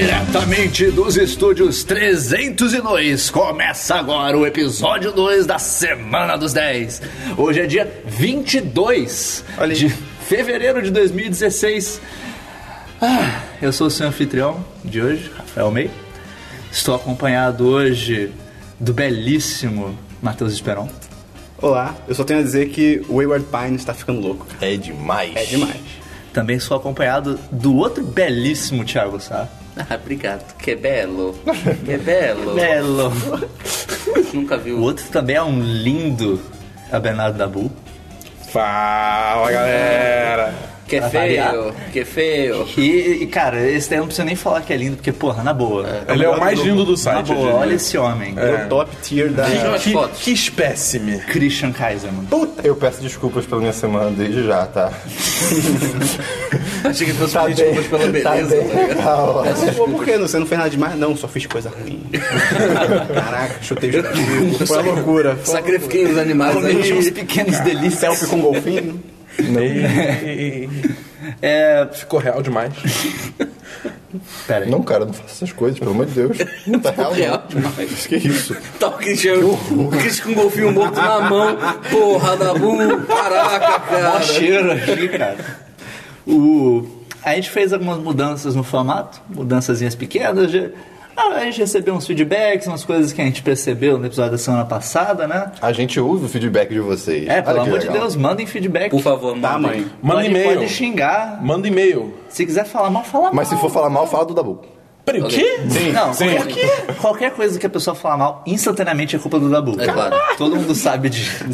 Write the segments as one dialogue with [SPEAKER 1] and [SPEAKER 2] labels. [SPEAKER 1] Diretamente dos estúdios 302, começa agora o episódio 2 da Semana dos 10. Hoje é dia 22
[SPEAKER 2] Olha aí.
[SPEAKER 1] de fevereiro de 2016. Ah, eu sou o seu anfitrião de hoje, Rafael May. Estou acompanhado hoje do belíssimo Matheus Esperon.
[SPEAKER 2] Olá, eu só tenho a dizer que o Wayward Pine está ficando louco. cara.
[SPEAKER 3] É demais.
[SPEAKER 2] É demais.
[SPEAKER 1] Também sou acompanhado do outro belíssimo Thiago Sá.
[SPEAKER 4] Ah, obrigado. Que belo. Que belo.
[SPEAKER 1] Belo!
[SPEAKER 4] Nunca
[SPEAKER 1] O
[SPEAKER 4] viu.
[SPEAKER 1] outro também é um lindo Abenado Dabu.
[SPEAKER 3] Fala, galera.
[SPEAKER 4] Que é
[SPEAKER 1] Pra
[SPEAKER 4] feio.
[SPEAKER 1] variar.
[SPEAKER 4] Que é feio.
[SPEAKER 1] E, e, cara, esse daí eu não precisa nem falar que é lindo, porque, porra, na boa.
[SPEAKER 3] Ele é o mais lindo do
[SPEAKER 1] Na
[SPEAKER 3] site. eu
[SPEAKER 1] boa,
[SPEAKER 3] diria.
[SPEAKER 1] olha esse homem.
[SPEAKER 2] É o top tier da.
[SPEAKER 4] Vejam as
[SPEAKER 3] Que,
[SPEAKER 4] fotos.
[SPEAKER 3] que espécime.
[SPEAKER 1] Christian Kaiser, mano.
[SPEAKER 5] Puta, eu peço desculpas pela minha semana desde já, tá?
[SPEAKER 4] Achei que fosse pedir desculpas pela beleza. tá ligado?
[SPEAKER 5] legal.
[SPEAKER 2] Mas, pô, por que? Não, Você não fez nada demais? Não, só fiz coisa ruim. Caraca, chutei o tiro. Foi uma loucura. Foi uma
[SPEAKER 4] Sacrifiquei os animais né? Tipo,
[SPEAKER 1] Cometi uns
[SPEAKER 4] aí.
[SPEAKER 1] pequenos delícias.
[SPEAKER 2] Selfie com golfinho.
[SPEAKER 1] É.
[SPEAKER 3] Ficou real demais.
[SPEAKER 1] Pera aí.
[SPEAKER 5] Não, cara, não faça essas coisas, pelo amor de Deus. Não tá real,
[SPEAKER 4] Real
[SPEAKER 5] não.
[SPEAKER 4] demais.
[SPEAKER 5] Que isso?
[SPEAKER 4] Tá o Christian, o Christian com um golfinho morto na mão. Porra, Dabu. Caraca,
[SPEAKER 1] Mó
[SPEAKER 4] cara.
[SPEAKER 1] tá cheiro aqui, cara. O... A gente fez algumas mudanças no formato, mudançazinhas pequenas. já- Ah, A gente recebeu uns feedbacks, umas coisas que a gente percebeu no episódio da semana passada, né?
[SPEAKER 5] A gente usa o feedback de vocês.
[SPEAKER 1] É,
[SPEAKER 5] Olha
[SPEAKER 1] pelo
[SPEAKER 5] que
[SPEAKER 1] amor de
[SPEAKER 5] legal.
[SPEAKER 1] Deus, mandem feedback.
[SPEAKER 4] Por favor, manda.
[SPEAKER 2] Tá, mãe.
[SPEAKER 3] Manda
[SPEAKER 1] Pode-
[SPEAKER 3] e-mail.
[SPEAKER 1] Pode xingar.
[SPEAKER 3] Manda e-mail.
[SPEAKER 1] Se quiser falar mal, fala mal.
[SPEAKER 5] Mas se for falar mal, fala do Dabu.
[SPEAKER 3] Peraí, o quê?
[SPEAKER 1] Não, Qualquer, qualquer coisa que a pessoa falar mal, instantaneamente é culpa do Dabu.
[SPEAKER 4] É claro.
[SPEAKER 1] Todo mundo sabe disso.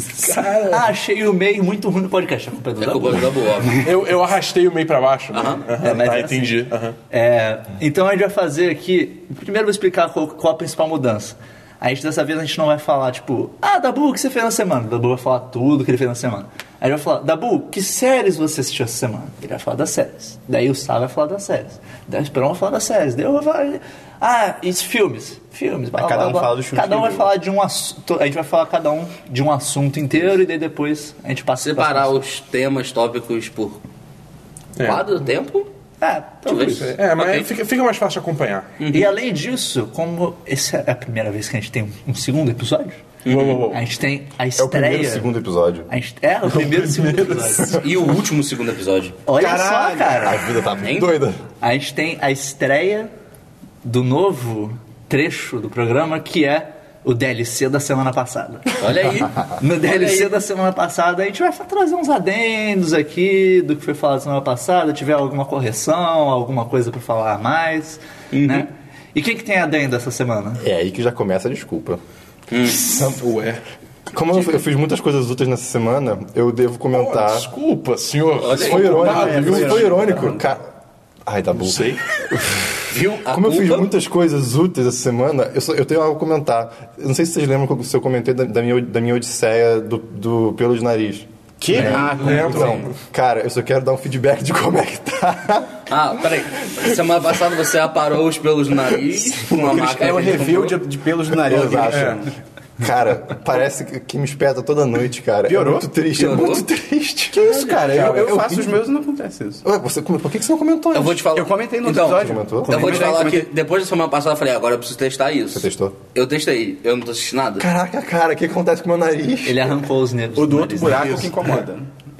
[SPEAKER 1] Ah, achei o meio muito ruim no podcast, é culpa do
[SPEAKER 4] É
[SPEAKER 1] Dabu.
[SPEAKER 4] culpa do Dabu, óbvio.
[SPEAKER 3] Eu, eu arrastei o e-mail pra baixo. Né? Aham,
[SPEAKER 1] É, mas
[SPEAKER 3] tá,
[SPEAKER 1] é assim.
[SPEAKER 3] entendi. Aham.
[SPEAKER 1] É, então a gente vai fazer aqui. Primeiro eu vou explicar qual, qual a principal mudança. A gente dessa vez a gente não vai falar, tipo, ah, Dabu, o que você fez na semana? O Dabu vai falar tudo que ele fez na semana. Aí ele vai falar, Dabu, que séries você assistiu essa semana? Ele vai falar das séries. Daí o Sá vai falar das séries. Daí o Esperão vai falar das séries. Daí eu vou falar. Ah, e filmes. Filmes, blá, blá,
[SPEAKER 2] cada
[SPEAKER 1] blá,
[SPEAKER 2] um
[SPEAKER 1] blá.
[SPEAKER 2] fala dos filmes
[SPEAKER 1] Cada um
[SPEAKER 2] que
[SPEAKER 1] vai
[SPEAKER 2] viu.
[SPEAKER 1] falar de um assunto. A gente vai falar cada um de um assunto inteiro e daí depois a gente passa
[SPEAKER 4] Separar
[SPEAKER 1] o.
[SPEAKER 4] os temas, tópicos por
[SPEAKER 3] É.
[SPEAKER 4] Uhum. quadro, tempo.
[SPEAKER 1] É, talvez.
[SPEAKER 4] Talvez.
[SPEAKER 3] É, mas
[SPEAKER 4] Ok.
[SPEAKER 3] fica, fica mais fácil de acompanhar.
[SPEAKER 1] E além disso, como essa é a primeira vez que a gente tem um, um segundo episódio,
[SPEAKER 3] Uou, uou, uou.
[SPEAKER 1] a gente tem a
[SPEAKER 5] É o primeiro
[SPEAKER 1] estreia.
[SPEAKER 5] e segundo episódio.
[SPEAKER 1] a gente, é, o primeiro e segundo episódio.
[SPEAKER 4] E o último segundo episódio.
[SPEAKER 1] Olha só,
[SPEAKER 2] Caralho.
[SPEAKER 5] A
[SPEAKER 1] cara.
[SPEAKER 5] vida tá bem
[SPEAKER 4] Hein?
[SPEAKER 5] doida.
[SPEAKER 1] A gente tem a estreia do novo trecho do programa que é o DLC da semana passada.
[SPEAKER 4] Olha aí.
[SPEAKER 1] No DLC
[SPEAKER 4] aí.
[SPEAKER 1] da semana passada, a gente vai trazer uns adendos aqui do que foi falado semana passada, tiver alguma correção, alguma coisa pra falar a mais, né? E quem que tem adendo essa semana?
[SPEAKER 5] É aí que já começa a desculpa.
[SPEAKER 2] é.
[SPEAKER 3] Ué.
[SPEAKER 5] Como eu, eu fiz muitas coisas úteis nessa semana, eu devo
[SPEAKER 3] Pô,
[SPEAKER 5] comentar.
[SPEAKER 3] Desculpa, senhor.
[SPEAKER 4] Olha aí.
[SPEAKER 5] foi irônico,
[SPEAKER 3] Ocupado,
[SPEAKER 5] viu?
[SPEAKER 3] viu?
[SPEAKER 5] Foi irônico, cara. Ai, Dabu.
[SPEAKER 3] Não sei.
[SPEAKER 4] Viu? A
[SPEAKER 5] Como eu fiz
[SPEAKER 4] culpa?
[SPEAKER 5] muitas coisas úteis essa semana, eu, só- eu tenho algo a comentar. Eu não sei se vocês lembram se eu comentei da, da minha, da minha odisseia do, do pelo de nariz.
[SPEAKER 2] Que? Ah, como
[SPEAKER 3] Lembro.
[SPEAKER 2] então.
[SPEAKER 5] Cara, eu só quero dar um feedback de como é que tá.
[SPEAKER 4] Ah, peraí. Semana passada você aparou os pelos do nariz com uma marca.
[SPEAKER 2] É o
[SPEAKER 4] que a gente
[SPEAKER 2] review de,
[SPEAKER 4] comprou.
[SPEAKER 2] de pelos do nariz, eu acho.
[SPEAKER 5] Cara, parece que, que me espeta toda noite, cara.
[SPEAKER 2] Piorou?
[SPEAKER 5] É muito triste, é
[SPEAKER 4] Piorou?
[SPEAKER 5] muito triste.
[SPEAKER 2] Que isso, cara? Eu, eu
[SPEAKER 5] Eu
[SPEAKER 2] faço
[SPEAKER 5] vi.
[SPEAKER 2] os meus e não acontece isso.
[SPEAKER 5] Ué, você, come- por que que você não comentou
[SPEAKER 4] Eu
[SPEAKER 5] antes?
[SPEAKER 4] vou te falar.
[SPEAKER 2] Eu comentei no
[SPEAKER 4] então,
[SPEAKER 2] episódio.
[SPEAKER 5] Comentou?
[SPEAKER 4] Eu vou te
[SPEAKER 2] Comentei,
[SPEAKER 4] falar
[SPEAKER 2] comentei.
[SPEAKER 4] que depois da semana passada eu falei, agora eu preciso testar isso.
[SPEAKER 5] Você testou?
[SPEAKER 4] Eu testei, eu não tô assistindo nada.
[SPEAKER 5] Caraca, cara, o que acontece com o meu nariz?
[SPEAKER 1] Ele arrancou os nervos.
[SPEAKER 2] O do outro
[SPEAKER 1] nariz.
[SPEAKER 2] buraco que incomoda.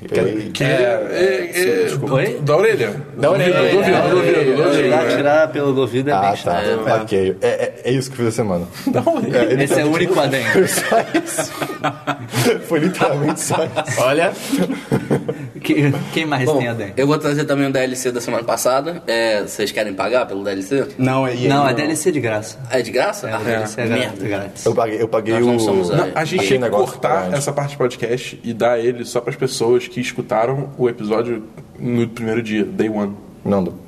[SPEAKER 5] Peraí.
[SPEAKER 3] Que é, é,
[SPEAKER 1] Oi?
[SPEAKER 3] Da orelha.
[SPEAKER 2] Da orelha.
[SPEAKER 3] Do ouvido, do ouvido, do
[SPEAKER 1] Tirar,
[SPEAKER 3] ouvido.
[SPEAKER 1] tirar pelo do ouvido é bem
[SPEAKER 5] Ah, tá.
[SPEAKER 1] chato.
[SPEAKER 2] né?
[SPEAKER 5] Ok. É, é- é isso que eu fiz a semana.
[SPEAKER 3] Da orelha.
[SPEAKER 5] É, ele-
[SPEAKER 1] Esse é o único adendo.
[SPEAKER 5] Só
[SPEAKER 2] é-
[SPEAKER 5] isso. Foi literalmente só isso.
[SPEAKER 2] Olha,
[SPEAKER 1] Que- Quem mais
[SPEAKER 4] Bom,
[SPEAKER 1] tem adendo?
[SPEAKER 4] eu vou trazer também um o DLC da semana passada. É, vocês querem pagar pelo DLC?
[SPEAKER 2] não é
[SPEAKER 1] Não, é DLC de graça.
[SPEAKER 4] É de graça? Ah,
[SPEAKER 1] É, o DLC é gra-
[SPEAKER 4] merda.
[SPEAKER 1] grátis.
[SPEAKER 5] Eu paguei, eu paguei
[SPEAKER 4] Nós não somos
[SPEAKER 5] o.
[SPEAKER 4] a-
[SPEAKER 3] Não, a
[SPEAKER 5] Achei
[SPEAKER 3] gente tem que
[SPEAKER 5] negócio
[SPEAKER 3] cortar
[SPEAKER 5] grande.
[SPEAKER 3] essa parte do podcast e dar ele só pras pessoas que escutaram o episódio no primeiro dia, day one.
[SPEAKER 5] Nando.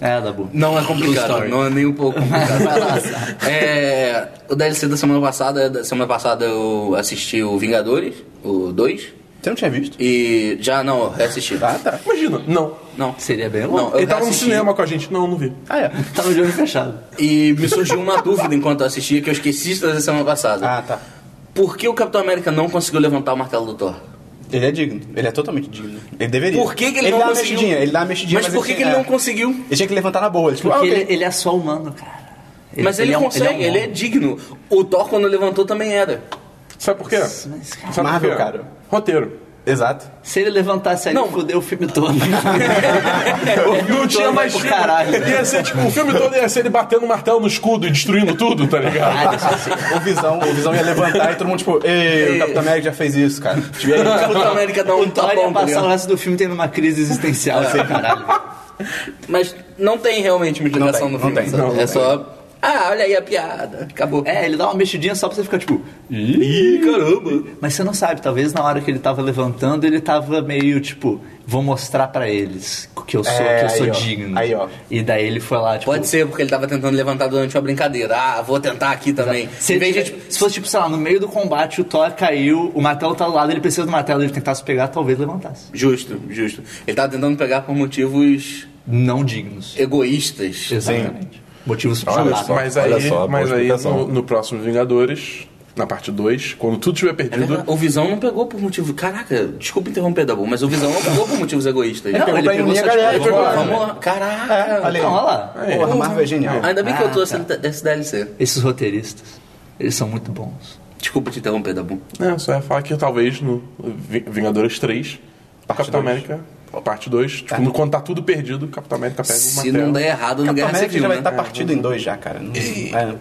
[SPEAKER 1] É, Dabu.
[SPEAKER 4] Não é complicado,
[SPEAKER 1] Story.
[SPEAKER 4] não é nem um pouco complicado. É, o DLC da semana passada, da semana passada eu assisti o Vingadores, o 2,
[SPEAKER 2] Você não tinha visto?
[SPEAKER 4] e já não, eu reassisti.
[SPEAKER 2] Ah, tá.
[SPEAKER 3] Imagina, não.
[SPEAKER 4] Não.
[SPEAKER 1] Seria bem
[SPEAKER 4] Não,
[SPEAKER 1] louco.
[SPEAKER 4] eu
[SPEAKER 3] ele tava
[SPEAKER 4] reassisti.
[SPEAKER 3] no cinema com a gente. Não, não vi.
[SPEAKER 2] Ah, é.
[SPEAKER 1] Tá no jogo fechado.
[SPEAKER 4] E me surgiu uma dúvida enquanto eu assistia que eu esqueci de trazer semana passada.
[SPEAKER 2] Ah, tá.
[SPEAKER 4] Por que o Capitão América não conseguiu levantar o martelo do Thor?
[SPEAKER 2] Ele é digno. Ele é totalmente digno. Ele deveria.
[SPEAKER 4] Por que, que ele, não
[SPEAKER 2] dá uma
[SPEAKER 4] conseguiu?
[SPEAKER 2] mexidinha, ele dá uma mexidinha.
[SPEAKER 4] Mas, por que,
[SPEAKER 2] tinha-
[SPEAKER 4] que ele
[SPEAKER 2] é.
[SPEAKER 4] não conseguiu?
[SPEAKER 2] Ele tinha que levantar na boa. Ele, tipo,
[SPEAKER 1] Porque
[SPEAKER 2] ah, ok.
[SPEAKER 1] ele, ele é só humano, cara.
[SPEAKER 4] Mas ele,
[SPEAKER 1] é um-
[SPEAKER 4] consegue, ele é,
[SPEAKER 1] humano.
[SPEAKER 4] digno. O Thor, quando levantou, também era.
[SPEAKER 3] Sabe por quê?
[SPEAKER 1] Mas, cara,
[SPEAKER 3] Sabe
[SPEAKER 2] Marvel,
[SPEAKER 3] por quê?
[SPEAKER 2] cara.
[SPEAKER 3] Roteiro.
[SPEAKER 2] Exato.
[SPEAKER 1] se ele levantasse ali,
[SPEAKER 4] Não.
[SPEAKER 1] fudeu o filme todo.
[SPEAKER 3] Não tinha mais
[SPEAKER 1] pro
[SPEAKER 3] filme.
[SPEAKER 1] caralho.
[SPEAKER 3] Ia ser, tipo, o filme todo ia ser ele batendo o martelo no escudo e destruindo tudo, tá ligado?
[SPEAKER 2] O Visão, o Visão ia levantar e todo mundo, tipo, ei, o Capitão América já fez isso, cara. Tipo, e aí,
[SPEAKER 4] O Capitão América dá
[SPEAKER 1] o
[SPEAKER 4] um
[SPEAKER 1] Thor ia
[SPEAKER 4] tapão, tá
[SPEAKER 1] passar o
[SPEAKER 4] ligado? É.
[SPEAKER 1] resto do filme tendo uma crise existencial, assim, caralho.
[SPEAKER 4] Mas não tem realmente uma explicação
[SPEAKER 2] Não
[SPEAKER 4] no
[SPEAKER 2] tem,
[SPEAKER 4] filme.
[SPEAKER 2] não
[SPEAKER 4] sabe? é só... Ah, olha aí a piada. Acabou.
[SPEAKER 1] É, ele dá uma mexidinha só pra você ficar tipo. Ih, caramba! Mas você não sabe, talvez na hora que ele tava levantando, ele tava meio tipo, vou mostrar pra eles que eu sou,
[SPEAKER 2] É,
[SPEAKER 1] que eu sou
[SPEAKER 2] aí, ó.
[SPEAKER 1] digno.
[SPEAKER 2] Aí, ó.
[SPEAKER 1] E daí ele foi lá, tipo.
[SPEAKER 4] Pode ser porque ele tava tentando levantar durante uma brincadeira. Ah, vou tentar aqui também.
[SPEAKER 1] Se,
[SPEAKER 4] Em
[SPEAKER 1] ele
[SPEAKER 4] vez de,
[SPEAKER 1] tiver-
[SPEAKER 4] tipo,
[SPEAKER 1] se fosse, tipo, sei lá, no meio do combate, o Thor caiu, o martelo tá do lado, ele precisa do martelo, ele tentasse pegar, talvez levantasse.
[SPEAKER 4] Justo, justo. Ele tava tentando pegar por motivos
[SPEAKER 1] Não dignos.
[SPEAKER 4] egoístas.
[SPEAKER 1] Exatamente. Motivos
[SPEAKER 3] Olha,
[SPEAKER 1] subjavados.
[SPEAKER 3] mas
[SPEAKER 5] olha
[SPEAKER 3] aí,
[SPEAKER 5] só, boa
[SPEAKER 3] mas aí
[SPEAKER 5] explicação.
[SPEAKER 3] no, no próximo Vingadores, na parte 2, quando tudo tiver
[SPEAKER 4] É
[SPEAKER 3] perdido,
[SPEAKER 4] verdade. O Visão não pegou por motivo. Caraca, desculpa interromper, Dabu, mas o Visão não pegou por motivos egoístas.
[SPEAKER 1] Não, ele
[SPEAKER 2] pra
[SPEAKER 1] pegou
[SPEAKER 2] unir
[SPEAKER 1] só,
[SPEAKER 2] a
[SPEAKER 1] tipo,
[SPEAKER 2] galera,
[SPEAKER 1] vamos
[SPEAKER 2] tipo,
[SPEAKER 1] lá.
[SPEAKER 2] olha.
[SPEAKER 4] Vamos lá.
[SPEAKER 2] É,
[SPEAKER 4] Caraca.
[SPEAKER 2] olha
[SPEAKER 1] Então, olha lá.
[SPEAKER 2] aí. Porra, Marvel é genial.
[SPEAKER 4] Ainda bem que eu
[SPEAKER 1] Ah,
[SPEAKER 4] trouxe esse DLC.
[SPEAKER 1] Esses roteiristas, eles são muito bons.
[SPEAKER 4] Desculpa te interromper, Dabu.
[SPEAKER 3] É, só ia falar que talvez no Vi- Vingadores 3,
[SPEAKER 2] Parte
[SPEAKER 3] Capitão
[SPEAKER 2] dois.
[SPEAKER 3] América, parte 2, tipo, no- quando tá tudo perdido, Capitão América pega o
[SPEAKER 4] Se
[SPEAKER 3] martelo.
[SPEAKER 4] não der errado no
[SPEAKER 2] Capitão
[SPEAKER 4] Guerra
[SPEAKER 2] América já
[SPEAKER 4] Civil,
[SPEAKER 2] vai tá-
[SPEAKER 4] né?
[SPEAKER 2] estar partido em dois já, cara. Não- É.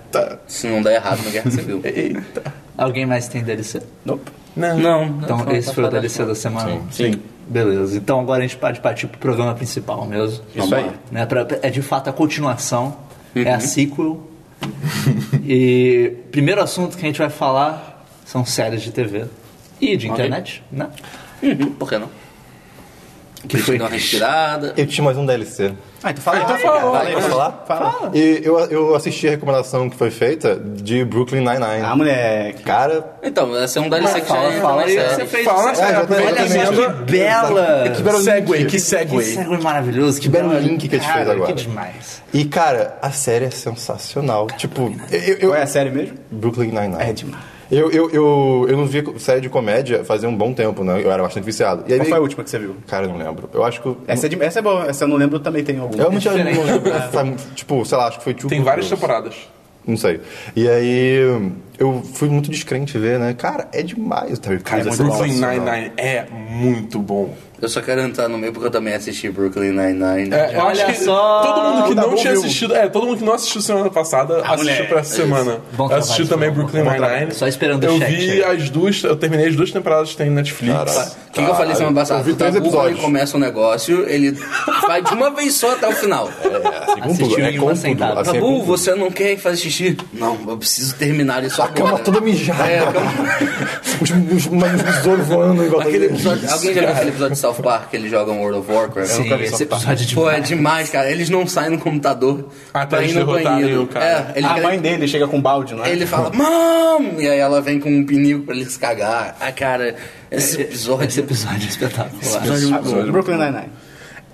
[SPEAKER 4] Se não der errado no Guerra Civil.
[SPEAKER 3] É. Eita.
[SPEAKER 1] Alguém mais tem DLC?
[SPEAKER 2] Nope.
[SPEAKER 3] Não.
[SPEAKER 4] Não. não,
[SPEAKER 1] Então,
[SPEAKER 4] não,
[SPEAKER 1] esse
[SPEAKER 4] não,
[SPEAKER 1] foi o
[SPEAKER 4] não,
[SPEAKER 1] DLC
[SPEAKER 4] não.
[SPEAKER 1] da semana.
[SPEAKER 3] Sim.
[SPEAKER 1] Beleza, então agora a gente pode partir pro programa principal mesmo.
[SPEAKER 2] Isso aí.
[SPEAKER 1] Né, pra- é de fato a continuação, é a sequel. e primeiro assunto que a gente vai falar são séries de TV e de internet, né?
[SPEAKER 4] Uhum, por que não? Que
[SPEAKER 1] foi?
[SPEAKER 4] foi dar uma respirada.
[SPEAKER 5] Eu tinha mais um DLC.
[SPEAKER 2] Ah, então fala. Então
[SPEAKER 5] Fala aí, posso falar?
[SPEAKER 2] Fala.
[SPEAKER 5] E eu, eu assisti a recomendação que foi feita de Brooklyn Nine-Nine.
[SPEAKER 2] Ah, moleque.
[SPEAKER 5] Cara,
[SPEAKER 4] Então, esse é um DLC que já
[SPEAKER 1] Fala,
[SPEAKER 4] entra
[SPEAKER 1] fala
[SPEAKER 4] nas
[SPEAKER 1] aí, você
[SPEAKER 4] séries.
[SPEAKER 1] fez.
[SPEAKER 3] Fala,
[SPEAKER 1] isso.
[SPEAKER 3] sério,
[SPEAKER 5] eu tô- eu
[SPEAKER 1] Olha
[SPEAKER 5] tô
[SPEAKER 1] só
[SPEAKER 5] vendo.
[SPEAKER 1] que bela!
[SPEAKER 5] Que belo
[SPEAKER 3] Segway,
[SPEAKER 5] link.
[SPEAKER 3] que
[SPEAKER 1] Que
[SPEAKER 3] segway.
[SPEAKER 1] segue maravilhoso, que,
[SPEAKER 5] belo
[SPEAKER 1] bela-
[SPEAKER 5] link que a gente fez
[SPEAKER 1] Cara,
[SPEAKER 5] agora.
[SPEAKER 1] Que demais.
[SPEAKER 5] E, cara, a série é sensacional. tipo, eu, eu-
[SPEAKER 2] Qual é a série mesmo?
[SPEAKER 5] Brooklyn Nine-Nine.
[SPEAKER 2] É demais.
[SPEAKER 5] Eu, eu, eu, eu não via série de comédia fazia um bom tempo, né? Eu era bastante viciado. E aí,
[SPEAKER 2] Qual foi a última que você viu?
[SPEAKER 5] Cara, eu não lembro. Eu acho que... eu-
[SPEAKER 2] Essa é, de- essa é boa, essa eu não lembro, também tem alguma.
[SPEAKER 5] Eu não tinha... não lembro. Sabe, tipo, sei lá, acho que foi... Two
[SPEAKER 3] Tem várias
[SPEAKER 5] Girls.
[SPEAKER 3] temporadas.
[SPEAKER 5] Não sei. E aí, eu fui muito descrente ver, né? Cara, é demais. o Terry
[SPEAKER 3] Cara,
[SPEAKER 5] Crews, é
[SPEAKER 3] Brooklyn
[SPEAKER 5] sensacional.
[SPEAKER 3] Nine-Nine é muito bom.
[SPEAKER 4] Eu só quero entrar no meio porque eu também assisti Brooklyn Nine-Nine.
[SPEAKER 3] É, eu
[SPEAKER 1] Olha
[SPEAKER 3] acho que
[SPEAKER 1] só,
[SPEAKER 3] todo mundo que
[SPEAKER 5] tá
[SPEAKER 3] não
[SPEAKER 5] bom,
[SPEAKER 3] tinha
[SPEAKER 5] viu?
[SPEAKER 3] assistido, é, todo mundo que não assistiu semana passada assistiu
[SPEAKER 2] moleque,
[SPEAKER 3] pra essa semana.
[SPEAKER 1] Bom
[SPEAKER 3] Eu assisti
[SPEAKER 1] trabalho,
[SPEAKER 3] também
[SPEAKER 1] bom,
[SPEAKER 3] Brooklyn Nine-Nine.
[SPEAKER 1] Só esperando o
[SPEAKER 3] Eu
[SPEAKER 1] cheque
[SPEAKER 3] vi
[SPEAKER 1] chegar.
[SPEAKER 3] as duas, eu terminei as duas temporadas que tem na Netflix.
[SPEAKER 5] Caralho.
[SPEAKER 4] O que, que eu falei semana passada?
[SPEAKER 5] assim, Eu vi
[SPEAKER 4] O
[SPEAKER 1] tá
[SPEAKER 5] três
[SPEAKER 4] Tabu,
[SPEAKER 5] episódios.
[SPEAKER 4] ele começa um negócio, ele vai de uma vez só até o final.
[SPEAKER 5] É, assim, com
[SPEAKER 1] Assistiu
[SPEAKER 5] tudo.
[SPEAKER 1] em
[SPEAKER 5] É
[SPEAKER 1] uma
[SPEAKER 5] com tudo.
[SPEAKER 1] sentada. Tá
[SPEAKER 5] Assim, é com
[SPEAKER 4] Tabu,
[SPEAKER 5] tudo.
[SPEAKER 4] você não quer ir fazer xixi? Não, eu preciso terminar isso
[SPEAKER 5] A cama
[SPEAKER 4] agora.
[SPEAKER 5] toda mijada.
[SPEAKER 4] É, a cama-
[SPEAKER 5] Os, os, os besouros voando igual
[SPEAKER 4] Aquele
[SPEAKER 5] aquele.
[SPEAKER 4] episódio, alguém já viu aquele episódio de South Park que eles jogam World of Warcraft?
[SPEAKER 1] Sim,
[SPEAKER 4] Eu nunca vi
[SPEAKER 1] esse
[SPEAKER 4] South Park.
[SPEAKER 1] episódio é
[SPEAKER 4] Pô,
[SPEAKER 1] demais.
[SPEAKER 4] é demais, cara. Eles não saem no computador
[SPEAKER 2] Ah, tá
[SPEAKER 3] Até
[SPEAKER 4] pra ir
[SPEAKER 3] eles
[SPEAKER 4] no
[SPEAKER 3] derrotarem
[SPEAKER 4] banheiro.
[SPEAKER 3] o cara.
[SPEAKER 4] É, ele
[SPEAKER 2] A
[SPEAKER 4] quer-
[SPEAKER 2] mãe dele chega com um balde, não é?
[SPEAKER 4] Ele fala, mom! E aí ela vem com um pinico pra ele se cagar. Ah, cara, é esse episódio.
[SPEAKER 1] Esse episódio é espetacular.
[SPEAKER 2] Ah, Brooklyn Nine-Nine.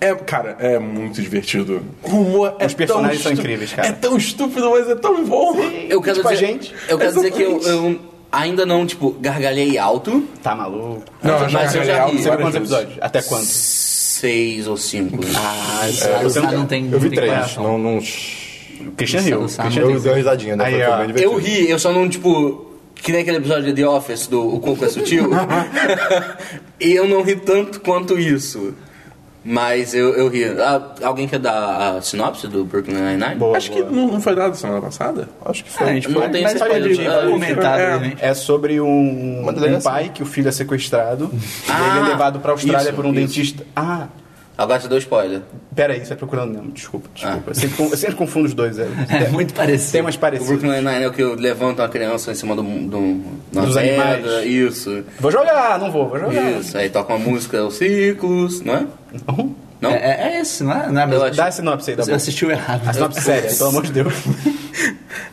[SPEAKER 3] É, cara, é muito divertido. O humor é
[SPEAKER 2] Os personagens
[SPEAKER 3] tão
[SPEAKER 2] são
[SPEAKER 3] estu-
[SPEAKER 2] incríveis, cara.
[SPEAKER 3] É tão estúpido, mas é tão bom.
[SPEAKER 4] Eu quero
[SPEAKER 2] Tipo a
[SPEAKER 4] dizer,
[SPEAKER 2] gente.
[SPEAKER 4] Eu quero dizer que eu, eu
[SPEAKER 3] Exatamente.
[SPEAKER 4] ainda não, tipo, gargalhei alto.
[SPEAKER 2] Tá maluco.
[SPEAKER 3] Não, eu já
[SPEAKER 4] Mas eu
[SPEAKER 3] gargalhei
[SPEAKER 4] já
[SPEAKER 3] alto
[SPEAKER 4] ri.
[SPEAKER 2] Você viu
[SPEAKER 3] várias
[SPEAKER 2] quantos
[SPEAKER 3] vezes.
[SPEAKER 2] episódios? Até quanto?
[SPEAKER 4] Seis ou cinco.
[SPEAKER 2] Ah,
[SPEAKER 1] Ah,
[SPEAKER 2] você
[SPEAKER 1] não tem,
[SPEAKER 5] Eu vi
[SPEAKER 1] não tem
[SPEAKER 5] três.
[SPEAKER 1] comparação.
[SPEAKER 5] Não, não.
[SPEAKER 2] Christian
[SPEAKER 1] Isso,
[SPEAKER 2] Hill.
[SPEAKER 1] isso,
[SPEAKER 2] Christian
[SPEAKER 5] Eu
[SPEAKER 2] Hill.
[SPEAKER 5] dei uma risadinha, né?
[SPEAKER 2] Aí,
[SPEAKER 5] Foi-
[SPEAKER 2] ó.
[SPEAKER 5] foi bem divertido.
[SPEAKER 4] Eu ri, eu só não, tipo. Que nem aquele episódio de The Office do O Coco é Sutil. e eu não ri tanto quanto isso. Mas eu, eu ri. Ah, alguém quer dar a sinopse do Brooklyn Nine-Nine?
[SPEAKER 2] Boa,
[SPEAKER 3] Acho que
[SPEAKER 2] boa.
[SPEAKER 3] não, não foi dado semana passada.
[SPEAKER 5] Acho que
[SPEAKER 1] Ah, a
[SPEAKER 5] foi.
[SPEAKER 1] gente
[SPEAKER 4] Não
[SPEAKER 1] pode-
[SPEAKER 4] tem
[SPEAKER 1] mas
[SPEAKER 4] esse
[SPEAKER 1] pode
[SPEAKER 4] episódio.
[SPEAKER 1] comentar,
[SPEAKER 3] É.
[SPEAKER 1] né?
[SPEAKER 2] É sobre um,
[SPEAKER 5] Uma
[SPEAKER 2] um
[SPEAKER 5] delegação.
[SPEAKER 2] pai que o filho é sequestrado e
[SPEAKER 4] Ah,
[SPEAKER 2] ele é levado pra Austrália
[SPEAKER 4] isso,
[SPEAKER 2] por um
[SPEAKER 4] isso.
[SPEAKER 2] dentista. Ah,
[SPEAKER 4] Agora você deu spoiler.
[SPEAKER 2] pera aí, você vai procurando mesmo. Desculpa, desculpa. Eu Sempre, con- eu sempre confundo os dois. É,
[SPEAKER 1] É muito parecido.
[SPEAKER 2] Tem umas
[SPEAKER 4] O
[SPEAKER 2] parecidas.
[SPEAKER 4] Brooklyn Nine-Nine é o que levanta uma criança em cima do, do, de uma
[SPEAKER 2] Dos
[SPEAKER 4] pedra,
[SPEAKER 2] animais.
[SPEAKER 4] Isso.
[SPEAKER 2] Vou jogar, não vou, vou jogar.
[SPEAKER 4] Isso. Aí toca uma música, os ciclos, não é?
[SPEAKER 2] Não?
[SPEAKER 4] Não?
[SPEAKER 1] É, é- é esse, não é? Não é mesmo?
[SPEAKER 4] acho-
[SPEAKER 2] Uhum. Dá a sinopse aí, dá
[SPEAKER 1] Você
[SPEAKER 2] bom.
[SPEAKER 1] assistiu errado.
[SPEAKER 2] A sinopse séria, pelo amor de Deus.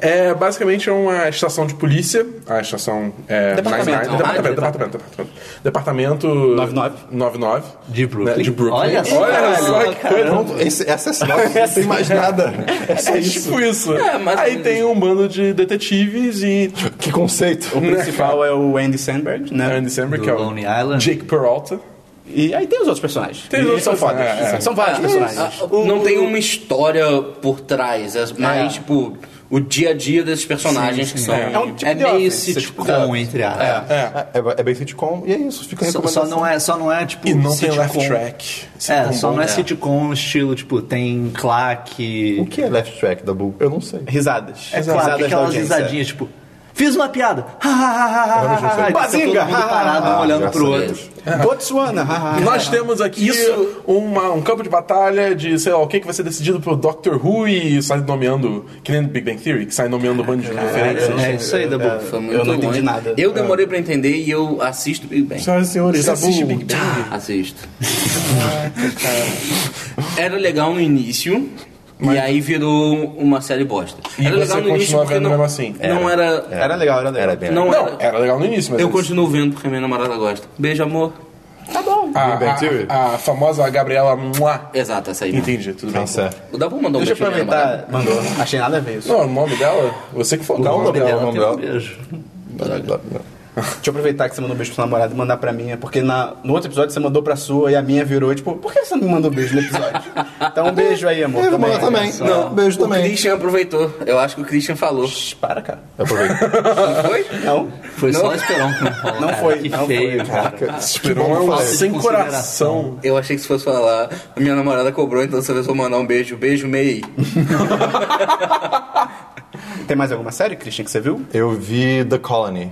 [SPEAKER 3] É, basicamente é uma estação de polícia, a estação é,
[SPEAKER 2] Departamento,
[SPEAKER 3] Nine-Nine,
[SPEAKER 4] né?
[SPEAKER 3] departamento,
[SPEAKER 4] Ah,
[SPEAKER 1] é
[SPEAKER 3] departamento, departamento. Departamento...
[SPEAKER 2] 99.
[SPEAKER 3] 99.
[SPEAKER 1] De Brooklyn.
[SPEAKER 3] Né, de Brooklyn.
[SPEAKER 1] Olha só,
[SPEAKER 3] só que coisa.
[SPEAKER 5] Pronto, esse- essa é sinopse, não tem mais nada. É só
[SPEAKER 3] É
[SPEAKER 5] isso.
[SPEAKER 3] tipo isso.
[SPEAKER 4] É, mais ou
[SPEAKER 3] Aí
[SPEAKER 4] menos.
[SPEAKER 3] tem um bando de detetives e tipo,
[SPEAKER 5] Que conceito.
[SPEAKER 2] O principal é o Andy Sandberg, né?
[SPEAKER 3] Andy Samberg,
[SPEAKER 1] Do
[SPEAKER 3] que é o
[SPEAKER 1] Lonely Island.
[SPEAKER 3] Jake Peralta.
[SPEAKER 2] E aí tem os outros personagens.
[SPEAKER 3] Tem os outros
[SPEAKER 2] são fodas.
[SPEAKER 3] personagens, é, é.
[SPEAKER 2] São vários
[SPEAKER 4] Ah,
[SPEAKER 2] personagens.
[SPEAKER 4] não tem uma história por trás, é mais tipo o dia a dia desses personagens que são.
[SPEAKER 2] É. É um tipo
[SPEAKER 4] é
[SPEAKER 2] de
[SPEAKER 4] meio
[SPEAKER 2] office,
[SPEAKER 4] sitcom.
[SPEAKER 1] Com, entre aspas.
[SPEAKER 3] É.
[SPEAKER 5] É, é bem sitcom e é isso. Fica a
[SPEAKER 1] Só, só
[SPEAKER 5] recomendação.
[SPEAKER 1] não é, só não é tipo.
[SPEAKER 3] E não tem
[SPEAKER 1] sitcom.
[SPEAKER 3] left track.
[SPEAKER 1] É, só não é
[SPEAKER 4] né?
[SPEAKER 1] sitcom estilo, tipo, tem claque.
[SPEAKER 5] O que é left track da Bull? Eu não sei.
[SPEAKER 2] Risadas.
[SPEAKER 1] É claro,
[SPEAKER 2] Risadas
[SPEAKER 1] tem
[SPEAKER 2] da
[SPEAKER 1] aquelas
[SPEAKER 2] audiência.
[SPEAKER 1] risadinhas, tipo, fiz uma piada. Ha, ha, ha, ha, ha, ha, ha, ha. E fica todo
[SPEAKER 2] Bazinga!
[SPEAKER 1] mundo parado, um
[SPEAKER 5] Ah,
[SPEAKER 1] olhando
[SPEAKER 5] graças
[SPEAKER 1] pro
[SPEAKER 5] a
[SPEAKER 1] outro.
[SPEAKER 5] Deus.
[SPEAKER 2] Botsuana. haha.
[SPEAKER 1] Ah.
[SPEAKER 3] Nós temos aqui
[SPEAKER 4] Isso-
[SPEAKER 3] uma- um campo de batalha de, sei lá, o que, que vai ser decidido pelo Doctor Who e sai nomeando, que nem Big Bang Theory, que sai nomeando um bando de referências.
[SPEAKER 1] É, é isso aí, Dabu.
[SPEAKER 4] Foi muito
[SPEAKER 2] Eu não entendi
[SPEAKER 4] longe.
[SPEAKER 2] nada.
[SPEAKER 4] Eu demorei pra entender e eu assisto Big Bang.
[SPEAKER 5] Senhoras e senhores,
[SPEAKER 3] Você
[SPEAKER 5] Dabu.
[SPEAKER 3] assiste Big Bang?
[SPEAKER 4] Assisto. Era legal no início. E aí virou uma série bosta.
[SPEAKER 3] E
[SPEAKER 4] era
[SPEAKER 3] você
[SPEAKER 4] legal no
[SPEAKER 3] continua
[SPEAKER 4] início porque
[SPEAKER 3] vendo
[SPEAKER 4] não,
[SPEAKER 3] mesmo assim?
[SPEAKER 4] não era.
[SPEAKER 2] Era legal, era legal.
[SPEAKER 5] É. Era bem
[SPEAKER 4] Não
[SPEAKER 3] Não,
[SPEAKER 4] era.
[SPEAKER 3] era assim. legal no início, mas...
[SPEAKER 4] Eu
[SPEAKER 3] eles-
[SPEAKER 4] continuo vendo porque minha namorada gosta. Beijo, amor.
[SPEAKER 3] a,
[SPEAKER 5] Big Bang Theory?
[SPEAKER 3] Ah, a, a famosa Gabriela Mua.
[SPEAKER 4] Exato, essa aí. mesmo.
[SPEAKER 3] Entendi, tudo bem.
[SPEAKER 5] Tá certo.
[SPEAKER 4] Dá pra mandar um
[SPEAKER 2] Deixa eu
[SPEAKER 4] beijo pra minha namorada?
[SPEAKER 2] aproveitar. Mandou. Achei nada a ver isso.
[SPEAKER 3] Não, o nome dela? Você que falou.
[SPEAKER 5] Dá um nome dela,
[SPEAKER 1] Tem
[SPEAKER 5] nome
[SPEAKER 1] um
[SPEAKER 2] é
[SPEAKER 5] dela.
[SPEAKER 1] beijo.
[SPEAKER 2] Deixa eu aproveitar que você mandou um beijo pro seu namorado e mandar pra mim, é porque na, no outro episódio você mandou pra sua e a minha virou, tipo, por que você não me mandou um beijo no episódio? Então um beijo né? aí, amor.
[SPEAKER 5] Eu vou mandar também. Não, beijo
[SPEAKER 4] o
[SPEAKER 5] também. É
[SPEAKER 4] Christian aproveitou. Eu acho que o Christian falou.
[SPEAKER 2] Shh, Para, cara.
[SPEAKER 5] Aproveita.
[SPEAKER 4] Não foi?
[SPEAKER 2] Não,
[SPEAKER 1] Foi
[SPEAKER 4] Não.
[SPEAKER 1] só esperar um tempo.
[SPEAKER 2] não
[SPEAKER 1] cara,
[SPEAKER 2] foi.
[SPEAKER 1] Que
[SPEAKER 2] não
[SPEAKER 1] feio,
[SPEAKER 2] foi.
[SPEAKER 1] cara.
[SPEAKER 3] é Esperou
[SPEAKER 5] bom que eu
[SPEAKER 3] uma
[SPEAKER 5] falei.
[SPEAKER 3] sem
[SPEAKER 1] Consideração.
[SPEAKER 3] coração.
[SPEAKER 4] Eu achei que se fosse falar, a minha namorada cobrou, então você vou mandar um beijo. Beijo, May.
[SPEAKER 2] Tem mais alguma série, Christian, que você viu?
[SPEAKER 5] Eu vi The Colony.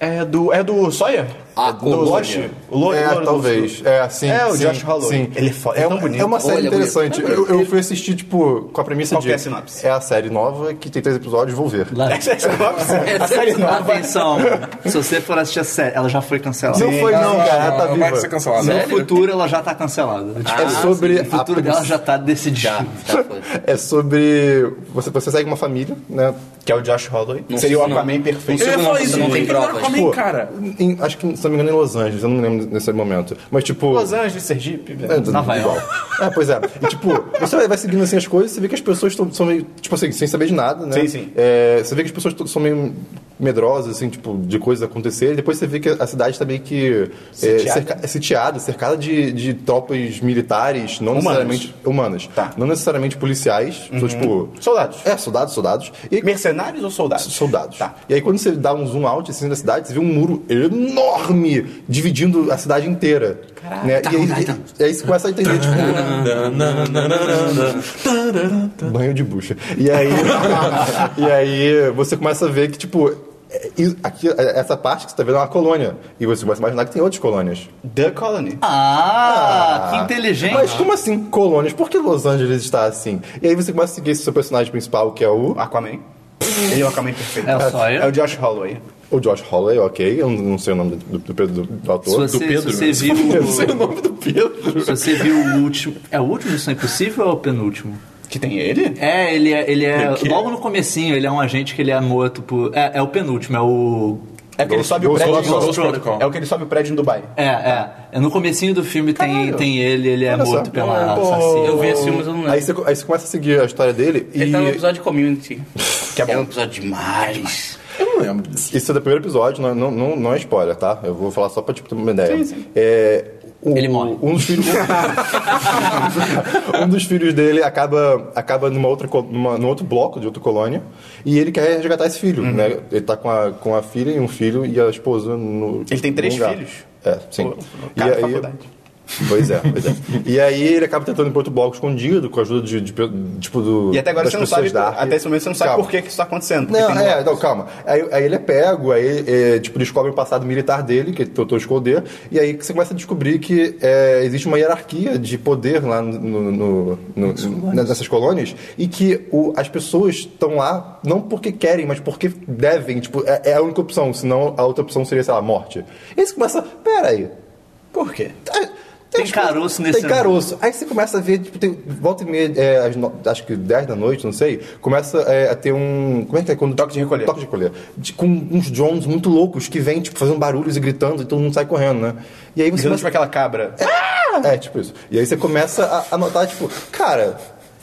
[SPEAKER 2] É do. É do Sawyer?
[SPEAKER 4] Ah,
[SPEAKER 2] É do
[SPEAKER 4] Colônia.
[SPEAKER 2] Lost? O Lo-
[SPEAKER 5] É,
[SPEAKER 2] Lo- Lo-
[SPEAKER 5] talvez. É, assim.
[SPEAKER 2] É, o
[SPEAKER 5] sim,
[SPEAKER 2] Josh Holloway.
[SPEAKER 5] Sim.
[SPEAKER 2] Ele é foda, ele é
[SPEAKER 5] é
[SPEAKER 2] tão
[SPEAKER 5] uma-
[SPEAKER 2] bonito.
[SPEAKER 5] É uma série
[SPEAKER 4] Ou ele é
[SPEAKER 5] interessante.
[SPEAKER 4] bonito.
[SPEAKER 5] eu, eu fui assistir, tipo, com a premissa
[SPEAKER 2] Qual que
[SPEAKER 5] de.
[SPEAKER 2] é a sinopse?
[SPEAKER 5] É a série nova que tem três episódios, vou ver.
[SPEAKER 1] Lá-
[SPEAKER 2] Essa é a sinopse? a série nova.
[SPEAKER 1] Atenção, se você for assistir a série, ela já foi cancelada.
[SPEAKER 5] Não foi, não, cara. Ela tá
[SPEAKER 3] Ela Vai ser
[SPEAKER 5] viva.
[SPEAKER 3] cancelada.
[SPEAKER 1] No futuro ela já tá cancelada. Tipo,
[SPEAKER 5] É sobre.
[SPEAKER 1] o futuro dela já tá
[SPEAKER 4] Já,
[SPEAKER 1] decidido.
[SPEAKER 4] já foi.
[SPEAKER 5] É sobre. Você, você segue uma família, né?
[SPEAKER 2] Que é o Josh Holloway.
[SPEAKER 4] Não
[SPEAKER 2] Seria o
[SPEAKER 4] sei, não.
[SPEAKER 2] Aquaman perfeito.
[SPEAKER 4] Eu ia falar isso, não tem
[SPEAKER 3] Ele era
[SPEAKER 4] provas.
[SPEAKER 3] Aquaman,
[SPEAKER 5] Pô,
[SPEAKER 3] cara.
[SPEAKER 5] em- acho que, se não me engano, em Los Angeles, eu não me lembro nesse momento. Mas, tipo.
[SPEAKER 2] Los Angeles, Sergipe.
[SPEAKER 5] É,
[SPEAKER 1] Nova
[SPEAKER 5] igual. É, pois é. E, tipo, você vai- vai seguindo assim as coisas, você vê que as pessoas tão- são meio, tipo assim, sem saber de nada, né?
[SPEAKER 2] Sim, sim.
[SPEAKER 5] É, você vê que as pessoas tão- são meio medrosas, assim, tipo, de coisas acontecerem. Depois você vê que a cidade tá meio que é,
[SPEAKER 2] Sitiada.
[SPEAKER 5] cerca- é, sitiada, cercada de, de tropas militares, não
[SPEAKER 2] Humanas.
[SPEAKER 5] necessariamente humanas.
[SPEAKER 2] Tá. Uhum.
[SPEAKER 5] Não necessariamente policiais, são tipo.
[SPEAKER 2] Soldados.
[SPEAKER 5] É, soldados, soldados. E
[SPEAKER 2] Mercenários ou soldados?
[SPEAKER 5] soldados.
[SPEAKER 2] Tá.
[SPEAKER 5] E aí quando você dá um zoom out assim na cidade, você vê um muro enorme dividindo a cidade inteira. Caraca.
[SPEAKER 1] tá
[SPEAKER 5] Né? E, aí,
[SPEAKER 1] então.
[SPEAKER 5] e, e aí você começa a entender, tipo, banho de bucha. E aí, e aí você começa a ver que, tipo, é- e aqui, é- essa parte que você tá vendo é uma colônia. E você começa a imaginar que tem outras colônias.
[SPEAKER 2] The Colony.
[SPEAKER 1] Ah, que
[SPEAKER 5] Mas
[SPEAKER 1] inteligente.
[SPEAKER 5] como assim colônias? Por que Los Angeles está assim? E aí você começa a seguir esse seu personagem principal, que é o,
[SPEAKER 2] O Aquaman. Ele é o Aquaman perfeito.
[SPEAKER 1] É o Sawyer.
[SPEAKER 2] É o Josh Holloway.
[SPEAKER 5] o Josh Holloway, ok. Eu não sei o nome do, do, do, do
[SPEAKER 1] Se
[SPEAKER 5] ator.
[SPEAKER 1] você,
[SPEAKER 3] Pedro,
[SPEAKER 1] se
[SPEAKER 3] né?
[SPEAKER 1] você viu.
[SPEAKER 5] nome do Pedro.
[SPEAKER 1] Se você viu o último. É o último Missão Impossível ou é o penúltimo?
[SPEAKER 2] Que tem ele?
[SPEAKER 1] É, ele é. Ele é
[SPEAKER 3] O quê?
[SPEAKER 1] logo no comecinho, ele é um agente que ele é morto por. É, é o penúltimo, é o.
[SPEAKER 2] É o que ele sobe o
[SPEAKER 5] Ghost
[SPEAKER 2] prédio.
[SPEAKER 5] Protocol.
[SPEAKER 3] Ghost Protocol.
[SPEAKER 2] É o que ele sobe o prédio em Dubai.
[SPEAKER 1] É, é. é no comecinho do filme tem,
[SPEAKER 5] Caralho.
[SPEAKER 1] tem ele, ele é
[SPEAKER 5] Olha só.
[SPEAKER 1] morto pela
[SPEAKER 4] Pô.
[SPEAKER 1] assassina.
[SPEAKER 4] Eu vi esse filme, mas eu não lembro.
[SPEAKER 5] Aí você, aí você começa a seguir a história dele e
[SPEAKER 4] Ele tá no episódio de Community.
[SPEAKER 2] Que é
[SPEAKER 4] É um
[SPEAKER 2] bom.
[SPEAKER 4] episódio demais.
[SPEAKER 3] Eu não lembro.
[SPEAKER 5] isso é do primeiro episódio, não, não, não, não é spoiler, tá? Eu vou falar só pra tipo, ter uma ideia.
[SPEAKER 2] Sim, sim.
[SPEAKER 5] É, o-
[SPEAKER 1] Ele morre.
[SPEAKER 5] Um dos filhos, um dos filhos dele acaba, acaba numa outra, co- numa, num outro bloco de outra colônia e ele quer resgatar esse filho,
[SPEAKER 4] Uhum.
[SPEAKER 5] né? Ele tá com a, com a filha e um filho e a esposa no.
[SPEAKER 2] Ele tem três
[SPEAKER 5] num lugar.
[SPEAKER 2] filhos.
[SPEAKER 5] É, sim.
[SPEAKER 2] Pô, cara da faculdade.
[SPEAKER 5] Pois é, pois é. E aí ele acaba tentando ir pro outro bloco escondido, com a ajuda de, de pe- tipo do.
[SPEAKER 2] E até agora
[SPEAKER 5] das
[SPEAKER 2] você não sabe.
[SPEAKER 5] pessoas da Ark.
[SPEAKER 2] Até esse momento você não sabe
[SPEAKER 5] Calma.
[SPEAKER 2] por que que isso tá acontecendo. porque
[SPEAKER 5] Não,
[SPEAKER 2] tem
[SPEAKER 5] é,
[SPEAKER 2] um-
[SPEAKER 5] não, calma. Aí, aí ele é pego, aí é, tipo, descobre o passado militar dele, que ele tentou esconder, e aí que você começa a descobrir que é, existe uma hierarquia de poder lá no- no- no- no- nessas colônias, e que o- as pessoas estão lá não porque querem, mas porque devem. Tipo, é, é a única opção, senão a outra opção seria, sei lá, morte. E aí você começa, peraí,
[SPEAKER 2] Por quê?
[SPEAKER 5] ah,
[SPEAKER 1] Tem caroço nesse
[SPEAKER 5] Tem
[SPEAKER 1] ano.
[SPEAKER 5] caroço. Aí você começa a ver, tipo, tem, volta e meia, é, às no- acho que 10 da noite, não sei, começa é, a ter um. Como é que é? Quando,
[SPEAKER 2] Toque de recolher.
[SPEAKER 5] Toque de recolher. De- com uns drones muito loucos que vêm, tipo, fazendo barulhos e gritando e todo mundo sai correndo, né? E aí você.
[SPEAKER 2] Você não
[SPEAKER 5] começa-
[SPEAKER 2] tipo aquela cabra.
[SPEAKER 5] é, tipo isso. E aí você começa a, a notar, tipo, cara,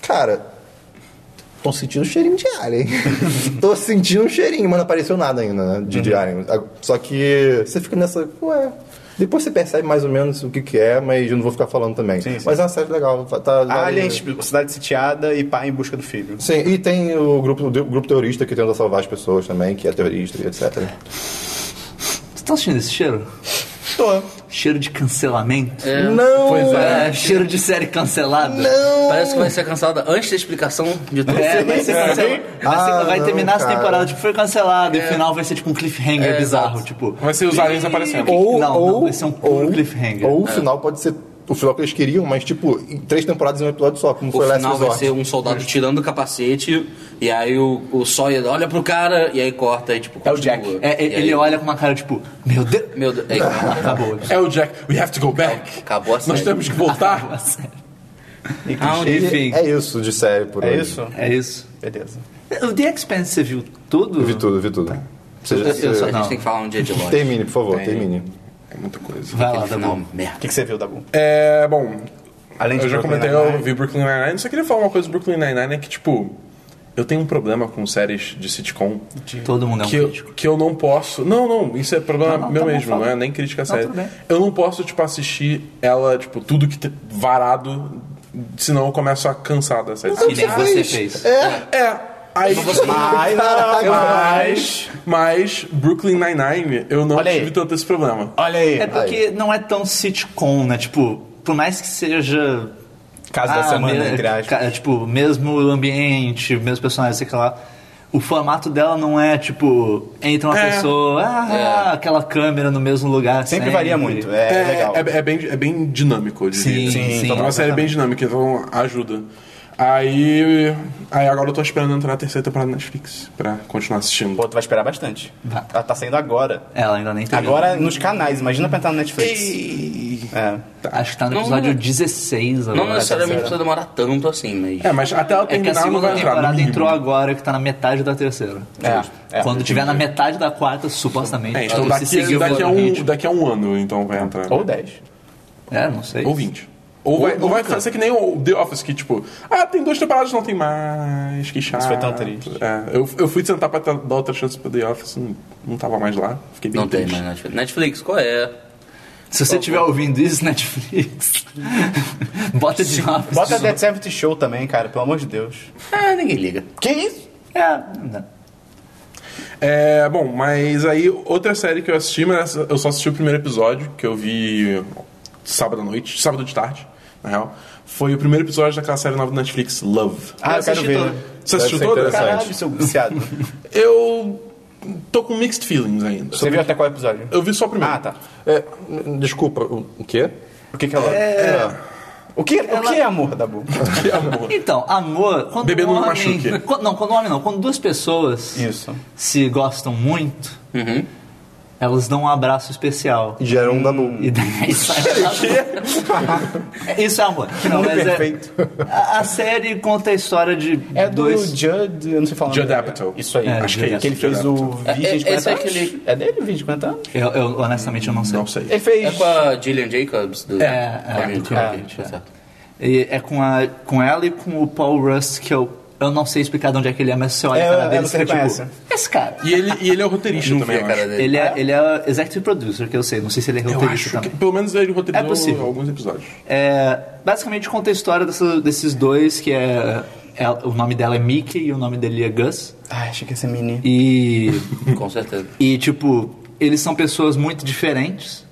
[SPEAKER 5] cara. Tô sentindo um cheirinho de alien. tô sentindo um cheirinho, mas não apareceu nada ainda, né? De,
[SPEAKER 2] Uhum.
[SPEAKER 5] de alien. A- Só que você fica nessa. Ué. Depois você percebe mais ou menos o que, que é, mas eu não vou ficar falando também.
[SPEAKER 2] Sim, sim.
[SPEAKER 5] Mas é uma série legal. Tá, vale-
[SPEAKER 2] Aliens, tipo, cidade sitiada e pai em busca do filho.
[SPEAKER 5] Sim, e tem o grupo, o grupo terrorista que tenta salvar as pessoas também, que é terrorista e etc.
[SPEAKER 1] Você tá sentindo esse cheiro?
[SPEAKER 5] Tô.
[SPEAKER 1] Cheiro de cancelamento?
[SPEAKER 4] É.
[SPEAKER 5] Não! É.
[SPEAKER 1] Pois é, cheiro de série cancelada.
[SPEAKER 5] Não!
[SPEAKER 4] Parece que vai ser cancelada antes da explicação de tudo.
[SPEAKER 1] É, vai ser cancelado. Vai,
[SPEAKER 5] Ah,
[SPEAKER 1] ser- vai
[SPEAKER 5] não,
[SPEAKER 1] terminar essa
[SPEAKER 5] cara.
[SPEAKER 1] temporada, tipo, foi cancelado. E o final vai ser tipo um cliffhanger
[SPEAKER 4] É,
[SPEAKER 1] bizarro,
[SPEAKER 4] exato.
[SPEAKER 1] tipo.
[SPEAKER 3] Vai ser os aliens aparecendo.
[SPEAKER 5] Ou,
[SPEAKER 1] Não,
[SPEAKER 5] ou,
[SPEAKER 1] não, vai ser um puro
[SPEAKER 5] ou-
[SPEAKER 1] cliffhanger.
[SPEAKER 5] Ou o final pode ser o final que eles queriam, mas tipo, em três temporadas em um episódio só, como
[SPEAKER 4] O
[SPEAKER 5] foi Last
[SPEAKER 4] final vai
[SPEAKER 5] Resort.
[SPEAKER 4] ser um soldado tirando o capacete, e aí o, o Sawyer olha pro cara, e aí corta, e tipo,
[SPEAKER 2] É o Jack.
[SPEAKER 4] continua.
[SPEAKER 1] É, é,
[SPEAKER 4] E
[SPEAKER 1] ele
[SPEAKER 4] aí-
[SPEAKER 1] olha com uma cara tipo, meu Deus,
[SPEAKER 4] Meu Deus, é,
[SPEAKER 1] acabou.
[SPEAKER 3] É o Jack. We have to go back.
[SPEAKER 4] Acabou a
[SPEAKER 3] Nós
[SPEAKER 4] série.
[SPEAKER 3] temos que voltar.
[SPEAKER 1] Acabou a série.
[SPEAKER 4] Aonde-
[SPEAKER 1] Enfim,
[SPEAKER 5] É isso de série por
[SPEAKER 2] É
[SPEAKER 5] hoje.
[SPEAKER 2] isso?
[SPEAKER 1] Ah, é isso.
[SPEAKER 2] Beleza.
[SPEAKER 1] O The Expanse, você viu tudo?
[SPEAKER 5] Eu vi tudo, vi tudo. Você já-
[SPEAKER 4] Eu- eu só-
[SPEAKER 5] você-
[SPEAKER 4] a gente
[SPEAKER 1] Não.
[SPEAKER 4] tem que falar um dia de Lost.
[SPEAKER 5] Termine, por favor, termine.
[SPEAKER 3] É muita coisa.
[SPEAKER 1] Vai lá,
[SPEAKER 4] Aquele final,
[SPEAKER 1] Dabu.
[SPEAKER 2] O
[SPEAKER 4] merda.
[SPEAKER 2] que, que você viu, Dabu?
[SPEAKER 3] É, bom.
[SPEAKER 2] Além de
[SPEAKER 3] eu já
[SPEAKER 2] Brooklyn
[SPEAKER 3] comentei,
[SPEAKER 2] Nine-Nine.
[SPEAKER 3] eu vi Brooklyn Nine-Nine. Só queria falar uma coisa do Brooklyn Nine-Nine: é que, tipo, eu tenho um problema com séries de sitcom.
[SPEAKER 1] Todo mundo é um
[SPEAKER 3] que, eu,
[SPEAKER 1] crítico.
[SPEAKER 3] que eu não posso. Não, não, isso é problema
[SPEAKER 1] Não, não,
[SPEAKER 3] meu
[SPEAKER 1] tá bom,
[SPEAKER 3] mesmo,
[SPEAKER 1] fala.
[SPEAKER 3] não é nem crítica
[SPEAKER 1] Não,
[SPEAKER 3] séria.
[SPEAKER 1] tudo bem.
[SPEAKER 3] Eu não posso, tipo, assistir ela, tipo, tudo que te- varado, senão eu começo a cansar da série.
[SPEAKER 1] Que nem você fez.
[SPEAKER 3] É, aí.
[SPEAKER 2] Ai,
[SPEAKER 3] Eu-
[SPEAKER 2] mas...
[SPEAKER 3] Mas Brooklyn Nine-Nine, eu não
[SPEAKER 2] Olha aí.
[SPEAKER 3] tive tanto esse problema.
[SPEAKER 2] Olha
[SPEAKER 1] É
[SPEAKER 2] aí.
[SPEAKER 1] porque não é tão sitcom, né? Tipo, por mais que seja. Ah,
[SPEAKER 2] Caso da semana,
[SPEAKER 1] me-
[SPEAKER 2] entre aspas.
[SPEAKER 1] ca- Tipo, mesmo ambiente, mesmo personagem, sei que lá. O formato dela não é tipo. Entra uma
[SPEAKER 3] É.
[SPEAKER 1] pessoa, ah, aquela câmera no mesmo lugar.
[SPEAKER 2] É. Sempre varia muito. É, legal.
[SPEAKER 3] É, é bem, é bem dinâmico, eu
[SPEAKER 1] Sim, Sim,
[SPEAKER 3] diria.
[SPEAKER 1] sim.
[SPEAKER 3] Então, é uma série bem dinâmica, então ajuda. Aí, aí agora eu tô esperando entrar na terceira temporada na Netflix pra continuar assistindo.
[SPEAKER 2] Pô, tu vai esperar bastante.
[SPEAKER 1] Vai.
[SPEAKER 2] Ela tá saindo agora.
[SPEAKER 1] Ela ainda nem terminou.
[SPEAKER 2] Agora nos canais, imagina pra entrar no Netflix. É.
[SPEAKER 1] Acho que tá no
[SPEAKER 4] Não,
[SPEAKER 1] episódio
[SPEAKER 4] não.
[SPEAKER 1] 16 agora.
[SPEAKER 4] Não necessariamente precisa demorar tanto assim, mas.
[SPEAKER 3] É, mas até ela
[SPEAKER 4] que a
[SPEAKER 3] terminar não
[SPEAKER 4] segunda
[SPEAKER 3] vai entrar. no
[SPEAKER 1] temporada
[SPEAKER 3] mínimo.
[SPEAKER 1] entrou agora, que tá na metade da terceira.
[SPEAKER 2] Uhum. É, é.
[SPEAKER 1] Quando tiver na metade da quarta, supostamente.
[SPEAKER 3] É, então
[SPEAKER 1] se
[SPEAKER 3] daqui,
[SPEAKER 1] seguir o
[SPEAKER 3] daqui, a
[SPEAKER 1] mesmo
[SPEAKER 3] um,
[SPEAKER 1] ritmo.
[SPEAKER 3] daqui a um ano, então vai entrar.
[SPEAKER 2] Ou 10.
[SPEAKER 1] É, não sei.
[SPEAKER 3] Ou 20. Ou, vai, ou vai fazer que nem o The Office, que tipo, ah, tem duas temporadas, não tem mais, que chato.
[SPEAKER 2] foi tão triste.
[SPEAKER 3] É, eu, eu fui tentar pra ter- dar outra chance pro The Office, não, não tava mais lá. Fiquei bem
[SPEAKER 4] Não tem
[SPEAKER 3] triste.
[SPEAKER 4] mais Netflix. Netflix, qual é?
[SPEAKER 1] Se você estiver ouvindo isso, Netflix, bota de uma
[SPEAKER 2] Bota Dead 70 Show também, cara, pelo amor de Deus.
[SPEAKER 4] Ah, ninguém liga.
[SPEAKER 2] Que isso?
[SPEAKER 1] É, não.
[SPEAKER 3] É, bom, mas aí outra série que eu assisti, mas eu só assisti o primeiro episódio, que eu vi sábado à noite, sábado de tarde, na real. Foi o primeiro episódio daquela série nova do Netflix, Love.
[SPEAKER 2] Ah, eu quero
[SPEAKER 1] assisti
[SPEAKER 2] ver.
[SPEAKER 1] todo.
[SPEAKER 3] Você
[SPEAKER 5] Deve
[SPEAKER 3] assistiu
[SPEAKER 5] ser
[SPEAKER 3] toda?
[SPEAKER 5] interessante.
[SPEAKER 2] Caralho, seu viciado.
[SPEAKER 3] Eu tô com mixed feelings ainda.
[SPEAKER 2] Você viu até qual episódio?
[SPEAKER 3] Eu vi só o primeiro.
[SPEAKER 2] Ah, tá.
[SPEAKER 5] É, n- desculpa, o o quê?
[SPEAKER 2] O que que ela... É... O que, o que é amor, Dabu?
[SPEAKER 3] Que amor.
[SPEAKER 1] Então, amor. Quando
[SPEAKER 3] Bebê
[SPEAKER 1] um
[SPEAKER 3] não
[SPEAKER 1] homem,
[SPEAKER 3] machuque.
[SPEAKER 1] Quando, não, quando um homem não. Quando duas pessoas
[SPEAKER 2] Isso.
[SPEAKER 1] se gostam muito,
[SPEAKER 4] Uhum.
[SPEAKER 1] elas dão um abraço especial.
[SPEAKER 5] Geram um Danu.
[SPEAKER 1] E daí sai Isso é amor. Não, mas é,
[SPEAKER 2] Perfeito.
[SPEAKER 1] a, a série conta a história de
[SPEAKER 2] É do
[SPEAKER 1] dois.
[SPEAKER 2] Judd, eu não sei falar. o nome
[SPEAKER 3] Judd
[SPEAKER 2] dele.
[SPEAKER 3] Apatow.
[SPEAKER 2] Isso aí.
[SPEAKER 1] É,
[SPEAKER 2] acho que é
[SPEAKER 1] Judd
[SPEAKER 2] isso. Que ele
[SPEAKER 3] Apatow.
[SPEAKER 2] fez o
[SPEAKER 4] É,
[SPEAKER 2] Virgem de
[SPEAKER 4] é, esse
[SPEAKER 2] 40
[SPEAKER 4] é
[SPEAKER 2] anos.
[SPEAKER 4] aquele-
[SPEAKER 2] É dele, Virgem de 40 anos?
[SPEAKER 1] Eu, eu, honestamente eu não sei.
[SPEAKER 3] Não sei.
[SPEAKER 2] Ele fez...
[SPEAKER 4] É com a Gillian Jacobs? Do...
[SPEAKER 1] É, é,
[SPEAKER 4] Ah,
[SPEAKER 1] é,
[SPEAKER 4] tá,
[SPEAKER 1] é,
[SPEAKER 4] tá certo.
[SPEAKER 1] é. E é com, a, com ela e com o Paul Rust que eu, eu não sei explicar de onde é que ele é, mas você olha
[SPEAKER 2] É,
[SPEAKER 1] a cara
[SPEAKER 2] é,
[SPEAKER 1] dele e
[SPEAKER 2] você
[SPEAKER 1] fica tipo,
[SPEAKER 2] reconhece.
[SPEAKER 1] esse cara.
[SPEAKER 3] E ele, e ele é o roteirista
[SPEAKER 4] Não vi
[SPEAKER 3] também,
[SPEAKER 4] a
[SPEAKER 3] eu
[SPEAKER 4] cara
[SPEAKER 3] acho.
[SPEAKER 4] dele.
[SPEAKER 1] Ele é, ele é executive producer, que eu sei, não sei se ele é
[SPEAKER 3] Eu acho
[SPEAKER 1] roteirista
[SPEAKER 3] que,
[SPEAKER 1] também.
[SPEAKER 3] pelo menos ele
[SPEAKER 1] É
[SPEAKER 3] roteirizou
[SPEAKER 1] possível.
[SPEAKER 3] alguns episódios.
[SPEAKER 1] É, basicamente conta a história dessa- desses dois, que é, ela- O nome dela é Mickey e o nome dele é Gus.
[SPEAKER 2] Ai, achei que ia ser mini.
[SPEAKER 1] E.
[SPEAKER 4] Com certeza.
[SPEAKER 1] e, tipo, eles são pessoas muito diferentes.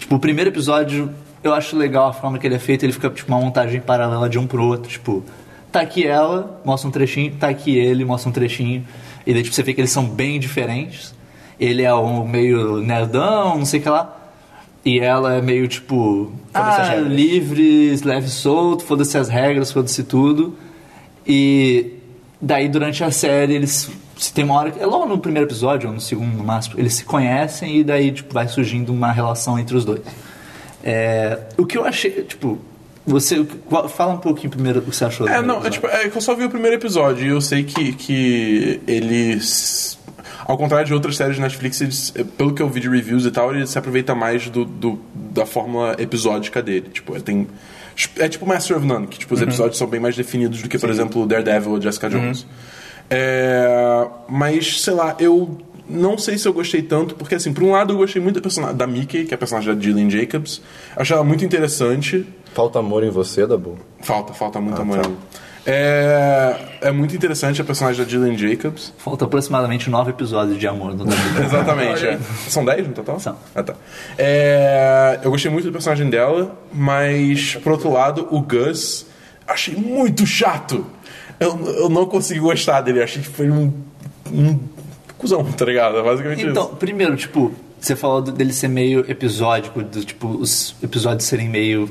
[SPEAKER 1] Tipo, o primeiro episódio, eu acho legal a forma que ele é feito, ele fica, tipo, uma montagem paralela de um pro outro. Tipo, tá aqui ela, mostra um trechinho, tá aqui ele, mostra um trechinho. E daí, tipo, você vê que eles são bem diferentes. Ele é um meio nerdão, não sei o que lá. E ela é meio, tipo,
[SPEAKER 2] Foda-se as
[SPEAKER 1] ah,
[SPEAKER 2] regras.
[SPEAKER 1] livre, leve e solto, foda-se as regras, foda-se tudo. E daí durante a série eles se tem uma hora que- é logo no primeiro episódio ou no segundo no máximo eles se conhecem e daí tipo vai surgindo uma relação entre os dois É, o que eu achei, tipo, você qual- fala um pouquinho primeiro o que você achou. do
[SPEAKER 3] É,
[SPEAKER 1] primeiro
[SPEAKER 3] não, é,
[SPEAKER 1] episódio.
[SPEAKER 3] tipo, é que eu só vi o primeiro episódio e eu sei que, que eles. Ao contrário de outras séries de Netflix, eles, eh, pelo que eu vi de reviews e tal, ele se aproveita mais do, do- da fórmula episódica dele. Tipo, é, tem. É tipo Master of None, que tipo, os episódios são bem mais definidos do que, por exemplo, Daredevil ou Jessica Jones. É, mas, sei lá, eu não sei se eu gostei tanto, porque assim, por um lado eu gostei muito da, personagem, da Mickey, que é a personagem da Dylan Jacobs. Achei ela muito interessante.
[SPEAKER 5] Falta amor em você, Dabu.
[SPEAKER 3] Falta, falta muito amor. É, é muito interessante a personagem da Dylan Jacobs.
[SPEAKER 1] Falta aproximadamente nove episódios de amor no
[SPEAKER 3] Exatamente. é. São 10 no total?
[SPEAKER 1] São.
[SPEAKER 3] Ah, tá. É, eu gostei muito do personagem dela, mas, por outro lado, o Gus achei muito chato. Eu, eu não consegui gostar dele. Achei que foi um, um cuzão, tá ligado? É Basicamente isso.
[SPEAKER 1] Então, primeiro, tipo, você falou do- dele ser meio episódico, do, tipo, os episódios serem meio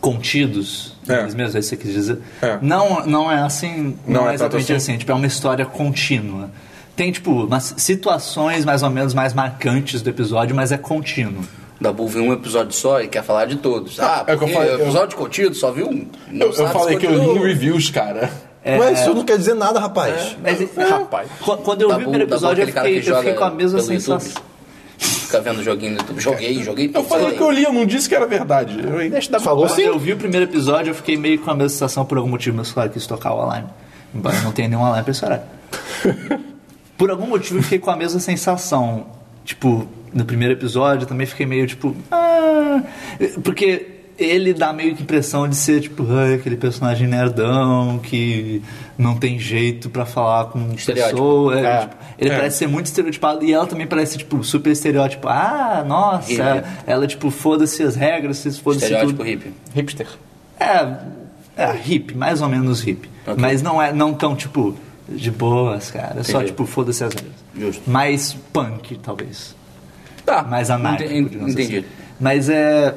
[SPEAKER 1] contidos,
[SPEAKER 3] É.
[SPEAKER 1] eles mesmos, é isso que você quis dizer.
[SPEAKER 3] É.
[SPEAKER 1] Não, não é assim, não,
[SPEAKER 3] Não é
[SPEAKER 1] é exatamente
[SPEAKER 3] tanto assim.
[SPEAKER 1] assim, tipo, é uma história contínua. Tem, tipo, umas situações mais ou menos mais marcantes do episódio, mas é contínuo.
[SPEAKER 4] Dabu viu um episódio só e quer falar de todos. Ah,
[SPEAKER 3] É o que eu
[SPEAKER 4] porque
[SPEAKER 3] falei, eu-
[SPEAKER 4] episódio contido só viu um. Não
[SPEAKER 3] Eu, eu
[SPEAKER 4] sabe se
[SPEAKER 3] falei que eu li
[SPEAKER 4] continua.
[SPEAKER 3] em reviews, cara.
[SPEAKER 5] É... Ué, isso não quer dizer nada, rapaz.
[SPEAKER 1] Mas,
[SPEAKER 2] Rapaz.
[SPEAKER 1] qu- Quando eu
[SPEAKER 4] Tá
[SPEAKER 1] vi o
[SPEAKER 4] bom,
[SPEAKER 1] primeiro
[SPEAKER 4] tá bom,
[SPEAKER 1] episódio, eu
[SPEAKER 4] aquele cara
[SPEAKER 1] fiquei,
[SPEAKER 4] que
[SPEAKER 1] eu
[SPEAKER 4] joga
[SPEAKER 1] fiquei com a mesma
[SPEAKER 4] pelo YouTube.
[SPEAKER 1] sensação.
[SPEAKER 4] Fica vendo joguinho no YouTube. Joguei, joguei.
[SPEAKER 3] Eu falei que eu li, eu não disse que era verdade. Eu, hein?
[SPEAKER 2] Deixa eu dar
[SPEAKER 5] Falou
[SPEAKER 1] Quando
[SPEAKER 5] sim.
[SPEAKER 1] eu vi o primeiro episódio, eu fiquei meio com a mesma sensação por algum motivo. Meu celular "Ah, quis tocar o alarme. Embora não tenha nenhum alarme pra esse horário. Por algum motivo, eu fiquei com a mesma sensação. Tipo, no primeiro episódio, eu também fiquei meio tipo. Ah, porque ele dá meio que impressão de ser, tipo, "Ai, aquele personagem nerdão que não tem jeito pra falar com
[SPEAKER 4] Estereótipo.
[SPEAKER 1] pessoa. É,
[SPEAKER 2] É.
[SPEAKER 1] tipo, ele
[SPEAKER 3] É.
[SPEAKER 1] parece ser muito estereotipado e ela também parece, tipo, super estereótipo. Ah, nossa,
[SPEAKER 4] Hippie.
[SPEAKER 1] ela, tipo, foda-se as regras, se foda-se tudo.
[SPEAKER 4] Estereótipo hippie.
[SPEAKER 2] Hipster.
[SPEAKER 1] É, é hip, mais ou menos hip.
[SPEAKER 4] Ok.
[SPEAKER 1] Mas não é não tão tipo de boas, cara. É só
[SPEAKER 4] Entendi.
[SPEAKER 1] tipo foda-se as regras.
[SPEAKER 4] Justo.
[SPEAKER 1] Mais punk, talvez.
[SPEAKER 4] Tá.
[SPEAKER 1] Mais anárquico,
[SPEAKER 4] Enten-
[SPEAKER 1] digamos
[SPEAKER 4] Entendi.
[SPEAKER 1] assim. Mas é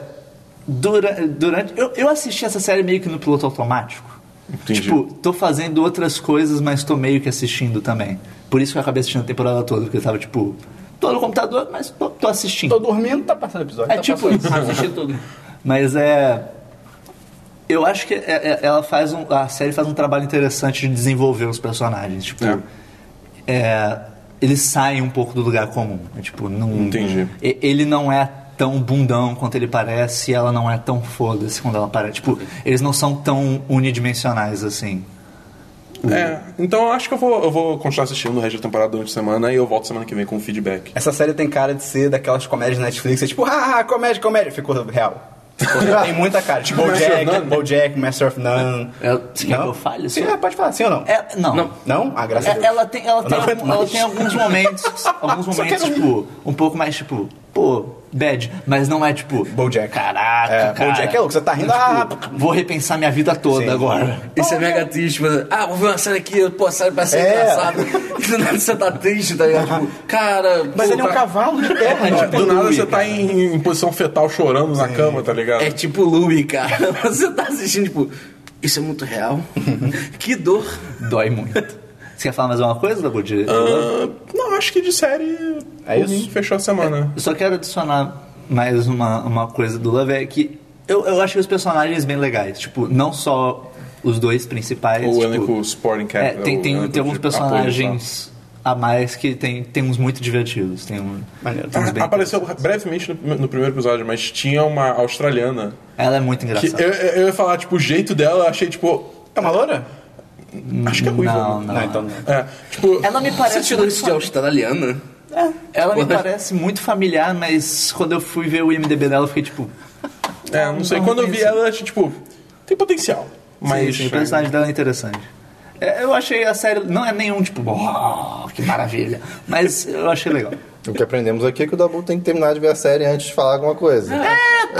[SPEAKER 1] dura- durante eu, eu assisti essa série meio que no piloto automático.
[SPEAKER 3] Entendi.
[SPEAKER 1] Tipo, tô fazendo outras coisas, mas tô meio que assistindo também. Por isso que eu acabei assistindo a temporada toda, porque eu tava tipo, tô no computador, mas tô, tô assistindo.
[SPEAKER 2] Tô dormindo, tá passando episódio.
[SPEAKER 1] É
[SPEAKER 2] tá
[SPEAKER 1] tipo
[SPEAKER 2] passando.
[SPEAKER 1] isso.
[SPEAKER 4] Assisti Então, tudo.
[SPEAKER 1] Mas é. Eu acho que é- é- ela faz um, a série faz um trabalho interessante de desenvolver os personagens. Tipo,
[SPEAKER 3] É.
[SPEAKER 1] é, eles saem um pouco do lugar comum. É, tipo, não.
[SPEAKER 3] Entendi.
[SPEAKER 1] E- Ele não é tão bundão quanto ele parece, e ela não é tão foda-se quando ela parece. Tipo, eles não são tão unidimensionais assim.
[SPEAKER 3] É, então eu acho que eu vou, eu vou continuar assistindo o resto da temporada durante a semana e eu volto semana que vem com o feedback.
[SPEAKER 2] Essa série tem cara de ser daquelas comédias da Netflix, é tipo, ah, comédia, comédia. Ficou real. Ficou real. tem muita cara. Tipo,
[SPEAKER 3] Master of
[SPEAKER 2] Bojack,
[SPEAKER 3] None.
[SPEAKER 2] Bojack, Master of None.
[SPEAKER 1] É, você quer
[SPEAKER 2] Não?
[SPEAKER 1] que eu fale
[SPEAKER 2] Sim,
[SPEAKER 1] sobre-
[SPEAKER 2] é, pode falar, sim ou não?
[SPEAKER 1] É, não.
[SPEAKER 4] Não.
[SPEAKER 2] Não? Ah, graças a
[SPEAKER 1] É,
[SPEAKER 2] Deus.
[SPEAKER 1] ela tem, ela,
[SPEAKER 2] Eu
[SPEAKER 1] tem,
[SPEAKER 2] não aguento
[SPEAKER 1] ela
[SPEAKER 2] mais.
[SPEAKER 1] tem alguns momentos, alguns
[SPEAKER 2] Só
[SPEAKER 1] momentos,
[SPEAKER 2] quero
[SPEAKER 1] tipo, um pouco mais, tipo, pô, bad, mas não é tipo,
[SPEAKER 2] Bojack.
[SPEAKER 1] caraca,
[SPEAKER 2] É,
[SPEAKER 1] cara.
[SPEAKER 2] Bojack é louco, você tá rindo, ah,
[SPEAKER 1] vou repensar minha vida toda
[SPEAKER 2] Sim.
[SPEAKER 1] agora.
[SPEAKER 4] Isso é mega triste, mas, ah, vou ver uma série aqui, pô, a série parece ser
[SPEAKER 2] É.
[SPEAKER 4] engraçada. Do nada você tá triste, tá ligado? Tipo, cara.
[SPEAKER 2] Mas ele
[SPEAKER 4] pô,
[SPEAKER 2] é tipo, um
[SPEAKER 4] tá-
[SPEAKER 2] cavalo de terra, mano.
[SPEAKER 3] Do nada você
[SPEAKER 2] né?
[SPEAKER 3] tá em, em posição fetal chorando na cama, tá ligado?
[SPEAKER 4] É tipo Louie, cara. Você tá assistindo, tipo, isso é muito real. que dor.
[SPEAKER 1] Dói muito. Você quer falar mais alguma coisa, Dabu? de-
[SPEAKER 3] Ah, não, acho que de série
[SPEAKER 2] É
[SPEAKER 3] por
[SPEAKER 2] isso?
[SPEAKER 3] mim, fechou a semana.
[SPEAKER 1] Eu só quero adicionar mais uma, uma coisa do Love, é que eu, eu achei os personagens bem legais, tipo, não só os dois principais.
[SPEAKER 3] O
[SPEAKER 1] tipo,
[SPEAKER 3] elenco supporting cast.
[SPEAKER 1] É, tem,
[SPEAKER 3] o
[SPEAKER 1] tem,
[SPEAKER 3] elenco
[SPEAKER 1] tem alguns
[SPEAKER 3] de apoio, tá?
[SPEAKER 1] personagens a mais que tem, tem uns muito divertidos. Tem, um,
[SPEAKER 2] Maneiro.
[SPEAKER 1] tem uns
[SPEAKER 3] tá?
[SPEAKER 1] bem
[SPEAKER 3] Apareceu brevemente no, no primeiro episódio, mas tinha uma australiana
[SPEAKER 1] Ela é muito
[SPEAKER 3] que
[SPEAKER 1] engraçada.
[SPEAKER 3] eu, eu ia falar, tipo, o jeito dela, eu achei, tipo,
[SPEAKER 2] É uma loura?
[SPEAKER 3] acho que é ruiva.
[SPEAKER 1] Não,
[SPEAKER 3] né?
[SPEAKER 1] não.
[SPEAKER 2] Não, então não.
[SPEAKER 3] É, tipo,
[SPEAKER 1] Ela me
[SPEAKER 4] Você
[SPEAKER 1] parece
[SPEAKER 4] tirou
[SPEAKER 1] muito,
[SPEAKER 4] isso de
[SPEAKER 1] fa-
[SPEAKER 4] australiana?
[SPEAKER 1] ela me
[SPEAKER 4] Porra.
[SPEAKER 1] parece muito familiar, mas quando eu fui ver o IMDB dela, eu fiquei tipo.
[SPEAKER 3] é, não sei,
[SPEAKER 1] não
[SPEAKER 3] quando eu
[SPEAKER 1] tem
[SPEAKER 3] vi
[SPEAKER 1] isso.
[SPEAKER 3] ela, eu achei, tipo, tem potencial. Mas
[SPEAKER 1] sim, sim, o personagem dela é interessante. É, Eu achei a série. Não é nenhum tipo. "Uau, que maravilha. Mas eu achei legal.
[SPEAKER 5] O que aprendemos aqui é que o Dabu tem que terminar de ver a série antes de falar alguma coisa.
[SPEAKER 1] Tá
[SPEAKER 2] Lê o um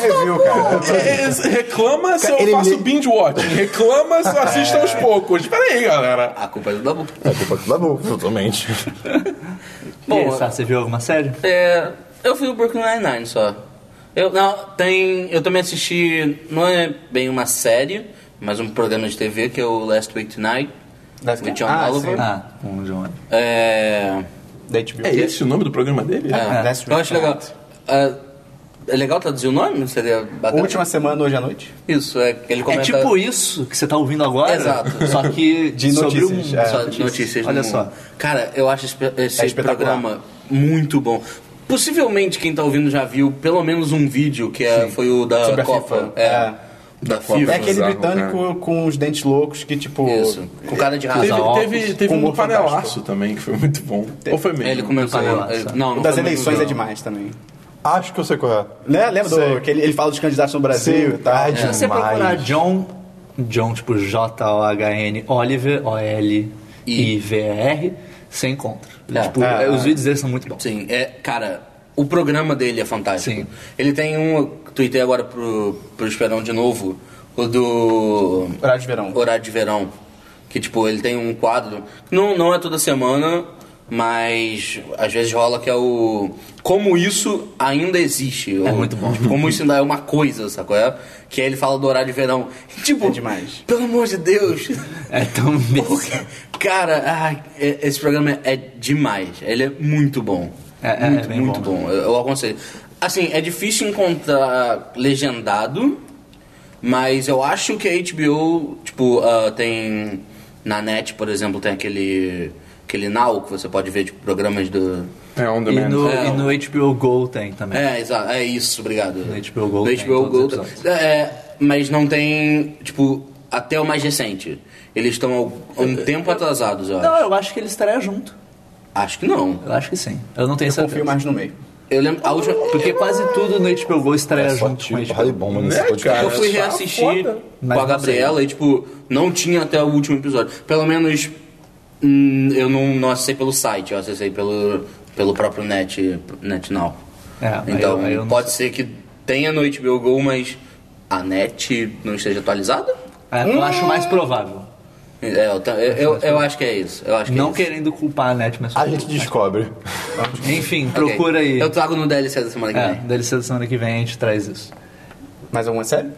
[SPEAKER 2] review, cara.
[SPEAKER 3] É, é, Reclama se eu
[SPEAKER 5] Ele
[SPEAKER 3] faço
[SPEAKER 5] lê-
[SPEAKER 3] binge watching. Reclama se eu assisto aos poucos. Pera aí, galera.
[SPEAKER 4] A culpa é do Dabu.
[SPEAKER 5] É culpa do Dabu, totalmente.
[SPEAKER 1] E aí,
[SPEAKER 4] Bom,
[SPEAKER 1] Sá, você viu alguma série?
[SPEAKER 4] É, eu fui o Brooklyn Nine-Nine só. Eu, não, tem, eu também assisti, não é bem uma série, mas um programa de TV que é o Last Week Tonight.
[SPEAKER 2] Last
[SPEAKER 4] with
[SPEAKER 2] Week-
[SPEAKER 4] John
[SPEAKER 2] Ah,
[SPEAKER 4] Oliver.
[SPEAKER 2] sim.
[SPEAKER 1] Ah, com o John.
[SPEAKER 4] É,
[SPEAKER 2] Da HBO.
[SPEAKER 3] É esse o nome do programa dele?
[SPEAKER 4] é,
[SPEAKER 2] Last
[SPEAKER 4] eu
[SPEAKER 2] Week
[SPEAKER 4] acho legal.
[SPEAKER 2] Tonight.
[SPEAKER 4] É, É legal traduzir o nome? Seria bacana.
[SPEAKER 2] Última semana, hoje à noite.
[SPEAKER 4] Isso, é que ele
[SPEAKER 1] É
[SPEAKER 4] comenta...
[SPEAKER 1] tipo isso que você tá ouvindo agora,
[SPEAKER 4] Exato.
[SPEAKER 1] só que
[SPEAKER 2] De
[SPEAKER 1] sobre
[SPEAKER 2] notícias,
[SPEAKER 1] um...
[SPEAKER 2] é.
[SPEAKER 4] Só de notícias. do
[SPEAKER 1] Olha
[SPEAKER 4] mundo.
[SPEAKER 1] só.
[SPEAKER 4] Cara, eu acho espe- esse
[SPEAKER 2] É espetacular.
[SPEAKER 4] programa muito bom. Possivelmente quem tá ouvindo já viu pelo menos um vídeo que é, foi o da
[SPEAKER 2] Sobre a
[SPEAKER 4] Copa.
[SPEAKER 2] FIFA.
[SPEAKER 4] É.
[SPEAKER 2] É.
[SPEAKER 4] Da
[SPEAKER 3] Copa.
[SPEAKER 4] FIFA.
[SPEAKER 2] É aquele
[SPEAKER 3] Bizarro,
[SPEAKER 2] britânico com os dentes loucos que, tipo.
[SPEAKER 4] Isso. Com cara de
[SPEAKER 3] Teve,
[SPEAKER 4] razão.
[SPEAKER 3] teve, teve
[SPEAKER 2] com
[SPEAKER 3] um do
[SPEAKER 2] humor
[SPEAKER 3] panelaço
[SPEAKER 2] fantástico.
[SPEAKER 3] também, que foi muito bom. Ou foi mesmo?
[SPEAKER 4] Ele comentou.
[SPEAKER 1] Não sei lá,
[SPEAKER 4] ele-
[SPEAKER 1] sabe?
[SPEAKER 4] não,
[SPEAKER 2] O
[SPEAKER 4] não
[SPEAKER 2] das
[SPEAKER 4] foi muito,
[SPEAKER 2] eleições
[SPEAKER 4] não.
[SPEAKER 2] é demais também.
[SPEAKER 5] Acho que eu sei qual é.
[SPEAKER 2] Né? Lembra
[SPEAKER 5] Sei.
[SPEAKER 2] do, que ele, ele fala dos candidatos no Brasil
[SPEAKER 5] Sim.
[SPEAKER 2] e tal?
[SPEAKER 5] É.
[SPEAKER 1] Se você
[SPEAKER 5] Demais.
[SPEAKER 1] procurar John, John tipo J-O-H-N, Oliver, O-L-I-V-R, você encontra.
[SPEAKER 4] É.
[SPEAKER 1] Tipo,
[SPEAKER 2] É,
[SPEAKER 1] é, os
[SPEAKER 2] é.
[SPEAKER 1] vídeos deles são muito bons.
[SPEAKER 4] Sim, é, cara, o programa dele é fantástico.
[SPEAKER 1] Sim.
[SPEAKER 4] Ele tem um, eu tuitei agora pro, pro Esperão de novo, o do
[SPEAKER 2] Horário de verão.
[SPEAKER 4] Horário de Verão, que tipo, ele tem um quadro, não, não é toda semana, mas às vezes rola que é o como isso ainda existe. É
[SPEAKER 1] muito bom.
[SPEAKER 4] como isso ainda é uma coisa, sacou? É? Que aí ele fala do horário de verão. Tipo,
[SPEAKER 2] É demais.
[SPEAKER 4] pelo amor de Deus,
[SPEAKER 1] É tão
[SPEAKER 4] porque, cara, ai, é- esse programa é demais. Ele é muito bom.
[SPEAKER 1] É, é,
[SPEAKER 4] muito,
[SPEAKER 1] é bem
[SPEAKER 4] muito
[SPEAKER 1] bom,
[SPEAKER 4] bom. Eu, eu aconselho. Assim, é difícil encontrar legendado, mas eu acho que a HBO, tipo, ah, tem. Na net, por exemplo, tem aquele. Aquele Now que você pode ver, tipo, programas do.
[SPEAKER 3] É, on
[SPEAKER 1] E
[SPEAKER 3] demand.
[SPEAKER 1] no,
[SPEAKER 4] É.
[SPEAKER 1] e no HBO Go tem também.
[SPEAKER 4] É, exato. É isso, obrigado.
[SPEAKER 1] No HBO Go
[SPEAKER 4] No
[SPEAKER 1] tem
[SPEAKER 4] HBO
[SPEAKER 1] todos os
[SPEAKER 4] Go.
[SPEAKER 1] episódios.
[SPEAKER 4] É, mas não tem, tipo, até o mais recente. Eles estão há um tempo atrasados, eu acho.
[SPEAKER 1] Não, eu acho que ele estaria junto.
[SPEAKER 4] Acho que não.
[SPEAKER 1] Eu acho que sim. Eu não tenho
[SPEAKER 2] Confio
[SPEAKER 1] certeza.
[SPEAKER 2] mais no meio.
[SPEAKER 4] Eu lembro. A última.
[SPEAKER 1] Porque quase tudo no HBO Go
[SPEAKER 2] É,
[SPEAKER 1] estreia
[SPEAKER 5] Só
[SPEAKER 1] junto com
[SPEAKER 5] tiro,
[SPEAKER 1] o HBO.
[SPEAKER 5] porrada e bomba nesse
[SPEAKER 3] Né,
[SPEAKER 5] podcast.
[SPEAKER 3] cara?
[SPEAKER 4] eu fui
[SPEAKER 3] só
[SPEAKER 4] reassistir
[SPEAKER 3] foda.
[SPEAKER 1] Mas
[SPEAKER 4] com a
[SPEAKER 1] não
[SPEAKER 4] Gabriela e, tipo, não tinha até o último episódio. Pelo menos hum, eu não, não acessei pelo site, eu acessei pelo, pelo próprio Net, NetNow.
[SPEAKER 1] É, aí
[SPEAKER 4] então,
[SPEAKER 1] eu- aí eu não
[SPEAKER 4] pode ser que tenha no HBO Go, mas a Net não esteja atualizada?
[SPEAKER 1] É, Eu acho mais provável.
[SPEAKER 4] É, eu, ta- eu, eu, eu acho que é isso. Eu acho que é
[SPEAKER 1] Não
[SPEAKER 4] isso.
[SPEAKER 1] querendo culpar a net, mas...
[SPEAKER 5] A gente descobre.
[SPEAKER 1] Enfim,
[SPEAKER 4] Ok.
[SPEAKER 1] procura aí.
[SPEAKER 4] Eu trago no DLC da semana que
[SPEAKER 1] É,
[SPEAKER 4] vem.
[SPEAKER 1] DLC da semana que vem a gente traz isso.
[SPEAKER 2] Mais alguma série?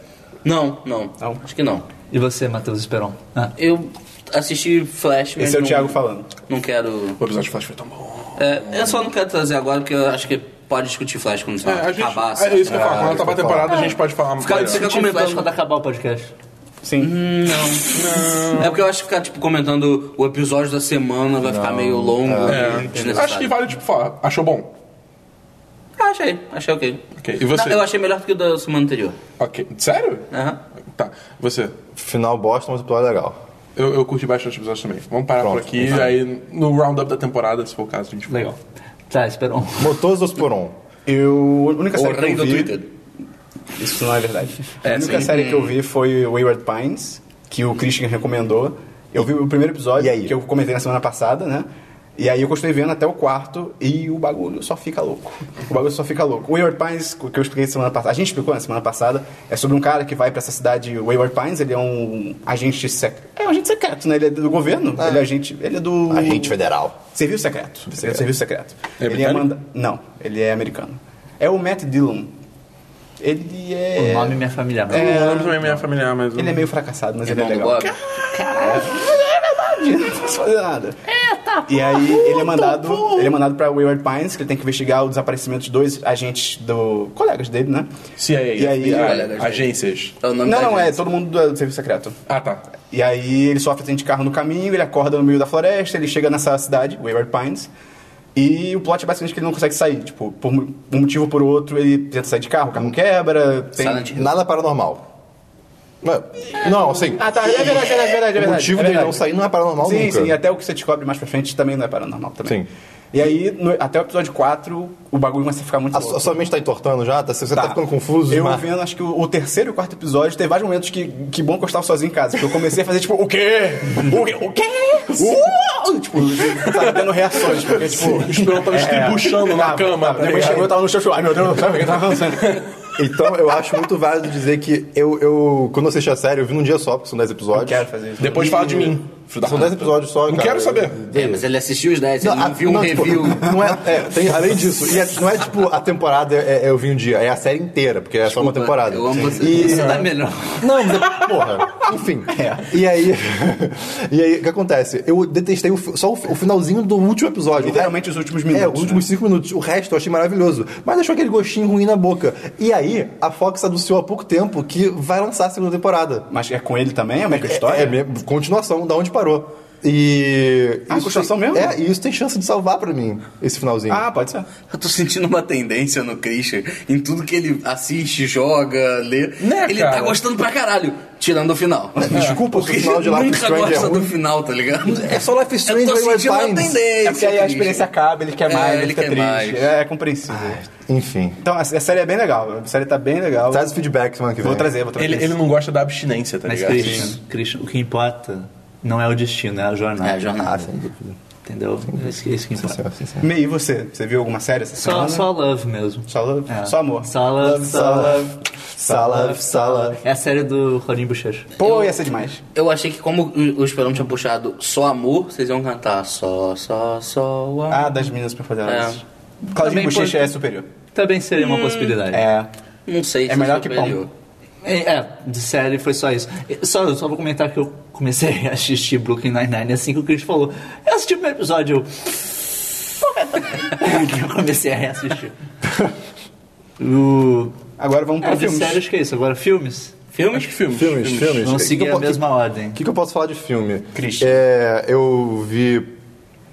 [SPEAKER 4] Não, não,
[SPEAKER 2] Não?
[SPEAKER 4] Acho que não.
[SPEAKER 1] E você, Matheus Esperon? Ah,
[SPEAKER 4] Eu assisti Flash, mas
[SPEAKER 2] Esse é o
[SPEAKER 4] não-
[SPEAKER 2] Thiago falando.
[SPEAKER 4] Não quero.
[SPEAKER 3] O episódio de Flash foi tão bom.
[SPEAKER 4] É, eu só não quero trazer agora, porque eu acho que pode discutir Flash quando
[SPEAKER 3] É,
[SPEAKER 4] você
[SPEAKER 3] a gente,
[SPEAKER 4] acabar.
[SPEAKER 3] é
[SPEAKER 4] sabe?
[SPEAKER 3] isso que eu falo. Quando acabar a temporada, a gente pode falar
[SPEAKER 4] Ficar-
[SPEAKER 3] melhor.
[SPEAKER 4] ficar
[SPEAKER 1] Discutir Flash
[SPEAKER 4] comentando.
[SPEAKER 1] quando acabar o podcast.
[SPEAKER 2] Sim.
[SPEAKER 4] Uhum. Não. É porque eu acho que ficar tipo, comentando o episódio da semana vai ficar meio longo. meio
[SPEAKER 3] É.
[SPEAKER 4] desnecessário.
[SPEAKER 3] Acho que vale, tipo, falar. Achou bom?
[SPEAKER 4] Ah, achei, achei ok.
[SPEAKER 3] Ok, e você?
[SPEAKER 4] Não, eu achei melhor do que o da semana anterior.
[SPEAKER 3] Ok. Sério?
[SPEAKER 4] Aham.
[SPEAKER 3] Tá. Você.
[SPEAKER 5] Final bosta, mas o plano é legal.
[SPEAKER 3] Eu, eu curti bastante o episódio também. Vamos parar por
[SPEAKER 5] Pronto.
[SPEAKER 3] aqui. Aí, no roundup da temporada, se for o caso, a gente
[SPEAKER 1] Legal. Tá, Esperon.
[SPEAKER 5] Motores um. dos Poron.
[SPEAKER 2] Eu. A única
[SPEAKER 4] O
[SPEAKER 2] série que
[SPEAKER 4] rei
[SPEAKER 2] eu
[SPEAKER 4] do
[SPEAKER 2] vi.
[SPEAKER 4] Twitter.
[SPEAKER 2] Isso não é verdade.
[SPEAKER 3] É,
[SPEAKER 2] a única
[SPEAKER 3] sim.
[SPEAKER 2] série que eu vi foi Wayward Pines, que o Christian recomendou. Eu vi o primeiro episódio,
[SPEAKER 5] E aí?
[SPEAKER 2] que eu comentei na semana passada, né? E aí eu continuei vendo até o quarto e o bagulho só fica louco. O bagulho só fica louco. O Wayward Pines, o que eu expliquei semana passada, a gente explicou na semana passada, é sobre um cara que vai pra essa cidade Wayward Pines, ele é um agente secreto. É um agente secreto, né? Ele é do governo, ele é agente, ele é do
[SPEAKER 5] Agente federal.
[SPEAKER 2] Serviço secreto. Ele é do serviço secreto.
[SPEAKER 3] É
[SPEAKER 2] ele é
[SPEAKER 3] britânico?
[SPEAKER 2] manda... Não, ele é americano. É o Matt Dillon. Ele é.
[SPEAKER 1] O nome é minha familiar. mas-
[SPEAKER 3] O nome também é meio familiar, mas...
[SPEAKER 2] Ele é meio fracassado, mas ele é
[SPEAKER 4] Irmão do
[SPEAKER 2] legal.
[SPEAKER 4] Bob.
[SPEAKER 2] Ele não precisa fazer nada. E aí ele é mandado, ele é mandado para Wayward Pines, que ele tem que investigar o desaparecimento de dois agentes do colegas dele, né?
[SPEAKER 3] CIA,
[SPEAKER 2] E aí- né,
[SPEAKER 3] FBI, agências.
[SPEAKER 4] É o
[SPEAKER 2] Não,
[SPEAKER 4] nome da
[SPEAKER 2] não, é
[SPEAKER 4] agência.
[SPEAKER 2] todo mundo do do serviço secreto.
[SPEAKER 3] Ah, tá.
[SPEAKER 2] E aí ele sofre acidente de carro no caminho, ele acorda no meio da floresta, ele chega nessa cidade, Wayward Pines, e o plot é basicamente que ele não consegue sair. Tipo, por um motivo ou por outro, ele tenta sair de carro, o carro quebra, tem...
[SPEAKER 4] Silent Hill.
[SPEAKER 5] Nada paranormal. Não, Não, assim.
[SPEAKER 2] Ah, tá, é verdade, é verdade, é verdade.
[SPEAKER 5] O motivo
[SPEAKER 2] é
[SPEAKER 5] dele
[SPEAKER 2] verdade.
[SPEAKER 5] não sair não é paranormal
[SPEAKER 2] Sim,
[SPEAKER 5] nunca.
[SPEAKER 2] sim, e até o que você descobre mais pra frente também não é paranormal também.
[SPEAKER 5] Sim.
[SPEAKER 2] E aí, no- até o episódio 4, o bagulho começa a ficar muito
[SPEAKER 5] A
[SPEAKER 2] louco.
[SPEAKER 5] sua, a sua mente tá entortando já? Tá, você tá, ficando confuso?
[SPEAKER 2] Eu
[SPEAKER 5] Mar?
[SPEAKER 2] vendo, acho que o, o terceiro e o quarto episódio, teve vários momentos que, que bom que eu estava sozinho em casa. Porque eu comecei a fazer tipo, o quê? O quê? O quê? Uau! Tipo, sabe, tendo reações. Porque, tipo,
[SPEAKER 3] O Esperão tava estribuchando na cama. tá
[SPEAKER 2] depois
[SPEAKER 3] ligado?
[SPEAKER 2] chegou, eu tava no chão, tipo, ai meu Deus, sabe o que eu tava acontecendo?
[SPEAKER 5] Então, eu acho muito válido dizer que eu, eu quando eu assisti a série, eu vi num dia só, porque são 10 episódios.
[SPEAKER 2] Eu quero fazer isso.
[SPEAKER 3] Depois fala de mim. Filho da
[SPEAKER 5] São
[SPEAKER 3] puta.
[SPEAKER 5] 10 episódios só,
[SPEAKER 3] Não
[SPEAKER 5] cara.
[SPEAKER 3] quero saber.
[SPEAKER 2] né?
[SPEAKER 4] É, mas ele assistiu os 10, ele
[SPEAKER 5] a-
[SPEAKER 4] não viu um
[SPEAKER 5] tipo,
[SPEAKER 4] review.
[SPEAKER 5] não é, é, tem, além disso, e é- não é tipo a temporada é, é eu vi um dia, é a série inteira, porque é só uma
[SPEAKER 4] Desculpa,
[SPEAKER 5] temporada.
[SPEAKER 4] eu amo você. tá É.
[SPEAKER 5] E-
[SPEAKER 1] Isso dá melhor.
[SPEAKER 5] Não, mas é- porra, enfim. E aí, e aí, o que acontece? Eu detestei o fi- só o, fi- o finalzinho do último episódio.
[SPEAKER 2] Literalmente os últimos minutos,
[SPEAKER 5] É, os últimos
[SPEAKER 2] né?
[SPEAKER 5] cinco minutos. O resto eu achei maravilhoso. Mas deixou aquele gostinho ruim na boca. E aí, a Fox anunciou há pouco tempo que vai lançar a segunda temporada.
[SPEAKER 2] Mas é com ele também? É uma
[SPEAKER 5] É-
[SPEAKER 2] história?
[SPEAKER 5] É, mesmo, continuação, da onde parou. E.
[SPEAKER 2] Ah,
[SPEAKER 5] isso
[SPEAKER 2] continuação
[SPEAKER 5] tem-
[SPEAKER 2] mesmo?
[SPEAKER 5] É, e isso tem chance de salvar pra mim, esse finalzinho.
[SPEAKER 2] Ah, pode ser.
[SPEAKER 4] Eu tô sentindo uma tendência no Christian em tudo que ele assiste, joga, lê.
[SPEAKER 3] Né,
[SPEAKER 4] ele
[SPEAKER 3] cara?
[SPEAKER 4] tá gostando pra caralho, tirando o final.
[SPEAKER 5] Desculpa,
[SPEAKER 4] Porque
[SPEAKER 5] o final de
[SPEAKER 4] ele
[SPEAKER 5] Life is
[SPEAKER 4] nunca
[SPEAKER 5] Strange é
[SPEAKER 4] gosta
[SPEAKER 5] ruim.
[SPEAKER 4] do final, tá ligado?
[SPEAKER 5] É só Life is Strange,
[SPEAKER 4] Eu tô
[SPEAKER 5] Wayward
[SPEAKER 4] sentindo uma
[SPEAKER 5] Pines.
[SPEAKER 4] tendência.
[SPEAKER 2] É porque aí a
[SPEAKER 4] Christian.
[SPEAKER 2] experiência acaba, ele quer
[SPEAKER 4] É,
[SPEAKER 2] mais, ele,
[SPEAKER 4] ele
[SPEAKER 2] fica
[SPEAKER 4] quer
[SPEAKER 2] triste.
[SPEAKER 4] mais.
[SPEAKER 2] É, é compreensível.
[SPEAKER 5] Enfim.
[SPEAKER 2] Então, a, a série é bem legal. A série tá bem legal.
[SPEAKER 5] Traz o feedback semana que vem.
[SPEAKER 2] Vou trazer, vou trazer.
[SPEAKER 3] Ele, ele não gosta da abstinência, tá
[SPEAKER 1] Mas,
[SPEAKER 3] ligado?
[SPEAKER 1] Christian, Christian, o que importa não é o destino, é a jornada.
[SPEAKER 4] É a jornada.
[SPEAKER 5] Ah, sem dúvida.
[SPEAKER 1] Entendeu? Esse, esse que
[SPEAKER 5] Sim,
[SPEAKER 1] importa.
[SPEAKER 5] senhor, sim, senhor.
[SPEAKER 2] Meio e você? Você viu alguma série essa
[SPEAKER 1] Só,
[SPEAKER 2] semana?
[SPEAKER 1] só love mesmo.
[SPEAKER 2] Só love?
[SPEAKER 1] É.
[SPEAKER 2] Só amor.
[SPEAKER 1] Só love, só love.
[SPEAKER 5] Só love, só love.
[SPEAKER 1] É a série do Rodinho Bochecha.
[SPEAKER 2] Pô, ia ser demais.
[SPEAKER 4] Eu achei que como o o Esperão tinha puxado só amor, vocês iam cantar só, só, só o amor.
[SPEAKER 2] Ah, das meninas superpoderosas.
[SPEAKER 1] Também
[SPEAKER 2] Claudinho
[SPEAKER 1] pode-
[SPEAKER 2] Bochecha é superior.
[SPEAKER 1] Também seria uma possibilidade.
[SPEAKER 2] É.
[SPEAKER 4] não sei se
[SPEAKER 2] é melhor que
[SPEAKER 4] superior.
[SPEAKER 1] É, é, de série foi só isso. E Só, eu só vou comentar que eu comecei a assistir Brooklyn Nine-Nine assim que o Chris falou. Eu assisti o primeiro episódio, eu... eu comecei a reassistir. o...
[SPEAKER 2] Agora vamos um pra
[SPEAKER 1] É, de
[SPEAKER 2] filmes.
[SPEAKER 1] série acho que é isso. Agora, filmes.
[SPEAKER 3] Filmes? Acho que filmes.
[SPEAKER 5] Filmes, filmes.
[SPEAKER 1] Vamos seguir
[SPEAKER 5] Que eu
[SPEAKER 1] a
[SPEAKER 5] po-
[SPEAKER 1] mesma ordem.
[SPEAKER 5] O que, que eu posso falar de filme?
[SPEAKER 2] Christian.
[SPEAKER 5] É, eu vi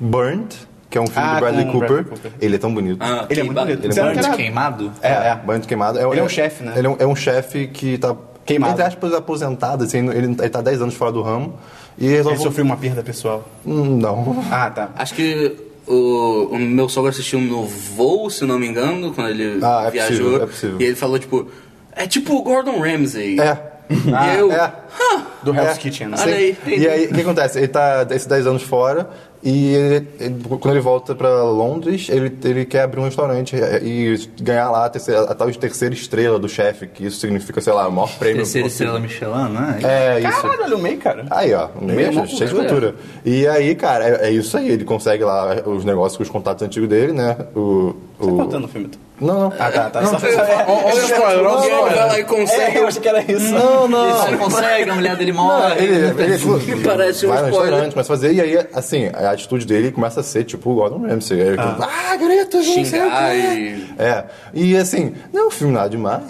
[SPEAKER 5] Burnt, que é um filme
[SPEAKER 2] Ah,
[SPEAKER 5] do Bradley
[SPEAKER 2] com o
[SPEAKER 5] Cooper.
[SPEAKER 2] Bradley Cooper.
[SPEAKER 5] Ele é tão bonito.
[SPEAKER 4] Ah,
[SPEAKER 2] Ele é muito
[SPEAKER 4] ba-
[SPEAKER 2] bonito.
[SPEAKER 5] Ele é
[SPEAKER 2] Você não
[SPEAKER 5] muito
[SPEAKER 2] quer nada.
[SPEAKER 1] Queimado?
[SPEAKER 2] É, é.
[SPEAKER 5] Burnt queimado. É,
[SPEAKER 2] Ele é um chefe, né?
[SPEAKER 5] Ele é um, é um chefe que tá...
[SPEAKER 2] Queimado.
[SPEAKER 5] Entre aspas, aposentado, assim, ele, ele tá 10 anos fora do ramo. E
[SPEAKER 2] Ele
[SPEAKER 5] resolve...
[SPEAKER 2] sofreu uma perda pessoal.
[SPEAKER 5] Hum, Não.
[SPEAKER 2] Ah, tá.
[SPEAKER 4] Acho que o, o meu sogro assistiu no voo, se não me engano, quando ele
[SPEAKER 5] Ah, é
[SPEAKER 4] viajou.
[SPEAKER 5] possível, é possível.
[SPEAKER 4] E ele falou, tipo, é tipo o Gordon Ramsay.
[SPEAKER 5] É.
[SPEAKER 4] E eu,
[SPEAKER 5] É.
[SPEAKER 2] Ah, Do Hell's
[SPEAKER 5] É.
[SPEAKER 2] Kitchen. né?
[SPEAKER 4] Olha
[SPEAKER 5] Sim.
[SPEAKER 4] aí.
[SPEAKER 5] E aí, o que acontece? Ele tá esses 10 anos fora e ele- ele- quando ele volta pra Londres, ele, ele quer abrir um restaurante e, e ganhar lá a, terceira, a tal de terceira estrela do chefe, que isso significa, sei lá, o maior prêmio.
[SPEAKER 1] Terceira
[SPEAKER 5] possível.
[SPEAKER 1] estrela Michelin, né?
[SPEAKER 5] É, isso.
[SPEAKER 2] Caralho, olha o meio, cara.
[SPEAKER 5] Aí, ó, um
[SPEAKER 2] Meio
[SPEAKER 5] mês,
[SPEAKER 2] maluco,
[SPEAKER 5] cheio de cultura. E aí, cara, é, é isso aí. Ele consegue lá os negócios com os contatos antigos dele, né? O. o...
[SPEAKER 2] Tá cortando o filme. tu.
[SPEAKER 5] Não, não.
[SPEAKER 2] Ah, tá, tá. Só-
[SPEAKER 3] Olha o spoiler, olha o
[SPEAKER 4] E ele vai lá
[SPEAKER 3] spoiler.
[SPEAKER 4] e consegue.
[SPEAKER 2] É, eu acho que era isso.
[SPEAKER 5] Não,
[SPEAKER 1] Ele só consegue, a mulher dele morre.
[SPEAKER 5] Ele, é ele tipo,
[SPEAKER 4] Parece um
[SPEAKER 5] vai no
[SPEAKER 4] spoiler.
[SPEAKER 5] restaurante, começa a fazer, e aí, assim, a atitude dele começa a ser tipo o Gordon Ramsay. Aí, ah. ah, greta, não sei o
[SPEAKER 4] Xingar
[SPEAKER 5] quê. É, e assim, não é um filme nada demais,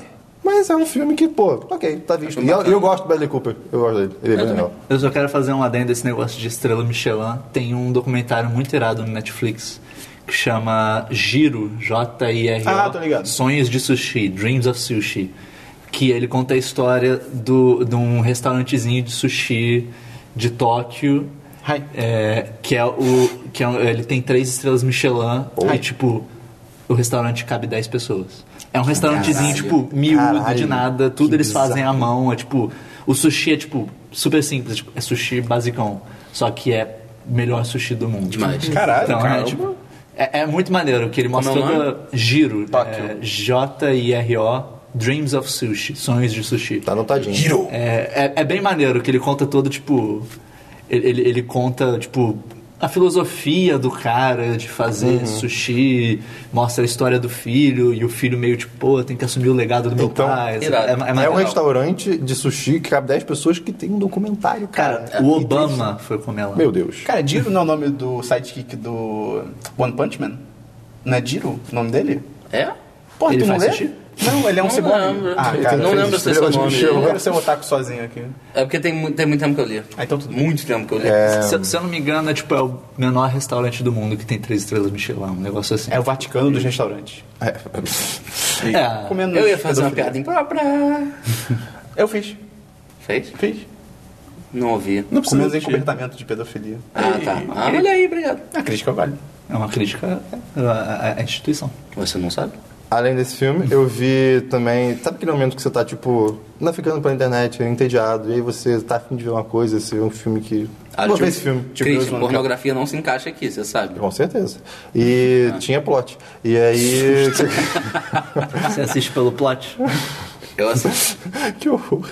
[SPEAKER 5] mas é um filme que, pô, ok, tá visto. E eu, eu gosto do Bradley Cooper, eu gosto dele, ele é bem legal.
[SPEAKER 1] Eu só quero fazer um adendo desse negócio de estrela Michelin. Tem um documentário muito irado no Netflix que chama Giro, J-I-R-O.
[SPEAKER 2] Ah, tô ligado.
[SPEAKER 1] Sonhos de Sushi, Dreams of Sushi. Que ele conta a história do, de um restaurantezinho de sushi de Tóquio.
[SPEAKER 2] Ai.
[SPEAKER 1] é, que é o. Que é, um- ele tem três estrelas Michelin e, tipo, o restaurante cabe 10 pessoas. É um restaurantezinho, tipo, miúdo de
[SPEAKER 5] Caralho.
[SPEAKER 1] nada, tudo
[SPEAKER 5] Que
[SPEAKER 1] eles
[SPEAKER 5] bizarro.
[SPEAKER 1] fazem à mão, é tipo, o sushi é tipo super simples, tipo, é sushi basicão, só que é melhor sushi do mundo.
[SPEAKER 4] Demais.
[SPEAKER 2] Caralho,
[SPEAKER 1] então, é,
[SPEAKER 2] caramba.
[SPEAKER 1] tipo, é, é muito maneiro que ele mostra
[SPEAKER 4] Como é o
[SPEAKER 1] toda giro,
[SPEAKER 3] Tóquio.
[SPEAKER 1] é, J I R O, Dreams of Sushi, sonhos de sushi.
[SPEAKER 5] Tá anotadinho.
[SPEAKER 3] Giro.
[SPEAKER 1] É, é, é bem maneiro que ele conta todo, tipo. Ele, ele, ele conta, tipo, a filosofia do cara de fazer
[SPEAKER 5] Uhum.
[SPEAKER 1] sushi, mostra a história do filho, e o filho meio tipo, pô, tem que assumir o legado do meu
[SPEAKER 5] Então,
[SPEAKER 1] pai. É,
[SPEAKER 4] irado.
[SPEAKER 1] é,
[SPEAKER 5] É
[SPEAKER 1] maneiro.
[SPEAKER 5] um restaurante de sushi que cabe 10 pessoas que tem um documentário, cara.
[SPEAKER 1] O Obama foi comer lá.
[SPEAKER 5] Meu Deus.
[SPEAKER 2] Cara, Jiro não é o nome do sidekick do One Punch Man? Não é Jiro o nome dele?
[SPEAKER 4] É?
[SPEAKER 2] Porra,
[SPEAKER 1] Ele
[SPEAKER 2] tu não
[SPEAKER 1] faz
[SPEAKER 2] lê?
[SPEAKER 1] sushi?
[SPEAKER 2] Não, ele é um
[SPEAKER 4] Não
[SPEAKER 2] cebolinho.
[SPEAKER 4] lembro.
[SPEAKER 2] Ah, cara.
[SPEAKER 4] não lembro se esse é o
[SPEAKER 5] Estrela de
[SPEAKER 4] nome.
[SPEAKER 2] Eu não
[SPEAKER 5] Michelin.
[SPEAKER 4] dele.
[SPEAKER 2] quero ser um otaku sozinho aqui.
[SPEAKER 4] É porque tem, mu- tem muito tempo que eu li.
[SPEAKER 2] Ah, então tudo bem.
[SPEAKER 4] Muito tempo que eu li.
[SPEAKER 1] Se, se eu não me engano, é tipo, é o menor restaurante do mundo que tem três estrelas Michelin, um negócio assim.
[SPEAKER 2] É o Vaticano dos restaurantes.
[SPEAKER 1] É.
[SPEAKER 2] Comendo
[SPEAKER 4] Eu ia fazer uma
[SPEAKER 2] pedofilia.
[SPEAKER 4] piada imprópria.
[SPEAKER 2] Eu fiz.
[SPEAKER 4] Fez?
[SPEAKER 2] Fiz.
[SPEAKER 4] Não ouvi.
[SPEAKER 3] Não precisa
[SPEAKER 2] Comendo
[SPEAKER 3] mentir.
[SPEAKER 2] encobertamento de pedofilia.
[SPEAKER 4] Ah, tá. Ah, olha aí, obrigado.
[SPEAKER 2] é. A crítica vale.
[SPEAKER 1] É uma crítica à- à, à instituição.
[SPEAKER 4] Você não sabe?
[SPEAKER 5] Além desse filme, eu vi também. Sabe aquele momento que você tá, tipo, navegando pela internet, entediado, e aí você tá afim de ver uma coisa, você vê um filme que.
[SPEAKER 4] Ah,
[SPEAKER 5] Vou
[SPEAKER 4] tipo-
[SPEAKER 5] ver esse filme.
[SPEAKER 2] Tipo,
[SPEAKER 4] Christian,
[SPEAKER 2] eu sou um
[SPEAKER 4] pornografia não se encaixa aqui, você sabe.
[SPEAKER 5] Com certeza. E tinha plot. E aí.
[SPEAKER 1] Você assiste pelo plot?
[SPEAKER 4] Aquelas.
[SPEAKER 5] que horror.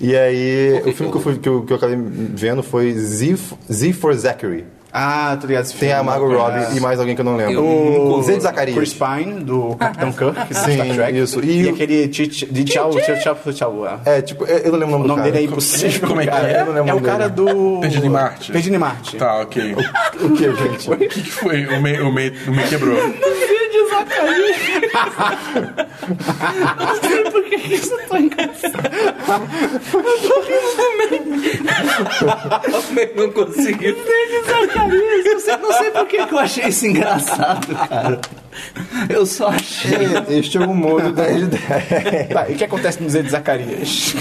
[SPEAKER 5] E aí,
[SPEAKER 4] que
[SPEAKER 5] o filme que eu,
[SPEAKER 4] horror?
[SPEAKER 5] fui, que, eu, que eu acabei vendo foi Z, f- Z for Zachary.
[SPEAKER 2] Ah, tô ligado. esse
[SPEAKER 5] Tem
[SPEAKER 2] filme.
[SPEAKER 5] a Margot
[SPEAKER 2] Ah.
[SPEAKER 5] Robbie e mais alguém que eu não lembro.
[SPEAKER 2] O
[SPEAKER 5] Z de Zacarias.
[SPEAKER 2] Chris Pine, do Capitão Kirk, do
[SPEAKER 5] Sim,
[SPEAKER 2] Star Trek.
[SPEAKER 5] isso.
[SPEAKER 2] E,
[SPEAKER 5] E-
[SPEAKER 2] aquele Ti- Ti- de tchau, tchau, tchau, tchau. é.
[SPEAKER 5] É, tipo, eu eu não lembro o nome
[SPEAKER 2] O
[SPEAKER 5] do
[SPEAKER 2] nome
[SPEAKER 5] cara.
[SPEAKER 2] dele é impossível.
[SPEAKER 3] Como é que
[SPEAKER 2] cara.
[SPEAKER 5] é? Eu não lembro
[SPEAKER 2] É
[SPEAKER 5] o
[SPEAKER 2] o
[SPEAKER 5] nome
[SPEAKER 2] cara do...
[SPEAKER 3] Perdido em Marte.
[SPEAKER 2] Perdido em Marte.
[SPEAKER 3] Tá, ok. O
[SPEAKER 5] O que, gente?
[SPEAKER 3] que, que foi? O meio o meio o meio quebrou.
[SPEAKER 1] Por que que isso tá engraçado?
[SPEAKER 4] Eu não consegui.
[SPEAKER 1] Eu sei- não sei por que que eu achei isso engraçado, cara. Eu só achei.
[SPEAKER 5] Este é o mundo da ideia.
[SPEAKER 2] Tá, e o que acontece no Zé de Zacarias?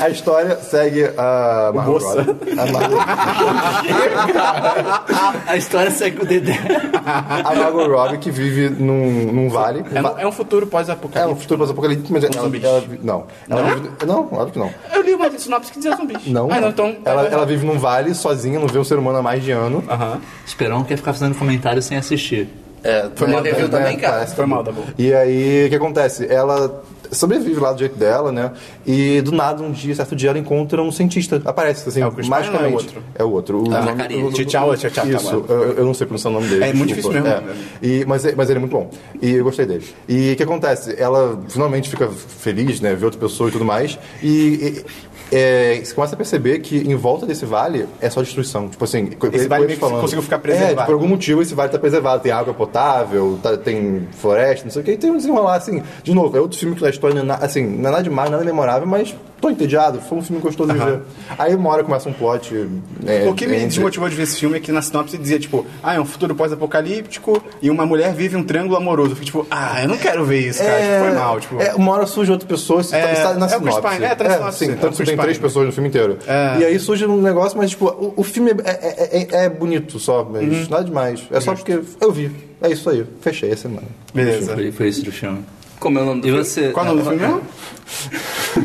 [SPEAKER 5] A história segue a Margot
[SPEAKER 2] moça.
[SPEAKER 5] Robbie. A Margot,
[SPEAKER 1] A história segue o Dedé.
[SPEAKER 5] a Margot Robbie que vive num, num vale.
[SPEAKER 2] É um, é um futuro
[SPEAKER 5] É um
[SPEAKER 2] pós-apocalipse.
[SPEAKER 5] futuro pós-apocalíptico, mas ela,
[SPEAKER 2] zumbis.
[SPEAKER 5] ela, não. Ela vive- não, claro que não.
[SPEAKER 2] Eu li uma sinopse que dizia zumbis.
[SPEAKER 5] Não.
[SPEAKER 2] Ah, não, então...
[SPEAKER 5] ela, ela vive num vale sozinha, não vê um ser humano há mais de ano.
[SPEAKER 2] Aham.
[SPEAKER 1] Esperão quer ficar fazendo comentário sem assistir.
[SPEAKER 4] É, foi uma review também, cara.
[SPEAKER 5] Né, parece.
[SPEAKER 2] Foi mal, tá bom.
[SPEAKER 5] E aí, o que acontece? Ela sobrevive lá do jeito dela, né? E do nada, um dia, certo dia, ela encontra um cientista. Aparece, assim,
[SPEAKER 2] É Ah, o Chris
[SPEAKER 5] magicamente.
[SPEAKER 2] Pine
[SPEAKER 5] É o outro. O nome-
[SPEAKER 4] Zacarias.
[SPEAKER 5] o- o-
[SPEAKER 2] Tchau, tchau, tchau, tchau,
[SPEAKER 5] Isso,
[SPEAKER 2] mano.
[SPEAKER 5] eu, eu não sei pronunciar o nome dele.
[SPEAKER 2] É muito
[SPEAKER 5] desculpa.
[SPEAKER 2] difícil
[SPEAKER 5] É.
[SPEAKER 2] mesmo.
[SPEAKER 5] E, mas, é- mas ele é muito bom. E eu gostei dele. E o que acontece? Ela finalmente fica feliz, né? Vê outra pessoa e tudo mais. E. e- é, você começa a perceber que em volta desse vale é só destruição. Tipo assim, co-
[SPEAKER 2] Esse vale meio
[SPEAKER 5] coisas
[SPEAKER 2] que conseguiu ficar preservado.
[SPEAKER 5] É, tipo, por algum motivo esse vale está preservado. Tem água potável, tá- tem floresta, não sei o que. E tem um desenrolar assim. De novo, é outro filme que a história não é, na- assim, não é nada demais, nada memorável, mas tô entediado. Foi um filme gostoso de ver. Aí uma hora começa um plot. é,
[SPEAKER 2] O que me
[SPEAKER 5] entre-
[SPEAKER 2] desmotivou de ver esse filme é que na sinopse dizia, tipo, ah, é um futuro pós-apocalíptico e uma mulher vive um triângulo amoroso. Eu fiquei, tipo, ah, eu não quero ver isso, cara. Tipo, foi mal, tipo.
[SPEAKER 5] É, uma hora surge outra pessoa, isso
[SPEAKER 2] É,
[SPEAKER 5] tá, está
[SPEAKER 2] é
[SPEAKER 5] na
[SPEAKER 2] o Chris
[SPEAKER 5] sinopse.
[SPEAKER 2] Pine, é, tá na sinopse,
[SPEAKER 5] sim,
[SPEAKER 2] é o É.
[SPEAKER 5] tanto que
[SPEAKER 2] Chris
[SPEAKER 5] tem três
[SPEAKER 2] Pine.
[SPEAKER 5] pessoas no filme inteiro. E aí surge um negócio, mas tipo, o, o filme é, é- é- é bonito só, mas
[SPEAKER 2] Uhum.
[SPEAKER 5] nada demais. É só porque eu vi. É isso aí. Fechei a semana.
[SPEAKER 2] Beleza.
[SPEAKER 1] Foi, foi isso do filme.
[SPEAKER 4] Como é o nome do
[SPEAKER 1] E
[SPEAKER 4] filme?
[SPEAKER 1] você.
[SPEAKER 2] Qual é o nome do filme mesmo?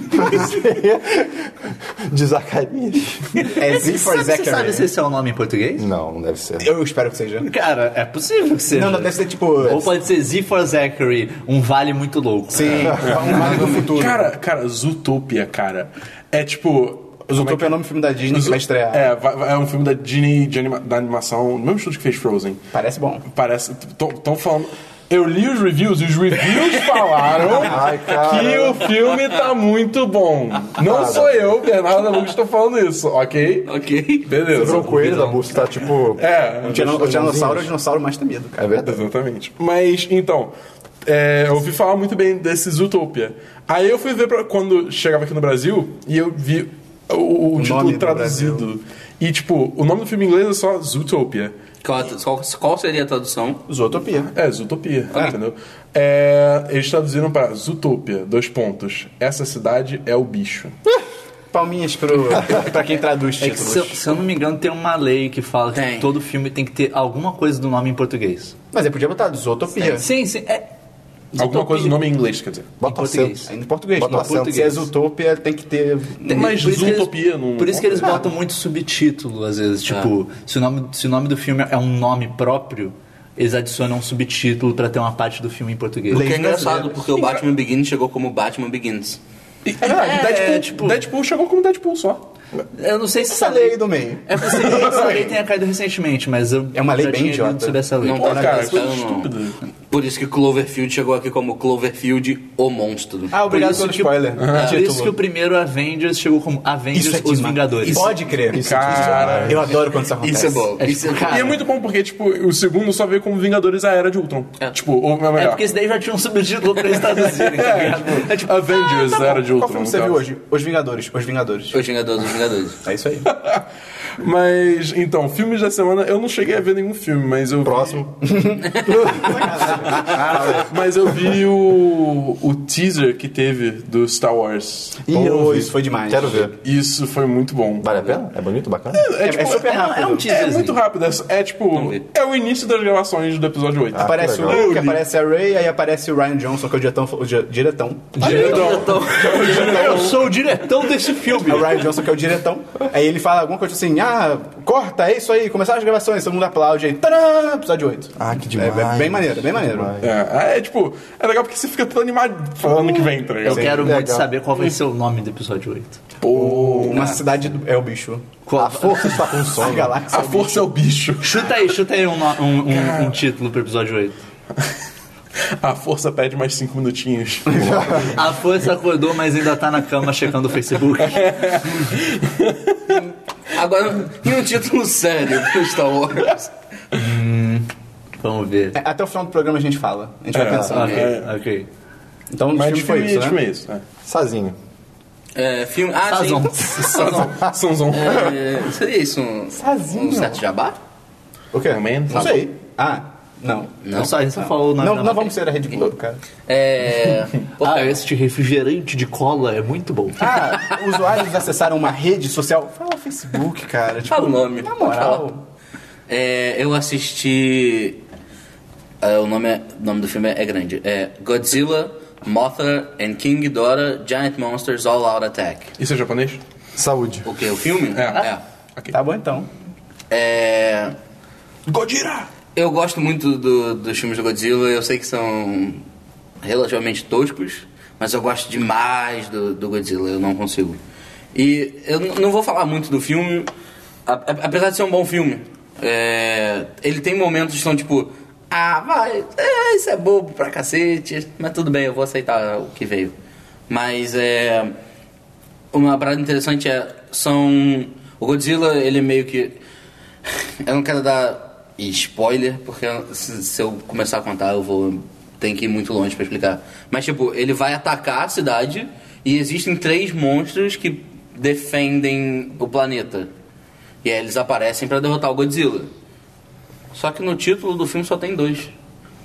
[SPEAKER 5] De Zacarias.
[SPEAKER 2] É Z for
[SPEAKER 1] Sabe, você sabe se
[SPEAKER 2] Zachary.
[SPEAKER 1] esse é o nome em português?
[SPEAKER 5] Não, não deve ser.
[SPEAKER 2] Eu espero que seja.
[SPEAKER 1] Cara, é possível que seja.
[SPEAKER 2] Não, não, deve ser tipo.
[SPEAKER 1] Ou pode ser Z for Zachary, um vale muito louco.
[SPEAKER 2] Sim,
[SPEAKER 1] É.
[SPEAKER 2] um vale do futuro.
[SPEAKER 3] Cara, cara, Zootopia, cara. É tipo.
[SPEAKER 2] Zootopia é o nome do filme da Disney que vai estrear.
[SPEAKER 3] É, vai- vai- é um filme da Disney de anima- da animação, no mesmo estúdio que fez Frozen.
[SPEAKER 2] Parece bom.
[SPEAKER 3] Parece. Estão falando. Eu li os reviews e os reviews falaram
[SPEAKER 5] Ai, cara.
[SPEAKER 3] que o filme tá muito bom. Não sou eu, Bernardo da Lucas, estou falando isso, ok?
[SPEAKER 4] Ok.
[SPEAKER 5] Você viu
[SPEAKER 3] Beleza.
[SPEAKER 5] o coelho da bolsa, tá tipo.
[SPEAKER 3] É,
[SPEAKER 2] O tirano- o tiranossauro é o dinossauro mais temido, cara.
[SPEAKER 5] É verdade.
[SPEAKER 3] Exatamente. Mas, então, é, eu ouvi falar muito bem desse Zootopia. Aí eu fui ver pra, quando chegava aqui no Brasil e eu vi o, o
[SPEAKER 2] nome
[SPEAKER 3] título
[SPEAKER 2] do
[SPEAKER 3] traduzido. E, tipo, o nome do filme em inglês é só Zootopia.
[SPEAKER 4] Qual, a- qual- qual seria a tradução?
[SPEAKER 2] Zootopia.
[SPEAKER 3] É, Zootopia,
[SPEAKER 2] Ah.
[SPEAKER 3] entendeu? É, eles traduziram pra Zootopia, dois pontos. Essa cidade é o bicho.
[SPEAKER 2] Palminhas pro, pra quem traduz
[SPEAKER 1] É que, se, eu-
[SPEAKER 2] títulos.
[SPEAKER 1] se eu não me engano, tem uma lei que fala que
[SPEAKER 4] Tem.
[SPEAKER 1] todo filme tem que ter alguma coisa do nome em português.
[SPEAKER 2] Mas eu podia botar Zootopia.
[SPEAKER 1] Sim, sim. É,
[SPEAKER 3] Alguma coisa do nome em inglês, quer dizer.
[SPEAKER 5] Bota
[SPEAKER 1] Em português.
[SPEAKER 5] acento.
[SPEAKER 2] Em português,
[SPEAKER 5] Bota
[SPEAKER 2] não.
[SPEAKER 5] um acento.
[SPEAKER 2] Se é Zootopia, tem que ter.
[SPEAKER 3] Mas
[SPEAKER 1] por isso que
[SPEAKER 3] Zootopia
[SPEAKER 1] eles,
[SPEAKER 3] não- é.
[SPEAKER 1] Por isso que eles botam muito subtítulo, às vezes. Tipo, se, o nome, se o nome do filme é um nome próprio, eles adicionam um subtítulo pra ter uma parte do filme em português.
[SPEAKER 4] O que é
[SPEAKER 2] Leis
[SPEAKER 4] engraçado,
[SPEAKER 2] brasileiras.
[SPEAKER 4] porque o Batman Begins chegou como Batman Begins.
[SPEAKER 3] E, é, Deadpool,
[SPEAKER 1] é, tipo-
[SPEAKER 3] Deadpool chegou como Deadpool só.
[SPEAKER 1] Eu não sei se
[SPEAKER 2] Essa lei do meio.
[SPEAKER 1] É possível que essa lei tenha caído recentemente, mas eu
[SPEAKER 2] É uma lei
[SPEAKER 1] já
[SPEAKER 2] bem
[SPEAKER 1] tinha lido
[SPEAKER 2] idiota.
[SPEAKER 1] sobre essa lei.
[SPEAKER 4] Não
[SPEAKER 3] Pô,
[SPEAKER 4] tá
[SPEAKER 3] cara, coisa
[SPEAKER 4] pensando, não.
[SPEAKER 3] estúpida.
[SPEAKER 4] Por isso que Cloverfield chegou aqui como Cloverfield, o monstro.
[SPEAKER 2] Ah, obrigado
[SPEAKER 1] isso
[SPEAKER 2] pelo
[SPEAKER 1] que-
[SPEAKER 2] spoiler.
[SPEAKER 3] é
[SPEAKER 1] Por isso que o
[SPEAKER 2] Título.
[SPEAKER 1] primeiro Avengers chegou como Avengers
[SPEAKER 2] Isso é
[SPEAKER 1] Os
[SPEAKER 2] demais.
[SPEAKER 1] Vingadores.
[SPEAKER 2] Pode crer. é
[SPEAKER 3] Cara.
[SPEAKER 2] Eu adoro quando isso acontece.
[SPEAKER 4] Isso é bom.
[SPEAKER 1] É,
[SPEAKER 4] Isso é
[SPEAKER 1] tipo, cara,
[SPEAKER 3] E é muito bom porque, tipo, o segundo só veio como Vingadores a Era de Ultron.
[SPEAKER 4] É.
[SPEAKER 3] Tipo, ou é melhor.
[SPEAKER 1] É porque esse daí já tinha um subtítulo pra eles traduzirem, tá ligado? É tipo,
[SPEAKER 3] Avengers a Era de Ultron.
[SPEAKER 2] Qual filme você
[SPEAKER 3] no
[SPEAKER 2] viu
[SPEAKER 3] caso.
[SPEAKER 2] hoje? Os Vingadores. Os Vingadores.
[SPEAKER 4] Os Vingadores, os Vingadores.
[SPEAKER 2] É isso aí.
[SPEAKER 3] Mas, então, filmes da semana, eu não cheguei a ver nenhum filme, mas eu.
[SPEAKER 5] Próximo.
[SPEAKER 3] Mas eu vi o, o teaser que teve do Star Wars.
[SPEAKER 5] Ih,
[SPEAKER 2] Pô,
[SPEAKER 5] eu não vi.
[SPEAKER 2] isso foi demais.
[SPEAKER 5] Quero ver.
[SPEAKER 3] Isso foi muito bom.
[SPEAKER 5] Vale a pena? É bonito, bacana?
[SPEAKER 2] É, é super
[SPEAKER 1] é, é um
[SPEAKER 2] rápido.
[SPEAKER 3] É
[SPEAKER 1] teaserzinho.
[SPEAKER 3] muito rápido, é, só- é tipo.
[SPEAKER 4] vi.
[SPEAKER 3] É o início das gravações do episódio 8.
[SPEAKER 5] Ah,
[SPEAKER 2] Aparece o
[SPEAKER 5] que legal.
[SPEAKER 2] Luke, aparece a Ray, aí aparece o Ryan Johnson, que é o diretão. O di- diretão.
[SPEAKER 3] então.
[SPEAKER 1] Eu sou o diretão desse filme.
[SPEAKER 2] É o Ryan Johnson, que é o diretão. Aí ele fala alguma coisa assim, ah, ah, corta, é isso aí, começaram as gravações, todo mundo aplaude aí, tcharam, episódio 8.
[SPEAKER 5] Ah, que demais.
[SPEAKER 2] É, é bem maneiro, bem maneiro.
[SPEAKER 3] É, é, tipo, é legal porque você fica todo animado falando que vem, tá
[SPEAKER 1] Eu
[SPEAKER 3] ligado?
[SPEAKER 1] quero muito
[SPEAKER 5] legal.
[SPEAKER 1] saber qual vai ser o nome do episódio 8.
[SPEAKER 3] Pô,
[SPEAKER 2] Uma cidade do... é o bicho.
[SPEAKER 1] Qual-
[SPEAKER 5] A força está com sono.
[SPEAKER 2] A galáxia.
[SPEAKER 3] a força é o bicho.
[SPEAKER 1] Chuta aí, chuta aí um, no- um- um- um título pro episódio 8.
[SPEAKER 3] A força pede mais cinco minutinhos.
[SPEAKER 1] A força acordou, mas ainda tá na cama checando o Facebook.
[SPEAKER 4] Agora, e um título sério pro Star Wars?
[SPEAKER 1] Vamos ver.
[SPEAKER 2] É, Até o final do programa a gente fala. A
[SPEAKER 1] É,
[SPEAKER 2] gente vai pensando.
[SPEAKER 1] Ok, ok.
[SPEAKER 2] Então o
[SPEAKER 3] Mas
[SPEAKER 2] filme
[SPEAKER 3] de
[SPEAKER 2] foi
[SPEAKER 3] filme,
[SPEAKER 2] isso,
[SPEAKER 3] de
[SPEAKER 2] né?
[SPEAKER 3] filme é isso. É.
[SPEAKER 5] Sozinho.
[SPEAKER 4] É, filme. Ah,
[SPEAKER 1] Sazon.
[SPEAKER 4] sim. Sazon.
[SPEAKER 3] Sanzon.
[SPEAKER 4] É, seria isso um. Um certo jabá?
[SPEAKER 2] O quê?
[SPEAKER 3] Momento.
[SPEAKER 2] Não sei. Ah, não.
[SPEAKER 1] Não, só isso falou o nome
[SPEAKER 2] Não,
[SPEAKER 1] da
[SPEAKER 2] não
[SPEAKER 1] marca.
[SPEAKER 2] vamos ser a Rede Globo, cara.
[SPEAKER 4] É. pô,
[SPEAKER 1] Ah, este refrigerante de cola é muito bom.
[SPEAKER 2] Ah, usuários acessaram uma rede social. Fala Facebook, cara. Tipo,
[SPEAKER 4] Fala o nome,
[SPEAKER 2] Na
[SPEAKER 4] pode
[SPEAKER 2] moral.
[SPEAKER 4] é, eu assisti. é, o, nome é- o nome do filme é grande. É Godzilla, Mothra and King Dora, Giant Monsters All Out Attack.
[SPEAKER 3] Isso é japonês?
[SPEAKER 5] Saúde.
[SPEAKER 4] O que? O filme?
[SPEAKER 3] É. Ok.
[SPEAKER 2] Tá bom então.
[SPEAKER 4] É. é
[SPEAKER 3] Godira!
[SPEAKER 4] Eu gosto muito do- dos filmes do Godzilla, eu sei que são relativamente toscos, mas eu gosto demais do, do Godzilla, eu não consigo. E eu n- não vou falar muito do filme, a- a- apesar de ser um bom filme. É, ele tem momentos que são tipo, ah, vai, é, isso é bobo pra cacete, mas tudo bem, eu vou aceitar o que veio. Mas é. Uma parada interessante é, são... O Godzilla, ele é meio que... Eu não quero dar spoiler, porque se, se eu começar a contar, eu vou... Tem que ir muito longe pra explicar. Mas, tipo, ele vai atacar a cidade e existem três monstros que defendem o planeta. E aí eles aparecem pra derrotar o Godzilla. Só que no título do filme só tem dois.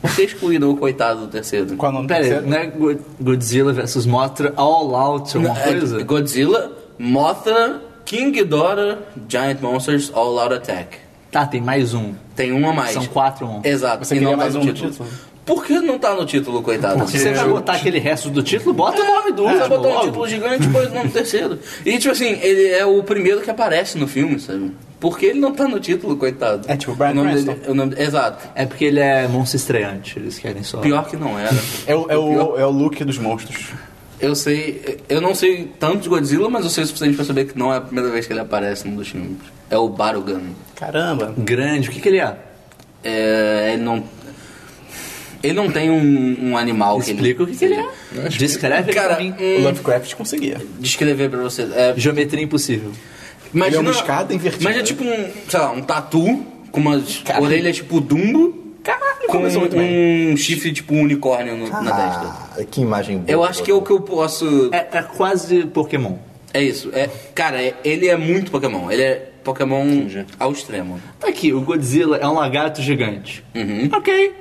[SPEAKER 4] Por que excluíram o coitado do terceiro?
[SPEAKER 2] Qual é o nome do
[SPEAKER 1] Pera aí,
[SPEAKER 2] terceiro?
[SPEAKER 1] não é Go- Godzilla versus Mothra All Out alguma
[SPEAKER 4] É,
[SPEAKER 1] coisa?
[SPEAKER 4] Godzilla, Mothra, King Ghidorah, Giant Monsters, All Out Attack.
[SPEAKER 1] Tá, tem mais um.
[SPEAKER 4] Tem um a mais.
[SPEAKER 1] São quatro um.
[SPEAKER 4] Exato.
[SPEAKER 2] Você
[SPEAKER 4] e
[SPEAKER 2] queria
[SPEAKER 4] não tá
[SPEAKER 2] mais
[SPEAKER 4] no
[SPEAKER 2] um no
[SPEAKER 4] título.
[SPEAKER 2] título?
[SPEAKER 4] Por que não tá no título, coitado?
[SPEAKER 1] Se você vai botar aquele resto do título, bota o nome do
[SPEAKER 4] Vai
[SPEAKER 2] É,
[SPEAKER 1] último
[SPEAKER 4] botar um
[SPEAKER 1] logo.
[SPEAKER 4] título gigante e depois o nome do terceiro. E, tipo assim, ele é o primeiro que aparece no filme, sabe? Porque ele não tá no título, coitado.
[SPEAKER 2] É tipo Bryan
[SPEAKER 4] o nome
[SPEAKER 2] Cranston.
[SPEAKER 4] dele, o nome- Exato.
[SPEAKER 1] É porque ele é monstro estreante, eles querem só...
[SPEAKER 4] Pior que não era.
[SPEAKER 2] É o, é, o, é o look dos monstros.
[SPEAKER 4] Eu sei... Eu não sei tanto de Godzilla, mas eu sei o suficiente pra saber que não é a primeira vez que ele aparece num dos filmes. É o Barugan.
[SPEAKER 2] Caramba.
[SPEAKER 1] Grande, o que que ele é?
[SPEAKER 4] É, ele não. Ele não tem um, um animal
[SPEAKER 1] Explica o que que ele é. Descreve
[SPEAKER 4] Cara,
[SPEAKER 1] pra mim.
[SPEAKER 2] O
[SPEAKER 4] hum,
[SPEAKER 2] Lovecraft conseguia.
[SPEAKER 4] descrever pra você. É,
[SPEAKER 1] Geometria impossível.
[SPEAKER 4] imagina,
[SPEAKER 2] uma escada invertida.
[SPEAKER 1] né?
[SPEAKER 4] Imagina tipo um, sei lá, um tatu com umas orelhas tipo Dumbo.
[SPEAKER 2] Caralho,
[SPEAKER 4] Com
[SPEAKER 2] começou muito bem.
[SPEAKER 4] um chifre tipo um unicórnio no- na testa.
[SPEAKER 5] Ah, que imagem boa.
[SPEAKER 4] Eu acho que é o que eu posso. É,
[SPEAKER 1] É, é quase Pokémon.
[SPEAKER 4] isso. É, cara, é- ele é muito Pokémon. Ele é Pokémon ao extremo.
[SPEAKER 1] Tá aqui, o Godzilla é um lagarto gigante. Ok.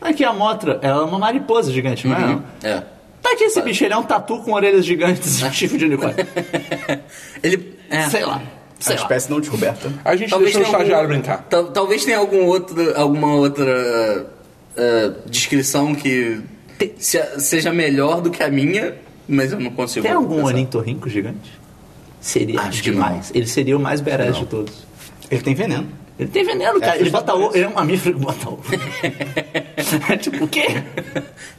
[SPEAKER 1] Tá aqui a Mothra, ela é uma mariposa gigante, não é?
[SPEAKER 4] É.
[SPEAKER 1] Tá aqui esse bicho, ele é um tatu com orelhas gigantes e um chifre de unicórnio.
[SPEAKER 4] Ele. É.
[SPEAKER 1] Sei lá.
[SPEAKER 2] A
[SPEAKER 1] Sei lá.
[SPEAKER 2] espécie não descoberta.
[SPEAKER 3] A gente
[SPEAKER 4] Talvez
[SPEAKER 3] deixou o
[SPEAKER 4] tenha algum-
[SPEAKER 3] estagiário brincar.
[SPEAKER 4] Tal- talvez tenha algum outro, alguma outra eh, descrição que te- se- seja melhor do que a minha, mas eu não consigo.
[SPEAKER 1] Tem algum
[SPEAKER 4] pensar.
[SPEAKER 1] ornitorrinco gigante? Seria
[SPEAKER 4] Acho que
[SPEAKER 1] demais. Ele seria o mais badass de todos.
[SPEAKER 2] Ele tem veneno.
[SPEAKER 1] Ele tem veneno, cara. Ele bota ovo. Ele é um mamífero que bota ovo. É tipo, o quê?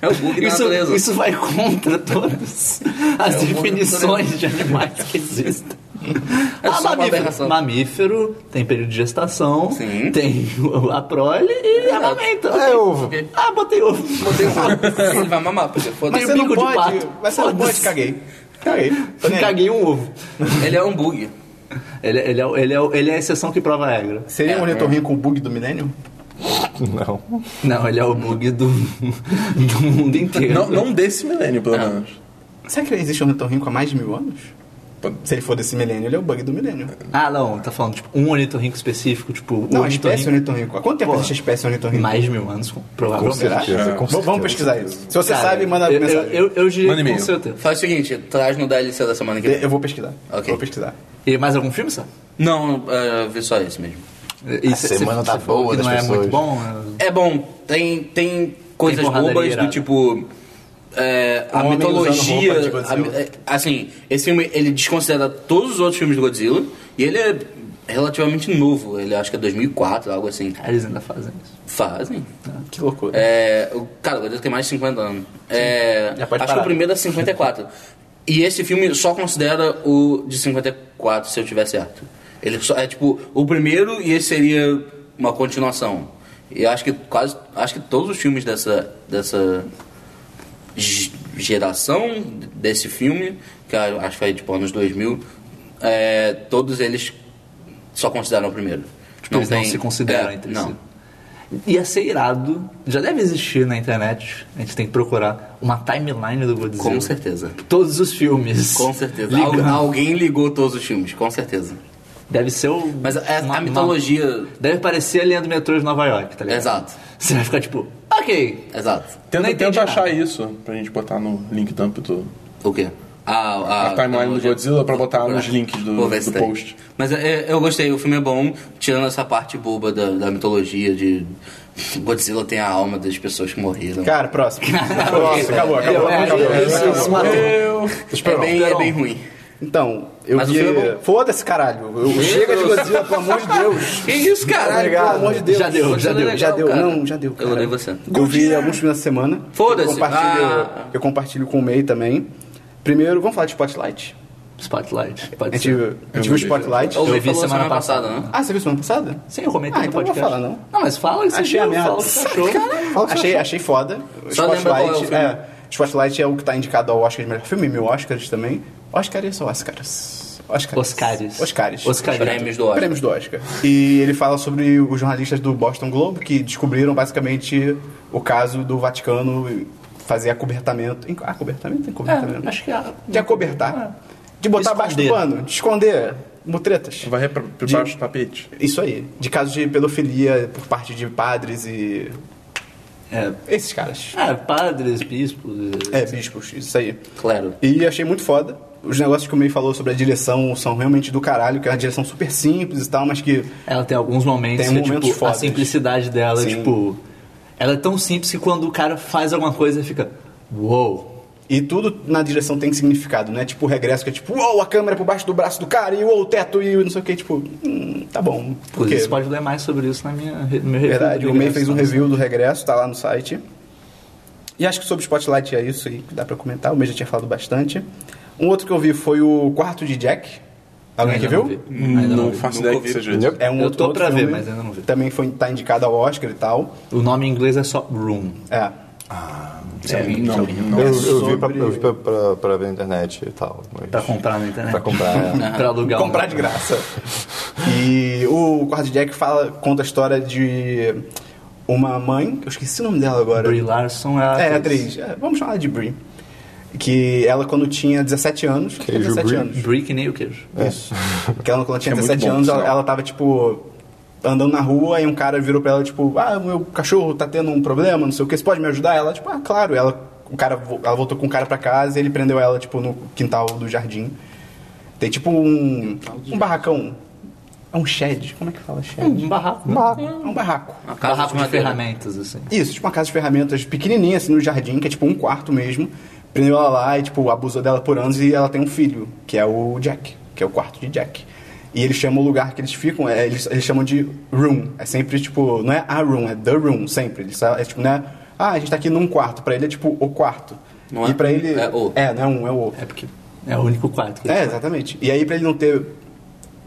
[SPEAKER 4] É o bug da
[SPEAKER 1] isso,
[SPEAKER 4] natureza. É
[SPEAKER 1] isso vai contra todas as
[SPEAKER 4] bug da
[SPEAKER 1] definições de animais que existem.
[SPEAKER 4] É só
[SPEAKER 1] ah,
[SPEAKER 4] uma
[SPEAKER 1] mamífero.
[SPEAKER 4] aberração.
[SPEAKER 1] mamífero, tem período de gestação,
[SPEAKER 4] Sim.
[SPEAKER 1] tem o- a prole e amamenta.
[SPEAKER 5] É ovo.
[SPEAKER 1] Ah, botei ovo.
[SPEAKER 4] Botei um- Ele vai mamar, porque
[SPEAKER 1] Mas
[SPEAKER 4] foda-se.
[SPEAKER 1] você
[SPEAKER 2] não
[SPEAKER 1] um bico de
[SPEAKER 2] pode,
[SPEAKER 1] pato.
[SPEAKER 2] Mas você não
[SPEAKER 1] Foda-se.
[SPEAKER 2] pode, caguei. Caguei. Tô nem aí.
[SPEAKER 1] Caguei um ovo.
[SPEAKER 4] Ele é um bug.
[SPEAKER 1] Ele, ele é, o- ele, é, o- ele é a exceção que prova a regra.
[SPEAKER 2] Seria um retorninho com o bug do milênio?
[SPEAKER 5] Não.
[SPEAKER 1] Não, ele é o bug do, do mundo inteiro.
[SPEAKER 3] Não, não desse milênio, pelo menos.
[SPEAKER 2] Será que existe um retorninho há mais de mil anos?
[SPEAKER 3] Pode-
[SPEAKER 2] Se ele for desse milênio, ele é o bug do milênio.
[SPEAKER 1] Ah, não, tá falando tipo um ornitorrinco específico, tipo o
[SPEAKER 2] Não, a espécie
[SPEAKER 1] ornitorrinco.
[SPEAKER 2] ornitorrinco. Há quanto tempo
[SPEAKER 1] Porra.
[SPEAKER 2] existe a espécie ornitorrinco?
[SPEAKER 1] Mais de mil anos, com- provavelmente.
[SPEAKER 5] Com certeza.
[SPEAKER 2] Será?
[SPEAKER 5] com
[SPEAKER 2] Vamos- Vamos
[SPEAKER 5] certeza.
[SPEAKER 2] pesquisar isso. Se você
[SPEAKER 1] Cara,
[SPEAKER 2] sabe, manda
[SPEAKER 1] eu,
[SPEAKER 2] mensagem.
[SPEAKER 1] Eu, eu, eu diria
[SPEAKER 3] Manda
[SPEAKER 1] que com
[SPEAKER 3] e-mail.
[SPEAKER 1] certeza.
[SPEAKER 4] Faz o seguinte, traz no DLC da semana que
[SPEAKER 2] De-
[SPEAKER 4] vem.
[SPEAKER 2] Eu vou pesquisar.
[SPEAKER 4] Ok.
[SPEAKER 2] Vou pesquisar.
[SPEAKER 1] E mais algum filme, sabe?
[SPEAKER 4] Não, eh, eu vi só esse mesmo.
[SPEAKER 1] E cê- cê-
[SPEAKER 5] semana
[SPEAKER 1] cê
[SPEAKER 5] tá
[SPEAKER 1] falou
[SPEAKER 5] boa
[SPEAKER 1] que
[SPEAKER 5] das
[SPEAKER 1] não é
[SPEAKER 5] pessoas.
[SPEAKER 1] muito bom. é-
[SPEAKER 4] É bom, tem, tem coisas
[SPEAKER 1] porradaria
[SPEAKER 4] bobas
[SPEAKER 1] irada.
[SPEAKER 4] do tipo. é, a
[SPEAKER 2] Homem
[SPEAKER 4] mitologia.
[SPEAKER 2] usando roupa de Godzilla.
[SPEAKER 4] a mi- é, assim, esse filme ele desconsidera todos os outros filmes do Godzilla. E ele é relativamente novo. Ele acho que é 2004, algo assim.
[SPEAKER 1] Ah, Eles ainda fazem isso.
[SPEAKER 4] Fazem.
[SPEAKER 1] Ah,
[SPEAKER 2] Que loucura.
[SPEAKER 4] É, o- cara, o Godard tem mais de 50 anos. É,
[SPEAKER 1] Já
[SPEAKER 4] acho
[SPEAKER 1] pode
[SPEAKER 4] que
[SPEAKER 1] parar.
[SPEAKER 4] o primeiro é 54. e esse filme só considera o de 54, se eu tiver certo. Ele só é tipo o primeiro e esse seria uma continuação. E eu acho que quase, acho que todos os filmes dessa dessa ge- geração desse filme, que eu acho que foi tipo anos 2000, é, todos eles só consideram o primeiro.
[SPEAKER 1] Tipo, eles não
[SPEAKER 4] tem-
[SPEAKER 1] se consideram
[SPEAKER 4] é,
[SPEAKER 1] entre
[SPEAKER 4] não.
[SPEAKER 1] si. Ia ser irado, já deve existir na internet, a gente tem que procurar uma timeline do Godzilla.
[SPEAKER 4] Com certeza.
[SPEAKER 1] Todos os filmes.
[SPEAKER 4] Com certeza. Al-
[SPEAKER 1] Ligando.
[SPEAKER 4] alguém ligou todos os filmes, com certeza.
[SPEAKER 1] Deve ser o.
[SPEAKER 4] Mas é a, a
[SPEAKER 1] uma-
[SPEAKER 4] mitologia.
[SPEAKER 1] uma- Deve parecer a linha do metrô de Nova York, tá ligado?
[SPEAKER 4] Exato.
[SPEAKER 1] Você vai ficar tipo, ok.
[SPEAKER 4] Exato.
[SPEAKER 1] Não
[SPEAKER 3] Tenta,
[SPEAKER 1] entendi
[SPEAKER 3] tenta
[SPEAKER 1] nada.
[SPEAKER 3] achar isso pra gente botar no link dump do.
[SPEAKER 4] O quê? A, a,
[SPEAKER 3] A timeline do
[SPEAKER 4] mitologia-
[SPEAKER 3] Godzilla pra botar
[SPEAKER 4] Vou
[SPEAKER 3] nos
[SPEAKER 4] procurar.
[SPEAKER 3] links do-
[SPEAKER 4] Vou ver se
[SPEAKER 3] do
[SPEAKER 4] tem.
[SPEAKER 3] post.
[SPEAKER 4] Mas é, eu gostei, o filme é bom, tirando essa parte boba da, da mitologia de. Godzilla tem a alma das pessoas que morreram.
[SPEAKER 2] Cara, próximo. Próximo, acabou, acabou,
[SPEAKER 1] É,
[SPEAKER 2] acabou.
[SPEAKER 1] é, isso, isso matou.
[SPEAKER 4] é, bem, é bem ruim.
[SPEAKER 2] Então, eu
[SPEAKER 4] Mas o
[SPEAKER 2] vi...
[SPEAKER 4] filme é bom.
[SPEAKER 2] Foda-se, caralho. Eu- Chega de Godzilla, pelo amor de Deus.
[SPEAKER 4] Que isso, caralho?
[SPEAKER 2] Obrigado. Pelo amor de Deus.
[SPEAKER 1] Já deu, já
[SPEAKER 4] Godzilla é
[SPEAKER 1] deu.
[SPEAKER 4] legal,
[SPEAKER 2] já deu,
[SPEAKER 4] cara.
[SPEAKER 2] não, já deu.
[SPEAKER 4] Eu
[SPEAKER 2] cara.
[SPEAKER 4] odeio você.
[SPEAKER 2] Eu vi alguns filmes essa semana.
[SPEAKER 4] Foda-se.
[SPEAKER 2] Eu compartilho,
[SPEAKER 4] Ah.
[SPEAKER 2] eu compartilho com o May também. Primeiro, vamos falar de Spotlight.
[SPEAKER 1] Spotlight.
[SPEAKER 2] A
[SPEAKER 1] Pode
[SPEAKER 2] gente,
[SPEAKER 1] ser.
[SPEAKER 2] a gente
[SPEAKER 3] Eu
[SPEAKER 2] viu
[SPEAKER 3] vi.
[SPEAKER 2] Spotlight.
[SPEAKER 4] Ou
[SPEAKER 1] Eu vi
[SPEAKER 4] falou
[SPEAKER 1] semana
[SPEAKER 4] semana passada,
[SPEAKER 1] passada.
[SPEAKER 4] né?
[SPEAKER 2] Ah, você viu semana passada?
[SPEAKER 1] Sim, eu comentei
[SPEAKER 2] Ah,
[SPEAKER 1] no
[SPEAKER 2] então não vou
[SPEAKER 1] podcast.
[SPEAKER 2] falar, não.
[SPEAKER 1] Não, mas fala que você
[SPEAKER 2] Achei
[SPEAKER 1] viu,
[SPEAKER 2] a merda.
[SPEAKER 1] fala o que você achou.
[SPEAKER 5] Fala o que você
[SPEAKER 2] achei,
[SPEAKER 5] achou.
[SPEAKER 2] achei foda.
[SPEAKER 4] Só lembra qual é o
[SPEAKER 2] Spotlight
[SPEAKER 4] filme.
[SPEAKER 2] é, Spotlight é o que tá indicado ao Oscar de melhor filme, mil Oscars também. Oscars ou Oscars? Oscars.
[SPEAKER 1] Oscares.
[SPEAKER 2] Oscars.
[SPEAKER 1] Oscares.
[SPEAKER 4] Prêmios do Oscar.
[SPEAKER 2] Prêmios do Oscar. E ele fala sobre os jornalistas do Boston Globe que descobriram basicamente o caso do Vaticano fazer acobertamento. em- Acobertamento? Encobertamento?
[SPEAKER 1] É, acho que é.
[SPEAKER 2] De acobertar. De botar abaixo do
[SPEAKER 1] Esconder.
[SPEAKER 2] pano, de esconder mutretas.
[SPEAKER 3] Vai pra, pra
[SPEAKER 2] De-
[SPEAKER 3] baixo do tapete.
[SPEAKER 2] Isso aí. De casos de pedofilia por parte de padres e.
[SPEAKER 1] É,
[SPEAKER 2] esses caras.
[SPEAKER 1] é, padres, bispos.
[SPEAKER 2] É, bispos, isso aí.
[SPEAKER 4] Claro.
[SPEAKER 2] E achei muito foda. Os negócios que o meio falou sobre a direção são realmente do caralho, que é uma direção super simples e tal, mas que.
[SPEAKER 1] é, Ela tem alguns momentos,
[SPEAKER 2] Tem
[SPEAKER 1] que,
[SPEAKER 2] momentos
[SPEAKER 1] tipo, a
[SPEAKER 2] fodas.
[SPEAKER 1] simplicidade dela,
[SPEAKER 2] Sim.
[SPEAKER 1] tipo. Ela é tão simples que quando o cara faz alguma coisa, ele fica. Uou!
[SPEAKER 2] E tudo na direção tem significado, né? Tipo o regresso, que é tipo, uou, a câmera por baixo do braço do cara, e uou, o teto, e não sei o que, tipo, hum, tá bom. Por
[SPEAKER 1] Inclusive,
[SPEAKER 2] quê?
[SPEAKER 1] você pode ler mais sobre isso na minha, re- no meu review.
[SPEAKER 2] Verdade,
[SPEAKER 1] do
[SPEAKER 2] o May
[SPEAKER 1] Ingresso,
[SPEAKER 2] fez um
[SPEAKER 1] tá?
[SPEAKER 2] review do regresso, tá lá no site. E acho que sobre Spotlight é isso aí que dá pra comentar, o May já tinha falado bastante. Um outro que eu vi foi o Quarto de Jack. Alguém que
[SPEAKER 1] Ainda É, não
[SPEAKER 2] viu? Hum,
[SPEAKER 1] vi. Ainda
[SPEAKER 3] Não
[SPEAKER 1] vi.
[SPEAKER 3] faço
[SPEAKER 4] nunca
[SPEAKER 3] ideia que
[SPEAKER 4] vi.
[SPEAKER 3] seja
[SPEAKER 5] Entendeu?
[SPEAKER 3] isso.
[SPEAKER 2] É um
[SPEAKER 1] Eu
[SPEAKER 2] outro,
[SPEAKER 1] tô
[SPEAKER 2] outro
[SPEAKER 1] pra ver,
[SPEAKER 2] filme.
[SPEAKER 1] mas ainda não vi.
[SPEAKER 2] Também foi, tá indicado ao Oscar e tal.
[SPEAKER 1] O nome em inglês é só Room.
[SPEAKER 2] É.
[SPEAKER 3] É, não, não.
[SPEAKER 5] Eu, eu
[SPEAKER 2] sobre-
[SPEAKER 5] vi, pra, eu vi pra, pra, pra ver na internet e tal. Mas...
[SPEAKER 1] Pra comprar na internet.
[SPEAKER 5] Pra comprar, é.
[SPEAKER 1] Pra alugar. um-
[SPEAKER 2] Comprar de graça. E o Quarto de Jack fala, conta a história de uma mãe, eu esqueci o nome dela agora.
[SPEAKER 1] Brie Larson é a
[SPEAKER 2] É, atriz. É, vamos chamar ela de Brie. Que ela, quando tinha 17 anos.
[SPEAKER 5] Queijo
[SPEAKER 2] 17
[SPEAKER 5] Brie.
[SPEAKER 2] anos.
[SPEAKER 1] Brie que nem o queijo.
[SPEAKER 5] é.
[SPEAKER 2] Isso. Que ela, quando tinha
[SPEAKER 3] É muito
[SPEAKER 2] 17
[SPEAKER 3] bom,
[SPEAKER 2] anos,
[SPEAKER 3] por
[SPEAKER 2] ela,
[SPEAKER 3] sinal.
[SPEAKER 2] ela tava, tipo, andando na rua e um cara virou pra ela, tipo, ah, meu cachorro tá tendo um problema, não sei o que, você pode me ajudar? Ela, tipo, ah, claro. Ela, o cara, vo- ela voltou com o cara pra casa e ele prendeu ela, tipo, no quintal do jardim. Tem, tipo, um, um barracão. É um shed? Como é que fala shed?
[SPEAKER 1] Um barraco. Um
[SPEAKER 2] É um barraco.
[SPEAKER 4] Uma casa
[SPEAKER 1] barraco de
[SPEAKER 4] madeira.
[SPEAKER 1] ferramentas, assim.
[SPEAKER 2] Isso, tipo uma casa de ferramentas pequenininha, assim, no jardim, que é tipo um quarto mesmo. Prendeu ela lá e, tipo, abusou dela por anos e ela tem um filho, que é o Jack, que é o quarto de Jack. E eles chamam o lugar que eles ficam, é, eles, eles chamam de room. É sempre, tipo, não é a room, é the room, sempre. Eles, é tipo, não é, ah, a gente tá aqui num quarto. Pra ele é, tipo, o quarto.
[SPEAKER 4] Não é
[SPEAKER 2] e pra ele...
[SPEAKER 4] é o.
[SPEAKER 2] É, não é um, é o outro.
[SPEAKER 1] É porque é o único quarto que
[SPEAKER 2] É, exatamente. E aí, pra ele não ter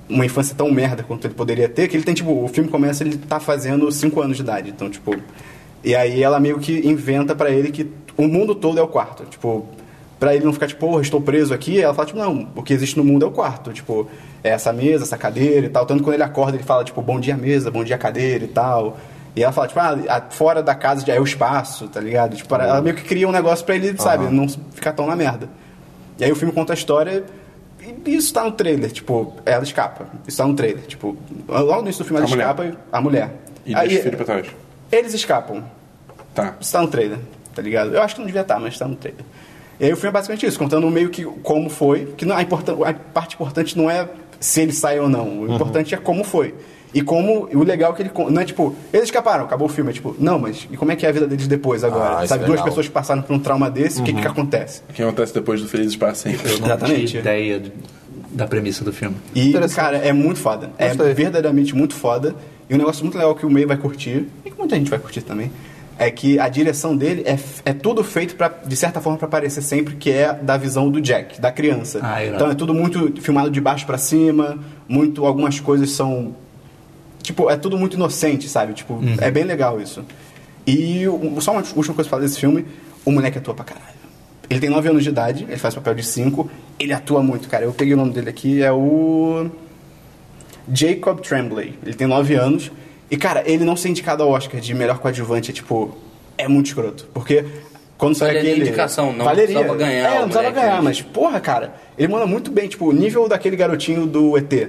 [SPEAKER 2] uma infância tão merda quanto ele poderia ter, que ele tem, tipo, o filme começa, ele tá fazendo 5 anos de idade. Então, tipo. E aí ela meio que inventa pra ele que o mundo todo é o quarto. Tipo, pra ele não ficar, tipo, porra, estou preso aqui, ela fala, tipo, não, o que existe no mundo é o quarto. Tipo, é essa mesa, essa cadeira e tal. Tanto que quando ele acorda, ele fala, tipo, bom dia mesa, bom dia cadeira e tal. E ela fala, tipo, ah, a- fora da casa já é o espaço, tá ligado? Tipo, ela meio que cria um negócio pra ele, sabe, não ficar tão na merda. E aí o filme conta a história. E isso tá no trailer, tipo, ela escapa. Isso tá no trailer, tipo, logo no início do filme ela
[SPEAKER 3] A mulher.
[SPEAKER 2] escapa, a mulher.
[SPEAKER 3] E
[SPEAKER 2] Aí,
[SPEAKER 3] deixa o filho pra trás.
[SPEAKER 2] Eles escapam.
[SPEAKER 3] Tá.
[SPEAKER 2] Isso tá no trailer, tá ligado? Eu acho que não devia estar, mas tá no trailer. E aí o filme é basicamente isso, contando meio que como foi, que não, a, importan- a parte importante não é se ele sai ou não,
[SPEAKER 3] Uhum.
[SPEAKER 2] o importante é como foi. E como, e o legal é que ele, con- não é tipo, eles escaparam, acabou o filme, é tipo, não, mas e como é que é a vida deles depois agora?
[SPEAKER 5] Ah, isso
[SPEAKER 2] Sabe,
[SPEAKER 5] é
[SPEAKER 2] duas
[SPEAKER 5] legal.
[SPEAKER 2] pessoas que
[SPEAKER 3] Uhum.
[SPEAKER 2] passaram por um trauma desse, o que que acontece?
[SPEAKER 3] O que acontece depois do Felizes para Sempre?
[SPEAKER 1] Eu não
[SPEAKER 2] Exatamente.
[SPEAKER 1] tinha ideia de da premissa do filme.
[SPEAKER 2] E,
[SPEAKER 5] Interessante.
[SPEAKER 2] cara, é muito foda. É
[SPEAKER 5] Gostei.
[SPEAKER 2] verdadeiramente muito foda. E um negócio muito legal que o May vai curtir, e que muita gente vai curtir também, é que a direção dele é, f- é tudo feito, pra, de certa forma, pra parecer sempre que é da visão do Jack, da criança.
[SPEAKER 1] Ah, irado.
[SPEAKER 2] então é tudo muito filmado de baixo pra cima, muito algumas coisas são... Tipo, é tudo muito inocente, sabe? Tipo,
[SPEAKER 1] Uhum.
[SPEAKER 2] é bem legal isso. E o- só uma última coisa pra falar desse filme, o moleque atua pra caralho. Ele tem 9 anos de idade, ele faz papel de 5, ele atua muito, cara. Eu peguei o nome dele aqui, é o. Jacob Tremblay. Ele tem 9 anos. E, cara, ele não ser indicado ao Oscar de melhor coadjuvante é tipo. É muito escroto. Porque quando sai
[SPEAKER 4] Valeria
[SPEAKER 2] aquele.
[SPEAKER 4] indicação, não
[SPEAKER 2] Valeria.
[SPEAKER 4] precisava ganhar,
[SPEAKER 2] É, não
[SPEAKER 4] o
[SPEAKER 2] precisava
[SPEAKER 4] moleque.
[SPEAKER 2] ganhar, mas, porra, cara, ele manda muito bem, tipo, o nível daquele garotinho do ET.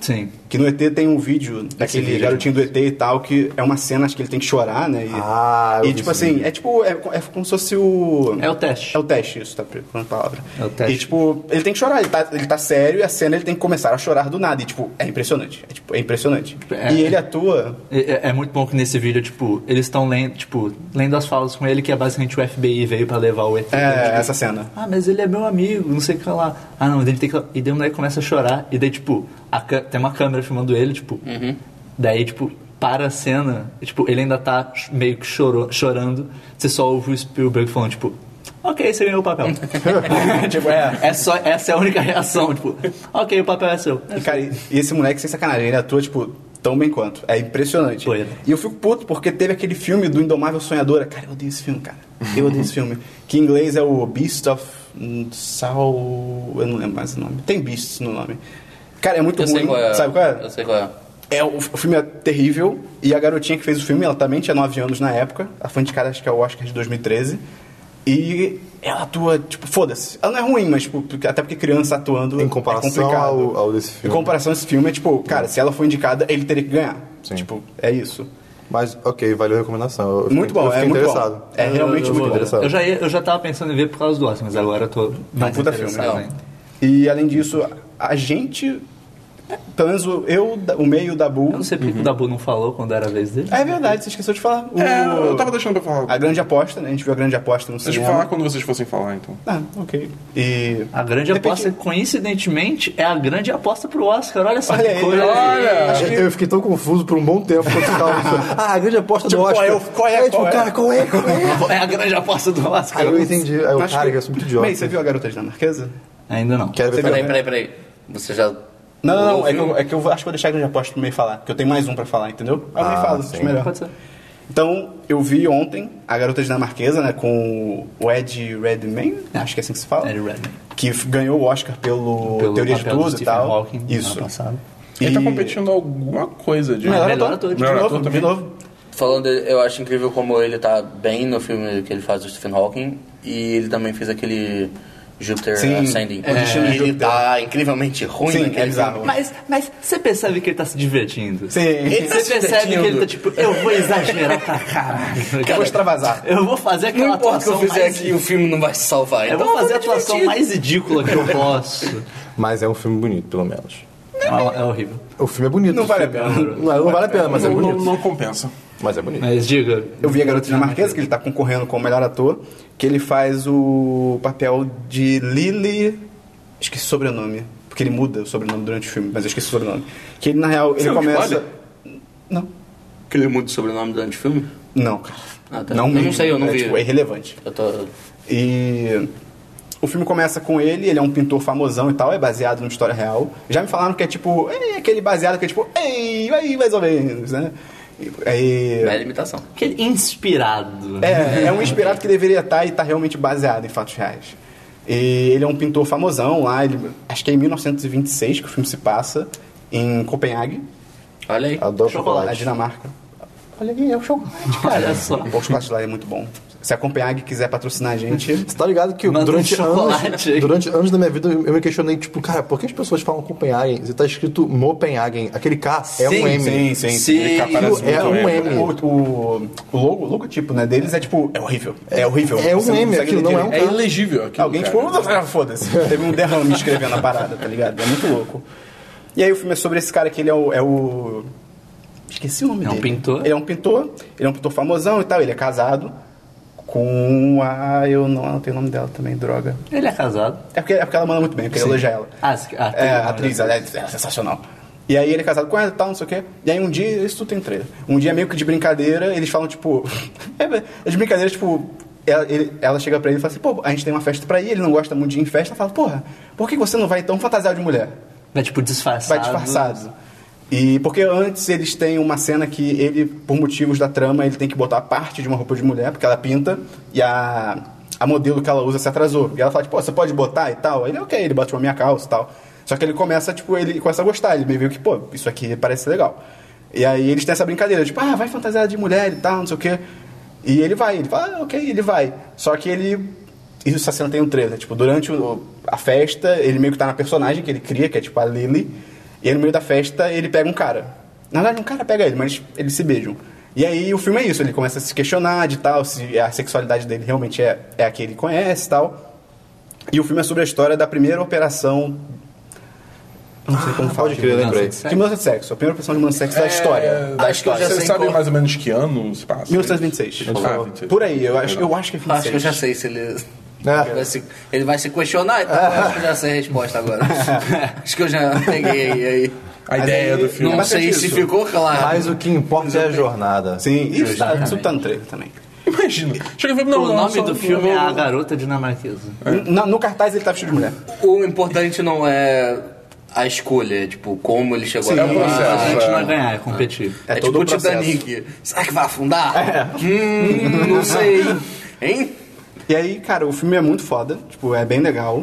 [SPEAKER 1] Sim.
[SPEAKER 2] Que no ET tem um vídeo daquele
[SPEAKER 1] vídeo é
[SPEAKER 2] garotinho do ET e tal, que é uma cena, acho que ele tem que chorar, né? E,
[SPEAKER 5] Ah, eu
[SPEAKER 2] E
[SPEAKER 5] vi
[SPEAKER 2] tipo
[SPEAKER 5] esse
[SPEAKER 2] assim, é tipo, é, é como se fosse o.
[SPEAKER 1] É o teste.
[SPEAKER 2] É o teste, isso, tá falando a palavra.
[SPEAKER 1] É o teste.
[SPEAKER 2] E tipo, ele tem que chorar, ele tá, ele tá sério e a cena ele tem que começar a chorar do nada. E tipo, é impressionante. É, tipo, é impressionante.
[SPEAKER 1] É.
[SPEAKER 2] E ele atua.
[SPEAKER 1] É, é- é muito bom que nesse vídeo, tipo, eles estão lendo, tipo, lendo as falas com ele, que é basicamente o FBI veio pra levar o ET.
[SPEAKER 2] É,
[SPEAKER 1] Então, tipo,
[SPEAKER 2] essa cena.
[SPEAKER 1] Ah, mas ele é meu amigo, não sei o que lá. Ah, não, mas ele tem que. E daí o moleque começa a chorar. E daí, tipo, a ca- tem uma câmera filmando ele, tipo. Daí, tipo, para a cena. E, tipo, ele ainda tá ch- meio que chorou, chorando. Você só ouve o Spielberg falando, tipo. Ok, você ganhou o papel. tipo, é, é só, essa é a única reação. Tipo, ok, o papel é seu.
[SPEAKER 2] E, cara, e e esse moleque, sem sacanagem, ele atua, tipo, tão bem quanto. É impressionante.
[SPEAKER 1] Pô, ele-
[SPEAKER 2] E eu fico puto porque teve aquele filme do Indomável Sonhadora. Cara, eu odeio esse filme, cara. Eu odeio esse filme. Que em inglês é o Beast of Sal. Eu não lembro mais o nome. Tem Beasts no nome. Cara, é muito
[SPEAKER 4] Eu
[SPEAKER 2] ruim.
[SPEAKER 4] sei qual é.
[SPEAKER 2] Sabe qual é?
[SPEAKER 4] Eu sei qual é.
[SPEAKER 2] É, o, o filme é terrível. E a garotinha que fez o filme, ela também tinha 9 anos na época. Ela foi indicada, acho que é o Oscar de 2013. E ela atua, tipo, foda-se. Ela não é ruim, mas, tipo, porque- até porque criança atuando
[SPEAKER 5] Em comparação
[SPEAKER 2] é complicado.
[SPEAKER 5] ao- ao desse filme.
[SPEAKER 2] Em comparação a esse filme, é tipo, cara, se ela for indicada, ele teria que ganhar. Tipo, é isso.
[SPEAKER 5] Mas, ok, valeu a recomendação. Eu fiquei-
[SPEAKER 2] Muito bom,
[SPEAKER 5] eu fiquei
[SPEAKER 2] é muito
[SPEAKER 5] interessado.
[SPEAKER 2] bom. É realmente
[SPEAKER 1] eu,
[SPEAKER 2] muito
[SPEAKER 1] vou-
[SPEAKER 2] bom.
[SPEAKER 5] interessado.
[SPEAKER 1] Eu já, ia- eu já tava pensando em ver por causa do Oscar, mas agora eu tô mais
[SPEAKER 2] É um puta filme,
[SPEAKER 1] interessado
[SPEAKER 4] né?
[SPEAKER 1] ainda.
[SPEAKER 2] E, além disso, a gente... Pelo menos o- eu, o meio da Bu...
[SPEAKER 1] Eu não sei porque o Dabu não falou quando era a vez dele.
[SPEAKER 2] É verdade, você esqueceu de falar. O-
[SPEAKER 3] É, eu tava deixando pra falar.
[SPEAKER 2] A grande aposta, né? A gente viu a grande aposta no
[SPEAKER 3] Ah, Vocês
[SPEAKER 2] cinema.
[SPEAKER 3] falar quando vocês fossem falar, então.
[SPEAKER 2] Ah, ok. E...
[SPEAKER 1] A grande
[SPEAKER 2] Depende-
[SPEAKER 1] aposta, coincidentemente, é a grande aposta pro Oscar. Olha só
[SPEAKER 2] Olha
[SPEAKER 1] que
[SPEAKER 2] aí,
[SPEAKER 1] coisa.
[SPEAKER 2] olha!
[SPEAKER 5] É. Eu- Eu fiquei tão confuso por um bom tempo quando tu tava isso. Ah, a grande aposta
[SPEAKER 2] Tipo,
[SPEAKER 5] do Oscar.
[SPEAKER 2] qual é o- qual é,
[SPEAKER 5] Aí, tipo,
[SPEAKER 2] qual é?
[SPEAKER 5] cara, qual é? Qual é?
[SPEAKER 1] É a grande aposta do Oscar.
[SPEAKER 5] Aí eu entendi. Aí eu,
[SPEAKER 2] Acho
[SPEAKER 5] cara,
[SPEAKER 2] que-
[SPEAKER 5] eu sou muito idiota.
[SPEAKER 2] Bem, você viu a garota dinamarquesa?
[SPEAKER 1] Ainda não.
[SPEAKER 5] Quero ver
[SPEAKER 2] Você
[SPEAKER 4] Peraí,
[SPEAKER 5] também.
[SPEAKER 2] viu?
[SPEAKER 4] peraí, peraí. Você já.
[SPEAKER 2] Não, não, não. É que,
[SPEAKER 4] ouviu?
[SPEAKER 2] eu, é que eu vou- acho que vou deixar a grande aposta pro meio falar, porque eu tenho mais um pra falar, entendeu? Aí eu meio falo, acho
[SPEAKER 5] sim.
[SPEAKER 2] melhor.
[SPEAKER 1] Pode ser.
[SPEAKER 2] Então, eu vi ontem a garota dinamarquesa, né, com o Ed Redman, acho que é assim que se fala.
[SPEAKER 1] Ed Redmayne.
[SPEAKER 2] Que f- ganhou o Oscar pelo,
[SPEAKER 1] Pelo
[SPEAKER 2] Teoria de
[SPEAKER 1] papel do
[SPEAKER 2] Tudo e
[SPEAKER 1] Stephen
[SPEAKER 2] tal.
[SPEAKER 1] Hawking,
[SPEAKER 2] Isso.
[SPEAKER 1] ano passado.
[SPEAKER 2] E-
[SPEAKER 3] Ele tá competindo alguma coisa de.
[SPEAKER 2] Melhor,
[SPEAKER 1] Melhor
[SPEAKER 2] ator,
[SPEAKER 1] ator,
[SPEAKER 2] de
[SPEAKER 3] melhor
[SPEAKER 2] novo,
[SPEAKER 3] ator
[SPEAKER 2] de
[SPEAKER 3] também.
[SPEAKER 2] novo.
[SPEAKER 4] Falando, dele, eu acho incrível como ele tá bem no filme que ele faz do Stephen Hawking. E ele também fez aquele Jupiter
[SPEAKER 2] Sim,
[SPEAKER 4] Ascending.
[SPEAKER 2] O Destino
[SPEAKER 4] E
[SPEAKER 2] de
[SPEAKER 4] ele
[SPEAKER 2] Júpiter.
[SPEAKER 4] tá incrivelmente ruim
[SPEAKER 2] Sim,
[SPEAKER 4] naquele
[SPEAKER 2] é bizarro.
[SPEAKER 4] filme.
[SPEAKER 1] Mas, mas você percebe que ele tá se divertindo?
[SPEAKER 2] Sim.
[SPEAKER 4] Ele tá
[SPEAKER 1] Você
[SPEAKER 4] se
[SPEAKER 1] percebe que ele tá
[SPEAKER 4] divertindo.
[SPEAKER 1] tipo, eu vou exagerar pra caralho.
[SPEAKER 2] Eu vou extravasar.
[SPEAKER 1] Eu vou fazer aquela
[SPEAKER 4] Não importa o que
[SPEAKER 1] atuação
[SPEAKER 4] eu fizer
[SPEAKER 1] mais...
[SPEAKER 4] aqui, o filme não vai se salvar.
[SPEAKER 1] Eu
[SPEAKER 4] então
[SPEAKER 1] vou fazer a
[SPEAKER 4] me
[SPEAKER 1] atuação
[SPEAKER 4] divertir.
[SPEAKER 1] mais ridícula que eu posso.
[SPEAKER 5] Mas é um filme bonito, pelo menos.
[SPEAKER 1] é, é horrível.
[SPEAKER 5] O filme é bonito.
[SPEAKER 2] Não
[SPEAKER 5] o
[SPEAKER 2] vale a
[SPEAKER 5] filme-
[SPEAKER 2] pena.
[SPEAKER 5] Não, não vale a pena, mas é
[SPEAKER 3] Não, não,
[SPEAKER 5] bonito.
[SPEAKER 3] não compensa.
[SPEAKER 5] Mas é bonito.
[SPEAKER 1] Mas diga...
[SPEAKER 2] Eu vi a garota dinamarquesa, que ele tá concorrendo com o melhor ator, que ele faz o papel de Lily. Esqueci o sobrenome. Porque ele muda o sobrenome durante o filme, mas eu esqueci o sobrenome. Que ele, na real, ele
[SPEAKER 3] é um
[SPEAKER 2] começa.
[SPEAKER 3] spoiler?
[SPEAKER 2] Não.
[SPEAKER 4] Que ele muda o sobrenome durante o filme?
[SPEAKER 2] Não, cara.
[SPEAKER 4] Ah, tá.
[SPEAKER 2] Não
[SPEAKER 4] Eu não
[SPEAKER 2] mesmo.
[SPEAKER 4] sei, eu não
[SPEAKER 2] é,
[SPEAKER 4] vi.
[SPEAKER 2] Tipo, é irrelevante.
[SPEAKER 4] Eu tô...
[SPEAKER 2] E o filme começa com ele, ele é um pintor famosão e tal, é baseado numa história real. Já me falaram que é tipo, é aquele baseado que é tipo, ei, aí, mais ou menos, né? E- Aí.
[SPEAKER 4] Bela imitação.
[SPEAKER 1] Aquele inspirado.
[SPEAKER 2] É, é um inspirado que deveria estar e está realmente baseado em fatos reais. E ele é um pintor famosão lá, ele- acho que é em 1926 que o filme se passa, em Copenhague,
[SPEAKER 4] Olha aí.
[SPEAKER 5] Adoro
[SPEAKER 2] na
[SPEAKER 5] chocolate.
[SPEAKER 2] Dinamarca. Olha aí, é o chocolate, cara.
[SPEAKER 1] Olha só.
[SPEAKER 2] O chocolate lá é muito bom. Se a Copenhague quiser patrocinar a gente,
[SPEAKER 5] Você tá ligado que
[SPEAKER 1] Manda um
[SPEAKER 5] durante anos,
[SPEAKER 1] chocolate aí.
[SPEAKER 5] durante anos da minha vida eu me questionei, tipo, cara, por que as pessoas falam Copenhagen? Você tá escrito Mopenhagen. Aquele K é um M.
[SPEAKER 2] sim, sim.
[SPEAKER 3] Ele
[SPEAKER 1] Sim.
[SPEAKER 3] parece muito
[SPEAKER 5] é um
[SPEAKER 3] M.
[SPEAKER 5] M.
[SPEAKER 2] O, o, o logo, o logotipo né, deles é tipo, é horrível. É horrível.
[SPEAKER 5] É um
[SPEAKER 2] Você não
[SPEAKER 5] M,
[SPEAKER 2] consegue
[SPEAKER 5] aquilo
[SPEAKER 2] ler
[SPEAKER 5] não é
[SPEAKER 2] direito.
[SPEAKER 5] um
[SPEAKER 3] É ilegível aqui.
[SPEAKER 2] Alguém, tipo, ah, foda-se. Teve um derrame escrevendo a parada, tá ligado? É muito louco. E aí o filme é sobre esse cara que ele é o. é o- Esqueci o nome
[SPEAKER 1] É um
[SPEAKER 2] dele.
[SPEAKER 1] pintor?
[SPEAKER 2] Ele é um pintor, ele é um pintor famosão e tal, ele é casado com a. Eu não anotei o nome dela também, droga.
[SPEAKER 1] Ele é casado.
[SPEAKER 2] É porque, é porque ela manda muito bem, porque eu elogia ela.
[SPEAKER 1] Ah, se- ah, tem
[SPEAKER 2] é,
[SPEAKER 1] o
[SPEAKER 2] a
[SPEAKER 1] nome
[SPEAKER 2] atriz,
[SPEAKER 1] dela.
[SPEAKER 2] ela é, ela é sensacional. E aí ele é casado com ela e tal, não sei o quê. E aí um dia, isso tudo tem trailer. Um dia meio que de brincadeira, eles falam, tipo. é de brincadeira, tipo. Ela, ele- ela chega pra ele e fala assim, pô, a gente tem uma festa pra ir, ele não gosta muito de ir em festa. Ela fala, porra, por que você não vai tão fantasiado de mulher?
[SPEAKER 1] Vai tipo disfarçado.
[SPEAKER 2] Vai disfarçado. E porque antes eles têm uma cena que ele, por motivos da trama, ele tem que botar parte de uma roupa de mulher, porque ela pinta, e a, a modelo que ela usa se atrasou. E ela fala, tipo, "Pô, você pode botar e tal? Ele, ok, ele bota uma minha calça e tal. Só que ele começa, tipo, ele começa a gostar, ele meio que, pô, isso aqui parece ser legal. E aí eles têm essa brincadeira, tipo, ah, vai fantasiar de mulher e tal, não sei o quê. E ele vai, ele fala, ah, ok, ele vai. Só que ele isso essa cena tem um trailer. Tipo, durante o- a festa, ele meio que tá na personagem que ele cria, que é tipo a Lily. E aí no meio da festa, ele pega um cara. Na verdade, um cara pega ele, mas eles se beijam. E aí o filme é isso, ele começa a se questionar de tal, se a sexualidade dele realmente é, é a que ele conhece e tal. E o filme é sobre a história da primeira operação. Não sei como falar.
[SPEAKER 5] Pode crer,
[SPEAKER 2] de-
[SPEAKER 5] lembrei.
[SPEAKER 2] De mudança de sexo. A primeira operação de mudança
[SPEAKER 3] É,
[SPEAKER 2] de sexo da história.
[SPEAKER 4] da história.
[SPEAKER 3] Você
[SPEAKER 4] Sem
[SPEAKER 3] sabe
[SPEAKER 4] cor.
[SPEAKER 3] mais ou menos que ano se passa?
[SPEAKER 2] 1926.
[SPEAKER 3] Ah, 26.
[SPEAKER 2] Por aí, eu acho, eu acho que é
[SPEAKER 4] Eu
[SPEAKER 2] 26.
[SPEAKER 4] acho que eu já sei se ele.
[SPEAKER 5] É.
[SPEAKER 4] Vai se- Ele vai se questionar, então
[SPEAKER 2] É.
[SPEAKER 4] eu acho que eu já sei a resposta agora. acho que eu já peguei aí. aí.
[SPEAKER 3] A ideia
[SPEAKER 2] aí-
[SPEAKER 3] do filme.
[SPEAKER 4] Não
[SPEAKER 2] Mas é
[SPEAKER 4] sei se
[SPEAKER 2] disso.
[SPEAKER 4] ficou claro.
[SPEAKER 5] Mas o que importa é a jornada.
[SPEAKER 2] Sim, isso tá,
[SPEAKER 1] Exatamente.
[SPEAKER 2] isso tá no trailer também.
[SPEAKER 3] Imagina. Chega e fala, não,
[SPEAKER 1] O
[SPEAKER 3] não,
[SPEAKER 1] nome
[SPEAKER 3] só-
[SPEAKER 1] do filme é
[SPEAKER 3] não,
[SPEAKER 1] A
[SPEAKER 3] não.
[SPEAKER 1] Garota Dinamarquesa.
[SPEAKER 2] Na- no cartaz ele tá vestido de mulher.
[SPEAKER 4] O importante não é a escolha, é, tipo, como ele chegou
[SPEAKER 2] Sim,
[SPEAKER 4] até
[SPEAKER 2] é o
[SPEAKER 4] lá.
[SPEAKER 1] A
[SPEAKER 3] processo.
[SPEAKER 1] gente não é ganhar, é competir.
[SPEAKER 4] É,
[SPEAKER 2] É
[SPEAKER 4] tipo
[SPEAKER 2] todo
[SPEAKER 4] o
[SPEAKER 2] o processo. É.
[SPEAKER 4] Titanic. Será que vai afundar? Hum, não sei. Hein?
[SPEAKER 2] E aí, cara, o filme é muito foda, tipo, é bem legal.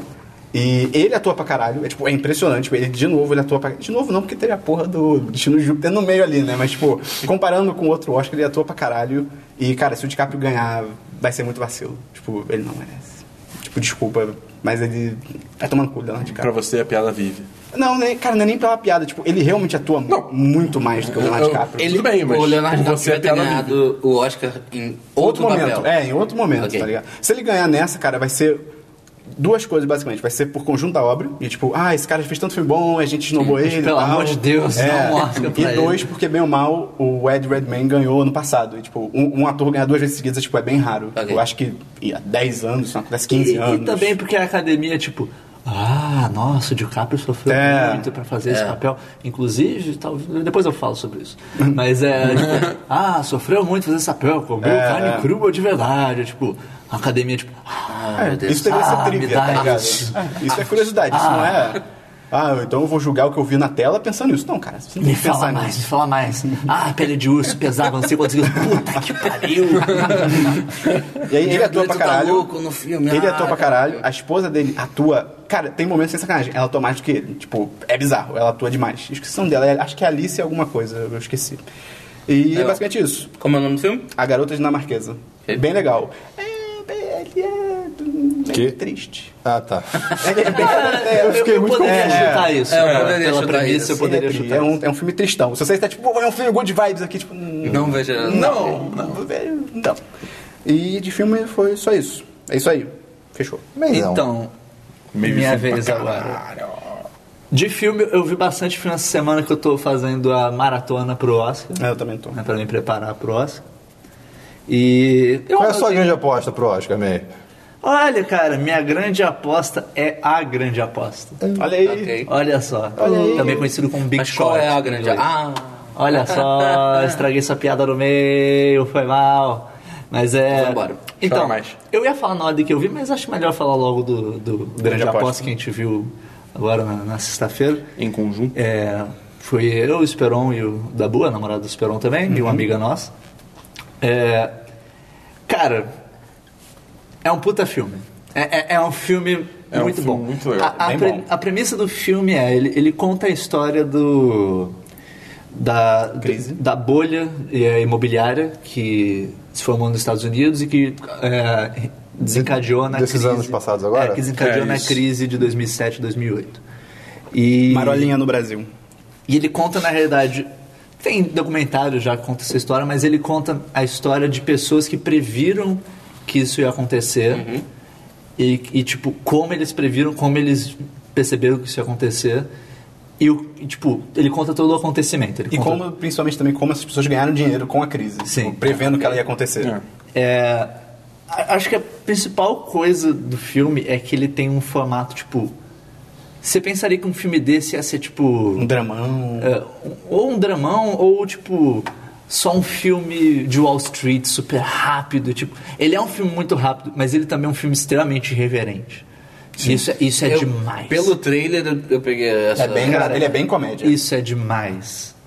[SPEAKER 2] E ele atua pra caralho, é tipo, é impressionante, tipo, ele de novo ele atua pra De novo não, porque teve a porra do Destino de Júpiter no meio ali, né? Mas, tipo, comparando com outro Oscar, ele atua pra caralho. E, cara, se o DiCaprio ganhar, vai ser muito vacilo. Tipo, ele não merece. Tipo, desculpa, mas ele é tomando cu dela de
[SPEAKER 3] Pra
[SPEAKER 2] cara.
[SPEAKER 3] você a piada vive.
[SPEAKER 2] Não, nem, cara, não é nem pela piada, tipo, ele realmente atua mu-
[SPEAKER 3] Não.
[SPEAKER 2] muito mais do que o Leonardo
[SPEAKER 3] Eu-
[SPEAKER 2] DiCaprio.
[SPEAKER 3] Tudo bem, mas
[SPEAKER 4] o Leonardo
[SPEAKER 3] por você
[SPEAKER 4] DiCaprio
[SPEAKER 3] é
[SPEAKER 4] ter
[SPEAKER 3] piada
[SPEAKER 4] ganhado o Oscar em
[SPEAKER 2] outro
[SPEAKER 4] outro,
[SPEAKER 2] momento.
[SPEAKER 4] papel.
[SPEAKER 2] É, em outro momento,
[SPEAKER 4] Ok.
[SPEAKER 2] tá ligado? Se ele ganhar nessa, cara, vai ser duas coisas, basicamente. Vai ser por conjunto da obra. E tipo, ah, esse cara fez tanto filme bom, a gente esnobou ele. e
[SPEAKER 1] pelo
[SPEAKER 2] tal. É.
[SPEAKER 1] amor de Deus, dá um Oscar pra
[SPEAKER 2] E dois,
[SPEAKER 1] ele.
[SPEAKER 2] porque bem ou mal, o Ed Redman ganhou ano passado. E, tipo, um, um ator ganhar duas vezes seguidas, tipo, é bem raro.
[SPEAKER 4] Ok.
[SPEAKER 2] Eu acho que e, há 10 anos, se não acontece 15
[SPEAKER 1] E, e
[SPEAKER 2] anos.
[SPEAKER 1] também porque a academia, tipo, ah, nossa, o DiCaprio sofreu
[SPEAKER 2] É.
[SPEAKER 1] muito pra fazer esse papel. Inclusive, talvez depois eu falo sobre isso. Mas é, tipo, ah, sofreu muito fazer esse papel, comeu
[SPEAKER 2] É,
[SPEAKER 1] carne
[SPEAKER 2] é.
[SPEAKER 1] crua de verdade. Tipo, a academia, tipo, ah,
[SPEAKER 4] Ah, meu Deus.
[SPEAKER 2] É, Isso deveria
[SPEAKER 1] Ah,
[SPEAKER 2] ser
[SPEAKER 1] me
[SPEAKER 2] trivia,
[SPEAKER 1] dá
[SPEAKER 2] tá ligado?
[SPEAKER 1] isso.
[SPEAKER 2] É, Isso é curiosidade, isso não é. Ah, então eu vou julgar o que eu vi na tela pensando nisso. Não, cara, você não tem
[SPEAKER 1] me
[SPEAKER 2] que
[SPEAKER 1] fala
[SPEAKER 2] pensar
[SPEAKER 1] mais,
[SPEAKER 2] nisso.
[SPEAKER 1] me fala mais. Ah, pele de urso pesava não sei quantos quilos. Puta que pariu.
[SPEAKER 2] E aí ele atua
[SPEAKER 4] Grito
[SPEAKER 2] pra
[SPEAKER 4] tá
[SPEAKER 2] caralho.
[SPEAKER 4] louco no filme.
[SPEAKER 2] Ele
[SPEAKER 4] ah,
[SPEAKER 2] atua pra caralho, a esposa dele atua. Cara, tem momentos sem sacanagem. Ela atua mais do que ele. Tipo, é bizarro, ela atua demais. Esqueci o nome dela, é- acho que é Alice alguma coisa, eu esqueci. E é,
[SPEAKER 4] Legal.
[SPEAKER 2] basicamente isso.
[SPEAKER 4] Como é o nome do filme?
[SPEAKER 2] A garota dinamarquesa.
[SPEAKER 4] Ok.
[SPEAKER 2] Bem legal. É, bem, ele é bem
[SPEAKER 5] Que?
[SPEAKER 2] triste.
[SPEAKER 5] Ah, tá.
[SPEAKER 2] Ele é bem- é,
[SPEAKER 5] Eu fiquei
[SPEAKER 1] eu
[SPEAKER 5] muito
[SPEAKER 1] poderia
[SPEAKER 5] confuso.
[SPEAKER 1] chutar isso.
[SPEAKER 4] É, eu
[SPEAKER 1] cara.
[SPEAKER 4] poderia
[SPEAKER 1] Pela
[SPEAKER 4] chutar
[SPEAKER 1] premissa,
[SPEAKER 4] isso.
[SPEAKER 1] eu poderia
[SPEAKER 2] é, tri-
[SPEAKER 1] chutar
[SPEAKER 2] é,
[SPEAKER 1] isso.
[SPEAKER 2] um, é um filme tristão. Se você está tipo, pô, é um filme good vibes aqui, tipo. hum,
[SPEAKER 4] Não vejo.
[SPEAKER 3] Não, não.
[SPEAKER 2] velho, Não. E de filme foi só isso. É isso aí. Fechou.
[SPEAKER 5] Benzão.
[SPEAKER 1] Então,
[SPEAKER 3] Meio
[SPEAKER 1] minha
[SPEAKER 5] assim
[SPEAKER 3] filme pra
[SPEAKER 1] vez agora.
[SPEAKER 3] caralho.
[SPEAKER 1] De filme, eu vi bastante filme essa semana que eu tô fazendo a maratona pro Oscar.
[SPEAKER 5] É.
[SPEAKER 2] Eu também tô.
[SPEAKER 1] Né, pra me preparar pro Oscar. E. Eu,
[SPEAKER 5] Qual é a sua grande aposta pro Oscar, May?
[SPEAKER 1] Olha, cara, minha grande aposta é a grande aposta.
[SPEAKER 5] É.
[SPEAKER 2] Olha aí.
[SPEAKER 4] Ok.
[SPEAKER 1] Olha só. Também conhecido como Big
[SPEAKER 4] Mas qual
[SPEAKER 1] Short,
[SPEAKER 4] é a
[SPEAKER 1] em
[SPEAKER 4] grande?
[SPEAKER 1] inglês.
[SPEAKER 4] Ah,
[SPEAKER 1] Olha só, estraguei sua piada no meio, foi mal. Mas é.
[SPEAKER 4] Vamos embora.
[SPEAKER 1] Então,
[SPEAKER 3] Chora mais.
[SPEAKER 1] eu ia falar na ordem que eu vi, mas acho melhor falar logo do, do grande aposta.
[SPEAKER 2] aposta
[SPEAKER 1] que a gente viu agora na- na sexta-feira.
[SPEAKER 3] Em conjunto.
[SPEAKER 1] É, foi eu, o Esperon e o Dabu, a namorada do Esperon também, e uma amiga nossa. É, cara, é um puta filme. É, é- é um filme
[SPEAKER 3] É um
[SPEAKER 1] muito
[SPEAKER 3] filme
[SPEAKER 1] bom.
[SPEAKER 3] muito legal,
[SPEAKER 1] a, a
[SPEAKER 2] bem
[SPEAKER 1] pre-
[SPEAKER 2] bom.
[SPEAKER 1] a premissa do filme é, ele, ele conta a história do... Da,
[SPEAKER 2] Crise.
[SPEAKER 1] da bolha é, imobiliária que se formou nos Estados Unidos e que é, desencadeou na
[SPEAKER 5] Desses
[SPEAKER 1] crise...
[SPEAKER 5] anos passados agora?
[SPEAKER 1] É, que desencadeou
[SPEAKER 3] É,
[SPEAKER 1] na
[SPEAKER 3] isso.
[SPEAKER 1] crise de 2007, 2008. E...
[SPEAKER 2] Marolinha no Brasil.
[SPEAKER 1] E ele conta, na realidade, tem documentário já que conta essa história, mas ele conta a história de pessoas que previram que isso ia acontecer
[SPEAKER 2] Uhum.
[SPEAKER 1] e, e, tipo, como eles previram, como eles perceberam que isso ia acontecer. E, o- e, tipo, ele conta todo o acontecimento. Ele
[SPEAKER 2] E
[SPEAKER 1] conta-
[SPEAKER 2] como, principalmente também, como essas pessoas ganharam dinheiro com a crise.
[SPEAKER 1] Sim.
[SPEAKER 2] Tipo, prevendo que ela ia acontecer.
[SPEAKER 3] É.
[SPEAKER 1] É, a- acho que a principal coisa do filme é que ele tem um formato, tipo. Você pensaria que um filme desse ia ser, tipo.
[SPEAKER 2] Um dramão.
[SPEAKER 1] É, um- ou um dramão, ou tipo, só um filme de Wall Street super rápido. Tipo, ele é um filme muito rápido, mas ele também é um filme extremamente irreverente. Isso, é- isso é
[SPEAKER 4] Eu-
[SPEAKER 1] demais.
[SPEAKER 4] Pelo trailer eu, eu peguei essa.
[SPEAKER 2] É bem engraçado, ele é bem comédia.
[SPEAKER 1] Isso é demais.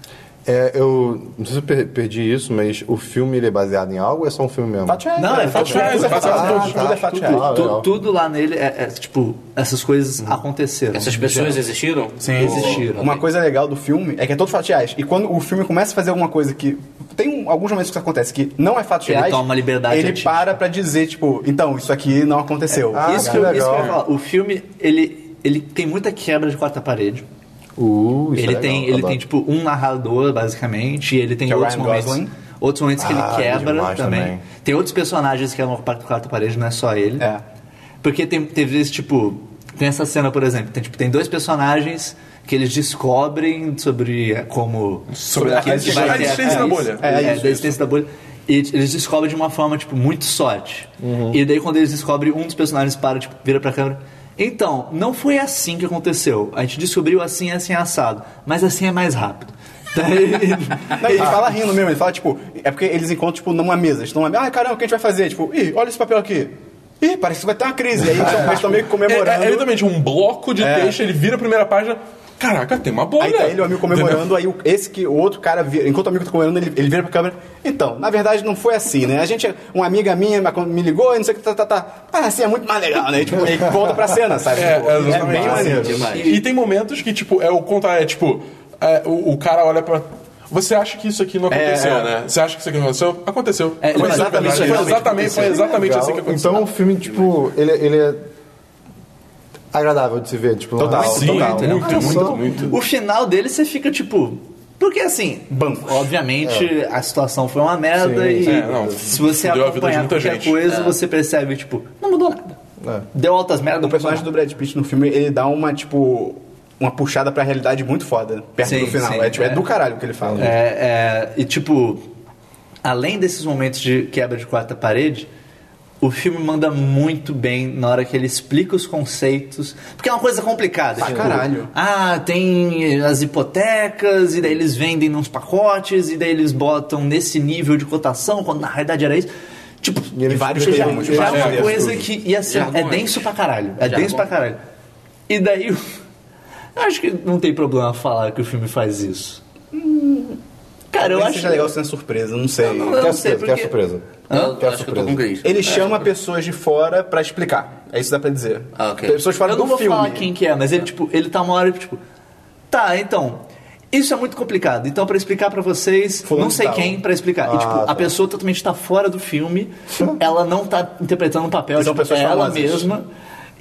[SPEAKER 5] É, eu não sei se eu per- perdi isso, mas o filme ele é baseado em algo ou é só um filme mesmo?
[SPEAKER 2] Fato é-
[SPEAKER 1] Não, é fato
[SPEAKER 2] tudo
[SPEAKER 3] real, é fato
[SPEAKER 2] fato
[SPEAKER 5] real.
[SPEAKER 2] real, tudo é fato
[SPEAKER 5] Tudo.
[SPEAKER 2] real.
[SPEAKER 5] Ah,
[SPEAKER 1] Tu-
[SPEAKER 5] legal.
[SPEAKER 1] tudo lá nele é, é, tipo, essas coisas aconteceram.
[SPEAKER 4] Uhum. Essas pessoas existiram?
[SPEAKER 2] Sim,
[SPEAKER 1] Existiram.
[SPEAKER 2] Uma coisa legal do filme é que é todo fatos reais. E quando o filme começa a fazer alguma coisa que. Tem um- alguns momentos que isso acontece que não é fatos
[SPEAKER 1] Ele
[SPEAKER 2] reais.
[SPEAKER 1] toma uma liberdade
[SPEAKER 2] Ele
[SPEAKER 1] artística.
[SPEAKER 2] para pra dizer, tipo, então, isso aqui não aconteceu.
[SPEAKER 5] Ah,
[SPEAKER 1] isso, que
[SPEAKER 5] cara,
[SPEAKER 1] eu, isso que eu ia
[SPEAKER 5] legal.
[SPEAKER 1] falar. O filme, ele, ele tem muita quebra de quarta parede.
[SPEAKER 5] Uh, isso
[SPEAKER 1] Ele
[SPEAKER 5] é
[SPEAKER 1] tem,
[SPEAKER 5] legal,
[SPEAKER 1] ele
[SPEAKER 5] adoro.
[SPEAKER 1] tem tipo um narrador basicamente, e ele tem
[SPEAKER 2] Que é o
[SPEAKER 1] outros
[SPEAKER 2] Ryan
[SPEAKER 1] momentos,
[SPEAKER 2] Gosling.
[SPEAKER 1] outros momentos que ele
[SPEAKER 5] Ah,
[SPEAKER 1] quebra
[SPEAKER 5] demais
[SPEAKER 1] também.
[SPEAKER 5] também.
[SPEAKER 1] Tem outros personagens que é uma parte do quarto parede, não é só ele.
[SPEAKER 2] É.
[SPEAKER 1] Porque tem teve esse tipo, tem essa cena, por exemplo, tem tipo tem dois personagens que eles descobrem sobre é, como
[SPEAKER 3] Sobre a
[SPEAKER 1] que
[SPEAKER 3] existência-
[SPEAKER 1] vai
[SPEAKER 3] a
[SPEAKER 1] ter
[SPEAKER 3] existência da bolha.
[SPEAKER 1] É,
[SPEAKER 2] É,
[SPEAKER 1] é,
[SPEAKER 2] isso,
[SPEAKER 1] da existência da bolha. E eles descobrem de uma forma, tipo, muito sorte. E daí quando eles descobrem, um dos personagens para, tipo, vira pra câmera. Então, não foi assim que aconteceu. A gente descobriu assim, assim, assado. Mas assim é mais rápido.
[SPEAKER 2] Não,
[SPEAKER 1] Ah.
[SPEAKER 2] ele fala rindo mesmo, ele fala, tipo, é porque eles encontram, tipo, numa mesa. Eles estão lá, ah, caramba, o que a gente vai fazer? Tipo, ih, olha esse papel aqui. Ih, parece que vai ter uma crise. Aí então, eles estão meio que
[SPEAKER 3] É,
[SPEAKER 2] comemorando.
[SPEAKER 3] é, é literalmente um bloco de
[SPEAKER 2] É.
[SPEAKER 3] texto, ele vira a primeira página. Caraca, tem uma bolha.
[SPEAKER 2] Aí tá ele e o amigo
[SPEAKER 3] Entendeu?
[SPEAKER 2] comemorando, aí o- esse que o outro cara, vira, enquanto o amigo tá comemorando, ele, ele vira pra câmera. Então, na verdade não foi assim, né? A gente, uma amiga minha me- me ligou e não sei o que, tá, tá, tá. Ah, assim é muito mais legal, né? E, tipo, ele volta pra cena, sabe?
[SPEAKER 3] É,
[SPEAKER 2] Tipo,
[SPEAKER 3] é
[SPEAKER 2] bem
[SPEAKER 3] exatamente.
[SPEAKER 2] maneiro.
[SPEAKER 4] Demais.
[SPEAKER 3] E, e tem momentos que, tipo, é o contrário, é tipo, é, o, o cara olha pra. Você acha que isso aqui não aconteceu,
[SPEAKER 2] É, é.
[SPEAKER 3] né? Você acha que isso aqui não aconteceu? Aconteceu.
[SPEAKER 1] É,
[SPEAKER 2] exatamente
[SPEAKER 3] foi isso que
[SPEAKER 2] isso
[SPEAKER 3] aconteceu.
[SPEAKER 2] que
[SPEAKER 3] exatamente, foi exatamente assim que
[SPEAKER 5] Legal.
[SPEAKER 3] aconteceu.
[SPEAKER 5] Então o filme, tipo, ele, ele é agradável de se ver, tipo, não é-
[SPEAKER 2] Total.
[SPEAKER 3] Sim,
[SPEAKER 2] total.
[SPEAKER 3] muito,
[SPEAKER 1] Olha
[SPEAKER 3] muito,
[SPEAKER 5] só.
[SPEAKER 3] muito, muito.
[SPEAKER 1] o final dele você fica, tipo... Porque assim,
[SPEAKER 2] Banco.
[SPEAKER 1] obviamente a situação foi uma merda
[SPEAKER 5] Sim.
[SPEAKER 1] e
[SPEAKER 3] É, não,
[SPEAKER 1] se você
[SPEAKER 3] fudeu a vida de
[SPEAKER 1] acompanhar
[SPEAKER 3] muita
[SPEAKER 1] qualquer
[SPEAKER 3] gente.
[SPEAKER 1] coisa, você percebe, tipo, não mudou nada. Deu altas merdas,
[SPEAKER 2] O personagem do Brad Pitt no filme, ele dá uma, tipo, uma puxada pra realidade muito foda, perto
[SPEAKER 1] Sim,
[SPEAKER 2] do final.
[SPEAKER 1] sim,
[SPEAKER 2] é, tipo, é.
[SPEAKER 1] é.
[SPEAKER 2] do caralho o que ele fala.
[SPEAKER 1] É, é, e tipo, além desses momentos de quebra de quarta parede, o filme manda muito bem na hora que ele explica os conceitos. Porque é uma coisa complicada.
[SPEAKER 2] Pra caralho.
[SPEAKER 1] Ah, tem as hipotecas, e daí eles vendem nos pacotes, e daí eles botam nesse nível de cotação, quando na realidade era isso. Tipo,
[SPEAKER 5] E ele
[SPEAKER 2] vários
[SPEAKER 5] explica
[SPEAKER 2] termos,
[SPEAKER 5] tudo.
[SPEAKER 1] já é
[SPEAKER 2] vários
[SPEAKER 1] uma
[SPEAKER 2] Várias
[SPEAKER 1] coisa que ia ser. É
[SPEAKER 4] Jargões.
[SPEAKER 1] denso pra caralho. É denso
[SPEAKER 4] Jargões.
[SPEAKER 1] pra caralho. E daí. eu Acho que não tem problema falar que o filme faz isso. Cara, eu
[SPEAKER 2] Talvez
[SPEAKER 1] acho.
[SPEAKER 2] seja é legal sendo surpresa, não sei.
[SPEAKER 1] não,
[SPEAKER 5] Quer
[SPEAKER 1] não
[SPEAKER 5] a
[SPEAKER 1] sei,
[SPEAKER 5] surpresa, quer a
[SPEAKER 1] porque-
[SPEAKER 5] surpresa.
[SPEAKER 4] Eu
[SPEAKER 5] Quer a
[SPEAKER 4] acho que eu tô
[SPEAKER 5] surpresa.
[SPEAKER 4] com crise.
[SPEAKER 1] É.
[SPEAKER 2] Ele chama pessoas de fora pra explicar. É isso que dá pra dizer.
[SPEAKER 4] Ah, ok.
[SPEAKER 2] Pessoas fora
[SPEAKER 1] eu não
[SPEAKER 2] do
[SPEAKER 1] vou
[SPEAKER 2] filme.
[SPEAKER 1] falar quem que é, mas ele, tipo, ele tá uma hora, tipo. Tá, então. Isso é muito complicado. Então, pra explicar pra vocês,
[SPEAKER 2] Fulano
[SPEAKER 1] não sei
[SPEAKER 2] tal.
[SPEAKER 1] quem pra explicar. e,
[SPEAKER 5] Ah,
[SPEAKER 1] tipo,
[SPEAKER 5] tá.
[SPEAKER 1] a pessoa totalmente tá fora do filme, ela não tá interpretando um papel,
[SPEAKER 2] E são
[SPEAKER 1] tipo,
[SPEAKER 2] pessoas
[SPEAKER 1] é ela
[SPEAKER 2] famosas.
[SPEAKER 1] mesma.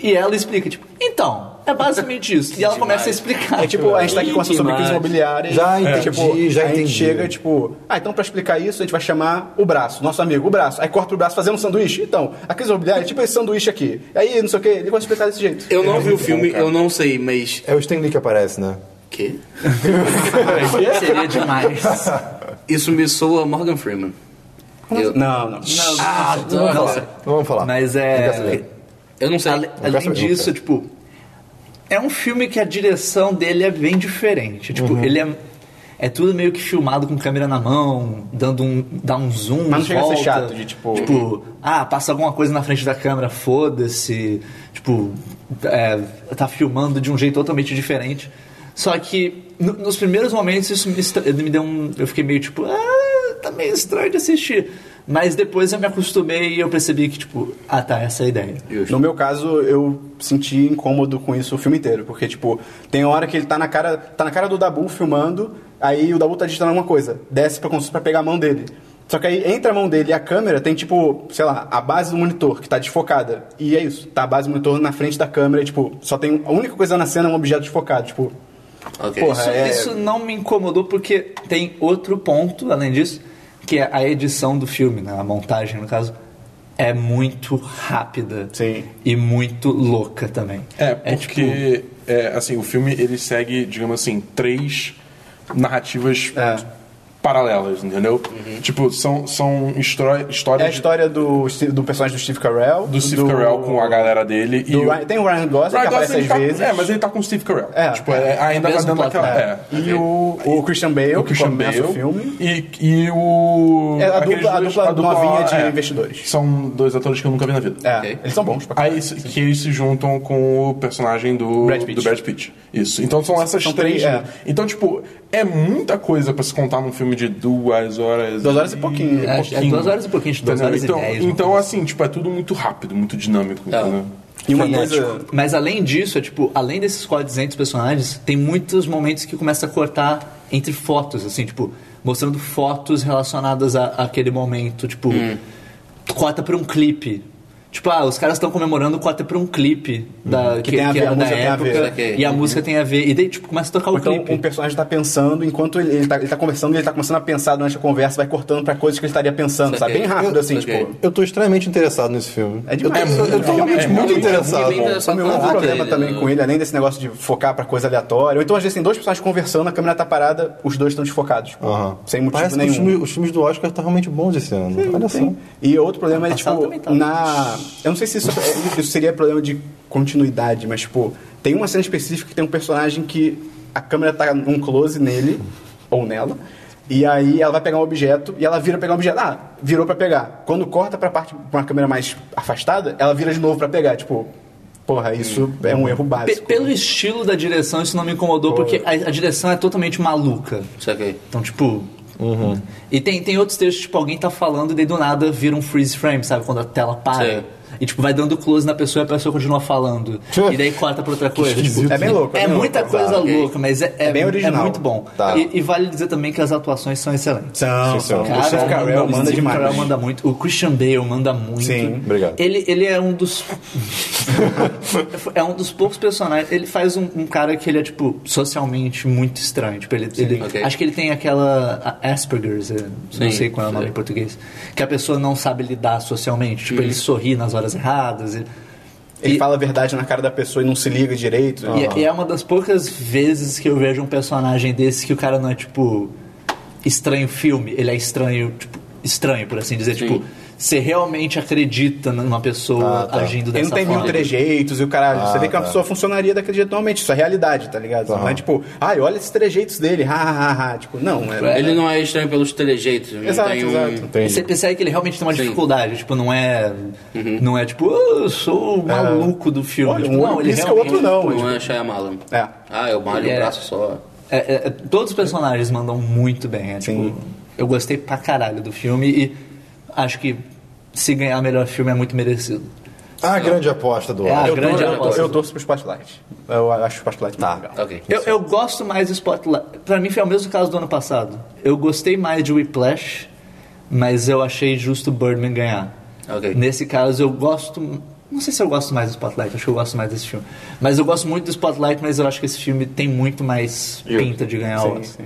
[SPEAKER 1] E ela explica, tipo, então, é basicamente isso. E ela começa a
[SPEAKER 4] demais.
[SPEAKER 1] explicar.
[SPEAKER 2] É tipo, a gente tá aqui conversando sobre
[SPEAKER 4] Demais.
[SPEAKER 2] crise imobiliária. e,
[SPEAKER 5] Já entendi,
[SPEAKER 2] tipo,
[SPEAKER 5] já
[SPEAKER 2] a gente
[SPEAKER 5] entendi.
[SPEAKER 2] chega, tipo, ah, então pra explicar isso, a gente vai chamar o braço, nosso amigo, o braço. Aí corta pro braço fazendo um sanduíche. Então, a crise imobiliária é tipo esse sanduíche aqui. Aí, não sei o que, ele vai explicar desse jeito.
[SPEAKER 4] Eu não vi o filme, eu não sei, mas.
[SPEAKER 5] É o Stan Lee que aparece, né?
[SPEAKER 4] Que?
[SPEAKER 1] Seria demais.
[SPEAKER 4] Isso me soa Morgan Freeman. Eu,
[SPEAKER 2] Não, não.
[SPEAKER 1] Ah,
[SPEAKER 4] não,
[SPEAKER 1] nossa.
[SPEAKER 5] Não vamos falar.
[SPEAKER 1] Mas
[SPEAKER 5] Não quer
[SPEAKER 2] assim.
[SPEAKER 5] saber.
[SPEAKER 1] é.
[SPEAKER 4] eu não sei.
[SPEAKER 1] ale-
[SPEAKER 5] quero
[SPEAKER 1] além
[SPEAKER 5] saber, não
[SPEAKER 1] disso,
[SPEAKER 5] quero.
[SPEAKER 1] tipo. É um filme que a direção dele é bem diferente. Tipo, ele é. É tudo meio que filmado com câmera na mão, dando um, dá um zoom.
[SPEAKER 2] Mas não chega a ser
[SPEAKER 1] volta.
[SPEAKER 2] chato, de, tipo-
[SPEAKER 1] Tipo, ah, passa alguma coisa na frente da câmera, foda-se. Tipo, é, tá filmando de um jeito totalmente diferente. Só que no- nos primeiros momentos isso me, estra- me deu um. Eu fiquei meio tipo, ah, tá meio estranho de assistir. Mas depois eu me acostumei e eu percebi que, tipo, ah tá, essa é a ideia.
[SPEAKER 2] No meu caso, eu senti incômodo com isso o filme inteiro, porque tipo, tem hora que ele tá na cara, tá na cara do Dabu filmando, aí o Dabu tá digitando alguma coisa, desce para para pegar a mão dele. Só que aí entre a mão dele e a câmera tem tipo, sei lá, a base do monitor que tá desfocada. E é isso, tá a base do monitor na frente da câmera, e, tipo, só tem a única coisa na cena é um objeto desfocado, tipo,
[SPEAKER 4] Ok.
[SPEAKER 2] Porra,
[SPEAKER 1] Isso,
[SPEAKER 2] é-
[SPEAKER 1] isso não me incomodou porque tem outro ponto, além disso, que é a edição do filme, né? a montagem no caso, é muito rápida
[SPEAKER 2] Sim.
[SPEAKER 1] e muito louca também. tipo,
[SPEAKER 3] É, porque, é, assim, o filme, ele segue, digamos assim, três narrativas
[SPEAKER 2] É.
[SPEAKER 3] paralelas paralelas, entendeu? Tipo, são, são histro-
[SPEAKER 2] É a
[SPEAKER 3] histórias
[SPEAKER 2] história do, Steve- do personagem do Steve Carell.
[SPEAKER 3] do Steve Carell com a galera dele.
[SPEAKER 2] do
[SPEAKER 3] e o-
[SPEAKER 2] Ryan- tem o Ryan Gosling, é que
[SPEAKER 3] Ryan
[SPEAKER 2] aparece
[SPEAKER 3] Gosling
[SPEAKER 2] às
[SPEAKER 3] tá-
[SPEAKER 2] vezes.
[SPEAKER 3] É, mas ele tá com o Steve Carell.
[SPEAKER 2] É. né?
[SPEAKER 3] tipo, é, ainda tá
[SPEAKER 1] Mesmo
[SPEAKER 3] dentro
[SPEAKER 1] plot,
[SPEAKER 3] daquela... É.
[SPEAKER 2] E o, o Christian Bale,
[SPEAKER 3] o Christian
[SPEAKER 2] que começa
[SPEAKER 3] Bale.
[SPEAKER 2] o filme.
[SPEAKER 3] E, e o...
[SPEAKER 2] É, a dupla-
[SPEAKER 3] aqueles
[SPEAKER 2] a dupla novinha de
[SPEAKER 3] é,
[SPEAKER 2] investidores.
[SPEAKER 3] São dois atores que eu nunca vi na vida.
[SPEAKER 2] É,
[SPEAKER 4] Ok.
[SPEAKER 2] eles são bons pra
[SPEAKER 3] Aí se- que eles se juntam com o personagem do
[SPEAKER 2] Brad Pitt.
[SPEAKER 3] do Brad Pitt. Isso. Então são essas
[SPEAKER 2] São
[SPEAKER 3] três.
[SPEAKER 2] três, é.
[SPEAKER 3] Então, tipo, é muita coisa pra se contar num filme de duas horas.
[SPEAKER 2] Duas horas e pouquinho.
[SPEAKER 3] um
[SPEAKER 2] É,
[SPEAKER 1] é duas horas e pouquinho, acho que duas
[SPEAKER 3] Entendeu?
[SPEAKER 1] horas e
[SPEAKER 3] então,
[SPEAKER 1] dez, uma
[SPEAKER 3] Então,
[SPEAKER 1] coisa É.
[SPEAKER 3] assim, tipo, é tudo muito rápido, muito dinâmico. entendeu?
[SPEAKER 2] E uma coisa...
[SPEAKER 1] Mas além disso, é tipo, além desses códigos entre os personagens, tem muitos momentos que começa a cortar entre fotos, assim, tipo, mostrando fotos relacionadas a- àquele momento, tipo, corta pra um clipe. Tipo, ah, os caras estão comemorando, corta pra um clipe da, que,
[SPEAKER 2] tem a
[SPEAKER 1] que
[SPEAKER 2] ver, a
[SPEAKER 1] era da
[SPEAKER 2] música tem a ver.
[SPEAKER 1] época e a música tem a ver. E daí, tipo, começa a tocar
[SPEAKER 2] Ou
[SPEAKER 1] o
[SPEAKER 2] Então,
[SPEAKER 1] clipe.
[SPEAKER 2] um personagem tá pensando, enquanto ele, ele, tá, ele tá conversando, ele tá começando a pensar durante a conversa, vai cortando pra coisas que ele estaria pensando, sabe? Bem rápido, assim,
[SPEAKER 4] Saquei.
[SPEAKER 2] tipo...
[SPEAKER 5] Eu tô extremamente interessado nesse filme.
[SPEAKER 2] É demais.
[SPEAKER 5] Eu tô, eu tô
[SPEAKER 2] É,
[SPEAKER 5] realmente
[SPEAKER 3] é,
[SPEAKER 5] muito
[SPEAKER 3] é, é,
[SPEAKER 5] interessado.
[SPEAKER 4] é, é, é,
[SPEAKER 2] O
[SPEAKER 4] é,
[SPEAKER 2] meu outro
[SPEAKER 4] Caraca,
[SPEAKER 2] problema
[SPEAKER 4] ele-
[SPEAKER 2] também com ele, além desse negócio de focar pra coisa aleatória, ou então às vezes tem dois personagens conversando, a câmera tá parada, os dois estão desfocados, tipo,
[SPEAKER 5] Aham.
[SPEAKER 2] sem motivo
[SPEAKER 5] Parece
[SPEAKER 2] nenhum.
[SPEAKER 5] que os filmes, os filmes do Oscar estão realmente bons esse ano. Olha só.
[SPEAKER 2] Sim. E outro problema é,
[SPEAKER 1] passado
[SPEAKER 2] tipo,
[SPEAKER 1] Tá também tava.
[SPEAKER 2] na. Eu não sei se isso, é, isso seria problema de continuidade, mas, tipo, tem uma cena específica que tem um personagem que a câmera tá num close nele, ou nela, e aí ela vai pegar um objeto e ela vira pra pegar um objeto. Ah, virou pra pegar. Quando corta pra parte, pra uma câmera mais afastada, ela vira de novo pra pegar. Tipo, porra, isso é um erro
[SPEAKER 1] Pe-
[SPEAKER 2] básico.
[SPEAKER 1] pelo estilo da direção, isso não me incomodou, porque a- a direção é totalmente maluca.
[SPEAKER 4] Saquei.
[SPEAKER 1] Então, tipo. E tem, tem outros textos, tipo, alguém tá falando e daí do nada vira um freeze frame, sabe? Quando a tela para.
[SPEAKER 4] Sim.
[SPEAKER 1] E, tipo, vai dando close na pessoa e a pessoa continua falando. e daí corta pra outra coisa. tipo,
[SPEAKER 2] É bem louco, é
[SPEAKER 1] É
[SPEAKER 2] bem
[SPEAKER 1] muita
[SPEAKER 2] louco,
[SPEAKER 1] coisa
[SPEAKER 2] tá,
[SPEAKER 4] ok.
[SPEAKER 1] louca, mas é, é,
[SPEAKER 2] É bem
[SPEAKER 1] é
[SPEAKER 2] original.
[SPEAKER 1] muito bom.
[SPEAKER 5] Tá.
[SPEAKER 1] E, e vale dizer também que as atuações são excelentes.
[SPEAKER 2] São, são.
[SPEAKER 1] Cara,
[SPEAKER 2] O Steve Carell
[SPEAKER 1] o
[SPEAKER 2] manda
[SPEAKER 1] Steve
[SPEAKER 2] demais.
[SPEAKER 1] Carell manda muito. O Christian Bale manda muito.
[SPEAKER 2] Sim.
[SPEAKER 5] Obrigado.
[SPEAKER 1] Ele, ele é um dos. é um dos poucos personagens. Ele faz um, um cara que ele é, tipo, socialmente muito estranho. Tipo, ele, ele-
[SPEAKER 4] ok.
[SPEAKER 1] Acho que ele tem aquela. a- Asperger's, é, não
[SPEAKER 4] Sim, Uhum.
[SPEAKER 1] sei qual é o nome
[SPEAKER 4] sei.
[SPEAKER 1] em português. Que a pessoa não sabe lidar socialmente. Tipo, ele sorri nas horas erradas. ele-
[SPEAKER 2] Ele
[SPEAKER 1] e-
[SPEAKER 2] fala a verdade na cara da pessoa e não se liga direito. né?
[SPEAKER 1] e, é- e é uma das poucas vezes que eu vejo um personagem desse que o cara não é tipo estranho filme, ele é estranho, tipo, estranho, por assim dizer, tipo, você realmente acredita numa pessoa
[SPEAKER 5] Ah, tá.
[SPEAKER 1] agindo
[SPEAKER 2] Ele
[SPEAKER 1] dessa
[SPEAKER 2] não tem mil
[SPEAKER 1] forma.
[SPEAKER 2] trejeitos e o caralho. você vê que uma
[SPEAKER 5] tá.
[SPEAKER 2] pessoa funcionaria daquele jeito normalmente. Isso é realidade, tá ligado? Não é tipo, ai, olha esses trejeitos dele, ha, ha, ha, ha. Tipo, não. É...
[SPEAKER 4] Ele não é estranho pelos trejeitos. não
[SPEAKER 2] Exato,
[SPEAKER 4] tem um-
[SPEAKER 2] exato.
[SPEAKER 1] E
[SPEAKER 5] Entendi.
[SPEAKER 1] Você percebe que ele realmente tem uma
[SPEAKER 4] Sim.
[SPEAKER 1] dificuldade, tipo, não é.
[SPEAKER 5] Uhum.
[SPEAKER 1] Não é tipo, "Ah, eu sou o maluco do filme.
[SPEAKER 2] É. Olha,
[SPEAKER 1] Tipo,
[SPEAKER 2] um
[SPEAKER 1] não, ele
[SPEAKER 2] pisca, o outro
[SPEAKER 1] realmente-
[SPEAKER 2] não.
[SPEAKER 4] Não,
[SPEAKER 2] tipo,
[SPEAKER 4] é Shyamalan.
[SPEAKER 2] É.
[SPEAKER 4] Ah, eu malho
[SPEAKER 1] Ele é-
[SPEAKER 4] o braço só.
[SPEAKER 1] É, é, é, todos os personagens mandam muito bem. É, tipo, eu gostei pra caralho do filme e acho que se ganhar o melhor filme é muito merecido.
[SPEAKER 5] A grande aposta do
[SPEAKER 1] É a
[SPEAKER 5] Oscar.
[SPEAKER 2] eu,
[SPEAKER 1] grande
[SPEAKER 2] torço- eu,
[SPEAKER 1] aposta.
[SPEAKER 2] torço- eu torço pro Spotlight. Eu acho o Spotlight tá. legal.
[SPEAKER 4] Ok.
[SPEAKER 1] Eu, eu gosto mais do Spotlight. Pra mim foi o mesmo caso do ano passado. Eu gostei mais de Whiplash, mas eu achei justo o Birdman ganhar.
[SPEAKER 4] Ok.
[SPEAKER 1] Nesse caso eu gosto. Não sei se eu gosto mais do Spotlight, acho que eu gosto mais desse filme. Mas eu gosto muito do Spotlight, mas eu acho que esse filme tem muito mais
[SPEAKER 3] Eu.
[SPEAKER 1] pinta de ganhar o
[SPEAKER 2] Sim,
[SPEAKER 1] Oscar.
[SPEAKER 2] sim.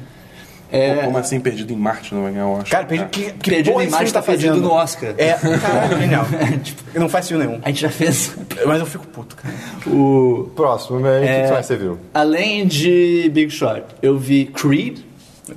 [SPEAKER 1] É,
[SPEAKER 3] Como assim, perdido em Marte não vai ganhar o Oscar? né?
[SPEAKER 2] Cara, perdi, que, que
[SPEAKER 1] Perdido
[SPEAKER 2] porra
[SPEAKER 1] em
[SPEAKER 2] esse
[SPEAKER 1] Marte
[SPEAKER 2] filme tá
[SPEAKER 1] tá perdido
[SPEAKER 2] fazendo?
[SPEAKER 1] no Oscar.
[SPEAKER 2] É, caralho, genial. tipo, não faz filme nenhum.
[SPEAKER 1] a gente já fez
[SPEAKER 2] Mas eu fico puto, cara.
[SPEAKER 1] o.
[SPEAKER 5] Próximo, mas o que
[SPEAKER 1] É,
[SPEAKER 5] que mais você viu?
[SPEAKER 1] Além de Big Short, eu vi Creed.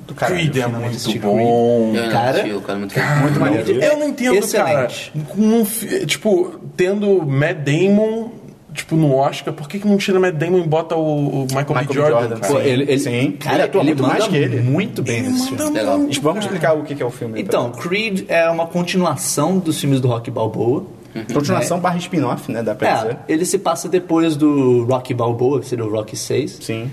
[SPEAKER 2] Do caralho.
[SPEAKER 3] Creed é
[SPEAKER 1] finalmente
[SPEAKER 3] muito
[SPEAKER 1] assisti
[SPEAKER 3] bom.
[SPEAKER 4] Eu não
[SPEAKER 1] cara-
[SPEAKER 4] assisti, o cara é muito feio.
[SPEAKER 2] Muito maneiro.
[SPEAKER 3] Eu não entendo,
[SPEAKER 1] Excelente.
[SPEAKER 3] cara. Num fi- tipo, tendo Matt Damon, tipo, no Oscar, por que, que não tira Matt Damon e bota o, o Michael,
[SPEAKER 2] Michael
[SPEAKER 3] B. Jordan,
[SPEAKER 2] Jordan,
[SPEAKER 3] cara?
[SPEAKER 1] Pô, ele, ele,
[SPEAKER 2] Sim.
[SPEAKER 1] cara,
[SPEAKER 2] Ele atua muito
[SPEAKER 1] manda
[SPEAKER 2] mais que ele.
[SPEAKER 1] Muito bem nesse filme.
[SPEAKER 4] Legal.
[SPEAKER 2] Tipo, Vamos explicar o que que é o filme.
[SPEAKER 1] Então, Creed é uma continuação dos filmes do Rock Balboa.
[SPEAKER 2] Continuação barra spin-off, né? Dá pra
[SPEAKER 1] É,
[SPEAKER 2] dizer.
[SPEAKER 1] ele se passa depois do Rock Balboa, que seria o Rock 6.
[SPEAKER 2] Sim.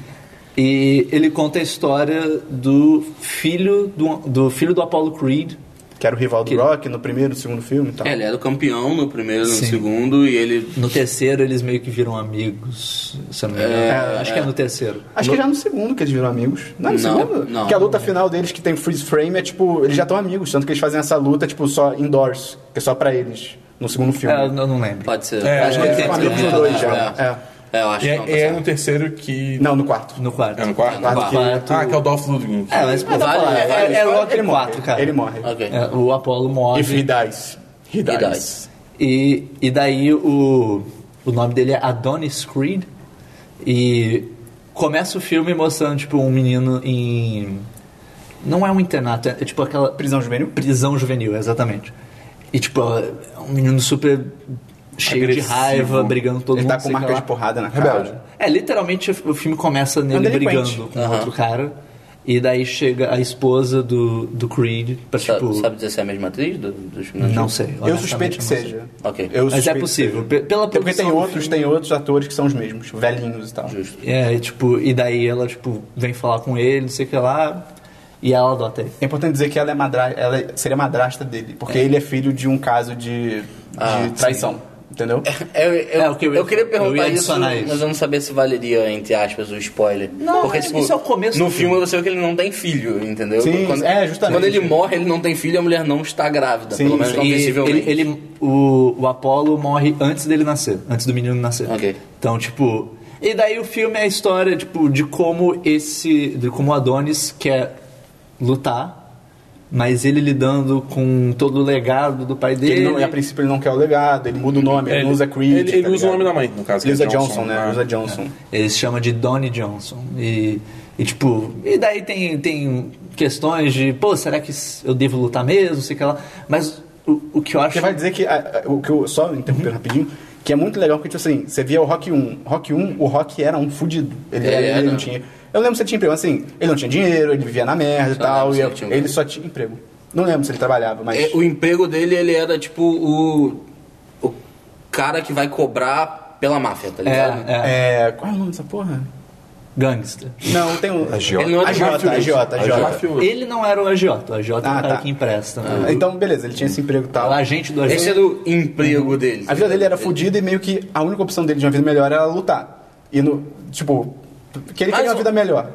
[SPEAKER 1] E ele conta a história do filho do, do filho do Apollo Creed.
[SPEAKER 2] Que era o rival do
[SPEAKER 1] Que-
[SPEAKER 2] Rock no primeiro, no segundo filme e tal.
[SPEAKER 4] É, ele era o campeão no primeiro, no
[SPEAKER 1] Sim.
[SPEAKER 4] segundo, e ele.
[SPEAKER 1] No terceiro eles meio que viram amigos, se eu não me engano.
[SPEAKER 4] É,
[SPEAKER 1] Acho
[SPEAKER 4] é.
[SPEAKER 1] que é no terceiro.
[SPEAKER 2] Acho que já no segundo que eles viram amigos. Não é no
[SPEAKER 4] Não,
[SPEAKER 2] segundo?
[SPEAKER 4] não.
[SPEAKER 2] que a luta final deles, que tem freeze frame, é tipo, eles já estão amigos, tanto que eles fazem essa luta, tipo, só indoors, que é só pra eles, no segundo filme.
[SPEAKER 1] É, né? eu não lembro.
[SPEAKER 4] Pode ser.
[SPEAKER 3] É,
[SPEAKER 4] acho que
[SPEAKER 3] é,
[SPEAKER 4] ele tem
[SPEAKER 3] é,
[SPEAKER 2] amigos
[SPEAKER 4] é,
[SPEAKER 2] dois
[SPEAKER 4] é,
[SPEAKER 2] já.
[SPEAKER 4] É, É, eu acho
[SPEAKER 3] E
[SPEAKER 4] que
[SPEAKER 3] é,
[SPEAKER 4] não, tá
[SPEAKER 3] e é
[SPEAKER 4] certo.
[SPEAKER 3] no terceiro que.
[SPEAKER 2] Não, no quarto.
[SPEAKER 1] No quarto.
[SPEAKER 3] É no quarto?
[SPEAKER 4] É no quarto.
[SPEAKER 1] quarto.
[SPEAKER 3] Ah, que é o Dolph Lundgren.
[SPEAKER 1] É, mas pô,
[SPEAKER 4] Vale,
[SPEAKER 1] falar,
[SPEAKER 4] vale,
[SPEAKER 1] é, é Rock
[SPEAKER 2] ele
[SPEAKER 1] 4,
[SPEAKER 2] morre.
[SPEAKER 1] cara.
[SPEAKER 2] Ele morre.
[SPEAKER 4] Ok.
[SPEAKER 1] É, o Apollo morre.
[SPEAKER 2] If he dies. He dies.
[SPEAKER 4] He dies.
[SPEAKER 1] E, e daí o, o nome dele é Adonis Creed. E começa o filme mostrando, tipo, um menino em, Não é um internato, é, é tipo aquela.
[SPEAKER 2] Prisão juvenil?
[SPEAKER 1] Prisão juvenil, exatamente. E tipo, é um menino super cheio
[SPEAKER 3] Agressivo.
[SPEAKER 1] de raiva, brigando com todo
[SPEAKER 2] Ele
[SPEAKER 1] mundo.
[SPEAKER 2] tá com
[SPEAKER 1] sei é
[SPEAKER 2] marca
[SPEAKER 1] lá.
[SPEAKER 2] de porrada é na
[SPEAKER 5] Rebelde.
[SPEAKER 2] cara.
[SPEAKER 1] É, literalmente o filme começa nele
[SPEAKER 2] delinquente.
[SPEAKER 1] brigando com
[SPEAKER 4] Aham.
[SPEAKER 1] outro cara. E daí chega a esposa do, do Creed pra
[SPEAKER 4] Sa-
[SPEAKER 1] tipo.
[SPEAKER 4] Sabe dizer se é a mesma atriz do, dos filmes?
[SPEAKER 1] Não sei.
[SPEAKER 2] Eu
[SPEAKER 1] honestamente,
[SPEAKER 2] suspeito que
[SPEAKER 1] não sei.
[SPEAKER 2] seja.
[SPEAKER 4] Ok.
[SPEAKER 2] Eu
[SPEAKER 1] Mas é
[SPEAKER 2] suspeito que
[SPEAKER 1] possível.
[SPEAKER 2] seja.
[SPEAKER 1] Pe- Pela
[SPEAKER 2] Porque tem
[SPEAKER 1] produção do
[SPEAKER 2] outros, tem outros atores que são os mesmos, velhinhos e tal.
[SPEAKER 4] Justo.
[SPEAKER 1] É, e, tipo, e daí ela, tipo, vem falar com ele, não sei o que lá. E ela adota ele.
[SPEAKER 2] É importante dizer que ela, é madra... ela seria madrasta dele, porque ele é filho de um caso de, de
[SPEAKER 4] Ah,
[SPEAKER 2] traição, entendeu?
[SPEAKER 4] Eu, eu,
[SPEAKER 1] É, o que eu
[SPEAKER 4] eu,
[SPEAKER 1] ia-
[SPEAKER 4] queria
[SPEAKER 1] eu ia
[SPEAKER 4] perguntar isso,
[SPEAKER 1] adicionar isso.
[SPEAKER 4] mas eu não sabia se valeria, entre aspas, o spoiler.
[SPEAKER 1] Não,
[SPEAKER 4] Porque,
[SPEAKER 1] é-
[SPEAKER 4] tipo,
[SPEAKER 1] isso é o começo
[SPEAKER 4] No
[SPEAKER 1] do
[SPEAKER 4] filme
[SPEAKER 1] filme.
[SPEAKER 4] você vê que ele não tem filho, entendeu?
[SPEAKER 2] Sim,
[SPEAKER 4] quando,
[SPEAKER 2] é, justamente.
[SPEAKER 4] Quando ele morre, ele não tem filho e a mulher não está grávida.
[SPEAKER 2] Sim,
[SPEAKER 4] pelo menos não
[SPEAKER 1] E
[SPEAKER 4] visivelmente.
[SPEAKER 1] ele, ele- o, o Apolo morre antes dele nascer, antes do menino nascer.
[SPEAKER 4] Ok.
[SPEAKER 1] Então, tipo. E daí o filme é a história, tipo, de como esse. de como o Adonis quer lutar, mas ele lidando com todo o legado do pai
[SPEAKER 2] Que
[SPEAKER 1] dele.
[SPEAKER 2] Ele não, e a princípio ele não quer o legado, ele muda o nome, ele,
[SPEAKER 3] Ele-
[SPEAKER 2] não usa Creed.
[SPEAKER 3] ele- ele
[SPEAKER 2] tá
[SPEAKER 3] usa o
[SPEAKER 2] ligado?
[SPEAKER 3] nome da mãe, no caso, que
[SPEAKER 2] Ele
[SPEAKER 3] é
[SPEAKER 2] usa
[SPEAKER 3] Johnson,
[SPEAKER 2] Johnson, né?
[SPEAKER 3] né?
[SPEAKER 2] Ele usa Johnson.
[SPEAKER 1] Ele se chama de Donnie Johnson. E, e, tipo, e daí tem, tem questões de, pô, será que eu devo lutar mesmo? Sei que lá. Mas o, o que eu acho.
[SPEAKER 2] Você vai dizer que, ah, ah, o que eu, só interrompendo
[SPEAKER 3] Uhum.
[SPEAKER 2] rapidinho, que é muito legal, porque, tipo assim, você via o Rock 1. Rock 1, o Rock era um fudido. Ele,
[SPEAKER 4] Ele
[SPEAKER 2] era- ele
[SPEAKER 4] era.
[SPEAKER 2] não tinha... Eu lembro se ele tinha emprego, assim, ele não tinha dinheiro, ele vivia na merda e
[SPEAKER 4] Só
[SPEAKER 2] tal,
[SPEAKER 4] lembro
[SPEAKER 2] e
[SPEAKER 4] se ele
[SPEAKER 2] eu-
[SPEAKER 4] tinha um
[SPEAKER 2] ele
[SPEAKER 4] emprego.
[SPEAKER 2] só tinha emprego. Não lembro se ele trabalhava, mas...
[SPEAKER 4] É, o emprego dele, ele era tipo o. o cara que vai cobrar pela máfia, tá ligado?
[SPEAKER 1] É, é,
[SPEAKER 2] É, qual é o nome dessa porra?
[SPEAKER 1] gangster.
[SPEAKER 2] Não, tem um...
[SPEAKER 5] Agiota.
[SPEAKER 4] Ele não é
[SPEAKER 2] Agiota, agiota, agiota.
[SPEAKER 3] Mafioso.
[SPEAKER 1] Ele não era o agiota, o agiota é
[SPEAKER 2] Ah,
[SPEAKER 1] o cara
[SPEAKER 2] tá.
[SPEAKER 1] que empresta. né?
[SPEAKER 2] Então, beleza, ele tinha esse emprego e
[SPEAKER 1] O
[SPEAKER 2] tal.
[SPEAKER 1] agente do
[SPEAKER 2] é
[SPEAKER 4] Esse
[SPEAKER 1] agiota.
[SPEAKER 4] era o emprego dele.
[SPEAKER 2] Uhum.
[SPEAKER 4] tá
[SPEAKER 2] A vida dele era fodida e meio que a única opção dele de uma vida melhor era lutar. E no. Tipo. Que ele
[SPEAKER 4] Mas
[SPEAKER 2] queria uma
[SPEAKER 4] o-
[SPEAKER 2] vida melhor.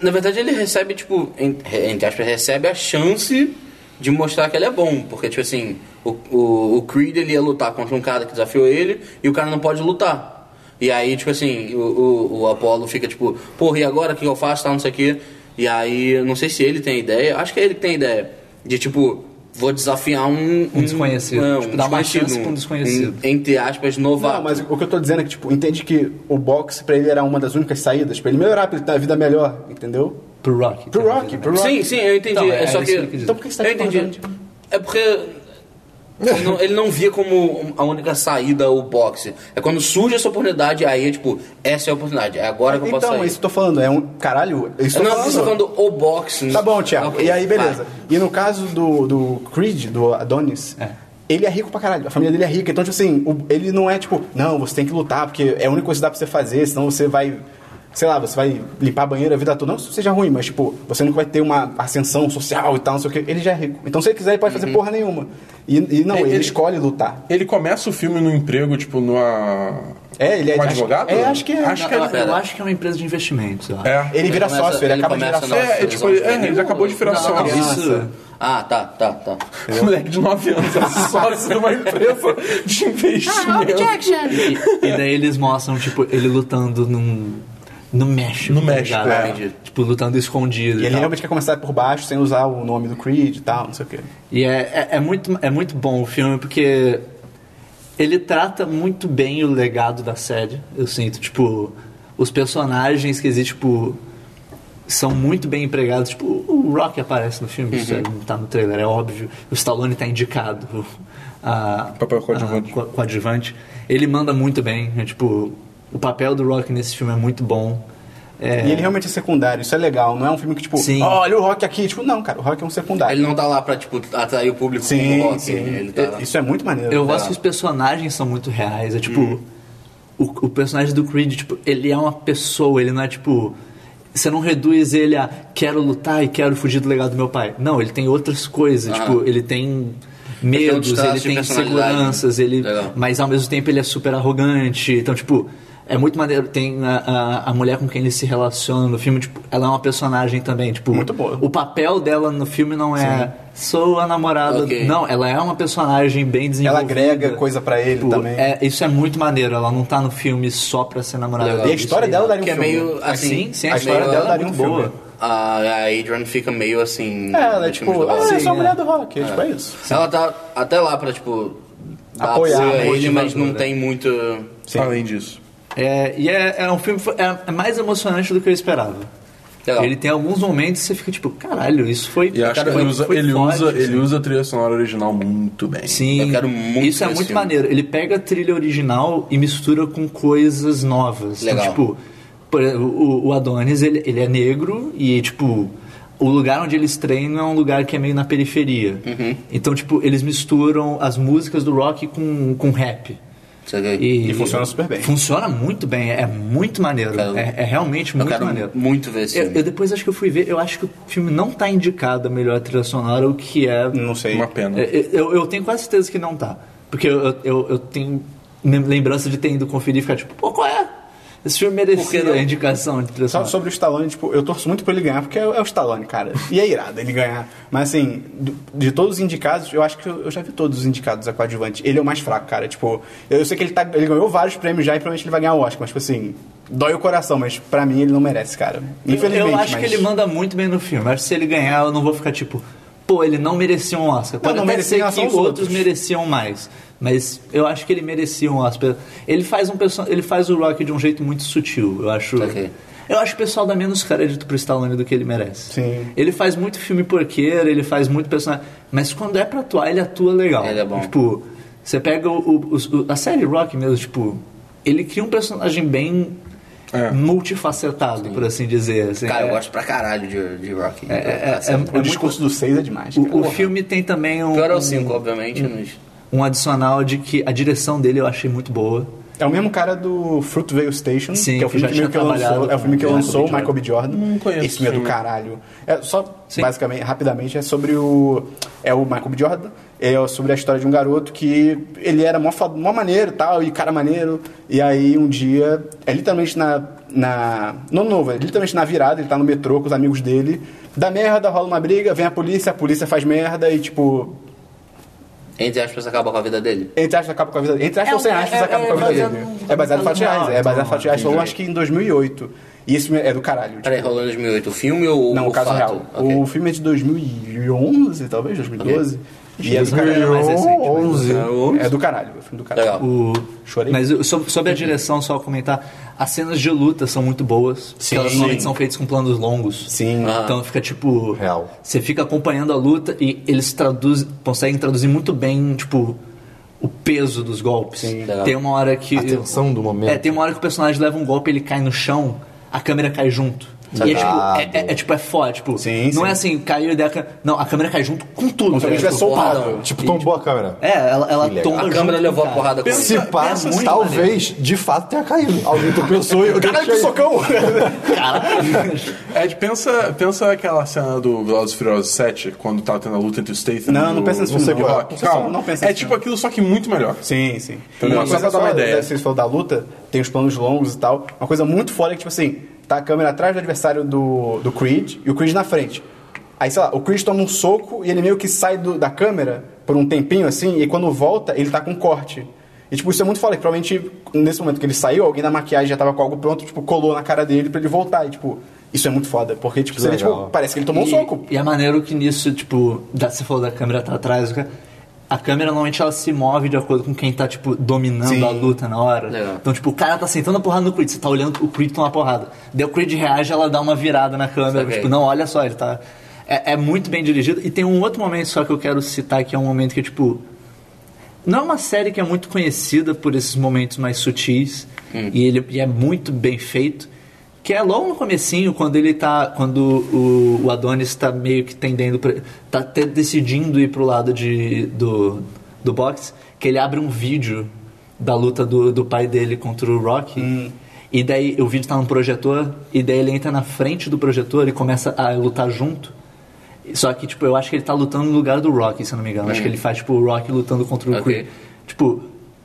[SPEAKER 4] Na verdade, ele recebe, tipo, en- re- entre aspas, recebe a chance de mostrar que ele é bom. Porque, tipo assim, o, o, o Creed ele ia lutar contra um cara que desafiou ele e o cara não pode lutar. E aí, tipo assim, o, o, o Apollo fica tipo, porra, e agora o que eu faço? Tal, não sei o quê. E aí, eu não sei se ele tem ideia, acho que é ele que tem ideia de tipo, vou desafiar um.
[SPEAKER 1] Um desconhecido.
[SPEAKER 4] é, um
[SPEAKER 1] Tipo, dar uma
[SPEAKER 4] desconhecido,
[SPEAKER 1] chance pra um desconhecido.
[SPEAKER 4] um, entre aspas, novato.
[SPEAKER 2] Não, mas o que eu tô dizendo é que, tipo, entende que o boxe pra ele era uma das únicas saídas, pra ele melhorar, pra ele ter uma vida melhor, entendeu?
[SPEAKER 1] Pro Rock. né?
[SPEAKER 2] Pro Rock, pro Rock.
[SPEAKER 4] Sim, sim, eu entendi.
[SPEAKER 1] Então,
[SPEAKER 4] é,
[SPEAKER 1] é
[SPEAKER 4] só
[SPEAKER 1] isso
[SPEAKER 4] que.
[SPEAKER 1] que eu quis dizer.
[SPEAKER 2] Então por que você tá
[SPEAKER 4] eu entendi.
[SPEAKER 2] concordando?
[SPEAKER 4] É porque. ele não- ele não via como a única saída o boxe. É quando surge essa oportunidade, aí é tipo, essa é a oportunidade, é agora que eu posso
[SPEAKER 2] Então,
[SPEAKER 4] sair.
[SPEAKER 2] isso que eu tô falando, é um. Caralho, isso
[SPEAKER 4] Eu
[SPEAKER 2] que eu
[SPEAKER 4] não
[SPEAKER 2] tô
[SPEAKER 4] eu tô falando o boxe. né?
[SPEAKER 2] Tá bom, Thiago.
[SPEAKER 4] Ok,
[SPEAKER 2] e aí, beleza.
[SPEAKER 4] vai.
[SPEAKER 2] E no caso do, do Creed, do Adonis,
[SPEAKER 1] É.
[SPEAKER 2] ele é rico pra caralho. A família dele é rica. Então, tipo assim, o- ele não é tipo, não, você tem que lutar, porque é a única coisa que dá pra você fazer, senão você vai. Sei lá, você vai limpar a banheira a vida toda. Não que isso seja ruim, mas tipo, você nunca vai ter uma ascensão social e tal, não sei o quê. Ele já é rico. Então, se ele quiser, ele pode fazer porra nenhuma. E, e não,
[SPEAKER 3] Ele-
[SPEAKER 2] ele,
[SPEAKER 3] ele-
[SPEAKER 2] escolhe lutar.
[SPEAKER 3] Ele começa o filme no emprego, tipo, numa.
[SPEAKER 2] É, ele é.
[SPEAKER 3] Um
[SPEAKER 2] acho-
[SPEAKER 3] advogado?
[SPEAKER 2] é, acho que é.
[SPEAKER 3] Acho que
[SPEAKER 1] eu,
[SPEAKER 3] ele.
[SPEAKER 4] pera.
[SPEAKER 1] eu acho que é uma empresa de investimentos. eu acho.
[SPEAKER 3] É.
[SPEAKER 2] Ele vira
[SPEAKER 4] começa-
[SPEAKER 2] sócio, ele, acaba de
[SPEAKER 4] começa
[SPEAKER 2] virar
[SPEAKER 4] na
[SPEAKER 2] sócio.
[SPEAKER 3] É,
[SPEAKER 4] prisão
[SPEAKER 3] tipo, ele- é,
[SPEAKER 4] juvenil,
[SPEAKER 3] ele acabou de virar
[SPEAKER 4] não,
[SPEAKER 3] sócio.
[SPEAKER 4] não, não.
[SPEAKER 1] Isso.
[SPEAKER 4] Ah, tá, tá, tá.
[SPEAKER 3] Moleque de 9 anos, é sócio de uma empresa de
[SPEAKER 2] tá.
[SPEAKER 3] investimento.
[SPEAKER 1] E, e daí eles mostram, tipo, ele lutando num. No México.
[SPEAKER 3] No
[SPEAKER 1] tá
[SPEAKER 3] México,
[SPEAKER 1] ligado?
[SPEAKER 3] é.
[SPEAKER 1] Entendi. Tipo, lutando escondido.
[SPEAKER 2] E
[SPEAKER 1] E,
[SPEAKER 2] ele é
[SPEAKER 1] tal.
[SPEAKER 2] realmente quer começar por baixo, sem usar o nome do Creed e tal, não sei o quê.
[SPEAKER 1] E é, é, é muito, é muito bom o filme, porque ele trata muito bem o legado da série. Eu sinto, tipo, os personagens que existem, tipo, são muito bem empregados. Tipo, o Rock aparece no filme, isso
[SPEAKER 3] Uhum.
[SPEAKER 1] é- tá no trailer, é óbvio. O Stallone tá indicado. A,
[SPEAKER 3] Papel
[SPEAKER 1] a-
[SPEAKER 3] coadjuvante.
[SPEAKER 1] co- coadjuvante. Ele manda muito bem. é, tipo, o papel do Rock nesse filme é muito bom. É,
[SPEAKER 2] E ele realmente é secundário, isso é legal. Não é um filme que, tipo,
[SPEAKER 1] Sim.
[SPEAKER 2] "Ó, olha o Rock aqui. Tipo, não, cara, o Rock é um secundário.
[SPEAKER 4] Ele não tá lá pra, tipo, atrair o
[SPEAKER 1] um
[SPEAKER 4] público
[SPEAKER 2] Sim,
[SPEAKER 4] com o rock.
[SPEAKER 2] sim.
[SPEAKER 4] Ele tá lá.
[SPEAKER 2] Isso é muito maneiro.
[SPEAKER 1] assim, Eu gosto que os personagens são muito reais. É tipo.
[SPEAKER 4] Uhum.
[SPEAKER 1] O, o personagem do Creed, tipo, ele é uma pessoa, ele não é tipo. Você não reduz ele a quero lutar e quero fugir do legado do meu pai. Não, ele tem outras coisas.
[SPEAKER 4] Ah.
[SPEAKER 1] Tipo, ele tem
[SPEAKER 4] tem
[SPEAKER 1] medos,
[SPEAKER 4] outros
[SPEAKER 1] ele
[SPEAKER 4] traços de
[SPEAKER 1] tem
[SPEAKER 4] personalidade.
[SPEAKER 1] inseguranças, ele.
[SPEAKER 4] Legal.
[SPEAKER 1] Mas ao mesmo tempo ele é super arrogante. Então, tipo. É muito maneiro, tem a, a, a mulher com quem ele se relaciona no filme, tipo, ela é uma personagem também, tipo...
[SPEAKER 2] Muito boa.
[SPEAKER 1] O papel dela no filme não é sou a namorada...
[SPEAKER 4] Ok.
[SPEAKER 1] Não, ela é uma personagem bem desenvolvida
[SPEAKER 2] Ela
[SPEAKER 1] envolvida.
[SPEAKER 2] agrega coisa pra ele
[SPEAKER 1] Tipo,
[SPEAKER 2] também.
[SPEAKER 1] é- isso é muito maneiro. Ela não tá no filme só pra ser namorada
[SPEAKER 4] Legal.
[SPEAKER 1] dele.
[SPEAKER 2] E a
[SPEAKER 1] Isso
[SPEAKER 2] história
[SPEAKER 1] aí
[SPEAKER 2] dela
[SPEAKER 1] é-
[SPEAKER 2] daria um
[SPEAKER 4] Que é
[SPEAKER 2] filme.
[SPEAKER 4] meio assim.
[SPEAKER 1] Sim, sim, a,
[SPEAKER 2] a história
[SPEAKER 1] história
[SPEAKER 2] dela
[SPEAKER 1] dela é
[SPEAKER 2] daria um
[SPEAKER 1] muito
[SPEAKER 2] filme.
[SPEAKER 1] boa.
[SPEAKER 4] A, a Adrian fica meio assim.
[SPEAKER 2] É, ela é
[SPEAKER 4] nos filmes
[SPEAKER 2] tipo,
[SPEAKER 4] do
[SPEAKER 2] ah,
[SPEAKER 4] Rock.
[SPEAKER 2] é só a
[SPEAKER 1] um Sim,
[SPEAKER 2] mulher
[SPEAKER 1] é.
[SPEAKER 2] do Rock. É, tipo, é isso.
[SPEAKER 4] Ela tá até lá pra, tipo, dar
[SPEAKER 2] Apoiar,
[SPEAKER 4] apoio a ele,
[SPEAKER 1] motivadora.
[SPEAKER 4] mas não tem muito.
[SPEAKER 2] Sim.
[SPEAKER 3] Além disso.
[SPEAKER 1] É, e é, é um filme é, é mais emocionante do que eu esperava.
[SPEAKER 4] Legal.
[SPEAKER 1] Ele tem alguns momentos que você fica tipo, caralho, isso foi.
[SPEAKER 3] E acho que
[SPEAKER 1] cara,
[SPEAKER 3] ele
[SPEAKER 1] foi-
[SPEAKER 3] usa,
[SPEAKER 1] foi
[SPEAKER 3] ele,
[SPEAKER 1] forte,
[SPEAKER 3] usa, ele
[SPEAKER 1] assim.
[SPEAKER 3] usa a trilha sonora original muito bem.
[SPEAKER 1] Sim,
[SPEAKER 4] Eu quero muito
[SPEAKER 1] isso é
[SPEAKER 4] esse
[SPEAKER 1] muito
[SPEAKER 4] filme.
[SPEAKER 1] maneiro. Ele pega a trilha original e mistura com coisas novas.
[SPEAKER 4] Legal.
[SPEAKER 1] Então, tipo, por exemplo, o, o Adonis, ele, ele é negro e, tipo, o lugar onde eles treinam é um lugar que é meio na periferia.
[SPEAKER 4] Uhum.
[SPEAKER 1] Então, tipo, eles misturam as músicas do rock com, com rap.
[SPEAKER 4] Isso aqui.
[SPEAKER 1] E,
[SPEAKER 2] E funciona super bem.
[SPEAKER 1] Funciona muito bem, é muito maneiro.
[SPEAKER 4] Quero-
[SPEAKER 1] É, é realmente
[SPEAKER 4] eu
[SPEAKER 1] muito
[SPEAKER 4] quero
[SPEAKER 1] maneiro.
[SPEAKER 4] muito ver esse
[SPEAKER 1] Eu,
[SPEAKER 4] filme.
[SPEAKER 1] eu depois acho que eu fui ver, eu acho que o filme não tá indicado a melhor trilha sonora, o que é
[SPEAKER 2] Não sei.
[SPEAKER 3] Uma pena.
[SPEAKER 1] é, é, Eu, eu tenho quase certeza que não tá. Porque eu, eu- eu, eu tenho lem- lembrança de ter ido conferir e ficar tipo, pô, qual é? Esse filme
[SPEAKER 4] Por que
[SPEAKER 1] merecia
[SPEAKER 4] não?
[SPEAKER 1] a indicação de trilha
[SPEAKER 2] Só
[SPEAKER 1] sonora.
[SPEAKER 2] sobre o Stallone, tipo, eu torço muito pra ele ganhar, porque é, é o Stallone, cara. E é irado ele ganhar. Mas assim, do- de todos os indicados, eu acho que eu, eu já vi todos os indicados a coadjuvante. Ele é o mais fraco, cara. Tipo, eu, eu sei que ele, tá, ele ganhou vários prêmios já e provavelmente ele vai ganhar o Oscar, mas tipo assim, dói o coração, mas pra mim ele não merece, cara.
[SPEAKER 1] Eu-
[SPEAKER 2] Infelizmente.
[SPEAKER 1] eu acho
[SPEAKER 2] mas...
[SPEAKER 1] que ele manda muito bem no filme. Acho que se ele ganhar, eu não vou ficar tipo, pô, ele não merecia um Oscar. Pode
[SPEAKER 2] não
[SPEAKER 1] até
[SPEAKER 2] merecia
[SPEAKER 1] ser que
[SPEAKER 2] em relação aos
[SPEAKER 1] outros,
[SPEAKER 2] outros.
[SPEAKER 1] mereciam mais. Mas eu acho que ele merecia um Oscar. Ele faz, um perso- ele faz o Rock de um jeito muito sutil. Eu acho.
[SPEAKER 4] Ok.
[SPEAKER 1] Eu acho que o pessoal dá menos crédito pro Stallone do que ele merece.
[SPEAKER 2] Sim.
[SPEAKER 1] Ele faz muito filme porqueiro, ele faz muito personagem. Mas quando é pra atuar, ele atua legal.
[SPEAKER 4] Ele é bom.
[SPEAKER 1] Tipo, você pega o, o- o- a série Rock mesmo, tipo, ele cria um personagem bem
[SPEAKER 3] É.
[SPEAKER 1] multifacetado, por assim dizer. assim.
[SPEAKER 4] Cara, eu
[SPEAKER 1] É-
[SPEAKER 4] gosto pra caralho de, de Rock.
[SPEAKER 1] é, é, é,
[SPEAKER 2] O discurso do seis é demais.
[SPEAKER 1] o,
[SPEAKER 2] cara.
[SPEAKER 1] o filme tem também um,
[SPEAKER 4] Pior é o 5, obviamente, mas...
[SPEAKER 1] um adicional de que a direção dele eu achei muito boa.
[SPEAKER 2] É o mesmo cara do Fruitvale Station,
[SPEAKER 1] Sim,
[SPEAKER 2] que é o
[SPEAKER 1] que já
[SPEAKER 2] filme que,
[SPEAKER 1] tinha
[SPEAKER 2] meio que lançou,
[SPEAKER 1] trabalhado
[SPEAKER 2] é o filme que
[SPEAKER 1] com
[SPEAKER 2] lançou o
[SPEAKER 1] Michael
[SPEAKER 2] Michael B. Jordan.
[SPEAKER 3] Não conheço
[SPEAKER 2] Esse filme é do
[SPEAKER 3] esse filme.
[SPEAKER 2] caralho. É só
[SPEAKER 1] Sim.
[SPEAKER 2] basicamente, rapidamente, é sobre o é o Michael B. Jordan, é sobre a história de um garoto que ele era mó, fa- mó maneiro, e tal, e cara maneiro, e aí um dia, é literalmente na na no novo, é literalmente na virada, ele tá no metrô com os amigos dele, dá merda, rola uma briga, vem a polícia, a polícia faz merda e tipo,
[SPEAKER 4] Entre aspas, acaba com a vida dele.
[SPEAKER 2] entre aspas, acaba com a vida dele. Entre aspas,
[SPEAKER 1] É
[SPEAKER 2] ou sem
[SPEAKER 1] um-
[SPEAKER 2] aspas,
[SPEAKER 1] é-
[SPEAKER 2] acaba
[SPEAKER 1] é
[SPEAKER 2] com a vida
[SPEAKER 1] baseado
[SPEAKER 2] dele.
[SPEAKER 1] num-
[SPEAKER 2] É baseado em fatos
[SPEAKER 1] num-
[SPEAKER 2] reais. É baseado em
[SPEAKER 1] num-
[SPEAKER 2] fatos reais. Rolou, acho que em 2008. E esse é do caralho. tipo.
[SPEAKER 4] Peraí, rolou em 2008 o filme ou
[SPEAKER 2] Não,
[SPEAKER 4] o
[SPEAKER 2] o caso
[SPEAKER 4] fato?
[SPEAKER 2] real.
[SPEAKER 4] Ok.
[SPEAKER 2] O filme é de 2011, talvez, 2012. E é do
[SPEAKER 1] Era
[SPEAKER 2] caralho.
[SPEAKER 1] mais recente, mas-
[SPEAKER 5] 11.
[SPEAKER 2] É do caralho. É o filme do caralho.
[SPEAKER 4] Legal.
[SPEAKER 1] O-
[SPEAKER 2] Chorei.
[SPEAKER 1] Mas eu- sobre, sobre a direção, só comentar, as cenas de luta são muito boas. porque elas normalmente são feitas com planos longos.
[SPEAKER 2] Sim.
[SPEAKER 4] Ah.
[SPEAKER 1] Então fica tipo.
[SPEAKER 5] Real.
[SPEAKER 1] Você fica acompanhando a luta e eles traduzem, conseguem traduzir muito bem, tipo, o peso dos golpes.
[SPEAKER 4] Legal.
[SPEAKER 1] Tem uma hora que.
[SPEAKER 5] A tensão do momento.
[SPEAKER 1] É, tem uma hora que o personagem leva um golpe, ele cai no chão, a câmera cai junto. E é tipo, é, é- é tipo, é foda, tipo,
[SPEAKER 2] Sim,
[SPEAKER 1] não
[SPEAKER 2] sim.
[SPEAKER 1] é assim, caiu e daí a câmera. Não, a câmera cai junto com tudo.
[SPEAKER 2] Se
[SPEAKER 1] né?
[SPEAKER 2] alguém tivesse
[SPEAKER 1] Tipo,
[SPEAKER 2] soltado.
[SPEAKER 5] Tipo, tombou a câmera.
[SPEAKER 1] é, ela, ela
[SPEAKER 5] Que legal.
[SPEAKER 1] tomba
[SPEAKER 4] A câmera
[SPEAKER 1] junto,
[SPEAKER 4] levou a
[SPEAKER 1] cara.
[SPEAKER 4] porrada com ele.
[SPEAKER 5] Se pá,
[SPEAKER 1] pensa muito
[SPEAKER 5] talvez, de fato, tenha caído. Alguém tropeçou e eu
[SPEAKER 2] Caralho, que
[SPEAKER 5] deixei.
[SPEAKER 2] socão!
[SPEAKER 3] Ed, pensa, pensa aquela cena do Velozes e Furiosos 7, quando tava tendo a luta entre o Statham
[SPEAKER 2] Não,
[SPEAKER 3] e
[SPEAKER 2] não
[SPEAKER 3] o-
[SPEAKER 2] pensa nesse
[SPEAKER 3] o
[SPEAKER 2] filme,
[SPEAKER 3] The
[SPEAKER 2] não.
[SPEAKER 3] Rock.
[SPEAKER 2] Não pensa-
[SPEAKER 3] Calma,
[SPEAKER 2] não pensa
[SPEAKER 3] é
[SPEAKER 2] nesse
[SPEAKER 3] tipo
[SPEAKER 2] filme.
[SPEAKER 3] aquilo, só que muito melhor.
[SPEAKER 2] Sim, sim.
[SPEAKER 3] Entendeu? Só pra dar uma ideia.
[SPEAKER 2] né, Vocês falam da luta, tem os planos longos e tal. Uma coisa muito foda é que, tipo assim, tá a câmera atrás do adversário do, do Creed e o Creed na frente. Aí, sei lá, o Creed toma um soco e ele meio que sai do- da câmera por um tempinho assim, e quando volta, ele tá com corte. E, tipo, isso é muito foda, que provavelmente nesse momento que ele saiu, alguém da maquiagem já tava com algo pronto, tipo, colou na cara dele pra ele voltar. E, tipo, isso é muito foda, porque, tipo, seria,
[SPEAKER 5] legal.
[SPEAKER 2] tipo parece que ele tomou um soco.
[SPEAKER 1] E é maneiro que nisso, tipo, da, você falou da câmera tá atrás, o cara- a câmera normalmente ela se move de acordo com quem tá, tipo, dominando
[SPEAKER 2] Sim.
[SPEAKER 1] a luta na hora.
[SPEAKER 4] Legal.
[SPEAKER 1] Então, tipo, o cara tá sentando a porrada no Creed, você tá olhando o Creed tomar porrada. Daí o Creed reage, ela dá uma virada na câmera,
[SPEAKER 4] Saquei.
[SPEAKER 1] tipo, não, olha só, ele tá. É, é muito bem dirigido. E tem um outro momento só que eu quero citar, que é um momento que, tipo. Não é uma série que é muito conhecida por esses momentos mais sutis e ele e é muito bem feito. Que é logo no comecinho, quando ele tá. Quando o, o Adonis tá meio que tendendo pra, tá até decidindo ir pro lado de, do, do boxe, que ele abre um vídeo da luta do, do pai dele contra o Rocky. E daí o vídeo tá num projetor, e daí ele entra na frente do projetor e começa a lutar junto. Só que, tipo, eu acho que ele tá lutando no lugar do Rock, se eu não me engano. Acho que ele faz, tipo, o Rock lutando contra o
[SPEAKER 4] Ok.
[SPEAKER 1] Creed. Tipo,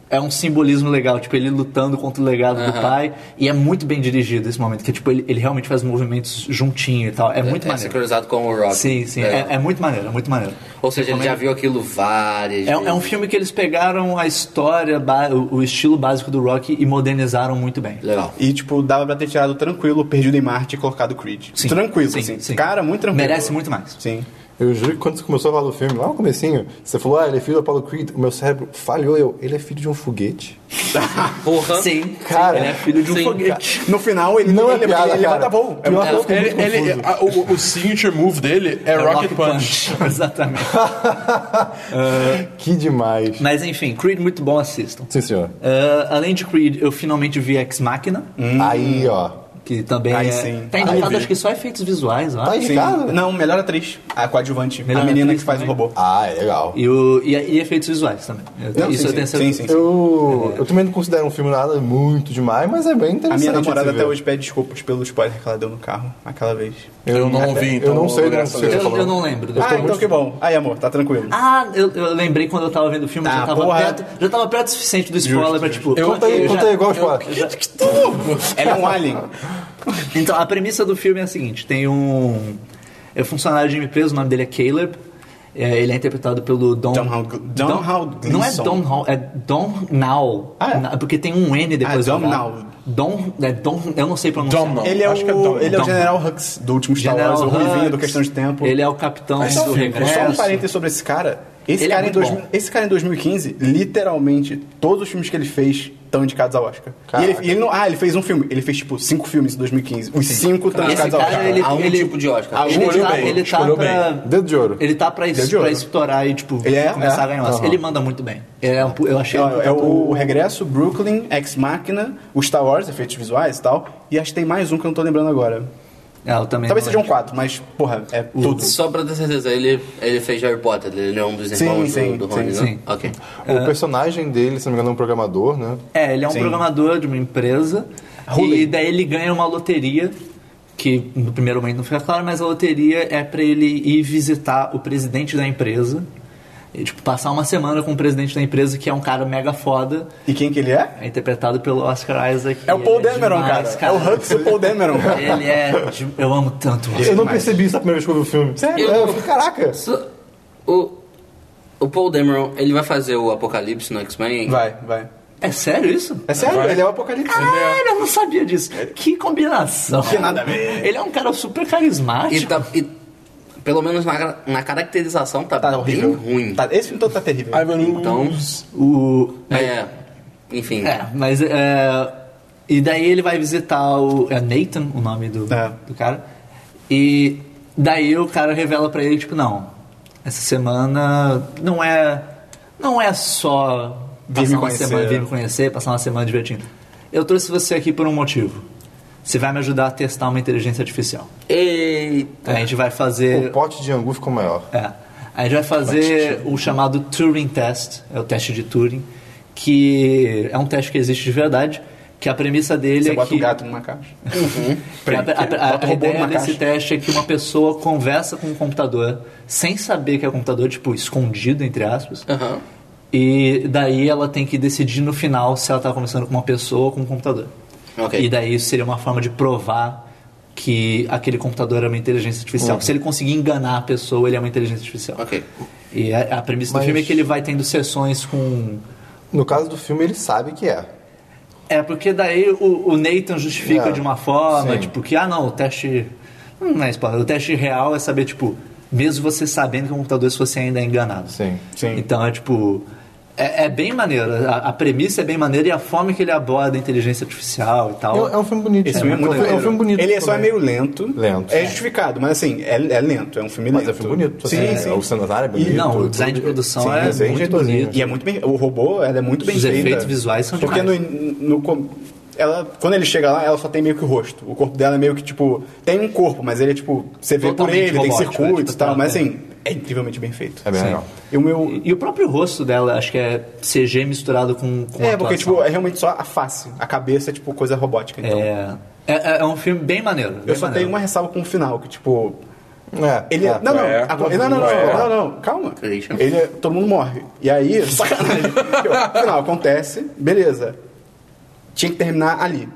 [SPEAKER 1] é um simbolismo legal. Tipo, ele lutando contra o legado do pai. E é muito bem dirigido esse momento. Que, tipo, ele, ele realmente faz movimentos juntinho e tal. É muito
[SPEAKER 4] é, é
[SPEAKER 1] maneiro.
[SPEAKER 4] sincronizado com o Rock.
[SPEAKER 1] Sim, sim.
[SPEAKER 4] Legal.
[SPEAKER 1] É, é muito maneiro, é muito maneiro.
[SPEAKER 4] Ou seja, ele já viu aquilo várias
[SPEAKER 1] É,
[SPEAKER 4] vezes.
[SPEAKER 1] é um filme que eles pegaram a história, ba- o o estilo básico do Rock e modernizaram muito bem.
[SPEAKER 4] Legal.
[SPEAKER 2] E, tipo, dava pra ter tirado tranquilo, perdido em Marte e colocado o Creed.
[SPEAKER 1] Sim.
[SPEAKER 2] Tranquilo,
[SPEAKER 1] Sim,
[SPEAKER 2] assim.
[SPEAKER 1] sim.
[SPEAKER 2] Cara, muito tranquilo.
[SPEAKER 1] Merece muito mais.
[SPEAKER 2] Sim.
[SPEAKER 5] Eu juro que quando você começou a falar do filme, lá no comecinho, você falou, ah, ele é filho do Apollo Creed, o meu cérebro falhou, eu, ele é filho de um foguete?
[SPEAKER 4] Porra.
[SPEAKER 1] Sim.
[SPEAKER 5] Cara,
[SPEAKER 1] Ele é filho de um
[SPEAKER 4] sim,
[SPEAKER 1] foguete.
[SPEAKER 2] No final, ele
[SPEAKER 5] Não é
[SPEAKER 2] ele,
[SPEAKER 5] piada,
[SPEAKER 2] ele
[SPEAKER 5] cara.
[SPEAKER 2] levanta voo.
[SPEAKER 5] Pior que eu fiquei
[SPEAKER 3] Ele,
[SPEAKER 5] muito
[SPEAKER 3] ele-
[SPEAKER 5] confuso.
[SPEAKER 3] a- o, o signature move dele é,
[SPEAKER 1] É
[SPEAKER 3] Rocket Punch.
[SPEAKER 1] Exatamente.
[SPEAKER 5] Que demais.
[SPEAKER 1] Mas enfim, Creed muito bom, assistam.
[SPEAKER 5] Sim, senhor.
[SPEAKER 1] Ah, além de Creed, eu finalmente vi Ex Machina,
[SPEAKER 2] Hum.
[SPEAKER 5] Aí, ó.
[SPEAKER 1] que também
[SPEAKER 2] Aí
[SPEAKER 1] é...
[SPEAKER 2] sim.
[SPEAKER 1] Tá
[SPEAKER 2] Aí
[SPEAKER 1] indicado,
[SPEAKER 2] vi.
[SPEAKER 1] acho que só efeitos visuais, eu acho.
[SPEAKER 5] Tá
[SPEAKER 2] Sim.
[SPEAKER 5] indicado?
[SPEAKER 2] Não, melhor atriz. A coadjuvante.
[SPEAKER 1] Melhor
[SPEAKER 2] a menina
[SPEAKER 1] atriz
[SPEAKER 2] que faz
[SPEAKER 1] também.
[SPEAKER 2] o robô.
[SPEAKER 5] Ah, é legal.
[SPEAKER 1] E, o, e, é- e efeitos visuais também. Eu-
[SPEAKER 2] Não,
[SPEAKER 1] Isso
[SPEAKER 2] sim,
[SPEAKER 1] eu tenho
[SPEAKER 2] sim,
[SPEAKER 1] certeza.
[SPEAKER 2] sim, sim.
[SPEAKER 5] Eu, eu também não considero um filme nada muito demais, mas é bem interessante.
[SPEAKER 2] A minha namorada
[SPEAKER 5] de se
[SPEAKER 2] até
[SPEAKER 5] ver.
[SPEAKER 2] hoje pede desculpas pelo spoiler que ela deu no carro aquela vez.
[SPEAKER 3] Eu não ouvi, então,
[SPEAKER 5] Eu não sei, não
[SPEAKER 3] graças a
[SPEAKER 5] sei. o que
[SPEAKER 1] Eu,
[SPEAKER 5] você falou.
[SPEAKER 1] eu não lembro.
[SPEAKER 2] ah, então que bom. Aí, amor, tá tranquilo.
[SPEAKER 1] Ah, eu, eu lembrei quando eu tava vendo o filme, eu
[SPEAKER 2] Ah,
[SPEAKER 1] já, tava
[SPEAKER 2] porra.
[SPEAKER 1] perto, já tava perto o suficiente do spoiler pra tipo.
[SPEAKER 2] é
[SPEAKER 3] Eu-
[SPEAKER 5] Conta aí,
[SPEAKER 1] já-
[SPEAKER 5] conta aí, igual os quatro.
[SPEAKER 2] Ela é um alien.
[SPEAKER 1] Então, a premissa do filme é a seguinte: tem um é um funcionário de empresa, o nome dele é Caleb. É, ele é interpretado pelo Don.
[SPEAKER 2] Don Hal- Don Hal
[SPEAKER 1] Não é
[SPEAKER 2] Gleason.
[SPEAKER 1] Don Hall, é Don Now.
[SPEAKER 2] Ah, é?
[SPEAKER 1] Porque tem um N depois
[SPEAKER 2] Ah,
[SPEAKER 1] do
[SPEAKER 2] Don
[SPEAKER 1] H.
[SPEAKER 2] Now.
[SPEAKER 1] Don. É Don. Eu não sei pronunciar.
[SPEAKER 3] Dom não.
[SPEAKER 2] Ele é,
[SPEAKER 3] Acho que é
[SPEAKER 2] o,
[SPEAKER 3] Dom.
[SPEAKER 2] ele é o
[SPEAKER 1] Dom.
[SPEAKER 2] General Hux do último Star
[SPEAKER 1] General
[SPEAKER 2] Wars, o ruivinho do
[SPEAKER 1] Hux,
[SPEAKER 2] Questão de Tempo.
[SPEAKER 1] Ele é o capitão
[SPEAKER 3] Mas
[SPEAKER 1] do
[SPEAKER 3] esse filme-
[SPEAKER 1] regresso.
[SPEAKER 2] Só um parênteses sobre esse cara. Esse,
[SPEAKER 1] Ele é
[SPEAKER 2] cara em
[SPEAKER 1] muito
[SPEAKER 2] 2000
[SPEAKER 1] bom.
[SPEAKER 2] esse cara em 2015, literalmente, todos os filmes que ele fez estão indicados ao Oscar. E
[SPEAKER 5] Caraca.
[SPEAKER 2] ele, e ele não, ah, ele fez um filme. Ele fez, tipo, cinco filmes em 2015. Os cinco estão
[SPEAKER 1] Esse
[SPEAKER 2] indicados ao
[SPEAKER 1] cara,
[SPEAKER 2] Oscar.
[SPEAKER 1] ele-
[SPEAKER 4] Há um
[SPEAKER 1] ele-
[SPEAKER 4] tipo de Oscar.
[SPEAKER 1] Ele
[SPEAKER 3] Escolheu
[SPEAKER 1] tá,
[SPEAKER 3] bem,
[SPEAKER 1] ele tá
[SPEAKER 3] escolheu
[SPEAKER 1] pra.
[SPEAKER 5] Dedo de ouro.
[SPEAKER 1] Ele tá pra, es,
[SPEAKER 2] de ouro.
[SPEAKER 1] pra estourar e, tipo,
[SPEAKER 2] Ele é?
[SPEAKER 1] começar
[SPEAKER 2] É.
[SPEAKER 1] a ganhar um Oscar.
[SPEAKER 5] Aham.
[SPEAKER 1] Ele manda muito bem. Ele é um pu- eu achei.
[SPEAKER 2] Então,
[SPEAKER 1] ele
[SPEAKER 2] é
[SPEAKER 1] um
[SPEAKER 2] o Regresso, Brooklyn, Ex Machina, o Star Wars, efeitos visuais e tal. E acho que tem mais um que eu não tô lembrando agora.
[SPEAKER 1] É, eu também.
[SPEAKER 2] Talvez um
[SPEAKER 1] não
[SPEAKER 2] sejam
[SPEAKER 1] lembro.
[SPEAKER 2] quatro, mas, porra, é tudo.
[SPEAKER 4] Só pra ter certeza, ele, ele fez Harry Potter, ele é um dos
[SPEAKER 2] Sim,
[SPEAKER 4] irmãos
[SPEAKER 2] sim,
[SPEAKER 4] do, do
[SPEAKER 2] sim,
[SPEAKER 4] Rony, né?
[SPEAKER 1] sim.
[SPEAKER 4] Ok.
[SPEAKER 5] O personagem dele, se não me engano, é um programador, né?
[SPEAKER 1] É, ele é um
[SPEAKER 2] Sim.
[SPEAKER 1] programador de uma empresa.
[SPEAKER 2] Rolê.
[SPEAKER 1] E daí ele ganha uma loteria, que no primeiro momento não fica claro, mas a loteria é pra ele ir visitar o presidente da empresa. E, tipo, passar uma semana com o presidente da empresa, que é um cara mega foda,
[SPEAKER 2] E quem que ele é?
[SPEAKER 1] é interpretado pelo Oscar Isaac.
[SPEAKER 2] É o
[SPEAKER 1] e
[SPEAKER 2] Paul
[SPEAKER 1] ele
[SPEAKER 2] Dameron,
[SPEAKER 1] demais,
[SPEAKER 2] cara. É o Hux e o Paul Dameron, cara.
[SPEAKER 1] Ele é. de- Eu amo tanto o Oscar.
[SPEAKER 5] Eu não
[SPEAKER 2] demais.
[SPEAKER 5] percebi isso na primeira vez que eu vi o filme.
[SPEAKER 2] Sério?
[SPEAKER 5] É, eu falei, caraca.
[SPEAKER 4] So- o, o Paul Dameron, ele vai fazer o Apocalipse no X-Men?
[SPEAKER 2] Vai, vai.
[SPEAKER 1] É sério isso?
[SPEAKER 2] É sério,
[SPEAKER 3] Vai.
[SPEAKER 2] ele é o Apocalipse.
[SPEAKER 1] Caralho, eu não sabia disso. Que combinação.
[SPEAKER 2] Que nada a ver.
[SPEAKER 1] Ele é um cara super
[SPEAKER 4] E
[SPEAKER 1] carismático.
[SPEAKER 4] tá... e, pelo menos na, na caracterização tá,
[SPEAKER 2] Tá
[SPEAKER 4] bem
[SPEAKER 2] horrível.
[SPEAKER 4] ruim.
[SPEAKER 2] Tá- esse filme todo tá terrível.
[SPEAKER 3] Ivan
[SPEAKER 4] Então-
[SPEAKER 1] O...
[SPEAKER 4] É, enfim.
[SPEAKER 1] É, mas é, E daí ele vai visitar o. É Nathan o nome do,
[SPEAKER 2] É.
[SPEAKER 1] do cara. E daí o cara revela pra ele, tipo, não, essa semana não é. Não é só
[SPEAKER 2] Vir
[SPEAKER 1] passar
[SPEAKER 2] me
[SPEAKER 1] uma
[SPEAKER 2] conhecer.
[SPEAKER 1] semana, vir me conhecer, passar uma semana divertindo. Eu trouxe você aqui por um motivo. Você vai me ajudar a testar uma inteligência artificial. Então,
[SPEAKER 4] Eita.
[SPEAKER 1] A
[SPEAKER 2] É.
[SPEAKER 1] gente vai
[SPEAKER 5] O
[SPEAKER 1] fazer.
[SPEAKER 5] pote de angu ficou maior.
[SPEAKER 1] É. A gente vai fazer o chamado Turing Test, é o teste de Turing, que é um teste que existe de verdade, que a premissa dele
[SPEAKER 2] Você
[SPEAKER 1] é
[SPEAKER 2] bota
[SPEAKER 1] que...
[SPEAKER 2] o gato numa caixa.
[SPEAKER 1] que a, a- a-
[SPEAKER 2] Bota o
[SPEAKER 1] a
[SPEAKER 2] robô
[SPEAKER 1] ideia
[SPEAKER 2] numa
[SPEAKER 1] desse
[SPEAKER 2] caixa.
[SPEAKER 1] teste é que uma pessoa conversa com um computador sem saber que é um computador, tipo, escondido, entre aspas,
[SPEAKER 4] Aham.
[SPEAKER 1] e daí ela tem que decidir no final se ela está conversando com uma pessoa ou com um computador.
[SPEAKER 4] Ok.
[SPEAKER 1] E daí isso seria uma forma de provar que aquele computador era uma inteligência
[SPEAKER 2] Uhum.
[SPEAKER 1] artificial. Se ele conseguir enganar a pessoa, ele é uma inteligência artificial.
[SPEAKER 4] Ok.
[SPEAKER 1] E a, a premissa do
[SPEAKER 5] Mas-
[SPEAKER 1] filme é que ele vai tendo sessões com.
[SPEAKER 5] No caso do filme, ele sabe que é.
[SPEAKER 1] É, porque daí o, o Nathan justifica
[SPEAKER 5] É,
[SPEAKER 1] de uma forma,
[SPEAKER 5] sim.
[SPEAKER 1] tipo, que, ah, não, o teste. Não é spoiler. O teste real é saber, tipo, mesmo você sabendo que é um computador, se você ainda é enganado.
[SPEAKER 5] Sim.
[SPEAKER 2] Sim.
[SPEAKER 1] Então é tipo. É, é bem maneiro. A, a premissa é bem maneira e a forma que ele aborda a inteligência artificial e tal.
[SPEAKER 5] É, é um filme
[SPEAKER 2] Então,
[SPEAKER 5] bonito.
[SPEAKER 2] Esse filme é muito
[SPEAKER 5] um filme- é um
[SPEAKER 2] maneiro.
[SPEAKER 5] filme bonito.
[SPEAKER 2] Ele é só é
[SPEAKER 5] também.
[SPEAKER 2] meio lento.
[SPEAKER 5] Lento.
[SPEAKER 2] É justificado, mas assim, é, é lento. É um filme
[SPEAKER 5] Mas
[SPEAKER 2] lento.
[SPEAKER 5] é um filme bonito.
[SPEAKER 2] Sim,
[SPEAKER 5] assim,
[SPEAKER 2] sim.
[SPEAKER 5] é, O cenário é bonito.
[SPEAKER 1] Não, o
[SPEAKER 5] tudo.
[SPEAKER 1] design de produção
[SPEAKER 5] Sim,
[SPEAKER 1] é
[SPEAKER 5] bem
[SPEAKER 1] muito
[SPEAKER 5] jeitosinho.
[SPEAKER 1] bonito.
[SPEAKER 2] E é muito bem... O robô, ela é muito bem
[SPEAKER 1] Os
[SPEAKER 2] feita.
[SPEAKER 1] efeitos visuais são
[SPEAKER 2] Porque no,
[SPEAKER 1] demais.
[SPEAKER 2] no... com- Ela, quando ele chega lá, ela só tem meio que o rosto. O corpo dela é meio que, tipo... Tem um corpo, mas ele é, tipo... Você vê por
[SPEAKER 1] Totalmente
[SPEAKER 2] ele, tem
[SPEAKER 1] robótico, é,
[SPEAKER 2] circuitos
[SPEAKER 1] tipo,
[SPEAKER 2] e tal.
[SPEAKER 1] tá,
[SPEAKER 2] Mas
[SPEAKER 1] é.
[SPEAKER 2] assim, é incrivelmente bem feito.
[SPEAKER 5] É bem
[SPEAKER 1] Sim.
[SPEAKER 5] legal.
[SPEAKER 2] E o meu...
[SPEAKER 1] E o próprio rosto dela, acho que é CG misturado com. com
[SPEAKER 2] É, porque,
[SPEAKER 1] atuação.
[SPEAKER 2] tipo, é realmente só a face. A cabeça é, tipo, coisa robótica. Então.
[SPEAKER 1] É, é, é um filme bem maneiro. bem
[SPEAKER 2] Eu só
[SPEAKER 1] maneiro.
[SPEAKER 2] tenho uma ressalva com o final, que, tipo...
[SPEAKER 5] É,
[SPEAKER 2] Ele.
[SPEAKER 5] é,
[SPEAKER 1] Ah,
[SPEAKER 2] não, não,
[SPEAKER 3] é.
[SPEAKER 2] agora- não, não, não,
[SPEAKER 3] É.
[SPEAKER 2] não, não, não, calma.
[SPEAKER 4] Christian.
[SPEAKER 2] Ele, é- todo mundo morre. E aí, sacanagem. No final, acontece, beleza. Tinha que terminar ali.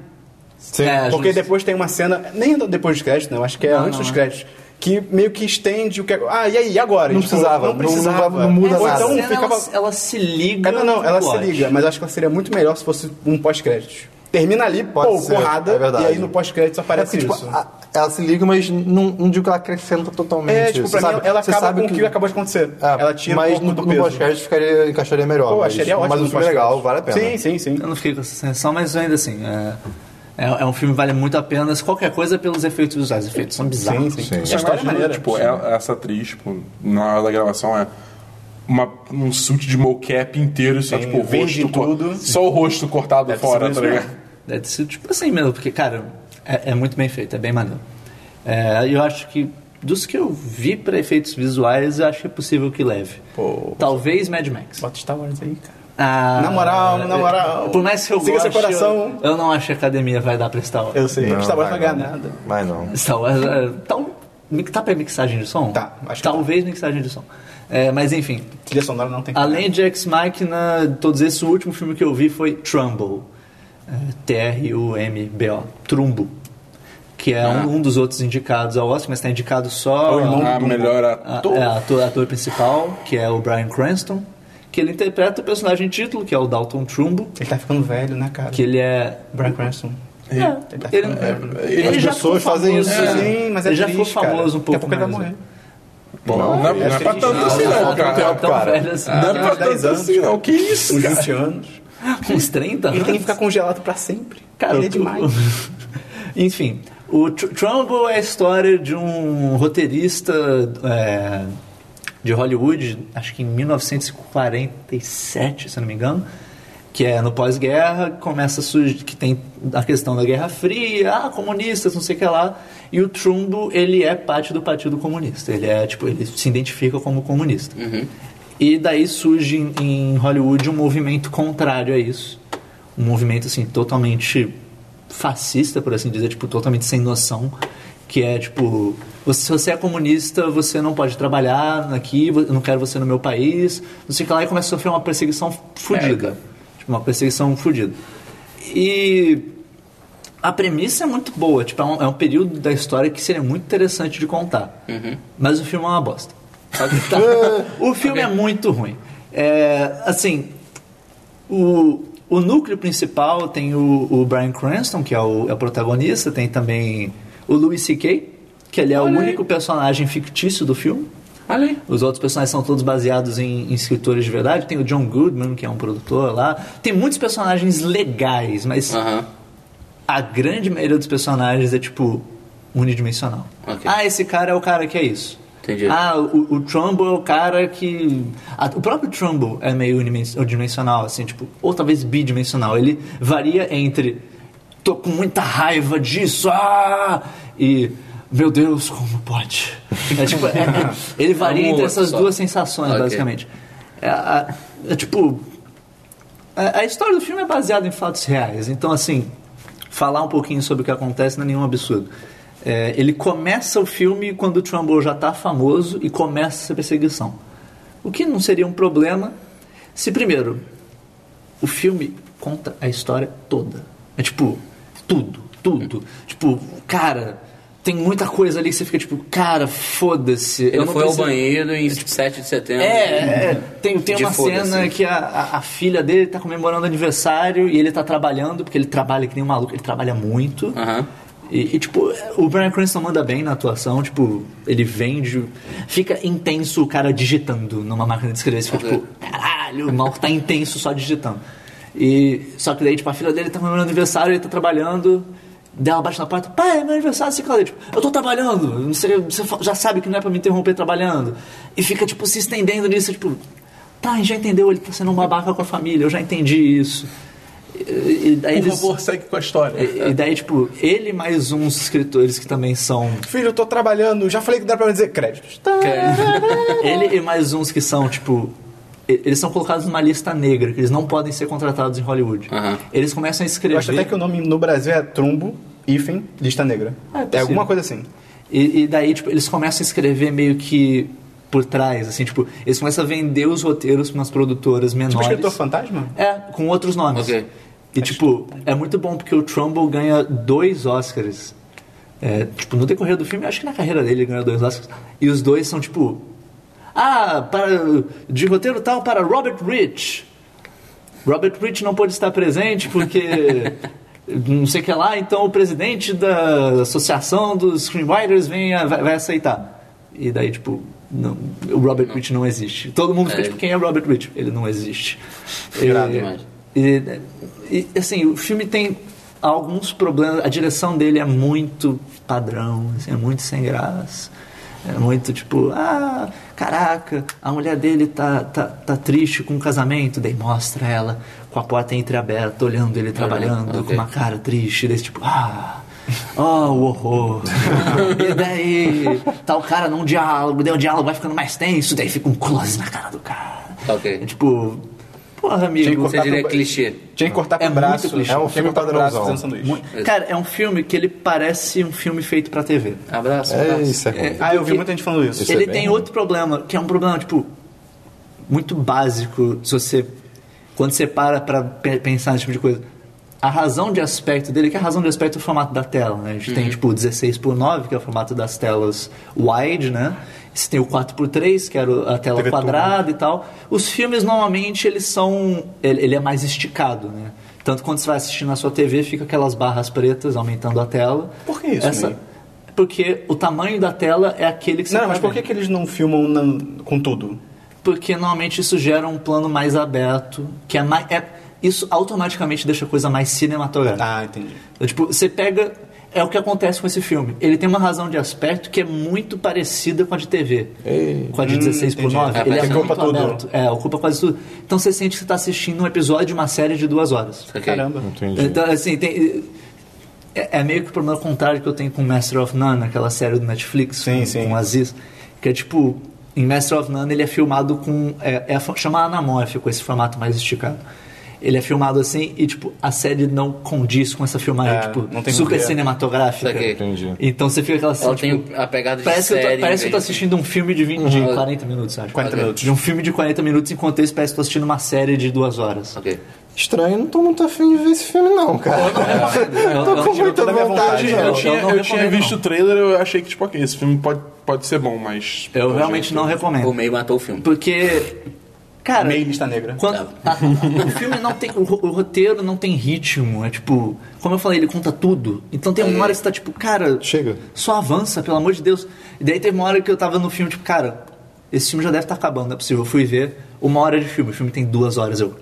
[SPEAKER 5] Sim.
[SPEAKER 1] É,
[SPEAKER 2] Porque
[SPEAKER 1] justo.
[SPEAKER 2] depois tem uma cena, nem depois dos créditos, não, acho que é
[SPEAKER 1] Não,
[SPEAKER 2] antes
[SPEAKER 1] não,
[SPEAKER 2] dos
[SPEAKER 1] é.
[SPEAKER 2] créditos, que meio que estende o que. Ah, e aí, e agora?
[SPEAKER 5] Não precisava,
[SPEAKER 2] não
[SPEAKER 5] não- não
[SPEAKER 2] precisava.
[SPEAKER 5] vai- não muda
[SPEAKER 1] Essa
[SPEAKER 2] Ou
[SPEAKER 5] nada.
[SPEAKER 2] então
[SPEAKER 1] cena,
[SPEAKER 2] ficava.
[SPEAKER 1] ela, ela se liga.
[SPEAKER 2] É, não, não,
[SPEAKER 1] no
[SPEAKER 2] ela se
[SPEAKER 1] plot.
[SPEAKER 2] liga, mas acho que ela seria muito melhor se fosse um pós-crédito. Termina ali,
[SPEAKER 5] Pode
[SPEAKER 2] pô,
[SPEAKER 5] ser,
[SPEAKER 2] porrada,
[SPEAKER 5] é verdade.
[SPEAKER 2] e aí no pós-crédito só
[SPEAKER 5] É
[SPEAKER 2] aparece
[SPEAKER 5] porque, tipo,
[SPEAKER 2] isso.
[SPEAKER 5] a- ela se liga, mas não, não digo que ela acrescenta totalmente.
[SPEAKER 2] É, tipo,
[SPEAKER 5] você
[SPEAKER 2] pra
[SPEAKER 5] sabe?
[SPEAKER 2] mim, ela
[SPEAKER 5] Você
[SPEAKER 2] acaba
[SPEAKER 5] sabe
[SPEAKER 2] com o que... acabou de acontecer.
[SPEAKER 5] Ah,
[SPEAKER 2] ela tira
[SPEAKER 5] mas
[SPEAKER 2] um pouco
[SPEAKER 5] no,
[SPEAKER 2] do
[SPEAKER 5] no
[SPEAKER 2] peso.
[SPEAKER 5] podcast ficaria, encaixaria melhor.
[SPEAKER 2] Pô,
[SPEAKER 5] mas,
[SPEAKER 2] acharia ótimo.
[SPEAKER 5] mas um
[SPEAKER 2] nos
[SPEAKER 5] filme
[SPEAKER 2] podcasts.
[SPEAKER 5] legal, vale a pena.
[SPEAKER 2] Sim, sim, sim.
[SPEAKER 1] Eu não fiquei com essa sensação, mas ainda assim. É, é, é um filme que vale muito a pena, se qualquer coisa, é pelos efeitos visuais. Os efeitos são bizarros. assim.
[SPEAKER 2] Sim, sim.
[SPEAKER 5] Sim.
[SPEAKER 2] A história é
[SPEAKER 3] Imagina,
[SPEAKER 2] maneira.
[SPEAKER 3] Tipo, ela- essa atriz, tipo, na hora da gravação é uma- um suit de mocap inteiro, só
[SPEAKER 2] Sim,
[SPEAKER 3] tipo o
[SPEAKER 2] verde
[SPEAKER 3] rosto.
[SPEAKER 2] e
[SPEAKER 3] co-
[SPEAKER 2] tudo.
[SPEAKER 3] Só o rosto cortado
[SPEAKER 2] Deve ser
[SPEAKER 3] fora,
[SPEAKER 2] isso
[SPEAKER 3] tá ligado?
[SPEAKER 2] mesmo.
[SPEAKER 1] Deve ser tipo assim mesmo, porque, cara, é, é muito bem feito, é bem maneiro. É, eu acho que, dos que eu vi pra efeitos visuais, eu acho que é possível que leve.
[SPEAKER 2] Pô.
[SPEAKER 1] Talvez Mad Max.
[SPEAKER 2] Bota Star Wars aí, cara.
[SPEAKER 1] Ah,
[SPEAKER 2] Na moral, na moral.
[SPEAKER 1] Por mais que eu
[SPEAKER 2] Siga seu
[SPEAKER 1] goste,
[SPEAKER 2] coração.
[SPEAKER 1] Eu, eu não acho que a academia vai dar pra Star Wars.
[SPEAKER 2] Eu sei,
[SPEAKER 5] Não,
[SPEAKER 2] Star Wars
[SPEAKER 5] vai
[SPEAKER 2] não ganha
[SPEAKER 5] não.
[SPEAKER 2] nada.
[SPEAKER 5] Vai não.
[SPEAKER 1] Star Wars. é, tal, mi- tá pra mixagem de som?
[SPEAKER 2] Tá, acho que
[SPEAKER 1] Talvez mixagem de som. É, mas enfim,
[SPEAKER 2] Trilha sonora não tem.
[SPEAKER 1] além de Ex Machina, todos esses, o último filme que eu vi foi Trumbo. É, T-R-U-M-B-O. Trumbo. Que é um, um dos outros indicados ao Oscar, mas tá indicado só.
[SPEAKER 2] Ao Ah. É irmão
[SPEAKER 3] A Ah, melhor
[SPEAKER 1] a-
[SPEAKER 3] ator.
[SPEAKER 1] é, ator, ator principal, que é o Brian Cranston, que ele interpreta o personagem título, que é o Dalton Trumbo,
[SPEAKER 2] Ele tá ficando velho, né, cara?
[SPEAKER 1] que ele é
[SPEAKER 2] Brian Cranston.
[SPEAKER 1] é,
[SPEAKER 2] Ele tá
[SPEAKER 1] ele,
[SPEAKER 2] ficando
[SPEAKER 1] ele,
[SPEAKER 5] As
[SPEAKER 1] já
[SPEAKER 5] pessoas
[SPEAKER 1] ficou
[SPEAKER 5] fazem
[SPEAKER 1] famoso,
[SPEAKER 5] isso.
[SPEAKER 1] né?
[SPEAKER 2] Sim, mas é
[SPEAKER 1] Ele já
[SPEAKER 2] triste,
[SPEAKER 1] ficou famoso
[SPEAKER 2] cara.
[SPEAKER 1] um pouco.
[SPEAKER 2] Daqui a pouco ele vai
[SPEAKER 1] mais, né?
[SPEAKER 2] morrer.
[SPEAKER 3] Bom, não, não é pra tanto assim não,
[SPEAKER 1] Tão-
[SPEAKER 3] cara.
[SPEAKER 1] tão
[SPEAKER 5] cara.
[SPEAKER 1] velho assim.
[SPEAKER 3] Não é pra
[SPEAKER 2] uns 10
[SPEAKER 3] tanto
[SPEAKER 2] anos,
[SPEAKER 3] assim não. Que isso,
[SPEAKER 2] Uns
[SPEAKER 3] cara?
[SPEAKER 2] 20 anos.
[SPEAKER 1] Uns 30
[SPEAKER 2] Ele tem que
[SPEAKER 1] anos?
[SPEAKER 2] ficar congelado pra sempre.
[SPEAKER 1] Cara,
[SPEAKER 2] ele é
[SPEAKER 1] o-
[SPEAKER 2] demais.
[SPEAKER 1] Enfim, o Tr- Trumbo é a história de um roteirista é, de Hollywood, acho que em 1947, se eu não me engano, que é no pós-guerra, começa a surgir, que tem a questão da Guerra Fria, ah, comunistas, não sei o que lá, e o Trumbo, ele é parte do Partido Comunista, ele é, tipo, ele se identifica como comunista. E daí surge em- em Hollywood um movimento contrário a isso, um movimento, assim, totalmente fascista, por assim dizer, tipo, totalmente sem noção, que é tipo, você- se você é comunista, você não pode trabalhar aqui, vo- eu não quero você no meu país, não sei o que lá, e começa a sofrer uma perseguição fodida. Tipo, uma perseguição fodida. E a premissa é muito boa, tipo, é um, é um período da história que seria muito interessante de contar. Mas o filme é uma bosta. Tá. o filme é muito ruim. É, assim, o, o núcleo principal tem o, o Brian Cranston, que é o, é o protagonista, tem também o Louis C.K., que ele é o único personagem fictício do filme.
[SPEAKER 4] Olha aí.
[SPEAKER 1] Os outros personagens são todos baseados em, em escritores de verdade. Tem o John Goodman, que é um produtor lá. Tem muitos personagens legais, mas
[SPEAKER 4] Aham.
[SPEAKER 1] a grande maioria dos personagens é tipo unidimensional.
[SPEAKER 4] Ok.
[SPEAKER 1] Ah, esse cara é o cara que é isso.
[SPEAKER 4] Entendi.
[SPEAKER 1] Ah, o, o Trumbo é o cara que. a- o próprio Trumbo é meio unimen- unidimensional, assim, tipo, ou talvez bidimensional. Ele varia entre tô com muita raiva disso, ah! E meu Deus, como pode? É, tipo, é- é- ele varia
[SPEAKER 4] É um
[SPEAKER 1] entre
[SPEAKER 4] outro
[SPEAKER 1] essas
[SPEAKER 4] só.
[SPEAKER 1] duas sensações,
[SPEAKER 4] Ok.
[SPEAKER 1] basicamente. É, a- é tipo, a, a história do filme é baseada em fatos reais, então assim, falar um pouquinho sobre o que acontece não é nenhum absurdo. É, ele começa o filme quando o Trumbull já está famoso e começa essa perseguição. O que não seria um problema se, primeiro, o filme conta a história toda. É tipo, tudo, tudo. Tipo, cara, tem muita coisa ali que você fica tipo, cara, foda-se.
[SPEAKER 4] Ele foi ao
[SPEAKER 1] preciso-
[SPEAKER 4] banheiro em 7 de setembro.
[SPEAKER 1] é, é. tem, tem
[SPEAKER 4] um De assim.
[SPEAKER 1] uma
[SPEAKER 4] foda-se.
[SPEAKER 1] cena que a, a- a filha dele tá comemorando aniversário e ele tá trabalhando, porque ele trabalha que nem um maluco, ele trabalha muito.
[SPEAKER 4] Aham.
[SPEAKER 1] E, e, tipo, o Brian Cranston manda bem na atuação, tipo, ele vende. Fica intenso o cara digitando numa máquina de escrever. Você fica tipo,
[SPEAKER 3] É.
[SPEAKER 1] caralho, o maluco tá intenso só digitando. E, só que daí, tipo, a filha dele tá comemorando aniversário, ele tá trabalhando. Daí ela bate na porta, pai, é meu aniversário, você fala, tipo, eu tô trabalhando, você, você fa- já sabe que não é pra me interromper trabalhando. E fica, tipo, se estendendo nisso, tipo, tá, já entendeu, ele tá sendo um babaca com a família, eu já entendi isso. E, e daí
[SPEAKER 3] Por
[SPEAKER 1] eles-
[SPEAKER 3] favor, segue com a história.
[SPEAKER 1] e e daí, tipo, ele mais uns escritores que também são.
[SPEAKER 2] Filho, eu tô trabalhando. Já falei que dá pra me dizer créditos. Tá.
[SPEAKER 1] Ele e mais uns que são, tipo. e- Eles são colocados numa lista negra, que eles não podem ser contratados em Hollywood.
[SPEAKER 4] Aham.
[SPEAKER 1] Eles começam a escrever.
[SPEAKER 2] Eu acho até que o nome no Brasil é Trumbo, hífen, lista negra.
[SPEAKER 1] Ah, é
[SPEAKER 2] é
[SPEAKER 1] possível.
[SPEAKER 2] alguma coisa assim.
[SPEAKER 1] E, e daí, tipo, eles começam a escrever meio que por trás, assim, tipo, eles começam a vender os roteiros pra umas produtoras menores.
[SPEAKER 2] Tipo escritor fantasma?
[SPEAKER 1] É, com outros nomes.
[SPEAKER 4] Ok.
[SPEAKER 1] E, tipo, é muito bom porque o Trumbull ganha dois Oscars. É, tipo, no decorrer do filme, acho que na carreira dele ele ganhou dois Oscars. E os dois são, tipo... Ah, para, de roteiro tal para Robert Rich. Robert Rich não pôde estar presente porque... não sei o que lá, então o presidente da associação dos screenwriters vem a- vai, vai aceitar. E daí, tipo, não, o Robert Rich não existe. Todo mundo fica,
[SPEAKER 4] É.
[SPEAKER 1] tipo, quem é o Robert Rich? Ele não existe.
[SPEAKER 4] Irado
[SPEAKER 1] E-
[SPEAKER 4] demais.
[SPEAKER 1] e, e, assim, o filme tem alguns problemas. A direção dele é muito padrão, assim, é muito sem graça. É muito tipo, ah, caraca, a mulher dele tá, tá, tá triste com o casamento. Daí mostra ela com a porta entreaberta, olhando ele trabalhando,
[SPEAKER 4] ok.
[SPEAKER 1] com uma cara triste, desse tipo, ah. Oh, o horror. e daí, tal cara num diálogo, daí o diálogo vai ficando mais tenso, daí fica um close na cara do cara.
[SPEAKER 4] Ok.
[SPEAKER 1] É tipo, porra,
[SPEAKER 2] Tinha que
[SPEAKER 1] amigo.
[SPEAKER 4] Você
[SPEAKER 2] cortar
[SPEAKER 4] diria
[SPEAKER 2] pro-
[SPEAKER 4] clichê.
[SPEAKER 2] Tinha que cortar
[SPEAKER 1] É
[SPEAKER 2] pro
[SPEAKER 1] muito
[SPEAKER 2] braço.
[SPEAKER 1] clichê.
[SPEAKER 5] É um
[SPEAKER 2] Tinha que
[SPEAKER 5] filme
[SPEAKER 2] cortar pro braço
[SPEAKER 5] padrãozão.
[SPEAKER 2] fazendo sanduíche.
[SPEAKER 1] Cara, é um filme que ele parece um filme feito pra TV.
[SPEAKER 4] Abraço,
[SPEAKER 5] É
[SPEAKER 4] abraço.
[SPEAKER 5] isso, é ruim.
[SPEAKER 2] Ah, eu vi
[SPEAKER 1] Porque-
[SPEAKER 2] muita gente falando isso.
[SPEAKER 5] Isso é
[SPEAKER 1] ele
[SPEAKER 5] bem
[SPEAKER 1] tem
[SPEAKER 5] ruim.
[SPEAKER 1] outro problema, que é um problema, tipo, muito básico. Se você. Quando você para pra pe- pensar nesse tipo de coisa. A razão de aspecto dele, que a razão de aspecto é o formato da tela, né? A gente
[SPEAKER 2] Uhum.
[SPEAKER 1] tem, tipo, 16 por 9 que é o formato das telas wide, né? Você tem o 4 por 3 que era o- a tela
[SPEAKER 2] TV tubo.
[SPEAKER 1] quadrada e tal. Os filmes, normalmente, eles são... Ele, ele é mais esticado, né? Tanto quando você vai assistir na sua TV, fica aquelas barras pretas aumentando a tela.
[SPEAKER 2] Por que isso, Ney?
[SPEAKER 1] Porque o tamanho da tela é aquele que você
[SPEAKER 2] Não,
[SPEAKER 1] tá
[SPEAKER 2] mas por
[SPEAKER 1] vendo.
[SPEAKER 2] que, que eles não filmam na- com tudo?
[SPEAKER 1] Porque normalmente isso gera um plano mais aberto, que é mais. é- isso automaticamente deixa a coisa mais cinematográfica.
[SPEAKER 2] Ah, entendi.
[SPEAKER 1] É, Tipo, você pega. É o que acontece com esse filme. Ele tem uma razão de aspecto que é muito parecida com a de TV. Com a de 16 por
[SPEAKER 2] Hum, entendi.
[SPEAKER 1] 9. Ele
[SPEAKER 4] É,
[SPEAKER 1] é
[SPEAKER 4] parece que
[SPEAKER 1] muito
[SPEAKER 2] ocupa tudo.
[SPEAKER 1] aberto. É, ocupa quase tudo. Então você sente que você está assistindo um episódio de uma série de duas horas.
[SPEAKER 4] Ok.
[SPEAKER 2] Caramba.
[SPEAKER 5] Entendi.
[SPEAKER 1] Então, assim, tem. É, é meio que o problema contrário que eu tenho com Master of None, aquela série do Netflix
[SPEAKER 2] Sim,
[SPEAKER 1] com,
[SPEAKER 2] sim.
[SPEAKER 1] com o Aziz, que é tipo. Em Master of None ele é filmado com. É, é fo- chama anamórfico, esse formato mais esticado. Ele é filmado assim e, tipo, a série não condiz com essa filmagem,
[SPEAKER 2] É,
[SPEAKER 1] tipo,
[SPEAKER 2] não tem
[SPEAKER 1] super
[SPEAKER 2] porquê.
[SPEAKER 1] cinematográfica.
[SPEAKER 4] Saquei.
[SPEAKER 5] Entendi.
[SPEAKER 1] Então você fica aquela assim,
[SPEAKER 4] Ela
[SPEAKER 1] tipo,
[SPEAKER 4] tem a pegada de
[SPEAKER 1] parece, que eu
[SPEAKER 4] série.
[SPEAKER 1] tô, parece que eu tô
[SPEAKER 4] em vez de-
[SPEAKER 1] assistindo um filme de, 20, de 40 minutos, acho.
[SPEAKER 2] 40
[SPEAKER 4] Ok.
[SPEAKER 2] Uhum. minutos.
[SPEAKER 1] De um filme de 40 minutos, enquanto isso parece que eu tô assistindo uma série de duas horas.
[SPEAKER 4] assim. Ok.
[SPEAKER 5] Estranho, não tô muito afim de ver esse filme, não,
[SPEAKER 2] É.
[SPEAKER 5] cara.
[SPEAKER 1] Eu-
[SPEAKER 5] Tô
[SPEAKER 1] eu-
[SPEAKER 5] com
[SPEAKER 1] eu-
[SPEAKER 5] muita
[SPEAKER 2] toda a minha vontade,
[SPEAKER 5] vontade,
[SPEAKER 2] né?
[SPEAKER 5] não.
[SPEAKER 3] Eu tinha,
[SPEAKER 1] não
[SPEAKER 3] eu tinha
[SPEAKER 1] recomendo,
[SPEAKER 3] visto
[SPEAKER 1] não.
[SPEAKER 3] o trailer eu achei que, tipo, ok, esse filme pode, pode ser bom, mas.
[SPEAKER 1] Eu realmente não recomendo.
[SPEAKER 4] O meio matou o filme.
[SPEAKER 1] Porque, cara,
[SPEAKER 2] Meio lista negra.
[SPEAKER 1] quando- a- a- o filme não tem. O, ro- o roteiro não tem ritmo. É tipo. Como eu falei, ele conta tudo. Então tem uma hora que você tá tipo, cara.
[SPEAKER 5] Chega.
[SPEAKER 1] Só avança, pelo amor de Deus. E daí teve uma hora que eu tava no filme, tipo, cara, esse filme já deve estar acabando, não é possível. Eu fui ver uma hora de filme. O filme tem duas horas. Eu.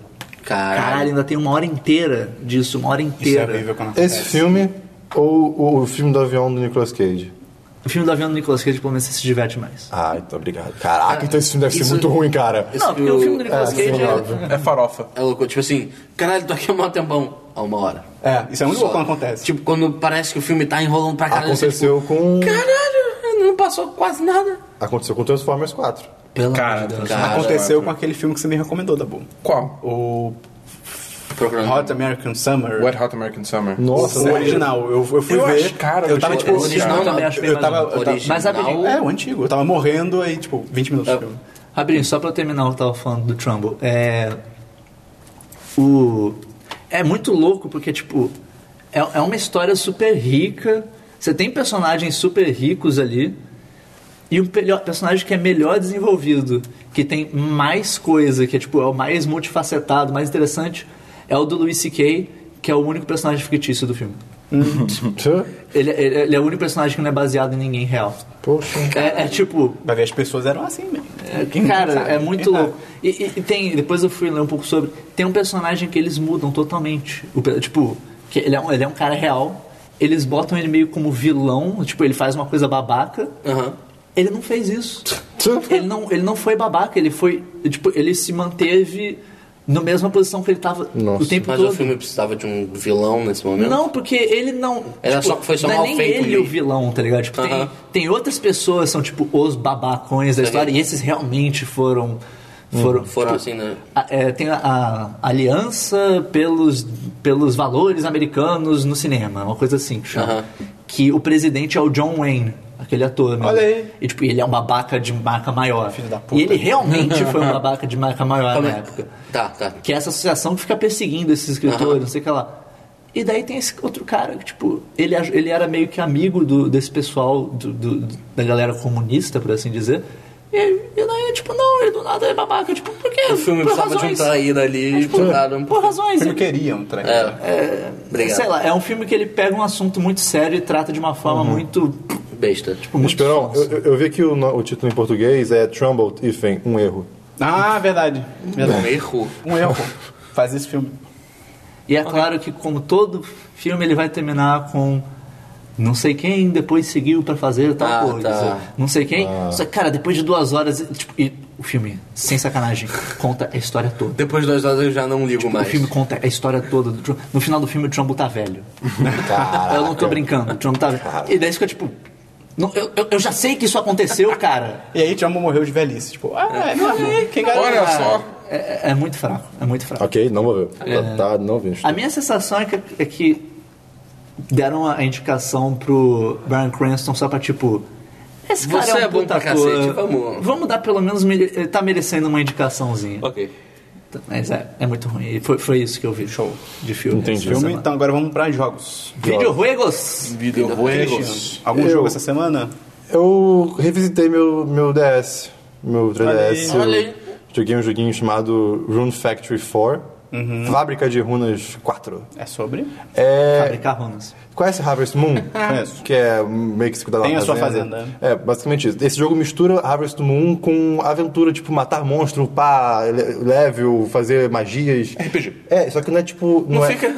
[SPEAKER 1] Caralho,
[SPEAKER 4] Caralho.
[SPEAKER 1] ainda tem uma hora inteira disso, uma hora
[SPEAKER 2] Isso é
[SPEAKER 1] inteira.
[SPEAKER 2] horrível quando acontece.
[SPEAKER 5] Esse filme ou, ou o filme do avião do Nicolas Cage?
[SPEAKER 1] o filme do avião do Nicolas Cage, pelo menos você se diverte mais.
[SPEAKER 5] Ah, então obrigado. Caraca, então esse filme deve
[SPEAKER 4] isso-
[SPEAKER 5] ser muito ruim, cara.
[SPEAKER 4] Esse
[SPEAKER 1] Não, porque o
[SPEAKER 4] do-
[SPEAKER 1] filme do Nicolas
[SPEAKER 5] É,
[SPEAKER 1] Cage
[SPEAKER 5] sim,
[SPEAKER 1] é-
[SPEAKER 5] óbvio.
[SPEAKER 3] É farofa.
[SPEAKER 4] É louco. Tipo assim, caralho, tô aqui há um tempão. Há uma hora.
[SPEAKER 2] É, isso é muito
[SPEAKER 4] Só.
[SPEAKER 2] bom quando acontece.
[SPEAKER 4] Tipo, quando parece que o filme tá enrolando pra caralho. você,
[SPEAKER 5] Aconteceu com.
[SPEAKER 4] tipo, caralho, não passou quase nada.
[SPEAKER 5] Aconteceu com Transformers 4.
[SPEAKER 1] Pelo
[SPEAKER 3] Cara,
[SPEAKER 1] amor de Deus.
[SPEAKER 3] Ah,
[SPEAKER 4] cara.
[SPEAKER 2] aconteceu com aquele filme que você me recomendou, Dabu.
[SPEAKER 3] Qual?
[SPEAKER 2] O
[SPEAKER 4] Procurando.
[SPEAKER 2] Hot American Summer.
[SPEAKER 3] Wet Hot American Summer.
[SPEAKER 5] Nossa,
[SPEAKER 2] o original. Eu, eu fui
[SPEAKER 3] Eu
[SPEAKER 2] ver.
[SPEAKER 3] acho, cara,
[SPEAKER 2] eu tava
[SPEAKER 3] eu
[SPEAKER 2] tipo.
[SPEAKER 3] acho-
[SPEAKER 2] eu
[SPEAKER 4] original
[SPEAKER 2] tava-
[SPEAKER 1] também acho bem
[SPEAKER 2] eu tava,
[SPEAKER 1] mais
[SPEAKER 2] eu tava-
[SPEAKER 1] Mas É. rapidinho.
[SPEAKER 2] É, o antigo. Eu tava morrendo aí, tipo, 20 minutos de filme.
[SPEAKER 1] Rabrinho, só pra eu terminar o que eu tava falando do Trumbull. É. O. É muito louco porque, tipo. É, é uma história super rica. Você tem personagens super ricos ali. E um pelho- personagem que é melhor desenvolvido, que tem mais coisa, que é tipo, é o mais multifacetado, mais interessante, é o do Louis C.K., que é o único personagem fictício do filme. Ele, ele- ele é o único personagem que não é baseado em ninguém real.
[SPEAKER 5] Poxa.
[SPEAKER 1] É- é tipo,
[SPEAKER 2] Vai ver, as pessoas eram assim mesmo.
[SPEAKER 1] é,
[SPEAKER 2] Quem
[SPEAKER 1] cara,
[SPEAKER 2] sabe?
[SPEAKER 1] é muito
[SPEAKER 2] Quem
[SPEAKER 1] louco. E, e- e tem, depois eu fui ler um pouco sobre. Tem um personagem que eles mudam totalmente. O pe- tipo, que ele é, um, ele é um cara real. Eles botam ele meio como vilão. Tipo, ele faz uma coisa babaca.
[SPEAKER 2] É.
[SPEAKER 4] Aham.
[SPEAKER 1] Ele não fez isso. ele, não, ele não foi babaca. Ele foi. Tipo, ele se manteve na mesma posição que ele tava
[SPEAKER 5] Nossa.
[SPEAKER 1] o tempo
[SPEAKER 4] Mas
[SPEAKER 1] todo.
[SPEAKER 4] o filme precisava de um vilão nesse momento?
[SPEAKER 1] Tipo Não, porque ele não.
[SPEAKER 4] Era só- foi só
[SPEAKER 1] não é
[SPEAKER 4] mal
[SPEAKER 1] nem
[SPEAKER 4] feito
[SPEAKER 1] ele
[SPEAKER 4] mesmo.
[SPEAKER 1] o vilão, tá ligado? Tipo, tem,
[SPEAKER 4] Aham.
[SPEAKER 1] tem outras pessoas que são, tipo, os babacões da
[SPEAKER 4] Sim.
[SPEAKER 1] história, e esses realmente foram. Foram,
[SPEAKER 4] Foram assim, né?
[SPEAKER 1] a- é, tem a, a aliança pelos, pelos valores americanos no cinema, uma coisa assim que chama.
[SPEAKER 4] Aham.
[SPEAKER 1] Que o presidente é o John Wayne, aquele ator. mesmo.
[SPEAKER 2] Olha aí.
[SPEAKER 1] E tipo, ele é um babaca de marca maior.
[SPEAKER 2] Filho da puta.
[SPEAKER 1] E ele realmente foi um babaca de marca maior
[SPEAKER 4] Calma
[SPEAKER 1] na
[SPEAKER 4] aí.
[SPEAKER 1] época.
[SPEAKER 4] Tá, tá.
[SPEAKER 1] Que é essa associação que fica perseguindo esses escritores,
[SPEAKER 4] Aham.
[SPEAKER 1] não sei o que lá. E daí tem esse outro cara que, tipo, ele, aj- ele era meio que amigo do- desse pessoal, do- do- da galera comunista, por assim dizer, E, e daí, tipo, não, ele do nada é babaca. Tipo, por quê?
[SPEAKER 4] O filme
[SPEAKER 1] por
[SPEAKER 4] precisava de um
[SPEAKER 1] razões. É, tipo,
[SPEAKER 4] traíra ali, tipo, botaram...
[SPEAKER 1] Por razões.
[SPEAKER 2] Eles queriam tá trair.
[SPEAKER 4] É, obrigado.
[SPEAKER 1] Sei lá, é um filme que ele pega um assunto muito sério e trata de uma
[SPEAKER 4] Uhum.
[SPEAKER 1] forma muito.
[SPEAKER 4] Besta.
[SPEAKER 1] Tipo, muito
[SPEAKER 5] Esperão, eu,
[SPEAKER 1] falsa.
[SPEAKER 5] eu- eu vi que o, no- o título em português é Trumbled Ifen, um erro.
[SPEAKER 2] Ah, verdade.
[SPEAKER 4] Um erro.
[SPEAKER 2] Um erro. Faz esse filme.
[SPEAKER 1] E é claro que, como todo filme, ele vai terminar com. Não sei quem depois seguiu pra fazer tal
[SPEAKER 4] Ah,
[SPEAKER 1] coisa.
[SPEAKER 4] tá.
[SPEAKER 1] Não sei quem. Só que, cara, depois de duas horas. Tipo, e o filme, sem sacanagem, conta a história toda.
[SPEAKER 4] Depois de duas horas eu já não ligo
[SPEAKER 2] Tipo,
[SPEAKER 4] mais.
[SPEAKER 1] O filme conta a história toda do Trumbo. No final do filme, o Trumbo tá velho. Eu não tô brincando, o Trumbo tá velho. E daí fica tipo. não, eu, eu- eu já sei que isso aconteceu, cara.
[SPEAKER 2] E aí, Jumbo morreu de velhice. Tipo, ah, é, mesmo. quem garante?
[SPEAKER 3] Olha só.
[SPEAKER 1] É, é muito fraco, é muito fraco.
[SPEAKER 5] Ok, não vou ver. Tá, não vi.
[SPEAKER 1] A minha sensação é que, é que deram a indicação pro Brian Cranston só pra tipo. Esse cara
[SPEAKER 4] Você
[SPEAKER 1] é um
[SPEAKER 4] é bom
[SPEAKER 1] puta
[SPEAKER 4] pra
[SPEAKER 1] ator.
[SPEAKER 4] cacete, vamos."
[SPEAKER 1] Vamos dar pelo menos. mere- Ele tá merecendo uma indicaçãozinha.
[SPEAKER 4] Ok.
[SPEAKER 1] Mas é, é muito ruim. E Foi, foi isso que eu vi. Show. De filme.
[SPEAKER 5] Entendi.
[SPEAKER 1] essa
[SPEAKER 2] Filme,
[SPEAKER 1] semana. é
[SPEAKER 2] então agora vamos pra jogos.
[SPEAKER 1] Videojuegos!
[SPEAKER 3] Videojuegos.
[SPEAKER 2] Algum
[SPEAKER 5] Eu-
[SPEAKER 2] jogo essa semana?
[SPEAKER 5] Eu revisitei meu, meu DS, meu 3DS.
[SPEAKER 2] Olha
[SPEAKER 5] eu Joguei um joguinho chamado Rune Factory 4, Fábrica de Runas 4.
[SPEAKER 2] É sobre?
[SPEAKER 5] É,
[SPEAKER 1] Fabricar runas.
[SPEAKER 5] conhece Harvest Moon?
[SPEAKER 2] Conheço.
[SPEAKER 5] Que é meio que se cuidar da
[SPEAKER 2] Tem a sua fazenda,
[SPEAKER 5] É, basicamente isso. Esse jogo mistura Harvest Moon com aventura, tipo, matar monstro, pá, le- level, fazer magias.
[SPEAKER 3] RPG.
[SPEAKER 5] É, só que não é tipo. Não,
[SPEAKER 4] Não
[SPEAKER 5] é-
[SPEAKER 4] fica...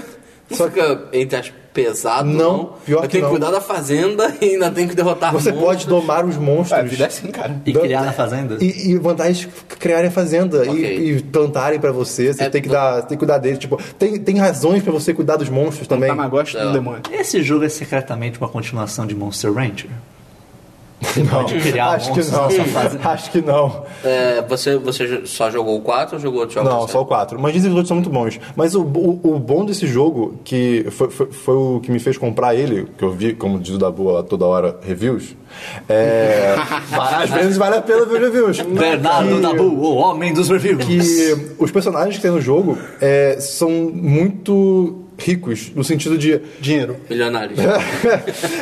[SPEAKER 4] Não
[SPEAKER 5] Só-
[SPEAKER 4] fica, entre as pesado,
[SPEAKER 5] Não,
[SPEAKER 4] não.
[SPEAKER 5] pior
[SPEAKER 4] eu
[SPEAKER 5] que
[SPEAKER 4] tenho
[SPEAKER 5] não.
[SPEAKER 4] que cuidar da fazenda e ainda tenho que derrotar
[SPEAKER 5] Você
[SPEAKER 4] monstros.
[SPEAKER 5] pode domar os monstros.
[SPEAKER 2] Ah, vida é assim, cara.
[SPEAKER 1] E
[SPEAKER 5] Dan-
[SPEAKER 1] criar na fazenda?
[SPEAKER 5] E, e vantagens que criarem a fazenda
[SPEAKER 4] Ok.
[SPEAKER 5] e, e plantarem pra você. Você
[SPEAKER 4] É,
[SPEAKER 5] tem, que
[SPEAKER 4] vo-
[SPEAKER 5] dar, tem que cuidar deles. Tipo, tem, tem razões pra você cuidar dos monstros também.
[SPEAKER 2] Tamagotchi Tá do demônio.
[SPEAKER 1] Esse jogo é secretamente uma continuação de Monster Ranger?
[SPEAKER 5] não.
[SPEAKER 1] pode criar
[SPEAKER 5] Acho que
[SPEAKER 1] monstros na sua
[SPEAKER 5] não.
[SPEAKER 1] fazenda.
[SPEAKER 5] Acho que não.
[SPEAKER 4] É, você, você só jogou o 4 ou jogou outro jogo?
[SPEAKER 5] Não, só o 4. Mas dizem que os outros são muito bons. Mas o, o, o bom desse jogo, que foi, foi, foi o que me fez comprar ele, que eu vi, como diz o Dabu lá toda hora, reviews, é. às vezes vale a pena ver reviews.
[SPEAKER 1] Bernardo
[SPEAKER 5] Que-
[SPEAKER 1] Dabu, o homem dos reviews.
[SPEAKER 5] que os personagens que tem no jogo é, são muito ricos, no sentido de.
[SPEAKER 2] Dinheiro.
[SPEAKER 4] Milionários.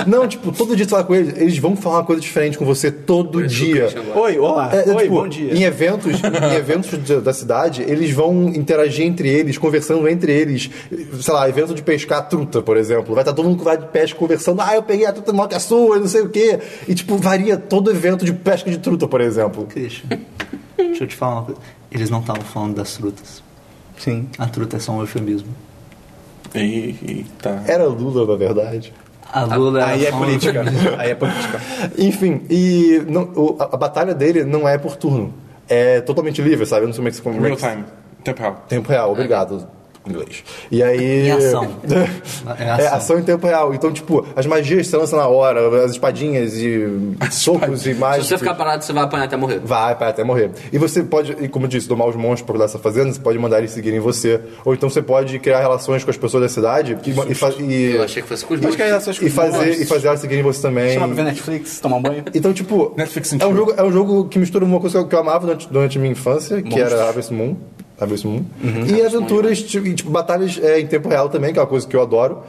[SPEAKER 5] Não, tipo, todo dia tu fala com eles, eles vão falar uma coisa diferente com você todo
[SPEAKER 4] Isso que
[SPEAKER 5] dia.
[SPEAKER 4] eu chamo.
[SPEAKER 2] Oi, olá.
[SPEAKER 5] É, é,
[SPEAKER 2] Oi,
[SPEAKER 5] tipo,
[SPEAKER 2] bom dia.
[SPEAKER 5] Em eventos, em eventos de- da cidade, eles vão interagir entre eles, conversando entre eles. Sei lá, evento de pescar truta, por exemplo. Vai estar todo mundo com vara de pesca conversando. Ah, eu peguei a truta maior que a sua, e não sei o quê. E, tipo, varia todo evento de pesca de truta, por exemplo.
[SPEAKER 1] Christian, deixa eu te falar uma coisa. Eles não estavam falando das frutas.
[SPEAKER 2] Sim.
[SPEAKER 1] A truta é só um eufemismo.
[SPEAKER 3] Eita.
[SPEAKER 5] Era Lula, na verdade.
[SPEAKER 1] A Lula
[SPEAKER 2] Aí é
[SPEAKER 1] só um
[SPEAKER 2] política. Aí é política.
[SPEAKER 5] Enfim, e não- o- a, a batalha dele não é por turno. É totalmente livre, sabe? Eu não sei como é que se como é
[SPEAKER 3] Real
[SPEAKER 5] que se-
[SPEAKER 3] time. Tempo real.
[SPEAKER 5] Tempo real, obrigado. Inglês. E aí.
[SPEAKER 1] Em ação.
[SPEAKER 5] é,
[SPEAKER 1] É
[SPEAKER 5] ação.
[SPEAKER 1] ação.
[SPEAKER 5] em tempo real. Então, tipo, as magias se lançam na hora, as espadinhas e socos e
[SPEAKER 4] Se
[SPEAKER 5] mais.
[SPEAKER 4] você ficar parado, você vai apanhar até morrer.
[SPEAKER 5] Vai, vai até morrer. E você pode, e como eu disse, domar os monstros por dessa fazenda, você pode mandar eles seguirem você. Ou então você pode criar relações com as pessoas da cidade e, e, fa- e,
[SPEAKER 4] Eu achei que fosse com os
[SPEAKER 2] Acho que é
[SPEAKER 4] monstros.
[SPEAKER 2] essas
[SPEAKER 5] e fazer, e fazer elas seguirem você também.
[SPEAKER 2] Chama pra ver Netflix, tomar banho.
[SPEAKER 5] Então, tipo,
[SPEAKER 3] Netflix
[SPEAKER 5] é, um
[SPEAKER 3] sentiu.
[SPEAKER 5] jogo, é um jogo que mistura uma coisa que eu, que eu amava durante, durante a minha infância, que era Harvest Moon. Harvest
[SPEAKER 2] Uhum.
[SPEAKER 5] Moon.
[SPEAKER 2] é
[SPEAKER 5] E aventuras, tipo, e, tipo, batalhas é, em tempo real também, que é uma coisa que eu adoro.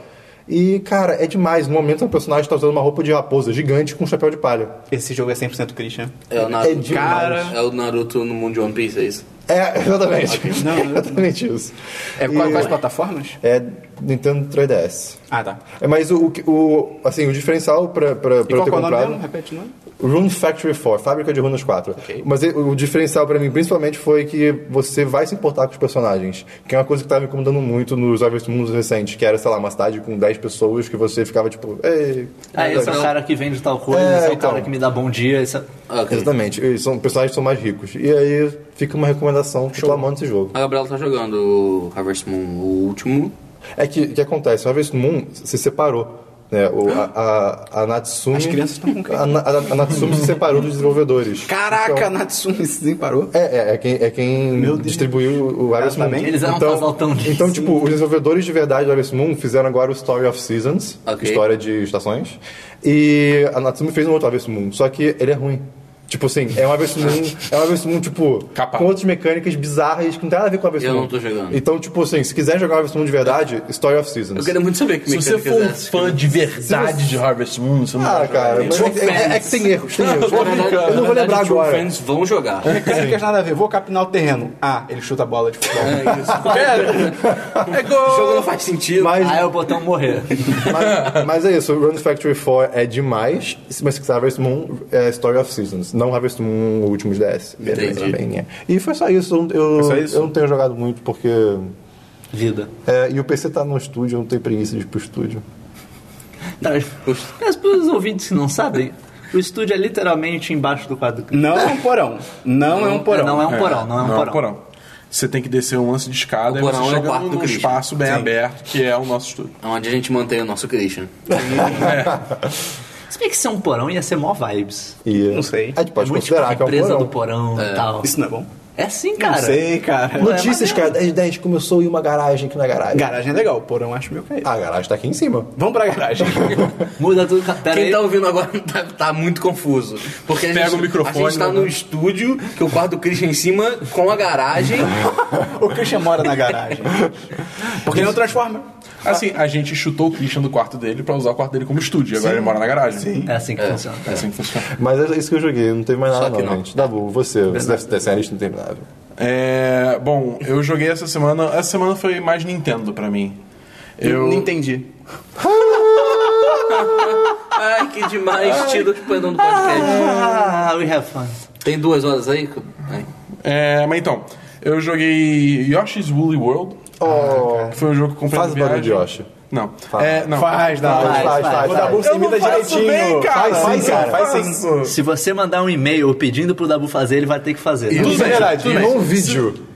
[SPEAKER 5] E, cara, é demais. No momento, o personagem tá usando uma roupa de raposa gigante com um chapéu de palha.
[SPEAKER 2] Esse jogo é 100% Christian.
[SPEAKER 4] É o
[SPEAKER 5] É
[SPEAKER 4] Naruto.
[SPEAKER 5] demais.
[SPEAKER 4] Cara, é o Naruto no mundo de One Piece, é isso?
[SPEAKER 5] É, exatamente.
[SPEAKER 2] Não, não, não.
[SPEAKER 5] exatamente isso.
[SPEAKER 2] É
[SPEAKER 5] E-
[SPEAKER 2] qual- quais plataformas?
[SPEAKER 5] É Nintendo 3DS.
[SPEAKER 2] Ah, tá.
[SPEAKER 5] É, mas o, o, que- o- assim, o diferencial pra, pra,
[SPEAKER 2] E
[SPEAKER 5] pra
[SPEAKER 2] qual
[SPEAKER 5] eu ter
[SPEAKER 2] que é o nome
[SPEAKER 5] comprado...
[SPEAKER 2] mesmo? Repete o nome.
[SPEAKER 5] Rune Factory 4, Fábrica de Runas 4. Mas e- o diferencial pra mim, principalmente, foi que você vai se importar com os personagens. Que é uma coisa que tava me incomodando muito nos Harvest Moons recentes, que era, sei lá, uma cidade com 10 pessoas que você ficava tipo, ei.
[SPEAKER 1] Ah, esse é o
[SPEAKER 4] Não.
[SPEAKER 1] cara que vende tal coisa,
[SPEAKER 5] É,
[SPEAKER 1] esse é o
[SPEAKER 5] então.
[SPEAKER 1] cara que me dá bom dia. esse é-
[SPEAKER 4] Ah, Ok.
[SPEAKER 5] Exatamente, e são personagens que são mais ricos. E aí fica uma recomendação, que eu tô amando esse jogo.
[SPEAKER 4] A Gabriela tá jogando o Harvest Moon, o último.
[SPEAKER 5] É que o que acontece, o Harvest Moon se separou. Né? O, a, a, a Natsumi.
[SPEAKER 2] As crianças estão com quem?
[SPEAKER 5] a, Na- a, a Natsumi se separou dos desenvolvedores. Então,
[SPEAKER 2] Caraca, Natsumi se desemparou.
[SPEAKER 5] É, é, é quem, é quem
[SPEAKER 2] Meu Deus.
[SPEAKER 5] distribuiu o Harvest Moon.
[SPEAKER 2] Ela tá bem?
[SPEAKER 1] Eles eram um casal tão lindo.
[SPEAKER 5] Então, tipo, os desenvolvedores de verdade do Harvest Moon fizeram agora o Story of Seasons,
[SPEAKER 4] Ok.
[SPEAKER 5] história de estações, e a Natsumi fez um outro Harvest Moon, só que ele é ruim. Tipo assim, é um Harvest Moon, é um Harvest Moon, tipo,
[SPEAKER 3] Capa.
[SPEAKER 5] com outras mecânicas bizarras que não tem nada a ver com o Harvest
[SPEAKER 4] Eu
[SPEAKER 5] Moon.
[SPEAKER 4] não tô jogando.
[SPEAKER 5] Então, tipo assim, se quiser jogar um Harvest Moon de verdade, Story of Seasons.
[SPEAKER 4] Eu queria muito saber que
[SPEAKER 3] Se você
[SPEAKER 4] mecânicas
[SPEAKER 3] for um
[SPEAKER 4] é essa.
[SPEAKER 3] fã de verdade de Harvest Moon, você não
[SPEAKER 5] Ah,
[SPEAKER 3] vai jogar
[SPEAKER 5] cara,
[SPEAKER 3] isso.
[SPEAKER 4] Tipo
[SPEAKER 5] mas é, é- é que tem erros, tem erros.
[SPEAKER 4] Na verdade,
[SPEAKER 5] Eu não
[SPEAKER 4] na
[SPEAKER 5] vou
[SPEAKER 4] verdade,
[SPEAKER 5] lembrar
[SPEAKER 4] True
[SPEAKER 5] agora.
[SPEAKER 4] Friends vão jogar. É
[SPEAKER 2] Mecânicas nada a ver, vou capinar o terreno. Ah, ele chuta a bola de futebol.
[SPEAKER 4] É isso. É gol. O jogo não faz sentido.
[SPEAKER 5] Mas,
[SPEAKER 1] Aí o botão morrer.
[SPEAKER 5] mas, mas é isso, Run Factory 4 é demais, mas se quiser Harvest Moon, é Story of Seasons, não Harvest Moon, o último de DS.
[SPEAKER 4] Entendi.
[SPEAKER 5] Bem, é. E foi só isso, eu,
[SPEAKER 2] Foi
[SPEAKER 5] eu,
[SPEAKER 2] só isso?
[SPEAKER 5] eu não tenho jogado muito porque.
[SPEAKER 1] Vida.
[SPEAKER 5] é, e o PC tá no estúdio, eu não tenho preguiça de ir pro estúdio.
[SPEAKER 1] Tá, Mas para os ouvintes que não sabem, o estúdio é literalmente embaixo do quadro.
[SPEAKER 2] Não é um porão. Não, é um porão.
[SPEAKER 1] Não é um porão, não é um porão.
[SPEAKER 3] Você tem que descer um lance de escada e
[SPEAKER 4] O porão
[SPEAKER 3] você
[SPEAKER 4] é o
[SPEAKER 3] chega
[SPEAKER 4] quarto do
[SPEAKER 3] num
[SPEAKER 4] Christian.
[SPEAKER 3] espaço bem aberto, que é o nosso estúdio.
[SPEAKER 4] É onde a gente mantém o nosso Christian.
[SPEAKER 1] Se bem que ser um porão ia ser mó vibes.
[SPEAKER 5] E,
[SPEAKER 2] Não sei.
[SPEAKER 5] A gente pode
[SPEAKER 1] é muito
[SPEAKER 5] considerar que é um
[SPEAKER 1] empresa
[SPEAKER 5] porão.
[SPEAKER 1] do porão e tal.
[SPEAKER 2] Isso não é bom?
[SPEAKER 1] É assim, cara.
[SPEAKER 2] Não sei, cara.
[SPEAKER 1] Não é
[SPEAKER 5] Notícias, cara, 10 10 começou em uma garagem aqui na garagem.
[SPEAKER 2] Garagem é legal, porão acho meio caído.
[SPEAKER 5] Ah, a garagem tá aqui em cima.
[SPEAKER 2] Vamos pra garagem.
[SPEAKER 1] Muda tudo. ca- Pera
[SPEAKER 4] Quem
[SPEAKER 1] aí.
[SPEAKER 4] tá ouvindo agora tá, tá muito confuso. Porque a
[SPEAKER 3] Pega
[SPEAKER 4] gente,
[SPEAKER 3] o microfone,
[SPEAKER 4] a gente tá
[SPEAKER 3] né?
[SPEAKER 4] no estúdio, que o quarto do Christian é em cima, com a garagem.
[SPEAKER 2] o Christian mora na garagem. Porque ele é um Transformer.
[SPEAKER 3] Assim, a gente chutou o Christian do quarto dele pra usar o quarto dele como estúdio. e Agora ele mora na garagem.
[SPEAKER 1] É assim que funciona.
[SPEAKER 3] É assim que funciona.
[SPEAKER 5] Mas é isso que eu joguei, não teve mais nada,
[SPEAKER 4] Só que
[SPEAKER 5] não,
[SPEAKER 4] não.
[SPEAKER 5] gente. Dabu, você, você deve ter essa lista interminável.
[SPEAKER 3] É, bom, eu joguei essa semana. Essa semana foi mais Nintendo pra mim. Eu,
[SPEAKER 2] Não entendi.
[SPEAKER 4] Ai, que demais. Tira o perdão do podcast.
[SPEAKER 1] Ah, we have fun.
[SPEAKER 4] Tem duas horas aí? Ai.
[SPEAKER 3] É, mas então, eu joguei Yoshi's Woolly World.
[SPEAKER 5] Oh,
[SPEAKER 3] que Foi um jogo que eu comprei
[SPEAKER 5] Faz
[SPEAKER 3] na
[SPEAKER 5] o barulho de
[SPEAKER 3] viagem.
[SPEAKER 5] Yoshi.
[SPEAKER 3] não.
[SPEAKER 5] Fala.
[SPEAKER 3] É, não.
[SPEAKER 2] Faz,
[SPEAKER 5] faz,
[SPEAKER 2] dá.
[SPEAKER 5] faz,
[SPEAKER 1] faz,
[SPEAKER 5] faz.
[SPEAKER 2] O Dabu se imita direitinho.
[SPEAKER 5] Faz sim,
[SPEAKER 2] Faz sim,
[SPEAKER 5] cara.
[SPEAKER 2] Faz sim.
[SPEAKER 3] Isso.
[SPEAKER 1] Se você mandar um e-mail pedindo pro Dabu fazer, ele vai ter que fazer. né?
[SPEAKER 2] Tudo
[SPEAKER 3] bem,
[SPEAKER 2] verdade.
[SPEAKER 3] tudo
[SPEAKER 5] E
[SPEAKER 3] bem.
[SPEAKER 5] num vídeo.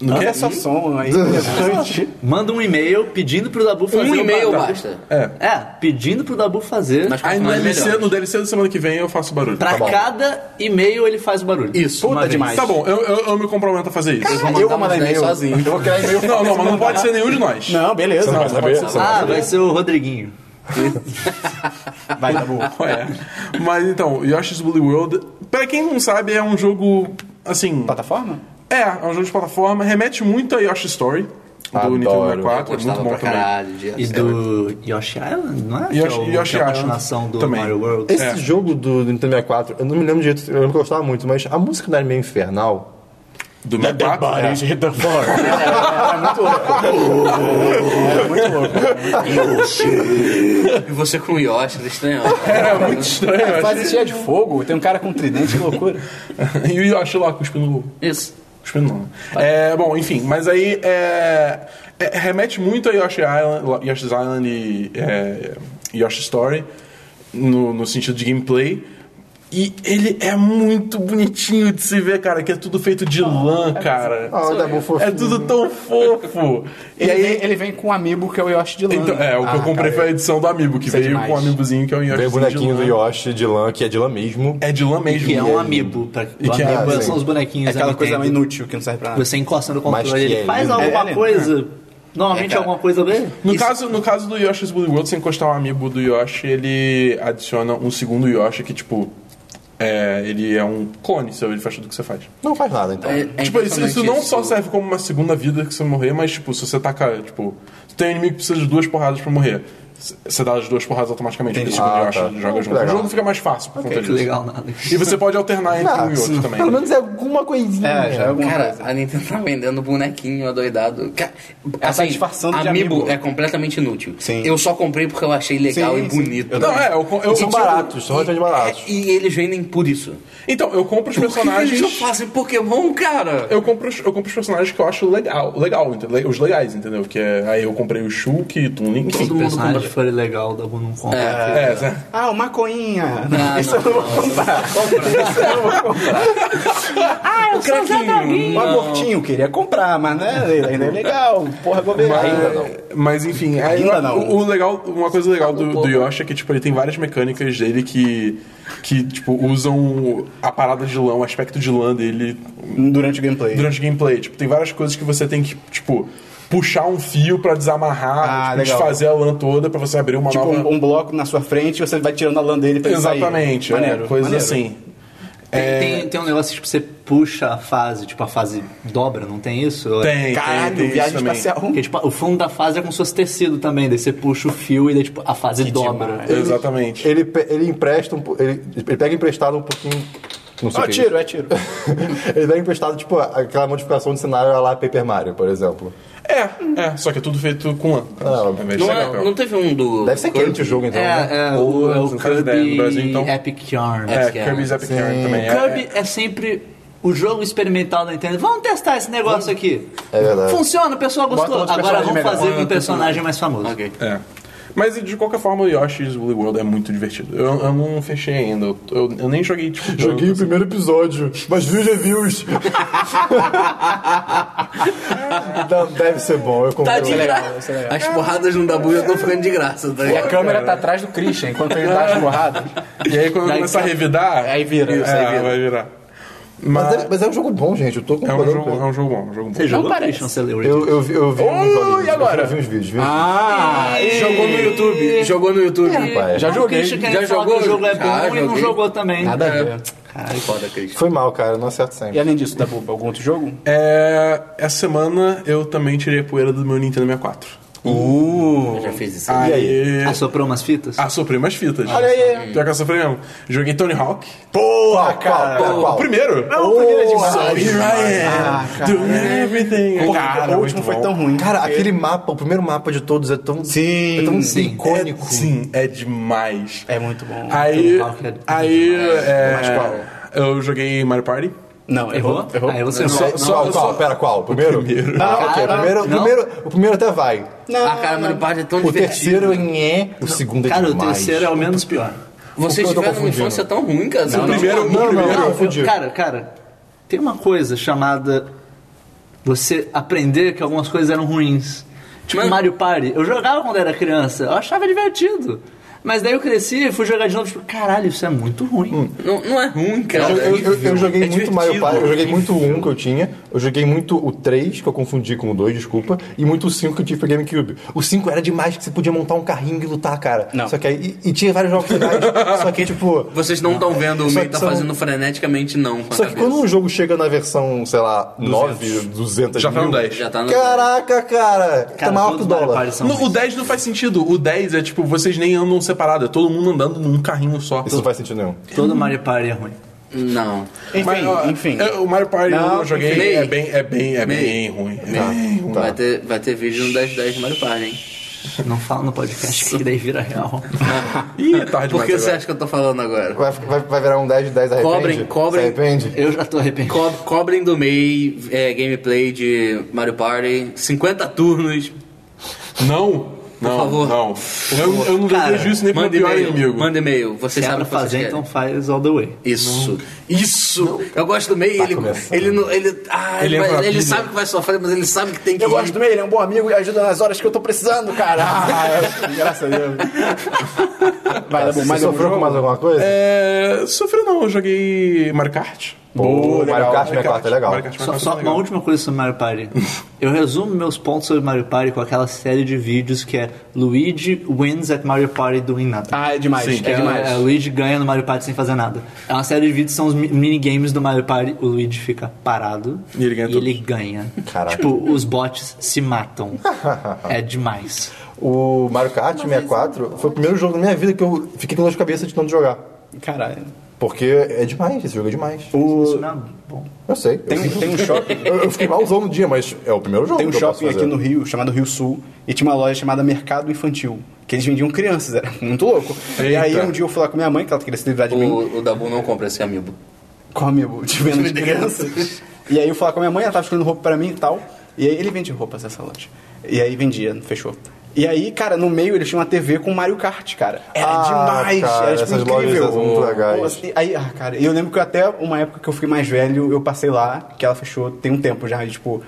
[SPEAKER 3] No
[SPEAKER 2] Manda
[SPEAKER 3] que?
[SPEAKER 2] essa som aí. interessante.
[SPEAKER 1] Manda um e-mail pedindo pro Dabu fazer.
[SPEAKER 4] Um
[SPEAKER 1] o
[SPEAKER 4] e-mail
[SPEAKER 1] barulho.
[SPEAKER 4] basta.
[SPEAKER 3] É.
[SPEAKER 1] É, pedindo pro Dabu fazer.
[SPEAKER 4] Nós
[SPEAKER 3] Aí no
[SPEAKER 4] continuamos
[SPEAKER 3] DLC,
[SPEAKER 4] melhor.
[SPEAKER 3] no DLC da semana que vem eu faço barulho.
[SPEAKER 1] pra
[SPEAKER 3] tá bom.
[SPEAKER 1] cada e-mail ele faz o barulho.
[SPEAKER 4] Isso.
[SPEAKER 1] Uma
[SPEAKER 2] Puta
[SPEAKER 1] vez.
[SPEAKER 2] demais.
[SPEAKER 3] Tá bom, eu, eu, eu me comprometo a fazer isso.
[SPEAKER 2] Eu vou mandar
[SPEAKER 4] uns dez
[SPEAKER 2] e-mail.
[SPEAKER 4] sozinho.
[SPEAKER 2] Eu vou criar e-mail.
[SPEAKER 3] Não, não, mas não pode ser nenhum de nós.
[SPEAKER 2] Não, beleza.
[SPEAKER 5] Não tá vai
[SPEAKER 2] não né? pode
[SPEAKER 5] saber? Você não
[SPEAKER 1] Ah,
[SPEAKER 5] vai saber?
[SPEAKER 1] vai ser o Rodriguinho.
[SPEAKER 2] ser. Vai, Dabu.
[SPEAKER 3] É. Mas então, Yoshi's Woolly World, pra quem não sabe, é um jogo assim.
[SPEAKER 2] Plataforma?
[SPEAKER 3] É, é um jogo de plataforma, remete muito a Yoshi Story do
[SPEAKER 5] Adoro.
[SPEAKER 3] Nintendo 64, é
[SPEAKER 4] Gostava
[SPEAKER 3] muito bom
[SPEAKER 4] pra
[SPEAKER 3] também.
[SPEAKER 4] caralho. de-
[SPEAKER 1] E do Yoshi Island, não é? Que
[SPEAKER 3] Yoshi-
[SPEAKER 1] é o-
[SPEAKER 3] Yoshi
[SPEAKER 1] que é a
[SPEAKER 3] Island
[SPEAKER 1] continuação do
[SPEAKER 3] também.
[SPEAKER 1] Mario World.
[SPEAKER 5] Esse
[SPEAKER 3] É.
[SPEAKER 5] jogo do, do Nintendo 64, eu não me lembro direito, eu lembro que eu gostava muito, mas a música não era meio infernal.
[SPEAKER 3] Do 64. é.
[SPEAKER 2] hit the floor. É muito louco. É muito louco.
[SPEAKER 4] E você com o Yoshi, tá estranho.
[SPEAKER 3] É muito estranho, eu
[SPEAKER 2] Faz cheia de fogo. Tem um cara com tridente, que loucura.
[SPEAKER 3] acho. E o Yoshi lá cuspindo no.
[SPEAKER 4] Isso.
[SPEAKER 3] Cuspindo não. né? É, bom, enfim, mas aí é, é, remete muito a Yoshi Island, Yoshi's Island e é, Yoshi Story no, no sentido de gameplay. E ele é muito bonitinho de se ver, cara, que é tudo feito de lã, cara.
[SPEAKER 5] Ah, o Dabu foi.
[SPEAKER 3] É tudo tão fofo. é E
[SPEAKER 2] Ele,
[SPEAKER 3] aí,
[SPEAKER 2] vem, ele vem com um amigo que é o Yoshi de Lana.
[SPEAKER 3] Então, é, o que eu
[SPEAKER 2] Ah,
[SPEAKER 3] comprei
[SPEAKER 2] tá.
[SPEAKER 3] foi a edição do Amiibo, que
[SPEAKER 2] é
[SPEAKER 3] veio
[SPEAKER 2] demais.
[SPEAKER 3] com o Amiibozinho que é o Yoshi.
[SPEAKER 5] Veio o bonequinho do Yoshi de lã, que é de lã mesmo.
[SPEAKER 3] É de lã mesmo.
[SPEAKER 1] Que é um
[SPEAKER 3] E
[SPEAKER 1] amiibo. Pra,
[SPEAKER 3] E
[SPEAKER 1] o
[SPEAKER 3] que é-
[SPEAKER 1] amiibo
[SPEAKER 5] ah, sim.
[SPEAKER 1] são os bonequinhos
[SPEAKER 2] É aquela
[SPEAKER 1] da
[SPEAKER 2] coisa
[SPEAKER 1] Nintendo.
[SPEAKER 2] inútil que não serve pra nada.
[SPEAKER 1] Você encosta no
[SPEAKER 5] Mas
[SPEAKER 1] controle,
[SPEAKER 5] que
[SPEAKER 1] ele
[SPEAKER 5] é
[SPEAKER 1] faz
[SPEAKER 5] lindo.
[SPEAKER 1] alguma
[SPEAKER 2] É, é
[SPEAKER 1] coisa. Normalmente
[SPEAKER 4] É, cara.
[SPEAKER 1] alguma coisa dele.
[SPEAKER 3] No caso, no caso do Yoshi's Woolly World, se encostar um amiibo do Yoshi, ele adiciona um segundo Yoshi que, tipo, é, ele é um clone seu, ele faz tudo que você faz.
[SPEAKER 5] Não faz nada, então.
[SPEAKER 4] É- é
[SPEAKER 3] tipo, isso, isso
[SPEAKER 4] impressionante
[SPEAKER 3] não só
[SPEAKER 4] isso.
[SPEAKER 3] serve como uma segunda vida que você morrer, mas, tipo, se você taca, tipo, se tem um inimigo que precisa de duas porradas pra morrer, c- você dá as duas porradas automaticamente, porque o segundo
[SPEAKER 5] Ah,
[SPEAKER 3] Yoshi
[SPEAKER 5] tá.
[SPEAKER 3] joga
[SPEAKER 5] Ah,
[SPEAKER 3] junto. O
[SPEAKER 5] legal.
[SPEAKER 3] jogo fica mais fácil por conta
[SPEAKER 1] Que
[SPEAKER 3] disso.
[SPEAKER 1] legal nada.
[SPEAKER 3] E você pode alternar entre um e outro também.
[SPEAKER 5] Ah, Pelo menos é alguma coisinha.
[SPEAKER 2] É, já é alguma
[SPEAKER 4] Cara,
[SPEAKER 2] coisa.
[SPEAKER 4] a Nintendo tá vendendo bonequinho adoidado. Ca- Assim,
[SPEAKER 2] satisfação de
[SPEAKER 4] Amiibo
[SPEAKER 2] amiibo.
[SPEAKER 4] é completamente inútil.
[SPEAKER 2] Sim.
[SPEAKER 4] Eu só comprei porque eu achei legal
[SPEAKER 2] Sim,
[SPEAKER 4] e
[SPEAKER 2] sim.
[SPEAKER 4] bonito.
[SPEAKER 2] Eu
[SPEAKER 3] Não, é, eu, eu,
[SPEAKER 5] São baratos, são relativamente baratos.
[SPEAKER 4] É, e eles vendem por isso.
[SPEAKER 3] Então, eu compro os
[SPEAKER 4] Por que
[SPEAKER 3] personagens.
[SPEAKER 4] eles não fazem Pokémon, cara?
[SPEAKER 3] Eu compro, os- eu compro os personagens que eu acho legal, legal entendeu? os legais, entendeu? Que é, aí eu comprei o Shulk, o Link, enfim.
[SPEAKER 4] Todo mundo
[SPEAKER 1] personagem
[SPEAKER 4] compra.
[SPEAKER 1] foi legal, Dabu não compra.
[SPEAKER 3] É, Zé.
[SPEAKER 2] Ah, uma coinha.
[SPEAKER 4] Ah,
[SPEAKER 2] Isso eu não vou comprar. Isso eu não vou comprar.
[SPEAKER 4] o craquinho.
[SPEAKER 2] Um abortinho queria comprar, mas né, ainda é legal. Porra, governo. Ainda não.
[SPEAKER 3] Mas enfim, aí
[SPEAKER 2] Ainda
[SPEAKER 3] o-
[SPEAKER 2] não.
[SPEAKER 3] O, o legal, uma coisa legal do, do Yoshi é que tipo, ele tem várias mecânicas dele que, que tipo, usam a parada de lã, o aspecto de lã dele
[SPEAKER 2] Um Durante o gameplay.
[SPEAKER 3] durante o gameplay. Tipo, tem várias coisas que você tem que, tipo, puxar um fio pra desamarrar,
[SPEAKER 2] Ah,
[SPEAKER 3] tipo,
[SPEAKER 2] legal.
[SPEAKER 3] desfazer a lã toda pra você abrir uma
[SPEAKER 2] Tipo,
[SPEAKER 3] nova.
[SPEAKER 2] um, um bloco na sua frente e você vai tirando a lã dele pra ele sair.
[SPEAKER 3] Exatamente, é,
[SPEAKER 2] Maneiro,
[SPEAKER 3] coisas
[SPEAKER 2] maneiro.
[SPEAKER 3] assim.
[SPEAKER 1] Tem, tem, tem um negócio tipo, você puxa a fase, tipo, a fase dobra, não tem isso?
[SPEAKER 3] Tem,
[SPEAKER 2] Caralho,
[SPEAKER 3] tem, tem
[SPEAKER 2] viagem
[SPEAKER 3] isso também.
[SPEAKER 2] espacial.
[SPEAKER 1] Porque, tipo, o fundo da fase é como se fosse tecido também, daí você puxa o fio e daí, tipo, a fase dobra.
[SPEAKER 3] É, Exatamente.
[SPEAKER 5] Ele, pe- ele empresta um, po- ele, ele pega emprestado um pouquinho. Não sei
[SPEAKER 2] Ó,
[SPEAKER 3] Ah,
[SPEAKER 5] o que é
[SPEAKER 2] tiro, é tiro.
[SPEAKER 5] isso. ele pega emprestado, tipo, aquela modificação de cenário lá Paper Mario, por exemplo.
[SPEAKER 3] É, é, só que é tudo feito com lã.
[SPEAKER 5] Ah,
[SPEAKER 3] Ao invés de
[SPEAKER 4] Não,
[SPEAKER 3] ser
[SPEAKER 4] é-
[SPEAKER 3] papel.
[SPEAKER 4] não teve um do.
[SPEAKER 5] Deve ser
[SPEAKER 4] Kirby?
[SPEAKER 5] quente o jogo, então,
[SPEAKER 1] É,
[SPEAKER 5] né?
[SPEAKER 1] é, o, é o
[SPEAKER 3] Não faz ideia, no
[SPEAKER 1] Kirby
[SPEAKER 3] Brasil, então.
[SPEAKER 1] Epic Yarn.
[SPEAKER 3] É,
[SPEAKER 4] Sim.
[SPEAKER 3] Kirby's Epic Yarn também. é-
[SPEAKER 1] Kirby é sempre o jogo experimental da Nintendo. Vamos testar esse negócio aqui.
[SPEAKER 5] É verdade.
[SPEAKER 1] Funciona, o pessoal gostou.
[SPEAKER 2] Bota outro
[SPEAKER 1] Agora
[SPEAKER 2] personagem
[SPEAKER 1] vamos
[SPEAKER 2] melhor.
[SPEAKER 1] fazer com um
[SPEAKER 3] Bota
[SPEAKER 1] personagem mais famoso.
[SPEAKER 4] Ok.
[SPEAKER 3] É. Mas de qualquer forma, o Yoshi's Woolly World é muito divertido. Eu, eu não fechei ainda. Eu, eu- eu nem joguei, tipo.
[SPEAKER 5] Joguei o
[SPEAKER 3] eu-
[SPEAKER 5] primeiro episódio, mas vi os reviews. Não, deve ser bom, eu
[SPEAKER 4] Tá
[SPEAKER 5] comprei. um.
[SPEAKER 4] de
[SPEAKER 2] é legal, isso
[SPEAKER 4] graça.
[SPEAKER 2] é legal.
[SPEAKER 4] As porradas no Dabu já estão ficando de graça, tá
[SPEAKER 2] E a
[SPEAKER 4] ligado?
[SPEAKER 2] câmera tá atrás do Christian, enquanto ele
[SPEAKER 3] É.
[SPEAKER 2] dá as porradas.
[SPEAKER 3] E aí quando
[SPEAKER 1] Daí
[SPEAKER 3] começar a
[SPEAKER 1] tá-
[SPEAKER 3] revidar.
[SPEAKER 2] Aí vira, isso, aí
[SPEAKER 3] é,
[SPEAKER 2] vira.
[SPEAKER 3] vai virar.
[SPEAKER 5] Mas,
[SPEAKER 3] Mas,
[SPEAKER 5] deve- mas é um jogo bom, gente. Eu tô
[SPEAKER 3] é, um
[SPEAKER 5] concordando
[SPEAKER 3] jogo,
[SPEAKER 5] com ele.
[SPEAKER 3] é um jogo bom. É um jogo bom.
[SPEAKER 1] Você jogou
[SPEAKER 4] Não parece.
[SPEAKER 1] Christian Celebrated?
[SPEAKER 5] Eu, eu vi, eu vi uns olhinhos,
[SPEAKER 2] e agora?
[SPEAKER 5] Eu vi uns vídeos, viu?
[SPEAKER 2] Ah, e
[SPEAKER 4] Jogou no YouTube. Jogou no YouTube.
[SPEAKER 5] rapaz.
[SPEAKER 2] Já
[SPEAKER 1] Não,
[SPEAKER 2] joguei.
[SPEAKER 1] Christian querendo
[SPEAKER 4] Já
[SPEAKER 1] falar
[SPEAKER 4] jogou?
[SPEAKER 1] Que o jogo é bom e
[SPEAKER 4] Já
[SPEAKER 1] não
[SPEAKER 4] joguei.
[SPEAKER 1] jogou também.
[SPEAKER 2] Nada a ver.
[SPEAKER 4] Caralho, foda, Cris.
[SPEAKER 5] Foi mal, cara. Não acerto sempre.
[SPEAKER 2] E além disso, dá pra algum outro jogo?
[SPEAKER 3] É, essa semana eu também tirei a poeira do meu Nintendo 64.
[SPEAKER 4] Eu
[SPEAKER 2] Uh.
[SPEAKER 4] já fiz isso.
[SPEAKER 3] Aí.
[SPEAKER 1] Assoprou Ah, umas fitas?
[SPEAKER 3] Assoprei umas fitas.
[SPEAKER 5] Olha aí.
[SPEAKER 3] Pior que eu assoprei mesmo. Joguei Tony Hawk.
[SPEAKER 5] Porra, cara. Qual?
[SPEAKER 3] O
[SPEAKER 5] qual?
[SPEAKER 3] primeiro.
[SPEAKER 2] Não, o primeiro é demais.
[SPEAKER 3] Here I am, doing everything.
[SPEAKER 2] Porra,
[SPEAKER 3] Cara,
[SPEAKER 2] o último
[SPEAKER 3] muito
[SPEAKER 2] foi
[SPEAKER 3] bom.
[SPEAKER 2] tão ruim.
[SPEAKER 5] Cara, aquele mapa, o primeiro mapa de todos é tão,
[SPEAKER 2] Sim,
[SPEAKER 5] é tão
[SPEAKER 2] sim.
[SPEAKER 5] icônico.
[SPEAKER 3] É, sim, é demais.
[SPEAKER 2] É muito bom.
[SPEAKER 3] Aí,
[SPEAKER 1] Tony Hawk é
[SPEAKER 3] aí é,
[SPEAKER 2] Mas qual?
[SPEAKER 3] eu joguei Mario Party.
[SPEAKER 2] Não, errou.
[SPEAKER 1] Errou? Aí você
[SPEAKER 5] Só,
[SPEAKER 1] não-
[SPEAKER 5] só-
[SPEAKER 1] não-
[SPEAKER 5] qual? Pera, qual? O primeiro?
[SPEAKER 3] primeiro.
[SPEAKER 5] Ah, ok.
[SPEAKER 1] Cara,
[SPEAKER 5] primeiro,
[SPEAKER 1] não.
[SPEAKER 5] primeiro, o primeiro até vai.
[SPEAKER 2] Não,
[SPEAKER 4] Ah, cara, Mario Party é tão
[SPEAKER 5] O
[SPEAKER 4] divertido.
[SPEAKER 5] terceiro é. O segundo é
[SPEAKER 1] Cara, o
[SPEAKER 5] demais.
[SPEAKER 1] terceiro é o menos pior.
[SPEAKER 4] Vocês
[SPEAKER 5] Eu tô
[SPEAKER 4] tiveram uma
[SPEAKER 5] confundindo.
[SPEAKER 4] infância tão ruim, cara. um- Não,
[SPEAKER 3] primeiro-
[SPEAKER 5] Não, não,
[SPEAKER 1] Não,
[SPEAKER 5] eu
[SPEAKER 1] eu-
[SPEAKER 5] confundi.
[SPEAKER 1] cara, cara, tem uma coisa chamada você aprender que algumas coisas eram ruins. Tipo
[SPEAKER 4] Mas-
[SPEAKER 1] Mario Party. Eu jogava quando era criança, eu achava divertido. Mas daí eu cresci e fui jogar de novo, tipo, caralho, isso é muito ruim.
[SPEAKER 4] Não, não é ruim, cara.
[SPEAKER 5] Eu, eu- eu- eu
[SPEAKER 4] É
[SPEAKER 5] joguei muito
[SPEAKER 4] divertido.
[SPEAKER 5] Mario Party, eu joguei muito o 1 que eu tinha, eu joguei muito o 3, que eu confundi com o 2, desculpa, e muito o 5 que eu tive pra GameCube. O 5 era demais, que você podia montar um carrinho e lutar, cara.
[SPEAKER 2] Não.
[SPEAKER 5] Só que aí. E, e tinha vários jogos legais, só que tipo.
[SPEAKER 4] Vocês não estão vendo, o
[SPEAKER 5] Só
[SPEAKER 4] meio
[SPEAKER 5] que
[SPEAKER 4] tá
[SPEAKER 5] são-
[SPEAKER 4] fazendo freneticamente não com a
[SPEAKER 5] Só que quando
[SPEAKER 4] cabeça.
[SPEAKER 5] um jogo chega na versão, sei lá, 9, 200
[SPEAKER 3] Já tá
[SPEAKER 5] mil,
[SPEAKER 3] no 10.
[SPEAKER 4] Já tá no...
[SPEAKER 5] Caraca, cara! tá
[SPEAKER 1] Cara,
[SPEAKER 5] maior que
[SPEAKER 1] todos os
[SPEAKER 5] o
[SPEAKER 1] Mario
[SPEAKER 5] dólar.
[SPEAKER 1] Party são
[SPEAKER 3] No, o
[SPEAKER 1] ruins.
[SPEAKER 3] 10 não faz sentido. O 10 é tipo, vocês nem andam separado, é todo mundo andando num carrinho só.
[SPEAKER 5] Isso não faz sentido nenhum.
[SPEAKER 1] Todo Mario Party é ruim.
[SPEAKER 4] Não.
[SPEAKER 2] Enfim,
[SPEAKER 3] Mas, ó,
[SPEAKER 2] enfim.
[SPEAKER 3] é, o Mario Party
[SPEAKER 2] Não,
[SPEAKER 3] eu joguei
[SPEAKER 4] enfim.
[SPEAKER 3] é bem, é bem, é
[SPEAKER 4] Meio.
[SPEAKER 3] bem ruim. É bem ruim.
[SPEAKER 5] Tá.
[SPEAKER 4] Vai, ter, vai ter vídeo no 1010 de Mario Party, hein?
[SPEAKER 1] Não fala no podcast que daí vira real.
[SPEAKER 3] Ih, é tarde
[SPEAKER 4] Por que
[SPEAKER 3] demais
[SPEAKER 4] você
[SPEAKER 3] agora.
[SPEAKER 4] acha que eu tô falando agora?
[SPEAKER 5] Vai, vai, vai virar um 10 de 10 arrepende?
[SPEAKER 4] Cobrem, cobrem.
[SPEAKER 5] Se arrepende?
[SPEAKER 1] Eu já tô arrependido.
[SPEAKER 4] Co- cobrem do MEI é, gameplay de Mario Party, 50 turnos.
[SPEAKER 3] Não, não,
[SPEAKER 4] favor.
[SPEAKER 3] não. Eu, eu não
[SPEAKER 1] Cara,
[SPEAKER 3] desejo isso nem pro meu
[SPEAKER 4] Manda
[SPEAKER 3] pior
[SPEAKER 4] e-mail.
[SPEAKER 3] inimigo.
[SPEAKER 4] Manda e-mail. Você
[SPEAKER 1] Se é
[SPEAKER 4] sabe
[SPEAKER 1] pra
[SPEAKER 4] o que vocês
[SPEAKER 1] fazer,
[SPEAKER 4] querem.
[SPEAKER 1] então faz all the way.
[SPEAKER 4] Isso. Isso. Eu gosto do MEI, ele,
[SPEAKER 5] começando.
[SPEAKER 4] ele, não- ele, ah,
[SPEAKER 3] Ele
[SPEAKER 4] ele, vai-
[SPEAKER 3] é uma
[SPEAKER 4] ele
[SPEAKER 3] pilha.
[SPEAKER 4] sabe que vai sofrer, mas ele sabe que tem que
[SPEAKER 2] Eu
[SPEAKER 4] ir.
[SPEAKER 2] gosto do meio, ele é um bom amigo e ajuda nas horas que eu tô precisando, cara. Ah, é, graças a Deus. Vai, Dabu,
[SPEAKER 5] Você
[SPEAKER 2] mais algum
[SPEAKER 5] sofreu com
[SPEAKER 2] jogo?
[SPEAKER 5] mais alguma coisa?
[SPEAKER 3] É, sofri não, eu joguei Mario Kart.
[SPEAKER 5] Boa, Mario Kart 64 é legal.
[SPEAKER 3] Mario Kart
[SPEAKER 1] Só,
[SPEAKER 3] 64
[SPEAKER 1] só
[SPEAKER 3] é
[SPEAKER 1] uma
[SPEAKER 3] legal.
[SPEAKER 1] última coisa sobre Mario Party. Eu resumo meus pontos sobre Mario Party com aquela série de vídeos que é Luigi wins at Mario Party doing nothing.
[SPEAKER 2] Ah, é demais,
[SPEAKER 3] Sim.
[SPEAKER 2] é,
[SPEAKER 1] É,
[SPEAKER 2] demais.
[SPEAKER 1] é, o Luigi ganha no Mario Party sem fazer nada. É uma série de vídeos são os mi- minigames do Mario Party. O Luigi fica parado
[SPEAKER 3] E ele ganha
[SPEAKER 1] e
[SPEAKER 3] todos.
[SPEAKER 1] ele ganha.
[SPEAKER 5] Caraca.
[SPEAKER 1] Tipo, os bots se matam. é demais.
[SPEAKER 5] O Mario Kart 64 foi o primeiro jogo da minha vida que eu fiquei com dor de cabeça de tanto jogar.
[SPEAKER 2] Caralho.
[SPEAKER 5] Porque é demais, esse jogo é demais.
[SPEAKER 1] Isso não é bom.
[SPEAKER 5] Eu sei.
[SPEAKER 2] Tem,
[SPEAKER 5] eu,
[SPEAKER 2] um- tem um shopping.
[SPEAKER 5] eu, eu fiquei malzão no dia, mas é o primeiro jogo
[SPEAKER 2] Tem um
[SPEAKER 5] que eu posso
[SPEAKER 2] shopping aqui
[SPEAKER 5] fazer.
[SPEAKER 2] no Rio, chamado Rio Sul, e tinha uma loja chamada Mercado Infantil, que eles vendiam crianças, era muito louco. E
[SPEAKER 3] Eita.
[SPEAKER 2] aí um dia eu fui lá com minha mãe, que ela queria se livrar de mim,
[SPEAKER 4] O, o Dabu não compra esse amigo.
[SPEAKER 2] com amigo de venda de
[SPEAKER 4] De
[SPEAKER 2] crianças. E aí eu fui lá com minha mãe, ela tava escolhendo roupa pra mim e tal. E aí ele vendia roupas nessa loja. E aí vendia, fechou. E aí, cara, no meio eles tinham uma TV com Mario Kart, cara. Era
[SPEAKER 5] Ah,
[SPEAKER 2] demais,
[SPEAKER 5] cara,
[SPEAKER 2] era tipo,
[SPEAKER 5] essas lojas
[SPEAKER 2] incrível.
[SPEAKER 5] são muito legais.
[SPEAKER 2] Pô, assim, aí, ah, cara, eu lembro que até uma época que eu fiquei mais velho, eu passei lá, que ela fechou, tem um tempo já, e, tipo,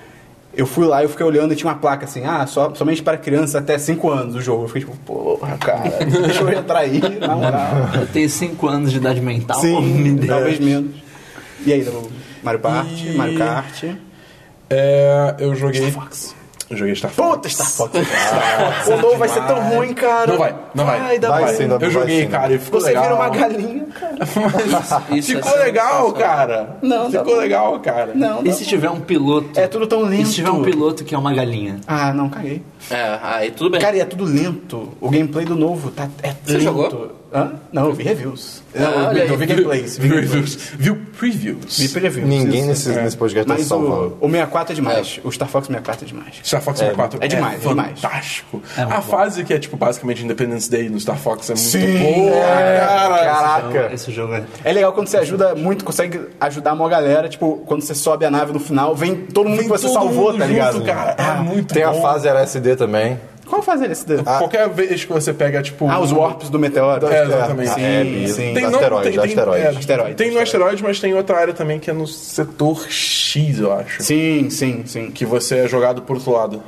[SPEAKER 2] eu fui lá e eu fiquei olhando e tinha uma placa assim, ah, só, somente para crianças até 5 anos o jogo. Eu fiquei tipo, porra, cara, deixa eu entrar aí, na moral.
[SPEAKER 1] Eu tenho 5 anos de idade mental. né? Me
[SPEAKER 2] Sim, É.
[SPEAKER 1] deu.
[SPEAKER 2] talvez menos. E aí, Dabu? Mario Party,
[SPEAKER 3] E-
[SPEAKER 2] Mario Kart.
[SPEAKER 3] É, eu joguei. Eu joguei Star Fox.
[SPEAKER 2] Puta, Star Fox. o novo vai ser tão ruim, cara.
[SPEAKER 3] Não vai, não vai.
[SPEAKER 2] Ai, dá
[SPEAKER 5] Vai
[SPEAKER 2] vai.
[SPEAKER 5] sim, dá-
[SPEAKER 3] Eu joguei,
[SPEAKER 5] sim,
[SPEAKER 3] cara, e ficou
[SPEAKER 2] Você
[SPEAKER 3] legal.
[SPEAKER 2] vira uma galinha, cara.
[SPEAKER 4] Isso é
[SPEAKER 3] Ficou
[SPEAKER 4] sensacional.
[SPEAKER 3] legal, cara.
[SPEAKER 2] Não, tá
[SPEAKER 3] Ficou
[SPEAKER 2] bom.
[SPEAKER 3] legal, cara.
[SPEAKER 2] Não,
[SPEAKER 1] E
[SPEAKER 2] não.
[SPEAKER 1] se tiver um piloto?
[SPEAKER 2] É tudo tão
[SPEAKER 1] E
[SPEAKER 2] lento.
[SPEAKER 1] se tiver um piloto que é uma galinha?
[SPEAKER 2] Ah, não, caguei.
[SPEAKER 4] É, aí tudo bem.
[SPEAKER 2] Cara, e é tudo lento. O gameplay do novo tá é
[SPEAKER 4] Você
[SPEAKER 2] lento.
[SPEAKER 4] jogou?
[SPEAKER 2] Hã? Não, eu vi reviews.
[SPEAKER 4] Ah,
[SPEAKER 2] não,
[SPEAKER 4] olha
[SPEAKER 2] eu vi
[SPEAKER 4] aí.
[SPEAKER 2] gameplays. Vi
[SPEAKER 3] Viu
[SPEAKER 2] gameplays.
[SPEAKER 3] reviews. Viu previews.
[SPEAKER 2] Vi previews.
[SPEAKER 5] Ninguém
[SPEAKER 2] isso.
[SPEAKER 5] nesse, nesse podcast tá
[SPEAKER 2] Mas o,
[SPEAKER 5] salvando.
[SPEAKER 2] o 64 é demais. O Star Fox 64 é demais.
[SPEAKER 3] Star Fox 64
[SPEAKER 2] é demais, é demais.
[SPEAKER 3] fantástico.
[SPEAKER 1] É muito
[SPEAKER 3] a
[SPEAKER 1] bom.
[SPEAKER 3] fase que é, tipo, basicamente Independence Day no Star Fox é muito
[SPEAKER 2] Sim, é.
[SPEAKER 3] boa,
[SPEAKER 2] cara,
[SPEAKER 3] cara.
[SPEAKER 2] Caraca.
[SPEAKER 1] Esse jogo é...
[SPEAKER 2] É legal quando você ajuda muito, consegue ajudar uma galera. Tipo, quando você sobe a nave no final, vem todo mundo
[SPEAKER 3] Vem
[SPEAKER 2] que você
[SPEAKER 3] todo
[SPEAKER 2] salvou,
[SPEAKER 3] mundo
[SPEAKER 2] tá ligado?
[SPEAKER 3] junto, cara. É muito
[SPEAKER 5] Tem a
[SPEAKER 3] bom.
[SPEAKER 5] fase LSD também.
[SPEAKER 2] Qual fase é esse? Ah,
[SPEAKER 3] Qualquer vez que você pega, tipo...
[SPEAKER 2] ah, os warps do meteoro.
[SPEAKER 3] É, exatamente.
[SPEAKER 2] Sim,
[SPEAKER 5] É, bi-
[SPEAKER 2] sim.
[SPEAKER 5] Tem- Asteroide, asteroide.
[SPEAKER 2] Asteroide,
[SPEAKER 3] é, Tem no
[SPEAKER 2] asteroide.
[SPEAKER 3] asteroide, mas tem outra área também que é no setor X, eu acho.
[SPEAKER 2] Sim, sim, sim.
[SPEAKER 3] Que você é jogado por outro lado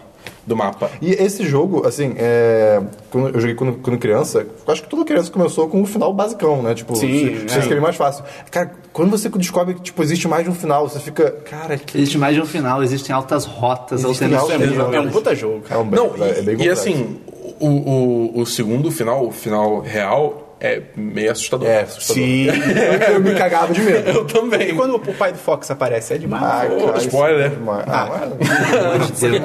[SPEAKER 3] do mapa.
[SPEAKER 5] E esse jogo, assim, é... quando eu joguei quando, quando criança, eu acho que toda criança começou com o final basicão, né? Tipo,
[SPEAKER 2] Sim, é.
[SPEAKER 5] você,
[SPEAKER 2] sim.
[SPEAKER 5] você escreve mais fácil. Cara, quando você descobre que tipo, existe mais de um final, você fica. Cara, que.
[SPEAKER 1] Existe mais de um final, existem altas rotas
[SPEAKER 5] Existem
[SPEAKER 2] Isso é,
[SPEAKER 1] alternativas.
[SPEAKER 2] muito- é um puta jogo, cara.
[SPEAKER 5] É um
[SPEAKER 3] Não,
[SPEAKER 5] bem- é bem
[SPEAKER 3] e, e
[SPEAKER 5] complexo.
[SPEAKER 3] assim, o, o, o segundo final, o final real, é meio assustador.
[SPEAKER 5] É, assustador.
[SPEAKER 2] Sim.
[SPEAKER 5] Eu me cagava de medo.
[SPEAKER 3] Eu também.
[SPEAKER 2] E quando o pai do Fox aparece, é demais.
[SPEAKER 5] Ah,
[SPEAKER 3] Pô,
[SPEAKER 5] cara,
[SPEAKER 3] spoiler.
[SPEAKER 5] isso é demais.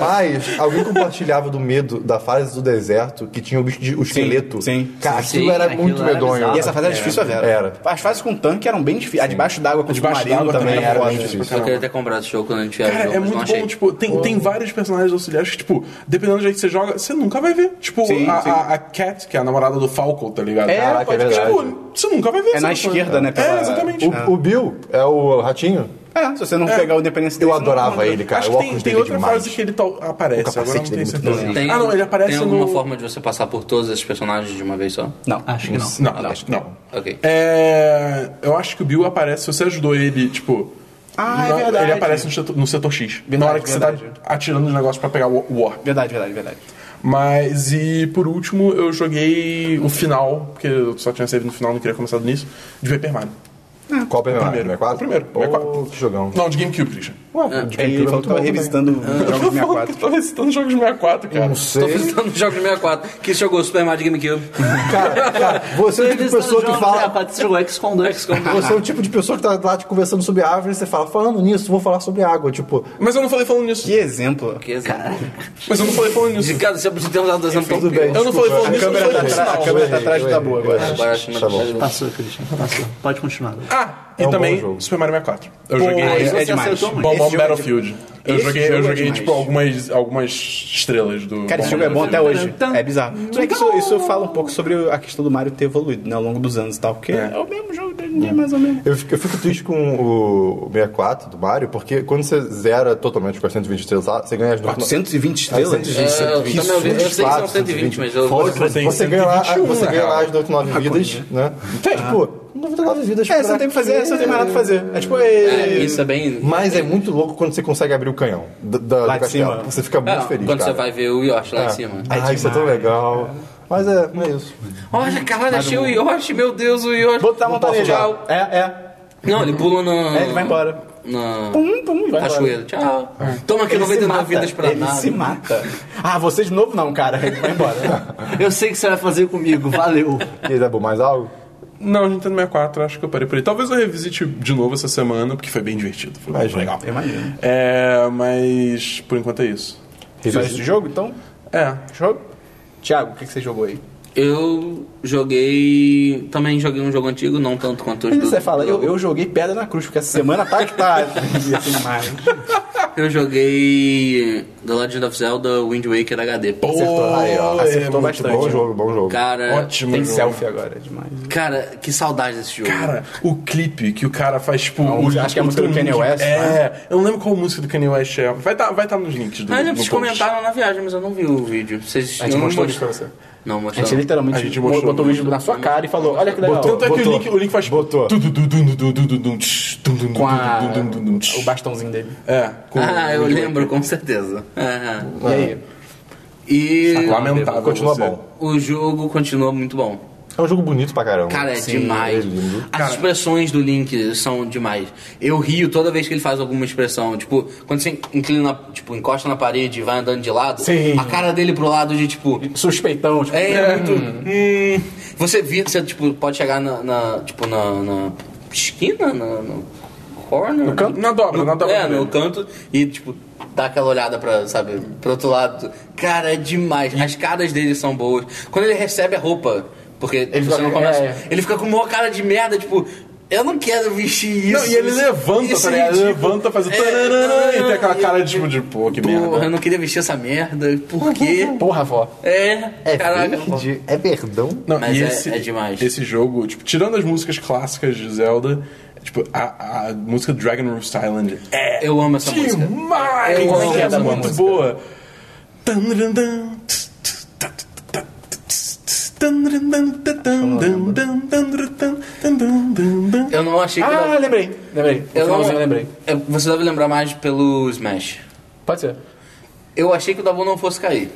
[SPEAKER 5] Ah, mas alguém compartilhava do medo da fase do deserto que tinha o bicho de o esqueleto.
[SPEAKER 2] sim.
[SPEAKER 5] Cara,
[SPEAKER 1] Sim,
[SPEAKER 5] aquilo
[SPEAKER 1] sim,
[SPEAKER 5] era
[SPEAKER 1] aquilo
[SPEAKER 5] muito
[SPEAKER 1] era
[SPEAKER 5] medonho.
[SPEAKER 1] bizarro.
[SPEAKER 2] E essa fase era difícil, a Vera.
[SPEAKER 5] Era.
[SPEAKER 2] As fases com tanque eram bem difíceis. A debaixo d'água com o
[SPEAKER 3] Debaixo
[SPEAKER 2] submarino
[SPEAKER 3] d'água
[SPEAKER 2] também
[SPEAKER 3] também
[SPEAKER 2] era
[SPEAKER 3] era
[SPEAKER 2] foda.
[SPEAKER 3] bem difícil.
[SPEAKER 4] Eu queria ter comprado esse jogo quando a gente vier
[SPEAKER 3] Cara,
[SPEAKER 4] jogo,
[SPEAKER 3] é
[SPEAKER 4] mas não
[SPEAKER 3] muito
[SPEAKER 4] achei.
[SPEAKER 3] bom, tipo, tem, tem vários personagens auxiliares que, tipo, dependendo do jeito que você joga, você nunca vai ver. Tipo,
[SPEAKER 2] Sim,
[SPEAKER 3] a,
[SPEAKER 2] sim.
[SPEAKER 3] a- a Cat, que é a namorada do Falco, tá ligado?
[SPEAKER 2] É,
[SPEAKER 5] Caraca,
[SPEAKER 2] pode
[SPEAKER 5] é
[SPEAKER 2] crer.
[SPEAKER 5] verdade.
[SPEAKER 3] Tipo, você nunca vai ver.
[SPEAKER 2] É
[SPEAKER 3] você
[SPEAKER 2] na
[SPEAKER 3] não-
[SPEAKER 2] esquerda, né? pela-
[SPEAKER 3] É, exatamente.
[SPEAKER 5] O, o Bill é o ratinho?
[SPEAKER 2] É, se você não pegar o Independence Day,
[SPEAKER 5] Eu
[SPEAKER 2] você não
[SPEAKER 5] adorava
[SPEAKER 2] encontra.
[SPEAKER 5] ele, cara.
[SPEAKER 3] Acho
[SPEAKER 5] o
[SPEAKER 3] que
[SPEAKER 5] óculos
[SPEAKER 3] tem, tem
[SPEAKER 5] dele é
[SPEAKER 3] outra
[SPEAKER 5] demais.
[SPEAKER 3] fase que ele tal-
[SPEAKER 5] O
[SPEAKER 3] aparece, agora eu
[SPEAKER 5] capacete
[SPEAKER 3] não
[SPEAKER 5] dele
[SPEAKER 3] tenho
[SPEAKER 5] é muito
[SPEAKER 3] certeza.
[SPEAKER 5] bonito.
[SPEAKER 4] Tem,
[SPEAKER 3] ah, não, ele aparece
[SPEAKER 4] tem alguma
[SPEAKER 3] no...
[SPEAKER 4] forma de você passar por todos esses personagens de uma vez só?
[SPEAKER 2] Não.
[SPEAKER 1] Acho que não.
[SPEAKER 3] Não, acho que não.
[SPEAKER 4] Ok.
[SPEAKER 3] É, eu acho que o Bill aparece, se você ajudou ele, tipo...
[SPEAKER 2] Ah, é
[SPEAKER 3] na-
[SPEAKER 2] verdade.
[SPEAKER 3] Ele aparece no setor, no setor X. na
[SPEAKER 2] Verdade,
[SPEAKER 3] hora que você
[SPEAKER 2] verdade.
[SPEAKER 3] tá atirando os negócios pra pegar o o Warp.
[SPEAKER 2] Verdade, verdade, verdade.
[SPEAKER 3] Mas, e por último, eu joguei o final, porque eu só tinha save no final, não queria começar nisso, de Paper Mario.
[SPEAKER 5] Qual é o primeiro?
[SPEAKER 3] Primeiro.
[SPEAKER 5] 64?
[SPEAKER 3] Primeiro,
[SPEAKER 5] Pô,
[SPEAKER 3] 64.
[SPEAKER 5] que jogão.
[SPEAKER 3] Não, de GameCube, Christian.
[SPEAKER 5] Ué, de
[SPEAKER 2] Ele
[SPEAKER 5] Gamecube
[SPEAKER 2] falou que tava
[SPEAKER 5] é muito bom
[SPEAKER 2] revisitando o jogo de
[SPEAKER 3] Falou que
[SPEAKER 2] 64.
[SPEAKER 3] eu tava recitando jogos de 64,
[SPEAKER 5] também.
[SPEAKER 3] cara.
[SPEAKER 5] Não
[SPEAKER 4] Tô
[SPEAKER 5] sei.
[SPEAKER 4] visitando o jogo de 64. Que jogou Super Mario de GameCube.
[SPEAKER 5] Cara, cara, você é o tipo de pessoa que
[SPEAKER 1] É,
[SPEAKER 5] fala.
[SPEAKER 1] rapaz, você jogou XCOM 2.
[SPEAKER 5] Você é o tipo de pessoa que tá lá te conversando sobre árvore e você fala, falando nisso, vou falar sobre água. Tipo,
[SPEAKER 3] Mas eu não falei falando nisso.
[SPEAKER 2] Que exemplo.
[SPEAKER 4] Que exemplo.
[SPEAKER 3] Mas eu não falei falando nisso.
[SPEAKER 4] De cara, você precisa ter um dado exemplo
[SPEAKER 5] tudo bem.
[SPEAKER 3] Eu não falei falando
[SPEAKER 5] A
[SPEAKER 3] nisso, eu
[SPEAKER 2] câmera
[SPEAKER 3] não falei
[SPEAKER 2] tá
[SPEAKER 3] nisso,
[SPEAKER 2] atrás,
[SPEAKER 3] não.
[SPEAKER 2] a câmera tá
[SPEAKER 5] Eu
[SPEAKER 2] atrás
[SPEAKER 5] errei,
[SPEAKER 2] da
[SPEAKER 5] eu
[SPEAKER 2] boa
[SPEAKER 5] errei,
[SPEAKER 2] agora.
[SPEAKER 5] eu errei.
[SPEAKER 4] Agora acho que não
[SPEAKER 5] Tá bom.
[SPEAKER 4] precisa-
[SPEAKER 1] Passou, Christian. Passou. Pode continuar.
[SPEAKER 3] Ah, e
[SPEAKER 5] É um bom
[SPEAKER 3] também
[SPEAKER 5] jogo.
[SPEAKER 3] Super Mario 64. Eu
[SPEAKER 2] Pô,
[SPEAKER 3] joguei
[SPEAKER 2] esse
[SPEAKER 1] você
[SPEAKER 2] é demais.
[SPEAKER 1] acertou muito.
[SPEAKER 2] Esse
[SPEAKER 3] Bom Bom
[SPEAKER 2] jogo é
[SPEAKER 3] Battlefield.
[SPEAKER 2] demais.
[SPEAKER 3] Eu
[SPEAKER 2] Esse
[SPEAKER 3] joguei,
[SPEAKER 2] jogo
[SPEAKER 3] eu
[SPEAKER 2] é
[SPEAKER 3] joguei
[SPEAKER 2] demais.
[SPEAKER 3] tipo, algumas, algumas estrelas do.
[SPEAKER 2] Cara, esse
[SPEAKER 3] Bom
[SPEAKER 2] jogo é bom até hoje.
[SPEAKER 1] Tan, tan.
[SPEAKER 2] É bizarro. Só que isso, isso fala um pouco sobre a questão do Mario ter evoluído né, ao longo dos anos e tal. Porque é, o mesmo jogo de hoje em dia, mais ou menos.
[SPEAKER 5] Eu fico, eu fico triste com o 64 do Mario, porque quando você zera totalmente com as 123 lá, você ganha as
[SPEAKER 2] 420
[SPEAKER 5] estrelas?
[SPEAKER 2] estrelas?
[SPEAKER 4] É, eu também ouvi- eu sei que são
[SPEAKER 5] 420,
[SPEAKER 4] 120, mas eu
[SPEAKER 5] Fora que
[SPEAKER 3] Você
[SPEAKER 5] Você,
[SPEAKER 3] tem
[SPEAKER 5] ganha lá,
[SPEAKER 3] 121,
[SPEAKER 5] você
[SPEAKER 3] na
[SPEAKER 5] ganha lá
[SPEAKER 3] real.
[SPEAKER 5] as 99 vidas, né? Tipo, 99 vidas.
[SPEAKER 2] É,
[SPEAKER 5] pra
[SPEAKER 2] você não tem o que fazer,
[SPEAKER 5] quê?
[SPEAKER 2] você não tem mais nada pra fazer. É tipo,
[SPEAKER 4] É,
[SPEAKER 2] é,
[SPEAKER 4] isso é bem.
[SPEAKER 5] Mas é muito louco quando você consegue abrir o canhão da, da, do
[SPEAKER 2] Lá de
[SPEAKER 5] castelo.
[SPEAKER 2] cima.
[SPEAKER 5] Você fica muito
[SPEAKER 4] É,
[SPEAKER 5] feliz.
[SPEAKER 4] quando
[SPEAKER 5] cara.
[SPEAKER 4] você vai ver o Yoshi lá
[SPEAKER 5] É.
[SPEAKER 4] em cima.
[SPEAKER 5] Ah, isso é tão legal. Mas é, não é isso.
[SPEAKER 4] Olha, caralho, achei o Yoshi, meu Deus, o Yoshi.
[SPEAKER 2] botar a montanha.
[SPEAKER 4] Tchau.
[SPEAKER 2] É, é.
[SPEAKER 4] Não, ele pula na.
[SPEAKER 2] É, ele vai embora.
[SPEAKER 4] Na.
[SPEAKER 2] Pum, pum, e vai embora.
[SPEAKER 4] Cachoeira. Tchau. Toma aqui
[SPEAKER 2] É. Ele se
[SPEAKER 4] 99
[SPEAKER 2] mata.
[SPEAKER 4] vidas pra
[SPEAKER 2] Ele
[SPEAKER 4] nada.
[SPEAKER 2] se mata. Ah, você de novo não, cara. Vai embora.
[SPEAKER 4] É.
[SPEAKER 1] Eu sei o que você vai fazer comigo. Valeu.
[SPEAKER 5] E aí, Dabu, mais algo?
[SPEAKER 3] Não, Nintendo 64, acho que eu parei por aí. Talvez eu revisite de novo essa semana, porque foi bem divertido. Foi muito
[SPEAKER 5] Imagina.
[SPEAKER 3] legal.
[SPEAKER 2] Imagina.
[SPEAKER 3] É, mas por enquanto é isso.
[SPEAKER 2] Só esse jogo, então?
[SPEAKER 3] É.
[SPEAKER 2] Jogo? Thiago, o que, que você jogou aí?
[SPEAKER 4] Eu joguei. Também joguei um jogo antigo, não tanto quanto os
[SPEAKER 2] Mas
[SPEAKER 4] do-
[SPEAKER 2] você fala, eu, eu joguei pedra na cruz, porque essa semana tá que tá. assim, mais.
[SPEAKER 4] Eu joguei The Legend of Zelda Wind Waker HD.
[SPEAKER 5] Acertou. Aí, ó.
[SPEAKER 3] Pô, é
[SPEAKER 5] Acertou
[SPEAKER 3] muito
[SPEAKER 5] bastante. Bom
[SPEAKER 3] bom.
[SPEAKER 5] jogo, bom jogo.
[SPEAKER 4] Cara,
[SPEAKER 3] Ótimo.
[SPEAKER 2] Tem
[SPEAKER 3] jogo.
[SPEAKER 2] selfie agora, é demais.
[SPEAKER 4] cara, que saudade desse jogo.
[SPEAKER 3] Cara, o clipe que o cara faz, tipo.
[SPEAKER 2] a
[SPEAKER 3] o-
[SPEAKER 2] música- acho que é a
[SPEAKER 3] o
[SPEAKER 2] música do
[SPEAKER 3] link-
[SPEAKER 2] Kanye West, né?
[SPEAKER 3] É, eu não lembro qual música do Kanye West é. Vai estar vai tá nos links do.
[SPEAKER 4] Mas
[SPEAKER 3] no
[SPEAKER 4] vocês
[SPEAKER 3] post.
[SPEAKER 4] comentaram na viagem, mas eu não vi o vídeo. Vocês
[SPEAKER 2] A gente
[SPEAKER 4] não
[SPEAKER 2] mostrou
[SPEAKER 4] mostram-
[SPEAKER 2] isso pra você.
[SPEAKER 4] Não,
[SPEAKER 2] A gente
[SPEAKER 4] mostrou.
[SPEAKER 2] literalmente
[SPEAKER 3] A gente
[SPEAKER 2] mo-
[SPEAKER 3] mostrou.
[SPEAKER 2] botou o vídeo na sua cara e falou, olha que legal.
[SPEAKER 5] Botou.
[SPEAKER 3] Tanto é que o link, o link faz.
[SPEAKER 5] Botou.
[SPEAKER 3] Dum, dum, dum, dum, dum, dum, dum, tsh, dum, dum,
[SPEAKER 2] Com a-
[SPEAKER 3] dum, dum, dum, dum, tsh.
[SPEAKER 2] o bastãozinho dele.
[SPEAKER 3] É, com
[SPEAKER 4] Ah, eu
[SPEAKER 3] o-
[SPEAKER 4] lembro, com certeza. Aham.
[SPEAKER 2] E aí?
[SPEAKER 4] E
[SPEAKER 3] Tá Lamentável.
[SPEAKER 5] Continua
[SPEAKER 3] você.
[SPEAKER 5] bom.
[SPEAKER 4] o jogo continua muito bom.
[SPEAKER 5] É um jogo bonito pra caramba.
[SPEAKER 4] Cara, é
[SPEAKER 5] Sim,
[SPEAKER 4] demais.
[SPEAKER 5] é lindo.
[SPEAKER 4] As expressões do Link são demais. Eu rio toda vez que ele faz alguma expressão. Tipo, quando você inclina, tipo, encosta na parede e vai andando de lado,
[SPEAKER 2] Sim.
[SPEAKER 4] a cara dele pro lado de tipo.
[SPEAKER 2] Suspeitão, tipo,
[SPEAKER 4] É, é muito. hum. Você vira, você tipo, pode chegar na. na- tipo, na, na esquina, na, no corner. No
[SPEAKER 3] canto? Na dobra, na dobra
[SPEAKER 4] É,
[SPEAKER 3] dele.
[SPEAKER 4] no canto e tipo. Dá aquela olhada pra, sabe, pro outro lado. Cara, é demais. As caras dele são boas. Quando ele recebe a roupa, porque você
[SPEAKER 2] fica-
[SPEAKER 4] não começa.
[SPEAKER 2] é, é.
[SPEAKER 4] Ele fica com uma cara de merda, tipo, eu não quero vestir isso.
[SPEAKER 3] Não, e ele
[SPEAKER 4] isso-
[SPEAKER 3] levanta,
[SPEAKER 4] isso
[SPEAKER 3] tá
[SPEAKER 4] é
[SPEAKER 3] ligado? Ele
[SPEAKER 4] ridículo."
[SPEAKER 3] levanta, faz o
[SPEAKER 4] É,
[SPEAKER 3] tararana, e tem aquela
[SPEAKER 4] e-
[SPEAKER 3] cara tipo de, pô, que
[SPEAKER 4] Porra, eu
[SPEAKER 3] merda.
[SPEAKER 4] não queria vestir essa merda. Por quê?
[SPEAKER 2] porra, avó.
[SPEAKER 4] É,
[SPEAKER 5] É
[SPEAKER 4] caraca.
[SPEAKER 5] verde, é verdão.
[SPEAKER 3] Não,
[SPEAKER 4] Mas
[SPEAKER 3] e
[SPEAKER 4] é-
[SPEAKER 3] esse,
[SPEAKER 4] é demais.
[SPEAKER 3] Esse jogo, tipo, tirando as músicas clássicas de Zelda, tipo, a, a música Dragon Roost Island é
[SPEAKER 4] Eu amo essa música.
[SPEAKER 3] um demais!
[SPEAKER 2] Eu
[SPEAKER 3] Essa
[SPEAKER 2] amo
[SPEAKER 3] é
[SPEAKER 2] essa
[SPEAKER 3] muito
[SPEAKER 2] música.
[SPEAKER 3] boa. Tan, tan, tan, tss, tss, tan, tan, tss, tss, tan, tan, tan, tan, tan, tan, tan, tan, tan, tan, tan, tan.
[SPEAKER 4] Eu não achei que.
[SPEAKER 2] Ah,
[SPEAKER 4] dava-
[SPEAKER 2] lembrei, lembrei. No
[SPEAKER 4] eu
[SPEAKER 2] finalzinho eu lembrei.
[SPEAKER 4] eu- Você deve lembrar mais pelo Smash.
[SPEAKER 2] Pode ser.
[SPEAKER 4] Eu achei que o Dabu não fosse cair.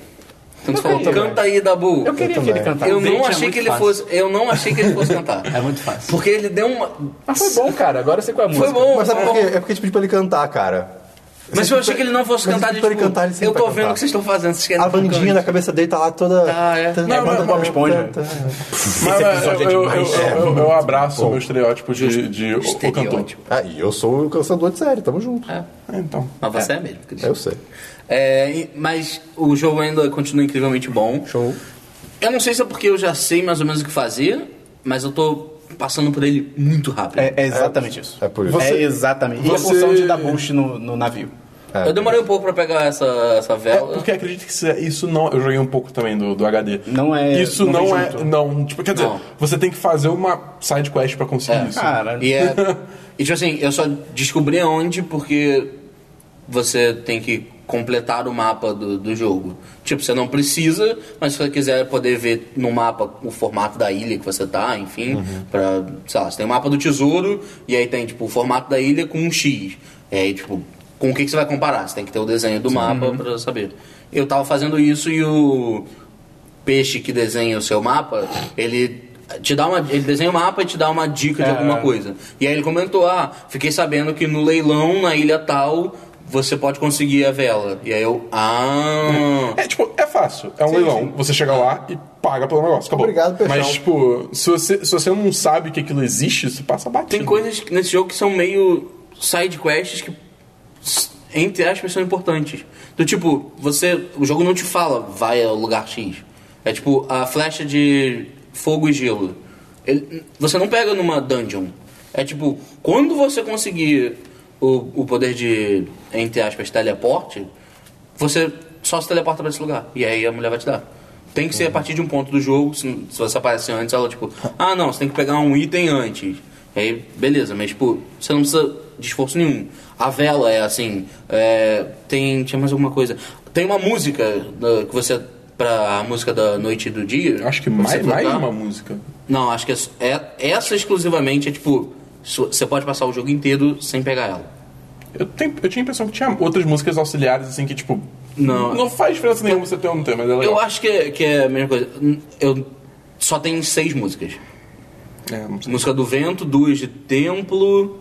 [SPEAKER 4] Então você falou,
[SPEAKER 2] caí também.
[SPEAKER 4] canta aí, Dabu.
[SPEAKER 2] Eu queria que
[SPEAKER 5] também.
[SPEAKER 2] ele cantasse.
[SPEAKER 4] Eu não
[SPEAKER 6] Gente, é
[SPEAKER 4] achei
[SPEAKER 6] muito
[SPEAKER 4] que ele
[SPEAKER 6] fácil.
[SPEAKER 4] fosse. Eu não achei que ele fosse cantar.
[SPEAKER 1] É muito fácil.
[SPEAKER 4] Porque ele deu uma.
[SPEAKER 2] Mas Ah, foi bom, cara. Agora eu sei qual é a música.
[SPEAKER 4] Foi bom,
[SPEAKER 5] Mas sabe
[SPEAKER 4] foi
[SPEAKER 5] por quê?
[SPEAKER 4] bom.
[SPEAKER 5] É porque, tipo, de pra ele cantar, cara.
[SPEAKER 4] Mas eu achei que ele não fosse
[SPEAKER 5] Mas
[SPEAKER 4] cantar
[SPEAKER 5] ele
[SPEAKER 4] de
[SPEAKER 5] pra ele
[SPEAKER 4] tipo,
[SPEAKER 5] cantar, ele sempre
[SPEAKER 4] Eu tô
[SPEAKER 5] vai
[SPEAKER 4] vendo
[SPEAKER 5] cantar.
[SPEAKER 4] o que vocês estão fazendo, vocês querem
[SPEAKER 5] A
[SPEAKER 4] que eu
[SPEAKER 5] bandinha
[SPEAKER 4] cante.
[SPEAKER 5] da cabeça dele tá lá toda.
[SPEAKER 4] Ah, é.
[SPEAKER 5] Tan-
[SPEAKER 3] Não,
[SPEAKER 5] banda
[SPEAKER 3] não, não,
[SPEAKER 5] Bob Esponja.
[SPEAKER 3] Mas eu, eu, eu,
[SPEAKER 4] É
[SPEAKER 3] eu, eu, eu abraço o
[SPEAKER 5] Bom.
[SPEAKER 3] meu estereótipo de, de o, o cantor.
[SPEAKER 4] Estereótipo.
[SPEAKER 5] Ah, e eu sou o cansador de série, tamo junto.
[SPEAKER 3] É, então.
[SPEAKER 4] Mas você é, mesmo, Cris.
[SPEAKER 5] Eu sei.
[SPEAKER 4] É, e- mas o jogo ainda continua incrivelmente bom.
[SPEAKER 5] Show.
[SPEAKER 4] Eu não sei se é porque eu já sei mais ou menos o que fazer, mas eu tô passando por ele muito rápido.
[SPEAKER 2] É, é exatamente isso.
[SPEAKER 5] é por isso.
[SPEAKER 2] É exatamente. E a
[SPEAKER 3] Você-
[SPEAKER 2] função de dar boost no, no navio.
[SPEAKER 5] É.
[SPEAKER 4] Eu demorei um pouco pra pegar essa, essa
[SPEAKER 3] É,
[SPEAKER 4] vela.
[SPEAKER 3] porque acredito que isso é- isso não. Eu joguei um pouco também do, do HD.
[SPEAKER 2] Não é-
[SPEAKER 3] Isso
[SPEAKER 2] não
[SPEAKER 3] não,
[SPEAKER 2] vem
[SPEAKER 3] é.
[SPEAKER 2] junto.
[SPEAKER 3] Não. Tipo, quer dizer,
[SPEAKER 4] Não.
[SPEAKER 3] você tem que fazer uma side quest pra conseguir
[SPEAKER 4] É.
[SPEAKER 3] isso.
[SPEAKER 2] Cara,
[SPEAKER 4] E é. E tipo assim, eu só descobri onde porque você tem que completar o mapa do, do jogo. Tipo, você não precisa, mas se você quiser poder ver no mapa o formato da ilha que você tá, enfim,
[SPEAKER 3] Uhum.
[SPEAKER 4] pra. Sei lá, você tem o mapa do tesouro, e aí tem, tipo, o formato da ilha com um X. E aí, tipo, com o que, que você vai comparar? Você tem que ter o desenho do mapa
[SPEAKER 3] Uhum.
[SPEAKER 4] pra saber. Eu tava fazendo isso e o peixe que desenha o seu mapa, ele te dá uma, ele desenha o mapa e te dá uma dica de
[SPEAKER 2] É.
[SPEAKER 4] alguma coisa. E aí ele comentou: "Ah, fiquei sabendo que no leilão na ilha tal você pode conseguir a vela". E aí eu: "Ah".
[SPEAKER 3] É, tipo, é fácil. É um leilão. Você chega lá e paga pelo negócio. Acabou.
[SPEAKER 5] Obrigado, peixão.
[SPEAKER 3] Mas, tipo, se você, se você não sabe que aquilo existe, você passa batido.
[SPEAKER 4] Tem coisas que- nesse jogo que são meio side quests que s- entre aspas são importantes. Do tipo, você, o jogo não te fala vai ao lugar X. É tipo a flecha de fogo e gelo. Ele- você não pega numa dungeon. É tipo, quando você conseguir o, o poder de entre aspas teleporte, você só se teleporta pra esse lugar. E aí a mulher vai te dar. Tem que
[SPEAKER 3] Uhum.
[SPEAKER 4] ser a partir de um ponto do jogo. Se, se você aparecer antes, ela tipo, ah não, você tem que pegar um item antes. E aí, beleza, mas tipo, você não precisa de esforço nenhum. A vela é assim, é, tem. Tinha mais alguma coisa. Tem uma música da- que você. Pra a música da noite e do dia.
[SPEAKER 3] Acho que
[SPEAKER 4] pra você
[SPEAKER 3] mais, mais
[SPEAKER 4] tocar.
[SPEAKER 3] uma música.
[SPEAKER 4] Não, acho que é, é- essa exclusivamente é tipo. su- Você pode passar o jogo inteiro sem pegar ela.
[SPEAKER 3] Eu, tenho, eu tinha a impressão que tinha outras músicas auxiliares, assim, que, tipo.
[SPEAKER 4] Não.
[SPEAKER 3] Não faz diferença nenhuma você ter ou não ter, mas é legal.
[SPEAKER 4] Eu acho que é, que é a mesma coisa. Eu só tem seis músicas.
[SPEAKER 3] É, não sei.
[SPEAKER 4] Música do vento, duas de templo,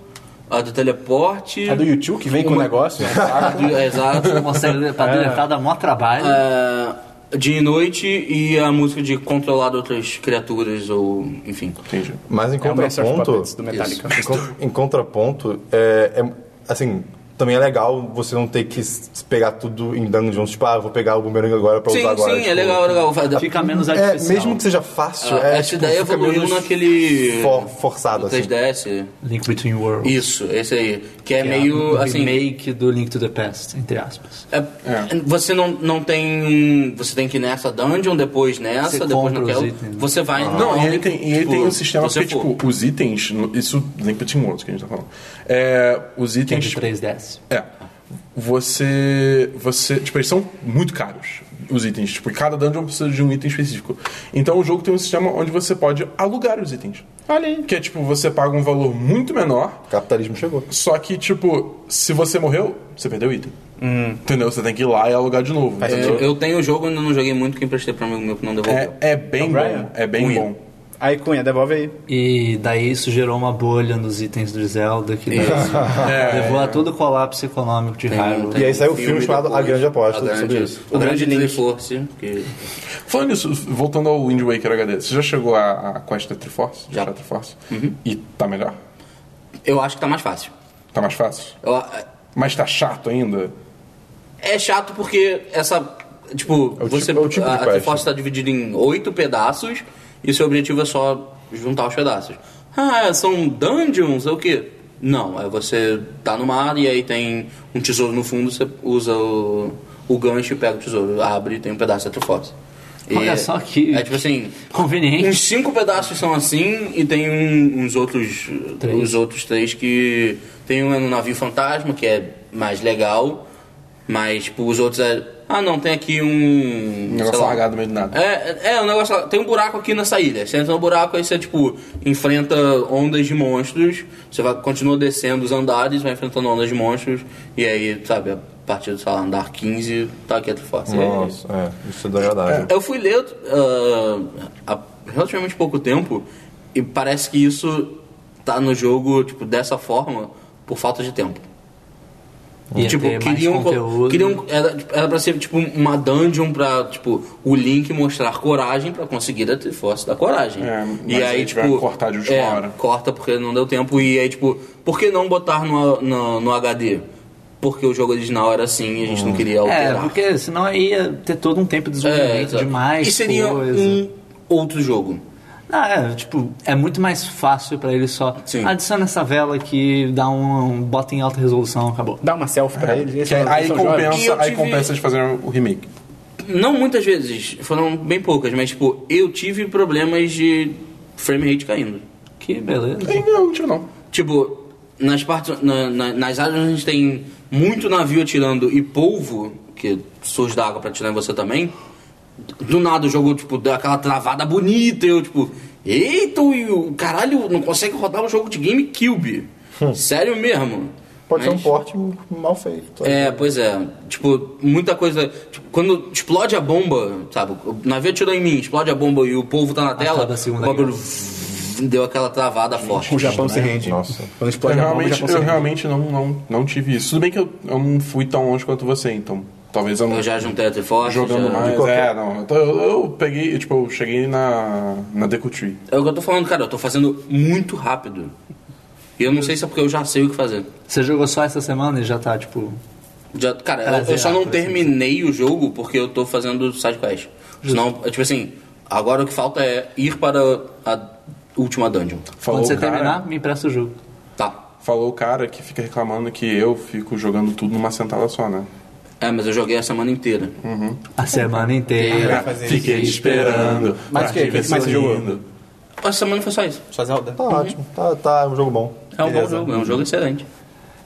[SPEAKER 4] a do teleporte.
[SPEAKER 2] é do YouTube que vem com o
[SPEAKER 4] Uma-
[SPEAKER 2] negócio.
[SPEAKER 4] a do- é, exato.
[SPEAKER 1] Consegue pra deletar dá mó trabalho.
[SPEAKER 4] É, dia e noite e a música de controlar outras criaturas ou enfim.
[SPEAKER 3] Entendi.
[SPEAKER 5] Mas em
[SPEAKER 2] É o Master of
[SPEAKER 5] contraponto.
[SPEAKER 2] Puppets do Metallica.
[SPEAKER 5] Em, con- em contraponto, é, é- assim, também é legal você não ter que s- pegar tudo em dungeons, tipo, ah, vou pegar o boomerang agora pra
[SPEAKER 4] sim,
[SPEAKER 5] usar agora.
[SPEAKER 4] sim,
[SPEAKER 5] tipo,
[SPEAKER 4] é legal, é legal. Vai dar-
[SPEAKER 1] Fica menos
[SPEAKER 5] É,
[SPEAKER 1] artificial.
[SPEAKER 5] mesmo que seja fácil,
[SPEAKER 4] Ah,
[SPEAKER 5] é,
[SPEAKER 4] essa
[SPEAKER 5] tipo,
[SPEAKER 4] ideia
[SPEAKER 5] fica
[SPEAKER 4] evoluiu
[SPEAKER 5] menos
[SPEAKER 4] naquele-
[SPEAKER 5] for- forçado,
[SPEAKER 4] do
[SPEAKER 5] assim.
[SPEAKER 4] 3DS.
[SPEAKER 1] Link Between Worlds.
[SPEAKER 4] Isso, esse aí. Que é
[SPEAKER 1] Que
[SPEAKER 4] meio
[SPEAKER 1] é um
[SPEAKER 4] assim.
[SPEAKER 1] remake do Link to the Past, entre aspas.
[SPEAKER 4] É, Você não, não tem um. Você tem que ir nessa dungeon, depois nessa,
[SPEAKER 1] Você
[SPEAKER 4] depois
[SPEAKER 1] compra os
[SPEAKER 4] naquela.
[SPEAKER 1] itens, né?
[SPEAKER 4] Você vai. na
[SPEAKER 3] Não, e
[SPEAKER 4] ordem
[SPEAKER 3] ele
[SPEAKER 4] que,
[SPEAKER 3] tem, e ele
[SPEAKER 4] tipo,
[SPEAKER 3] tem um sistema
[SPEAKER 4] você
[SPEAKER 3] que,
[SPEAKER 4] for.
[SPEAKER 3] tipo, os itens. no- Isso nem pra Team Worlds que a gente tá falando. É, os
[SPEAKER 1] Que é
[SPEAKER 3] itens.
[SPEAKER 1] de 3DS.
[SPEAKER 3] É. Você. Você. Tipo, eles são muito caros, os itens. Tipo, cada dungeon precisa de um item específico. Então o jogo tem um sistema onde você pode alugar os itens.
[SPEAKER 2] Olha aí.
[SPEAKER 3] Que é tipo, você paga um valor muito menor,
[SPEAKER 5] O capitalismo chegou.
[SPEAKER 3] só que, tipo, se você morreu, você perdeu o item.
[SPEAKER 2] Hum.
[SPEAKER 3] Entendeu? Você tem que ir lá e alugar de novo.
[SPEAKER 4] É,
[SPEAKER 3] É,
[SPEAKER 4] Eu,
[SPEAKER 3] entendeu?
[SPEAKER 4] eu tenho o jogo, ainda não joguei muito, que emprestei pra um amigo meu que não devolveu.
[SPEAKER 3] É, é bem
[SPEAKER 2] Brian?
[SPEAKER 3] bom. É bem
[SPEAKER 4] Will.
[SPEAKER 3] bom.
[SPEAKER 2] Aí, Cunha, devolve aí.
[SPEAKER 1] E daí isso gerou uma bolha nos itens do Zelda que daí
[SPEAKER 3] É.
[SPEAKER 1] levou a todo o colapso econômico de
[SPEAKER 4] um
[SPEAKER 1] Hyrule.
[SPEAKER 5] E aí saiu o filme chamado
[SPEAKER 4] depois,
[SPEAKER 5] A Grande Aposta,
[SPEAKER 4] A Grande-
[SPEAKER 5] sobre isso.
[SPEAKER 4] O Grande
[SPEAKER 2] Link.
[SPEAKER 4] Triforce, que
[SPEAKER 3] Falando nisso, voltando ao Wind Waker HD, você já chegou à, à quest da Triforce?
[SPEAKER 4] Já.
[SPEAKER 3] achar a Triforce?
[SPEAKER 2] Uhum.
[SPEAKER 3] E tá melhor?
[SPEAKER 4] eu acho que tá mais fácil.
[SPEAKER 3] Tá mais fácil?
[SPEAKER 4] Eu-
[SPEAKER 3] Mas tá chato ainda?
[SPEAKER 4] é chato porque essa. Tipo,
[SPEAKER 5] É o
[SPEAKER 4] você,
[SPEAKER 5] tipo- é o tipo de
[SPEAKER 4] a, a
[SPEAKER 5] quest.
[SPEAKER 4] Triforce tá dividida em oito pedaços e seu objetivo é só juntar os pedaços. Ah, são dungeons, é o quê? Não, é você tá no mar e aí tem um tesouro no fundo, você usa o, o gancho e pega o tesouro, abre e tem um pedaço da Triforce. E
[SPEAKER 1] Olha só que-
[SPEAKER 4] É tipo assim,
[SPEAKER 1] Conveniente.
[SPEAKER 4] Uns cinco pedaços são assim e tem um- uns outros
[SPEAKER 1] Três.
[SPEAKER 4] os outros três que tem um é no navio fantasma que é mais legal, mas tipo, os outros é ah não tem aqui um
[SPEAKER 3] Um negócio
[SPEAKER 4] sei lá.
[SPEAKER 3] largado no meio do nada.
[SPEAKER 4] É, é um negócio lá- tem um buraco aqui nessa ilha. Você entra no buraco aí você tipo enfrenta ondas de monstros. Você vai continua descendo os andares, vai enfrentando ondas de monstros e aí sabe a partir do sei lá, andar 15 tá aqui a Triforce. É isso.
[SPEAKER 5] Nossa, é, isso é desagradável.
[SPEAKER 4] Eu fui ler ah, há relativamente pouco tempo e parece que isso tá no jogo tipo dessa forma por falta de tempo.
[SPEAKER 1] Ia ter mais conteúdo.
[SPEAKER 4] tipo, queriam era, tipo, era pra ser tipo uma dungeon pra tipo o Link mostrar coragem pra conseguir a Triforce da coragem.
[SPEAKER 3] É, mas
[SPEAKER 4] e aí
[SPEAKER 3] aí tiveram
[SPEAKER 4] tipo
[SPEAKER 3] que cortar de última
[SPEAKER 4] é,
[SPEAKER 3] hora.
[SPEAKER 4] corta porque não deu tempo e aí tipo por que não botar no, no, no HD? Porque o jogo original era assim e a gente não queria
[SPEAKER 1] É,
[SPEAKER 4] alterar.
[SPEAKER 1] porque senão aí ia ter todo um tempo de desenvolvimento
[SPEAKER 4] É, exato.
[SPEAKER 1] de mais
[SPEAKER 4] né, E seria
[SPEAKER 1] coisa.
[SPEAKER 4] um outro jogo.
[SPEAKER 1] Não, é, tipo, é muito mais fácil pra ele só.
[SPEAKER 4] Sim.
[SPEAKER 1] Adiciona essa vela aqui, dá um. bota em alta resolução, acabou.
[SPEAKER 2] Dá uma selfie É, pra ele. eles
[SPEAKER 3] Que
[SPEAKER 2] são-
[SPEAKER 3] aí
[SPEAKER 2] são jovens.
[SPEAKER 3] compensa,
[SPEAKER 4] E eu
[SPEAKER 3] aí
[SPEAKER 4] tive-
[SPEAKER 3] compensa de fazer o remake.
[SPEAKER 4] Não muitas vezes, foram bem poucas, mas tipo, eu tive problemas de frame rate caindo.
[SPEAKER 1] Que beleza.
[SPEAKER 3] Sim, É, não, não tive não.
[SPEAKER 4] Tipo, nas partes. na- na- nas áreas onde a gente tem muito navio atirando e polvo, que surge da água pra atirar em você também, do nada o jogo, tipo, deu aquela travada bonita, e eu, tipo, eita, e o caralho, não consegue rodar um jogo de GameCube. Sério mesmo.
[SPEAKER 5] Hum. Pode ser um
[SPEAKER 4] Mas-
[SPEAKER 5] porte mal feito.
[SPEAKER 4] é, pois é. Tipo, muita coisa. tipo, quando explode a bomba, sabe? O navio atirou em mim, explode a bomba e o povo tá na tela.
[SPEAKER 1] da
[SPEAKER 4] o
[SPEAKER 1] Segunda
[SPEAKER 4] bagulho deu aquela travada forte.
[SPEAKER 2] O Japão se rende.
[SPEAKER 5] Nossa.
[SPEAKER 2] Quando
[SPEAKER 3] Eu
[SPEAKER 2] explode a bomba, o
[SPEAKER 3] realmente,
[SPEAKER 2] Japão se
[SPEAKER 3] eu
[SPEAKER 2] rende.
[SPEAKER 3] realmente não, não, não tive isso. Tudo bem que eu, eu não fui tão longe quanto você, então talvez eu não
[SPEAKER 4] Eu já juntei a Triforce.
[SPEAKER 3] jogando
[SPEAKER 4] já...
[SPEAKER 3] mais. É, não. Então, eu, eu peguei, tipo, eu cheguei na, na Deku Tree.
[SPEAKER 4] É o que eu tô falando, cara. Eu tô fazendo muito rápido. E eu não sei se é porque eu já sei o que fazer.
[SPEAKER 1] Você jogou só essa semana e já tá, tipo.
[SPEAKER 4] Já- cara, eu- eu,
[SPEAKER 1] Prazer,
[SPEAKER 4] só não
[SPEAKER 1] por assim
[SPEAKER 4] terminei o jogo porque eu tô fazendo sidequest. Senão, é tipo assim, agora o que falta é ir para a última dungeon.
[SPEAKER 3] Falou
[SPEAKER 1] quando você
[SPEAKER 3] o cara,
[SPEAKER 1] terminar, me empresta o jogo.
[SPEAKER 4] Tá.
[SPEAKER 3] Falou o cara que fica reclamando que eu fico jogando tudo numa sentada só, né?
[SPEAKER 4] É, mas eu joguei a semana inteira.
[SPEAKER 1] Hum. A semana inteira.
[SPEAKER 2] Vai fazer
[SPEAKER 3] É, Fiquei esperando.
[SPEAKER 2] Mas o que? O que mais você jogou?
[SPEAKER 4] A semana foi só isso.
[SPEAKER 2] Só Zelda.
[SPEAKER 5] Tá ótimo, tá, tá um jogo bom.
[SPEAKER 4] É um
[SPEAKER 2] Beleza.
[SPEAKER 4] bom jogo, é um jogo excelente.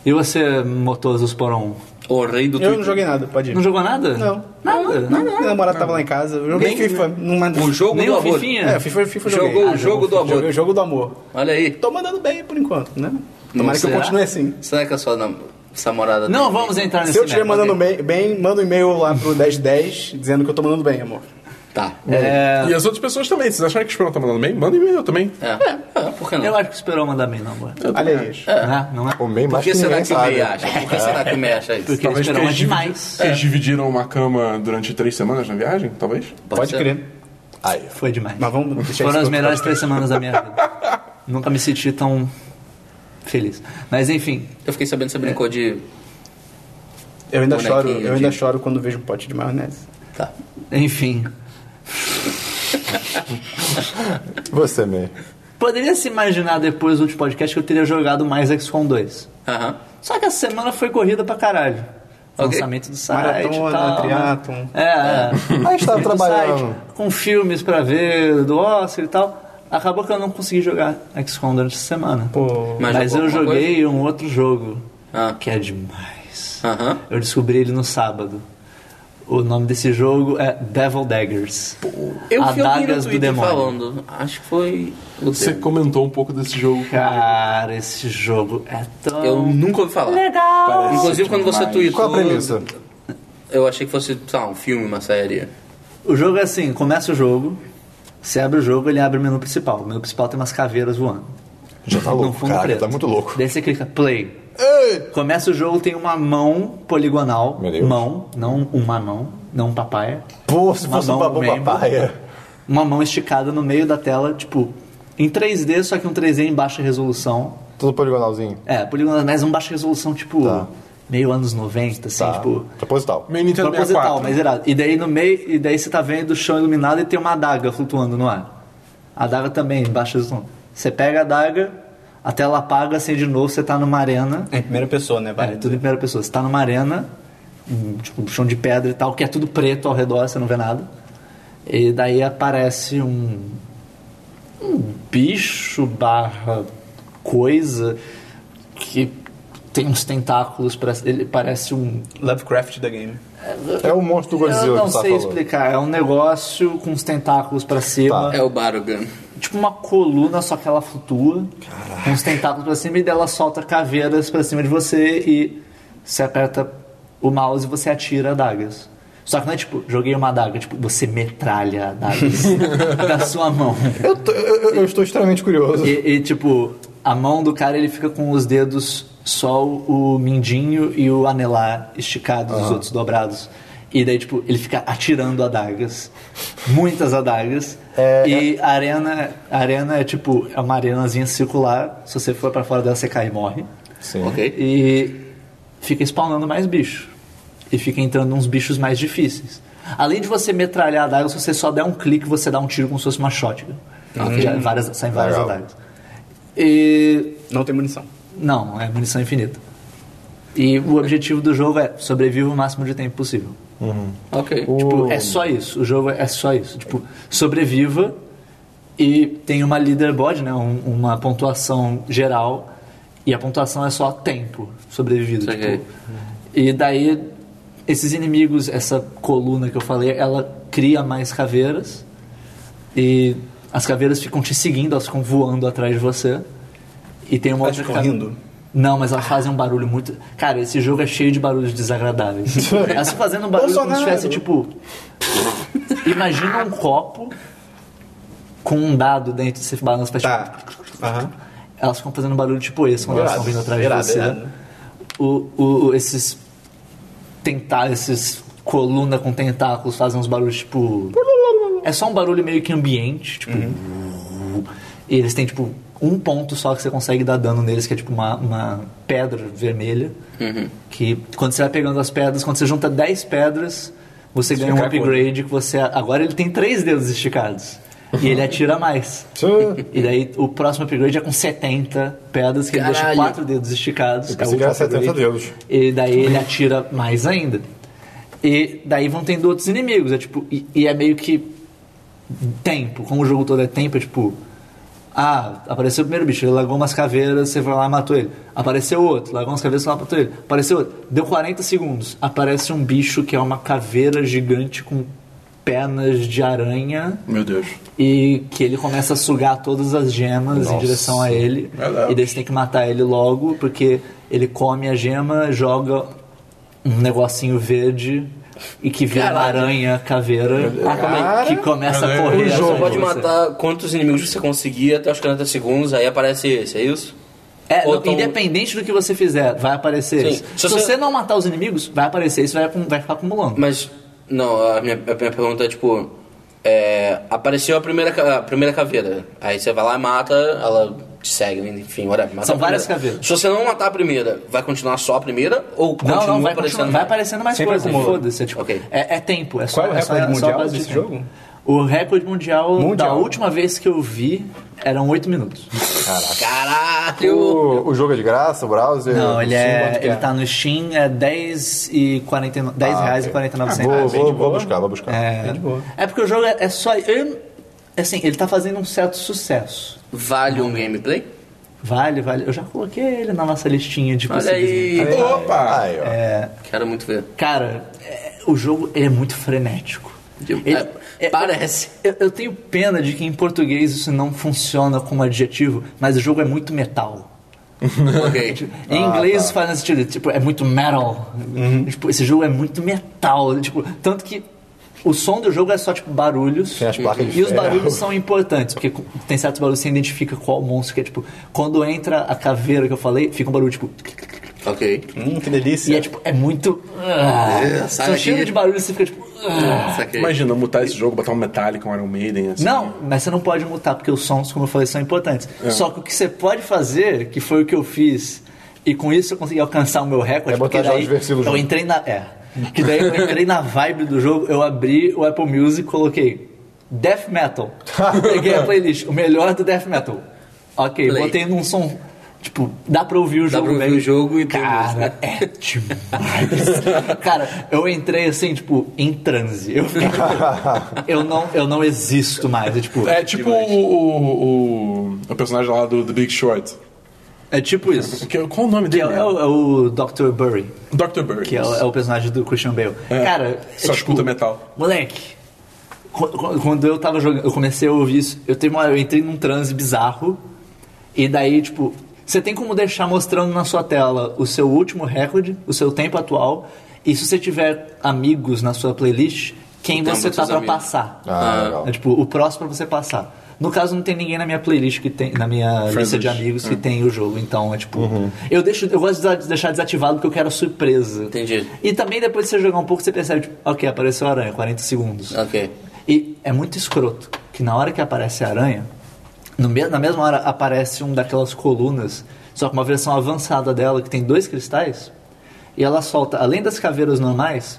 [SPEAKER 1] E você, Motoso Sporon?
[SPEAKER 4] O rei do
[SPEAKER 2] Eu
[SPEAKER 4] Twitter.
[SPEAKER 2] não joguei nada, pode ir.
[SPEAKER 1] Não jogou nada?
[SPEAKER 2] Não.
[SPEAKER 1] Nada?
[SPEAKER 2] Minha namorada tava lá em casa. Eu joguei FIFA. Numa...
[SPEAKER 4] O jogo
[SPEAKER 1] Nem
[SPEAKER 4] do
[SPEAKER 1] o
[SPEAKER 4] amor.
[SPEAKER 1] Fifinha?
[SPEAKER 2] É, FIFA, FIFA eu joguei.
[SPEAKER 4] Jogou o jogo do
[SPEAKER 2] Joguei o
[SPEAKER 4] amor.
[SPEAKER 2] jogo do amor.
[SPEAKER 4] Olha aí.
[SPEAKER 2] Tô mandando bem por enquanto, né? Tomara que eu
[SPEAKER 1] será?
[SPEAKER 2] continue assim.
[SPEAKER 4] Será Tá que a sua nam- essa namorada...
[SPEAKER 1] Não
[SPEAKER 4] tem-
[SPEAKER 1] vamos entrar nesse
[SPEAKER 2] Se eu estiver
[SPEAKER 1] mérito.
[SPEAKER 2] mandando bem, bem, manda um e-mail lá pro 1010 dizendo que eu tô mandando bem, amor.
[SPEAKER 4] Tá.
[SPEAKER 1] É,
[SPEAKER 3] E as outras pessoas também. Vocês acharam que o Esperão tá mandando bem? Manda e-mail também.
[SPEAKER 4] É. É, por que não?
[SPEAKER 1] Eu acho que o Esperon manda bem, não, amor.
[SPEAKER 2] Olha aí.
[SPEAKER 1] Né? Não é?
[SPEAKER 5] O meio
[SPEAKER 4] Por
[SPEAKER 5] mais
[SPEAKER 4] que
[SPEAKER 5] que
[SPEAKER 4] será
[SPEAKER 5] ninguém
[SPEAKER 4] que o May
[SPEAKER 5] sabe.
[SPEAKER 4] acha? Por que será que o May acha isso?
[SPEAKER 1] Porque o Esperon é
[SPEAKER 3] eles divi-
[SPEAKER 1] demais.
[SPEAKER 3] Vocês dividiram uma cama durante três semanas na viagem, talvez?
[SPEAKER 2] Pode
[SPEAKER 4] ser.
[SPEAKER 2] crer.
[SPEAKER 5] Aí,
[SPEAKER 1] Foi demais.
[SPEAKER 2] Mas vamos deixar
[SPEAKER 1] Foram
[SPEAKER 2] isso
[SPEAKER 1] as
[SPEAKER 2] pro-
[SPEAKER 1] melhores três semanas da minha vida. Nunca me senti tão feliz. Mas enfim,
[SPEAKER 4] Eu fiquei sabendo que você
[SPEAKER 2] É.
[SPEAKER 4] brincou de...
[SPEAKER 2] Eu ainda
[SPEAKER 4] Bonequinho
[SPEAKER 2] choro, eu ainda
[SPEAKER 4] de-
[SPEAKER 2] choro quando vejo um pote de maionese.
[SPEAKER 4] Tá.
[SPEAKER 1] enfim.
[SPEAKER 5] você, meio.
[SPEAKER 1] Poderia se imaginar depois do último podcast que eu teria jogado mais XCOM 2.
[SPEAKER 4] Aham.
[SPEAKER 1] Só que essa semana foi corrida pra caralho.
[SPEAKER 4] Ok.
[SPEAKER 1] Lançamento do site.
[SPEAKER 2] Maratona,
[SPEAKER 1] e tal,
[SPEAKER 2] triatlon.
[SPEAKER 1] né? É, é.
[SPEAKER 5] A gente tava
[SPEAKER 1] Do
[SPEAKER 5] trabalhando.
[SPEAKER 1] site, com filmes pra ver, do Oscar e tal. Acabou que eu não consegui jogar XCOM durante essa semana.
[SPEAKER 2] Pô.
[SPEAKER 4] Mas
[SPEAKER 1] Mas,
[SPEAKER 4] jogou
[SPEAKER 1] eu
[SPEAKER 4] alguma
[SPEAKER 1] joguei um outro jogo
[SPEAKER 4] Ah.
[SPEAKER 1] que é demais.
[SPEAKER 4] Aham.
[SPEAKER 1] Eu descobri ele no sábado. O nome desse jogo é Devil Daggers.
[SPEAKER 4] Eu vi alguém no
[SPEAKER 1] Adagas do
[SPEAKER 4] Twitter
[SPEAKER 1] Demônio.
[SPEAKER 4] falando. Acho que foi... o
[SPEAKER 3] Você
[SPEAKER 4] Pedro.
[SPEAKER 3] comentou um pouco desse jogo.
[SPEAKER 1] É. Cara, esse jogo é tão.
[SPEAKER 4] Eu nunca ouvi falar.
[SPEAKER 1] Legal!
[SPEAKER 3] Parece
[SPEAKER 4] Inclusive quando você
[SPEAKER 3] demais.
[SPEAKER 4] tweetou...
[SPEAKER 5] Qual a premissa?
[SPEAKER 4] Eu achei que fosse, sei lá, um filme, uma série.
[SPEAKER 1] O jogo é assim: começa o jogo, Você abre o jogo, ele abre o menu principal. O menu principal tem umas caveiras voando.
[SPEAKER 5] Já tá
[SPEAKER 1] No
[SPEAKER 5] louco,
[SPEAKER 1] fundo
[SPEAKER 5] cara.
[SPEAKER 1] preto.
[SPEAKER 5] Tá muito louco.
[SPEAKER 1] Daí você clica play. Começa o jogo, tem uma mão poligonal.
[SPEAKER 5] Meu Deus.
[SPEAKER 1] Mão, não uma mão, não um papaya.
[SPEAKER 5] Pô, se
[SPEAKER 1] Uma
[SPEAKER 5] fosse um
[SPEAKER 1] mão,
[SPEAKER 5] babu
[SPEAKER 1] membro.
[SPEAKER 5] papaya.
[SPEAKER 1] Uma mão esticada no meio da tela, tipo, em 3D, só que um 3D em baixa resolução.
[SPEAKER 5] Tudo poligonalzinho.
[SPEAKER 1] É, poligonal, mas um baixa resolução, tipo,
[SPEAKER 5] Tá.
[SPEAKER 1] meio anos 90, assim,
[SPEAKER 5] Tá.
[SPEAKER 1] tipo.
[SPEAKER 5] Proposital.
[SPEAKER 3] Meio Nintendo
[SPEAKER 1] Proposital,
[SPEAKER 3] 64.
[SPEAKER 1] mas irado. E daí no meio, e daí você tá vendo o chão iluminado e tem uma adaga flutuando no ar. A adaga também, baixa resolução. Você pega a adaga, a tela apaga, acende de novo, você tá numa arena.
[SPEAKER 2] Em primeira pessoa, né?
[SPEAKER 1] É,
[SPEAKER 2] Vale.
[SPEAKER 1] tudo em primeira pessoa. Você tá numa arena, um, tipo, um chão de pedra e tal, que é tudo preto ao redor, você não vê nada. E daí aparece um. um bicho barra coisa que tem uns tentáculos, parece- ele parece um.
[SPEAKER 2] Lovecraft da game.
[SPEAKER 5] É o monstro do Godzilla
[SPEAKER 1] Eu não
[SPEAKER 5] que você
[SPEAKER 1] sei
[SPEAKER 5] tá falando.
[SPEAKER 1] explicar, é um negócio com uns tentáculos pra
[SPEAKER 5] Tá.
[SPEAKER 1] cima.
[SPEAKER 4] É o Barugan.
[SPEAKER 1] Tipo uma coluna, só que ela flutua. Com os tentáculos pra cima e dela solta caveiras pra cima de você e você aperta o mouse e você atira adagas. Só que não é tipo, joguei uma adaga, tipo, você metralha adagas da sua mão.
[SPEAKER 5] Eu, tô- eu- eu- eu estou extremamente curioso.
[SPEAKER 1] E, e, tipo, a mão do cara ele fica com os dedos só o o mindinho e o anelar esticados, os outros dobrados. E daí, tipo, ele fica atirando adagas. Muitas adagas. e A, arena, a arena é tipo, é uma arenazinha circular. Se você for pra fora dela, você cai e morre.
[SPEAKER 5] Sim.
[SPEAKER 4] Ok?
[SPEAKER 1] E fica spawnando mais bicho. E fica entrando uns bichos mais difíceis. Além de você metralhar adagas, se você só der um clique, você dá um tiro como se fosse uma shotgun. Já é várias, saem várias
[SPEAKER 5] Legal.
[SPEAKER 1] adagas. E.
[SPEAKER 2] Não tem munição.
[SPEAKER 1] Não, é munição infinita. E o objetivo do jogo é sobreviva o máximo de tempo possível.
[SPEAKER 4] Ok.
[SPEAKER 1] Tipo, é só isso. O jogo é só isso. Tipo, sobreviva e tem uma leaderboard, né? um- uma pontuação geral. E a pontuação é só tempo sobrevivido.
[SPEAKER 4] Isso
[SPEAKER 1] Tipo,
[SPEAKER 4] aqui.
[SPEAKER 1] e daí, esses inimigos, essa coluna que eu falei, ela cria mais caveiras. E as caveiras ficam te seguindo, elas ficam voando atrás de você. E tem uma
[SPEAKER 2] Elas
[SPEAKER 1] outra.
[SPEAKER 2] ficam
[SPEAKER 1] ca-
[SPEAKER 2] rindo?
[SPEAKER 1] Não, mas elas fazem um barulho muito. Cara, esse jogo é cheio de barulhos desagradáveis. elas ficam fazendo um barulho como se
[SPEAKER 2] Bolsonaro!
[SPEAKER 1] tivesse tipo. Imagina um copo com um dado dentro desse balanço pra tipo,
[SPEAKER 2] Tá. Aham.
[SPEAKER 1] elas ficam fazendo barulho tipo esse quando elas
[SPEAKER 2] Irado,
[SPEAKER 1] estão vindo atrás
[SPEAKER 2] irado,
[SPEAKER 1] de você. né?
[SPEAKER 2] irado.
[SPEAKER 1] O, o- o- esses tentar esses coluna com tentáculos fazem uns barulhos tipo é só um barulho meio que ambiente, tipo
[SPEAKER 2] Uhum.
[SPEAKER 1] e eles têm tipo um ponto só que você consegue dar dano neles que é tipo uma, uma pedra vermelha que quando você vai pegando as pedras, quando você junta 10 pedras, você ganha um
[SPEAKER 2] fica cracudo.
[SPEAKER 1] upgrade que você agora ele tem três dedos esticados e ele atira mais.
[SPEAKER 5] Tchê.
[SPEAKER 1] E daí o próximo upgrade é com 70 pedras, que ele deixa
[SPEAKER 4] Caralho.
[SPEAKER 1] quatro dedos esticados.
[SPEAKER 5] Eu
[SPEAKER 1] é o
[SPEAKER 5] pensei que era
[SPEAKER 1] último
[SPEAKER 5] 70
[SPEAKER 1] upgrade.
[SPEAKER 5] dedos.
[SPEAKER 1] E daí ele atira mais ainda. E daí vão tendo outros inimigos. É tipo, e, e é meio que tempo. Como o jogo todo é tempo, é tipo. Ah, apareceu o primeiro bicho, ele largou umas caveiras, você foi lá e matou ele. Apareceu outro, largou umas caveiras, você foi lá e matou ele. Apareceu outro. Deu 40 segundos. Aparece um bicho que é uma caveira gigante com pernas de aranha
[SPEAKER 3] Meu Deus.
[SPEAKER 1] e que ele começa a sugar todas as gemas em direção a ele.
[SPEAKER 3] Verdade.
[SPEAKER 1] E daí você tem que matar ele logo, porque ele come a gema, joga um negocinho verde e que vira uma
[SPEAKER 4] Caralho.
[SPEAKER 1] aranha caveira é
[SPEAKER 4] Ah, calma aí.
[SPEAKER 1] que começa a
[SPEAKER 3] Caralho.
[SPEAKER 1] correr.
[SPEAKER 3] O
[SPEAKER 1] atrás de
[SPEAKER 3] jogo
[SPEAKER 4] Você pode
[SPEAKER 1] você.
[SPEAKER 4] matar quantos inimigos você conseguir até os 40 segundos, aí aparece esse, é isso?
[SPEAKER 1] É,
[SPEAKER 4] Ou
[SPEAKER 1] não,
[SPEAKER 4] tão-
[SPEAKER 1] independente do que você fizer, vai aparecer
[SPEAKER 4] um- Sim.
[SPEAKER 1] isso. Se,
[SPEAKER 4] Se você-
[SPEAKER 1] você não matar os inimigos, vai aparecer isso, vai, acum- vai ficar acumulando.
[SPEAKER 4] Mas, não, a minha, a minha pergunta é tipo: é, apareceu a primeira, ca- a primeira caveira, aí você vai lá e mata, ela te segue, enfim, whatever. mata
[SPEAKER 1] São
[SPEAKER 4] a
[SPEAKER 1] várias
[SPEAKER 4] primeira.
[SPEAKER 1] caveiras.
[SPEAKER 4] Se você não matar a primeira, vai continuar só a primeira ou
[SPEAKER 1] Não, não,
[SPEAKER 4] continua
[SPEAKER 1] vai,
[SPEAKER 4] aparecendo?
[SPEAKER 1] continuando, vai aparecendo mais
[SPEAKER 2] Sempre
[SPEAKER 1] coisa.
[SPEAKER 2] acumula.
[SPEAKER 1] Foda-se. É, tipo,
[SPEAKER 4] Ok.
[SPEAKER 1] é, é tempo. É só,
[SPEAKER 2] Qual é o
[SPEAKER 1] só-
[SPEAKER 2] recorde
[SPEAKER 1] só a
[SPEAKER 2] mundial
[SPEAKER 1] base de
[SPEAKER 2] desse
[SPEAKER 1] tempo.
[SPEAKER 2] jogo?
[SPEAKER 1] O recorde mundial, da
[SPEAKER 2] Mundial.
[SPEAKER 1] última vez que eu vi eram 8 minutos.
[SPEAKER 4] Caralho!
[SPEAKER 5] O, o jogo é de graça, o browser.
[SPEAKER 1] Não, ele,
[SPEAKER 5] Sim,
[SPEAKER 1] é,
[SPEAKER 5] quanto que
[SPEAKER 1] ele tá no Steam, é 10 e 49, 10
[SPEAKER 5] Ah,
[SPEAKER 1] reais
[SPEAKER 5] ok.
[SPEAKER 1] e 49
[SPEAKER 5] Vou,
[SPEAKER 1] centavos.
[SPEAKER 5] vou, vou buscar, vou buscar.
[SPEAKER 1] É, é porque o jogo é, é só. eu- assim, ele tá fazendo um certo sucesso.
[SPEAKER 4] Vale um gameplay?
[SPEAKER 1] Vale, vale. Eu já coloquei ele na nossa listinha de É.
[SPEAKER 4] Olha
[SPEAKER 1] possíveis.
[SPEAKER 4] aí!
[SPEAKER 3] Opa!
[SPEAKER 5] Aí, ó.
[SPEAKER 4] Quero muito ver.
[SPEAKER 1] Cara, é- o jogo ele é muito frenético.
[SPEAKER 4] De-
[SPEAKER 1] Ele-
[SPEAKER 4] é, parece.
[SPEAKER 1] Eu, eu tenho pena de que em português isso não funciona como adjetivo, mas o jogo é muito metal. Tipo,
[SPEAKER 4] ok.
[SPEAKER 1] Em inglês isso faz nesse sentido, tipo, é muito metal. Tipo, esse jogo é muito metal. Tipo, tanto que O som do jogo é só, tipo, barulhos.
[SPEAKER 5] Tem as placas de
[SPEAKER 1] E os
[SPEAKER 5] ferro.
[SPEAKER 1] barulhos são importantes, porque co- tem certos barulhos que você identifica qual monstro que é, tipo... Quando entra a caveira que eu falei, fica um barulho, tipo...
[SPEAKER 4] Ok.
[SPEAKER 2] Hum, que
[SPEAKER 1] E
[SPEAKER 2] delícia.
[SPEAKER 1] é, tipo, é muito... Ah,
[SPEAKER 4] sai
[SPEAKER 1] são
[SPEAKER 4] daqui.
[SPEAKER 1] cheio de barulho, você fica, tipo... ah.
[SPEAKER 4] Saquei.
[SPEAKER 3] Imagina, mutar esse jogo, botar um Metallica, um Iron Maiden, assim.
[SPEAKER 1] Não, mas você não pode mutar, porque os sons, como eu falei, são importantes.
[SPEAKER 5] É.
[SPEAKER 1] Só que o que você pode fazer, que foi o que eu fiz, e com isso eu consegui alcançar o meu recorde,
[SPEAKER 5] É botar
[SPEAKER 1] porque daí
[SPEAKER 5] Jorge Versilo
[SPEAKER 1] eu
[SPEAKER 5] junto.
[SPEAKER 1] entrei na. É. Que daí eu entrei na vibe do jogo, eu abri o Apple Music e coloquei Death Metal. Peguei a playlist, o melhor do Death Metal. Ok,
[SPEAKER 4] Play.
[SPEAKER 1] botei num som. Tipo, dá pra ouvir o
[SPEAKER 4] Dá
[SPEAKER 1] jogo.
[SPEAKER 4] pra ouvir
[SPEAKER 1] bem.
[SPEAKER 4] o jogo e né? tem
[SPEAKER 1] Cara,
[SPEAKER 4] música.
[SPEAKER 1] é demais. Cara, eu entrei assim, tipo, em transe. Eu fiquei, tipo, eu não, eu não existo mais. É tipo,
[SPEAKER 3] É tipo o, o, o- o personagem lá do The Big Short.
[SPEAKER 1] é tipo isso.
[SPEAKER 3] Que, qual o nome
[SPEAKER 1] Que
[SPEAKER 3] dele?
[SPEAKER 1] é, o- é o, é o Dr. Burry,
[SPEAKER 3] Dr. Bird.
[SPEAKER 1] que é, o- é o personagem do Christian Bale.
[SPEAKER 3] É,
[SPEAKER 1] Cara, é
[SPEAKER 3] só escuta metal.
[SPEAKER 1] Moleque, qu- qu- quando eu tava jogando, eu comecei a ouvir isso. Eu, teve uma, eu entrei num transe bizarro. E daí, tipo, você tem como deixar mostrando na sua tela o seu último recorde, o seu tempo atual. E se você tiver amigos na sua playlist, quem
[SPEAKER 4] tempo
[SPEAKER 1] você
[SPEAKER 4] dos
[SPEAKER 1] tá pra
[SPEAKER 4] seus amigos.
[SPEAKER 1] passar.
[SPEAKER 5] Ah, legal.
[SPEAKER 1] É tipo, o próximo pra você passar. No caso, não tem ninguém na minha playlist que tem. Na minha lista de amigos que tem o jogo. Então, é tipo. Eu, deixo, eu gosto de desa- deixar desativado porque eu quero a surpresa.
[SPEAKER 4] Entendi.
[SPEAKER 1] E também depois que você jogar um pouco, você percebe, tipo, ok, apareceu a aranha, 40 segundos.
[SPEAKER 4] Ok.
[SPEAKER 1] E é muito escroto que na hora que aparece a aranha, no me- na mesma hora aparece um daquelas colunas, só que uma versão avançada dela que tem dois cristais, e ela solta, além das caveiras normais,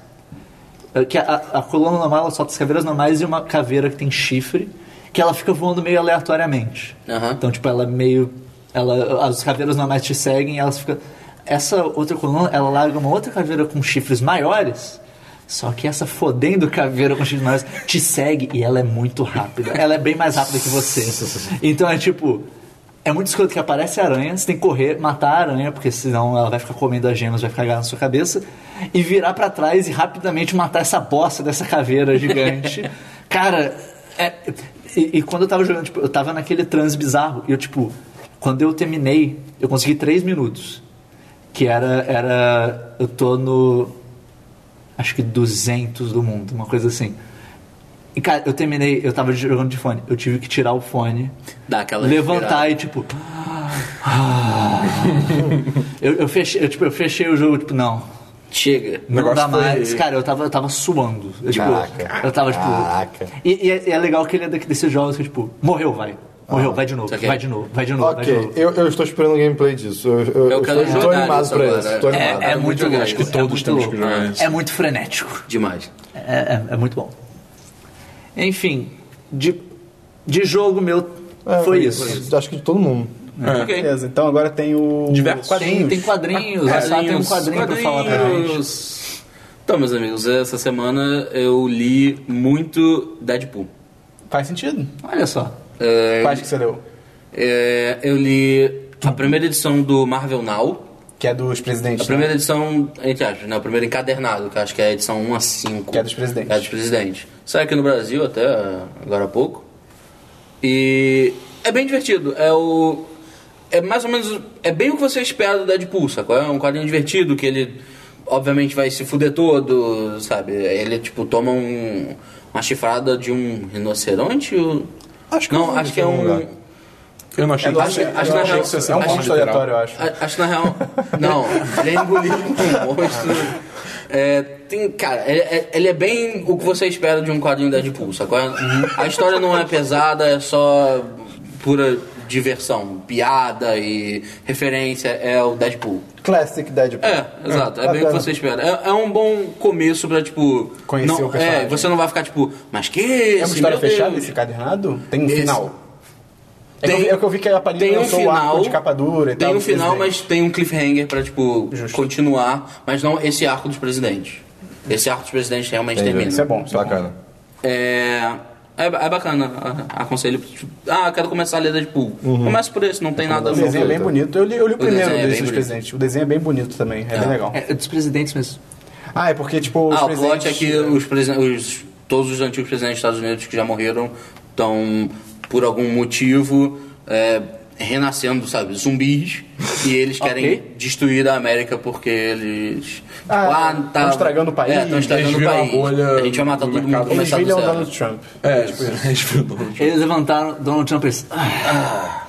[SPEAKER 1] é, que a, a- a coluna normal ela solta as caveiras normais e uma caveira que tem chifre, que ela fica voando meio aleatoriamente.
[SPEAKER 4] Aham.
[SPEAKER 1] Então, tipo, ela é meio. Ela, as caveiras normais te seguem e elas ficam. Essa outra coluna, ela larga uma outra caveira com chifres maiores. Só que essa fodendo caveira com chifres maiores te segue e ela é muito rápida. Ela é bem mais rápida que você. Então é tipo. É muito escroto que aparece a aranha, você tem que correr, matar a aranha, porque senão ela vai ficar comendo as gemas, vai ficar agarrada na sua cabeça, e virar pra trás e rapidamente matar essa bosta dessa caveira gigante. Cara, é, e, e quando eu tava jogando, tipo, eu tava naquele transe bizarro, e eu, tipo, quando eu terminei, eu consegui 3 minutos. Que era, era. Eu tô no. Acho que 200 do mundo, uma coisa assim. E, cara, eu terminei, eu tava jogando de fone, eu tive que tirar o fone
[SPEAKER 4] Dá aquela
[SPEAKER 1] levantar
[SPEAKER 4] respirada.
[SPEAKER 1] e tipo. ah, eu, eu fechei, eu, tipo, eu fechei o jogo, tipo, não.
[SPEAKER 4] Chega.
[SPEAKER 1] Não
[SPEAKER 3] negócio
[SPEAKER 1] dá mais.
[SPEAKER 3] foi-
[SPEAKER 1] Cara, eu tava, eu tava suando. Eu, tipo,
[SPEAKER 5] Caraca.
[SPEAKER 1] eu tava, tipo.
[SPEAKER 5] Caraca.
[SPEAKER 1] E, e é, e é legal que ele é daqui desses jogos que, tipo, morreu, vai. Morreu, vai de novo,
[SPEAKER 4] saquei.
[SPEAKER 1] vai de novo, vai de novo, vai é de
[SPEAKER 5] Ok,
[SPEAKER 1] novo.
[SPEAKER 5] eu, eu estou esperando um gameplay disso. Eu, eu,
[SPEAKER 4] Eu quero
[SPEAKER 5] estou, estou
[SPEAKER 4] jogar
[SPEAKER 5] animado
[SPEAKER 4] isso
[SPEAKER 5] pra
[SPEAKER 4] agora.
[SPEAKER 5] isso. Estou
[SPEAKER 4] É-
[SPEAKER 5] animado.
[SPEAKER 1] É, é muito
[SPEAKER 4] jogar,
[SPEAKER 1] louco.
[SPEAKER 4] acho que
[SPEAKER 1] é
[SPEAKER 3] todos
[SPEAKER 1] muito
[SPEAKER 3] temos que
[SPEAKER 1] louco.
[SPEAKER 3] jogar isso.
[SPEAKER 1] É muito frenético.
[SPEAKER 4] Demais.
[SPEAKER 1] É, é, é muito bom. Enfim, de, de jogo meu
[SPEAKER 5] É,
[SPEAKER 1] foi isso.
[SPEAKER 5] Acho que de todo mundo.
[SPEAKER 3] É.
[SPEAKER 4] Ok.
[SPEAKER 2] Beleza, então agora tem o.
[SPEAKER 3] Diversos.
[SPEAKER 1] Tem,
[SPEAKER 2] Quadrinhos.
[SPEAKER 1] tem quadrinhos, a Sá tem um quadrinho pra falar pra gente.
[SPEAKER 4] É, Quadrinhos. Então, meus amigos, essa semana eu li muito Deadpool.
[SPEAKER 2] Faz sentido.
[SPEAKER 1] Olha só.
[SPEAKER 4] É,
[SPEAKER 2] Quais que você leu?
[SPEAKER 4] é, eu li a primeira edição do Marvel Now.
[SPEAKER 2] Que é dos
[SPEAKER 4] A
[SPEAKER 2] presidentes. né?
[SPEAKER 4] primeira edição, entre aspas, né? O primeiro encadernado, que eu acho que é a edição 1 a 5.
[SPEAKER 2] Que é dos presidentes.
[SPEAKER 4] É dos presidentes. Saiu aqui no Brasil até eh, agora há pouco. E é bem divertido. É o. É mais ou menos. É bem o que você espera do Deadpool, sacou? É um quadrinho divertido que ele, obviamente, vai se fuder todo, sabe? Ele, tipo, toma um, uma chifrada de um rinoceronte? ou-
[SPEAKER 5] Acho que eu
[SPEAKER 4] Não,
[SPEAKER 5] vi
[SPEAKER 4] acho
[SPEAKER 5] isso
[SPEAKER 4] que é
[SPEAKER 5] em algum
[SPEAKER 4] um.
[SPEAKER 5] lugar.
[SPEAKER 3] Eu não achei
[SPEAKER 2] É do-
[SPEAKER 4] Acho-
[SPEAKER 2] é-
[SPEAKER 4] acho que
[SPEAKER 2] é
[SPEAKER 4] na
[SPEAKER 2] um-
[SPEAKER 4] real-
[SPEAKER 2] É um
[SPEAKER 4] acho-
[SPEAKER 2] monstro aleatório, eu acho.
[SPEAKER 4] A- Acho que na real. Não, ele é engolido por um monstro. É, tem, cara, ele, é- ele é bem o que você espera de um quadrinho Deadpool, sacou? A história não é pesada, é só pura diversão, piada e referência. É o Deadpool.
[SPEAKER 5] Classic Deadpool.
[SPEAKER 4] É, exato. É, bem o que
[SPEAKER 5] bacana.
[SPEAKER 4] você espera. É, é um bom começo pra, tipo...
[SPEAKER 2] Conhecer
[SPEAKER 4] não,
[SPEAKER 2] o personagem.
[SPEAKER 4] É, você não vai ficar, tipo, mas que esse,
[SPEAKER 2] É uma história
[SPEAKER 4] meu
[SPEAKER 2] fechada
[SPEAKER 4] Deus?
[SPEAKER 2] esse cadernado? Tem um
[SPEAKER 4] Esse-
[SPEAKER 2] final. É, que eu
[SPEAKER 4] Tem-
[SPEAKER 2] vi, é que eu vi que a Panini
[SPEAKER 4] tem um
[SPEAKER 2] lançou o
[SPEAKER 4] final
[SPEAKER 2] arco de capa dura e
[SPEAKER 4] Tem
[SPEAKER 2] tal.
[SPEAKER 4] um
[SPEAKER 2] do
[SPEAKER 4] final,
[SPEAKER 2] presidente.
[SPEAKER 4] mas tem um cliffhanger pra, tipo, continuar. Mas não esse arco dos presidentes. Esse arco dos presidentes realmente termina.
[SPEAKER 2] Isso é bom. Isso é bom.
[SPEAKER 5] Bacana.
[SPEAKER 4] É, é, é bacana. a- Aconselho. tipo, Ah, quero começar a ler Deadpool. Começa por esse, não tem nada...
[SPEAKER 2] O desenho Uhum. é bem bonito. Eu li, eu li o, primeiro
[SPEAKER 4] desenho
[SPEAKER 2] desse
[SPEAKER 4] é bem
[SPEAKER 2] dos
[SPEAKER 4] bonito.
[SPEAKER 2] presidentes. O desenho é bem bonito também. É, bem legal.
[SPEAKER 1] É, é dos presidentes mesmo.
[SPEAKER 2] Ah, é porque, tipo, os
[SPEAKER 4] Ah, o
[SPEAKER 2] presidentes...
[SPEAKER 4] plot é que os presen- os- todos os antigos presidentes dos Estados Unidos que já morreram estão, por algum motivo, é, renascendo, sabe, zumbis, e eles querem
[SPEAKER 1] Ok.
[SPEAKER 4] destruir a América porque eles. Tipo,
[SPEAKER 2] Ah, tão estragando o país,
[SPEAKER 4] É, estão
[SPEAKER 3] eles
[SPEAKER 4] estragando o
[SPEAKER 3] viram a
[SPEAKER 4] país.
[SPEAKER 3] bolha
[SPEAKER 4] a gente vai matar
[SPEAKER 3] do
[SPEAKER 4] todo mundo,
[SPEAKER 3] mercado. Eles
[SPEAKER 2] Eles
[SPEAKER 4] começar do
[SPEAKER 2] viram o
[SPEAKER 4] zero.
[SPEAKER 2] Donald Trump.
[SPEAKER 3] É, tipo, eles viram o Donald Trump.
[SPEAKER 1] Eles levantaram Donald Trump e eles, "Ah,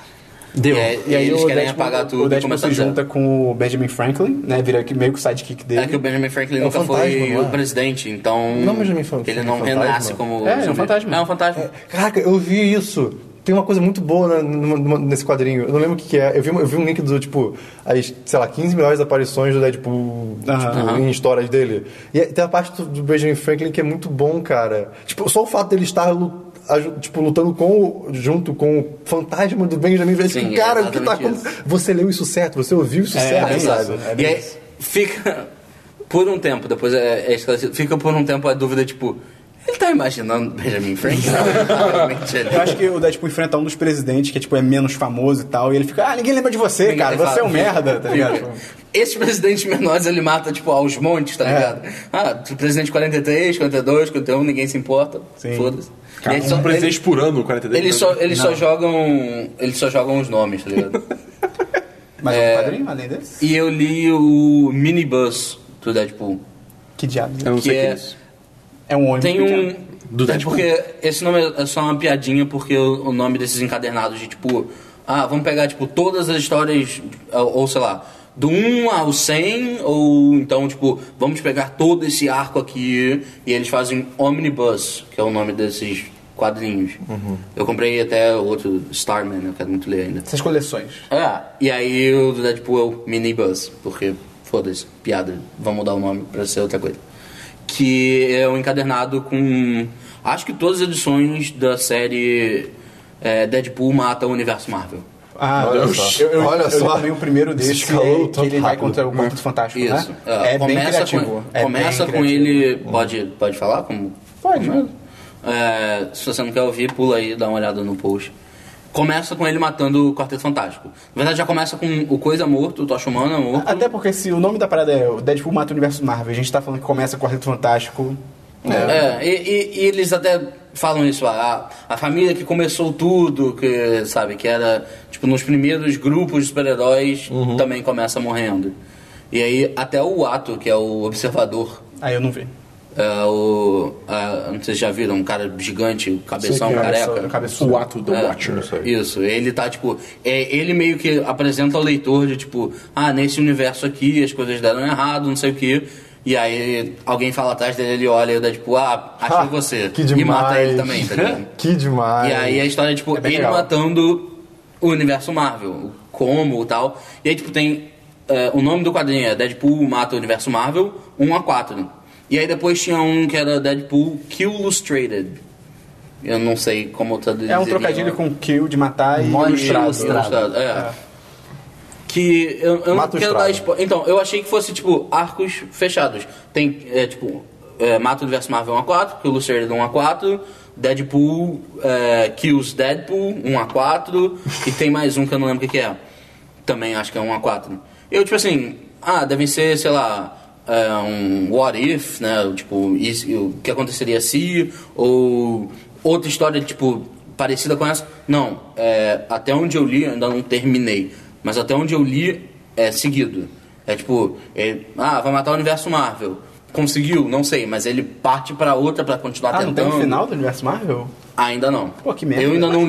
[SPEAKER 1] Deu.
[SPEAKER 4] E, é,
[SPEAKER 2] E aí
[SPEAKER 4] eles
[SPEAKER 2] o
[SPEAKER 4] querem
[SPEAKER 2] Deadpool,
[SPEAKER 4] apagar
[SPEAKER 2] o
[SPEAKER 4] tudo e
[SPEAKER 2] Deadpool
[SPEAKER 4] começar
[SPEAKER 2] se
[SPEAKER 4] do zero.
[SPEAKER 2] junta com o Benjamin Franklin, né? Vira que- meio que o sidekick dele.
[SPEAKER 4] É que o Benjamin Franklin
[SPEAKER 5] um
[SPEAKER 4] nunca
[SPEAKER 5] fantasma,
[SPEAKER 4] foi
[SPEAKER 5] não é?
[SPEAKER 4] o presidente, então.
[SPEAKER 5] Não, Benjamin Franklin
[SPEAKER 4] Ele
[SPEAKER 5] é um
[SPEAKER 4] não
[SPEAKER 5] fantasma.
[SPEAKER 4] renasce como.
[SPEAKER 2] É, ele é um
[SPEAKER 4] zumbi.
[SPEAKER 2] fantasma.
[SPEAKER 4] É um fantasma.
[SPEAKER 5] Caraca, eu vi isso. Tem uma coisa muito boa na- numa- numa- nesse quadrinho. Eu não lembro o que, que é. Eu vi, eu vi um link do, tipo, as, sei lá, 15 melhores aparições do Deadpool
[SPEAKER 2] Ah.
[SPEAKER 5] tipo, em histórias dele. E é- tem a parte do, do Benjamin Franklin que é muito bom, cara. Tipo, só o fato dele estar lu- aju- tipo, lutando com, o- junto com o fantasma do Benjamin Franklin.
[SPEAKER 4] Sim,
[SPEAKER 5] Tipo, cara, o que tá
[SPEAKER 4] exatamente
[SPEAKER 5] acontecendo? Você leu isso certo, você ouviu isso certo,
[SPEAKER 2] bem
[SPEAKER 5] sabe?
[SPEAKER 2] isso, é
[SPEAKER 4] e
[SPEAKER 2] bem
[SPEAKER 4] aí
[SPEAKER 2] isso.
[SPEAKER 4] fica por um tempo, depois é, é esclarecido, fica por um tempo a dúvida, tipo, ele tá imaginando Benjamin Franklin? Realmente ele.
[SPEAKER 2] Eu acho que o Deadpool enfrenta um dos presidentes que tipo, é menos famoso e tal, e ele fica, ah, ninguém lembra de você,
[SPEAKER 4] Ninguém É.
[SPEAKER 2] cara,
[SPEAKER 4] fala,
[SPEAKER 2] você é um
[SPEAKER 4] fica,
[SPEAKER 2] merda, tá ligado?
[SPEAKER 4] fica. Esses presidentes menores ele mata, tipo, aos montes,
[SPEAKER 2] É.
[SPEAKER 4] tá ligado? Ah, tu presidente 43, 42, 41, ninguém se importa.
[SPEAKER 2] Sim.
[SPEAKER 4] Foda-se. E
[SPEAKER 3] Cara,
[SPEAKER 4] aí só-
[SPEAKER 3] um presidente por ano,
[SPEAKER 4] ele-
[SPEAKER 3] 42
[SPEAKER 4] Eles só, eles só jogam. Eles só jogam os nomes, tá ligado?
[SPEAKER 2] Mas é
[SPEAKER 4] É.
[SPEAKER 2] um quadrinho além desse?
[SPEAKER 4] e eu li o minibus do Deadpool.
[SPEAKER 2] Que diabo?
[SPEAKER 3] Eu não
[SPEAKER 4] que
[SPEAKER 3] sei o que
[SPEAKER 4] é-
[SPEAKER 3] é isso.
[SPEAKER 2] É um ônibus
[SPEAKER 4] Tem um.
[SPEAKER 2] pequeno.
[SPEAKER 3] Do
[SPEAKER 4] é
[SPEAKER 3] Deadpool.
[SPEAKER 4] porque esse nome é só uma piadinha, porque o o nome desses encadernados de tipo. Ah, vamos pegar tipo todas as histórias, ou, ou sei lá, do 1 ao 100, ou então tipo, vamos pegar todo esse arco aqui. E eles fazem Omnibus, que é o nome desses quadrinhos. Eu comprei até outro Starman, né, eu quero muito ler ainda.
[SPEAKER 2] Essas coleções.
[SPEAKER 4] É, e aí o do Deadpool é o Minibus, porque foda-se, piada, vamos mudar o nome pra ser outra coisa. Que é um encadernado com. Acho que todas as edições da série é, Deadpool mata o universo Marvel.
[SPEAKER 2] Ah,
[SPEAKER 5] Olha
[SPEAKER 2] eu,
[SPEAKER 5] só.
[SPEAKER 2] eu, eu,
[SPEAKER 5] Olha
[SPEAKER 2] eu
[SPEAKER 5] só.
[SPEAKER 2] também o primeiro
[SPEAKER 5] Isso
[SPEAKER 2] desse,
[SPEAKER 5] escalou
[SPEAKER 2] é, que
[SPEAKER 5] tanto
[SPEAKER 2] ele vai
[SPEAKER 5] rápido.
[SPEAKER 2] contra o Quarteto Fantástico,
[SPEAKER 4] Isso.
[SPEAKER 2] né? É, bem criativo.
[SPEAKER 4] com,
[SPEAKER 2] é
[SPEAKER 4] começa
[SPEAKER 2] bem
[SPEAKER 4] com
[SPEAKER 2] criativo.
[SPEAKER 4] ele. Pode, pode falar? Como,
[SPEAKER 2] Pode,
[SPEAKER 4] como é? É, se você não quer ouvir, pula aí, dá uma olhada no post. Começa com ele matando o Quarteto Fantástico. Na verdade, já começa com o Coisa morto, o Tocha Humana morto.
[SPEAKER 2] Até porque se o nome da parada é o Deadpool mata o universo Marvel, a gente tá falando que começa com o Quarteto Fantástico.
[SPEAKER 4] É, e, e- e eles até falam isso, a, a família que começou tudo, que sabe, que era tipo nos primeiros grupos de super-heróis
[SPEAKER 3] Uhum.
[SPEAKER 4] também começa morrendo. E aí até o Ato, que é o observador,
[SPEAKER 2] Aí eu não vi.
[SPEAKER 4] é o. a- não sei se já viram, um cara gigante, cabeção,
[SPEAKER 3] Sei que é,
[SPEAKER 4] um careca.
[SPEAKER 2] Cabeçudo.
[SPEAKER 3] O ato do
[SPEAKER 4] É,
[SPEAKER 3] Watcher.
[SPEAKER 4] Isso, ele tá tipo. é, ele meio que apresenta ao leitor de tipo, ah, nesse universo aqui as coisas deram errado, não sei o quê. E aí alguém fala atrás dele, ele olha e dá tipo, ah, achei
[SPEAKER 5] Ah,
[SPEAKER 4] você.
[SPEAKER 5] que
[SPEAKER 4] E mata
[SPEAKER 5] demais.
[SPEAKER 4] ele também, tá ligado?
[SPEAKER 5] Que demais.
[SPEAKER 4] E aí a história é tipo,
[SPEAKER 2] É bem
[SPEAKER 4] ele
[SPEAKER 2] legal.
[SPEAKER 4] matando o universo Marvel, o como e tal. E aí, tipo, tem. eh, o nome do quadrinho é Deadpool mata o universo Marvel 1 a 4. E aí depois tinha um que era Deadpool Kill Illustrated. Eu não sei como traduzir.
[SPEAKER 2] É um trocadilho com kill de matar e ilustrado.
[SPEAKER 4] É. Que eu, eu não
[SPEAKER 5] Mata o
[SPEAKER 4] quero
[SPEAKER 5] Estrada.
[SPEAKER 4] dar spoiler. Então, eu achei que fosse, tipo, arcos fechados. Tem, é, tipo, é, Mata o Universo Marvel 1x4, Kill Lucerda 1x4, Deadpool, é, Kills Deadpool 1x4, e tem mais um que eu não lembro o que, que é. Também acho que é 1x4. Eu, tipo assim, ah, devem ser, sei lá, é, um what if, né? Tipo, e se- o que aconteceria se, ou outra história, tipo, parecida com essa. Não, é, até onde eu li, eu ainda não terminei, mas até onde eu li é seguido. É tipo, ele, ah, vai matar o universo Marvel. Conseguiu, não sei, mas ele parte pra outra pra continuar
[SPEAKER 2] Ah, não
[SPEAKER 4] tentando.
[SPEAKER 2] tem final do universo Marvel?
[SPEAKER 4] Ainda não.
[SPEAKER 2] Pô, que merda.
[SPEAKER 4] Eu ainda não li.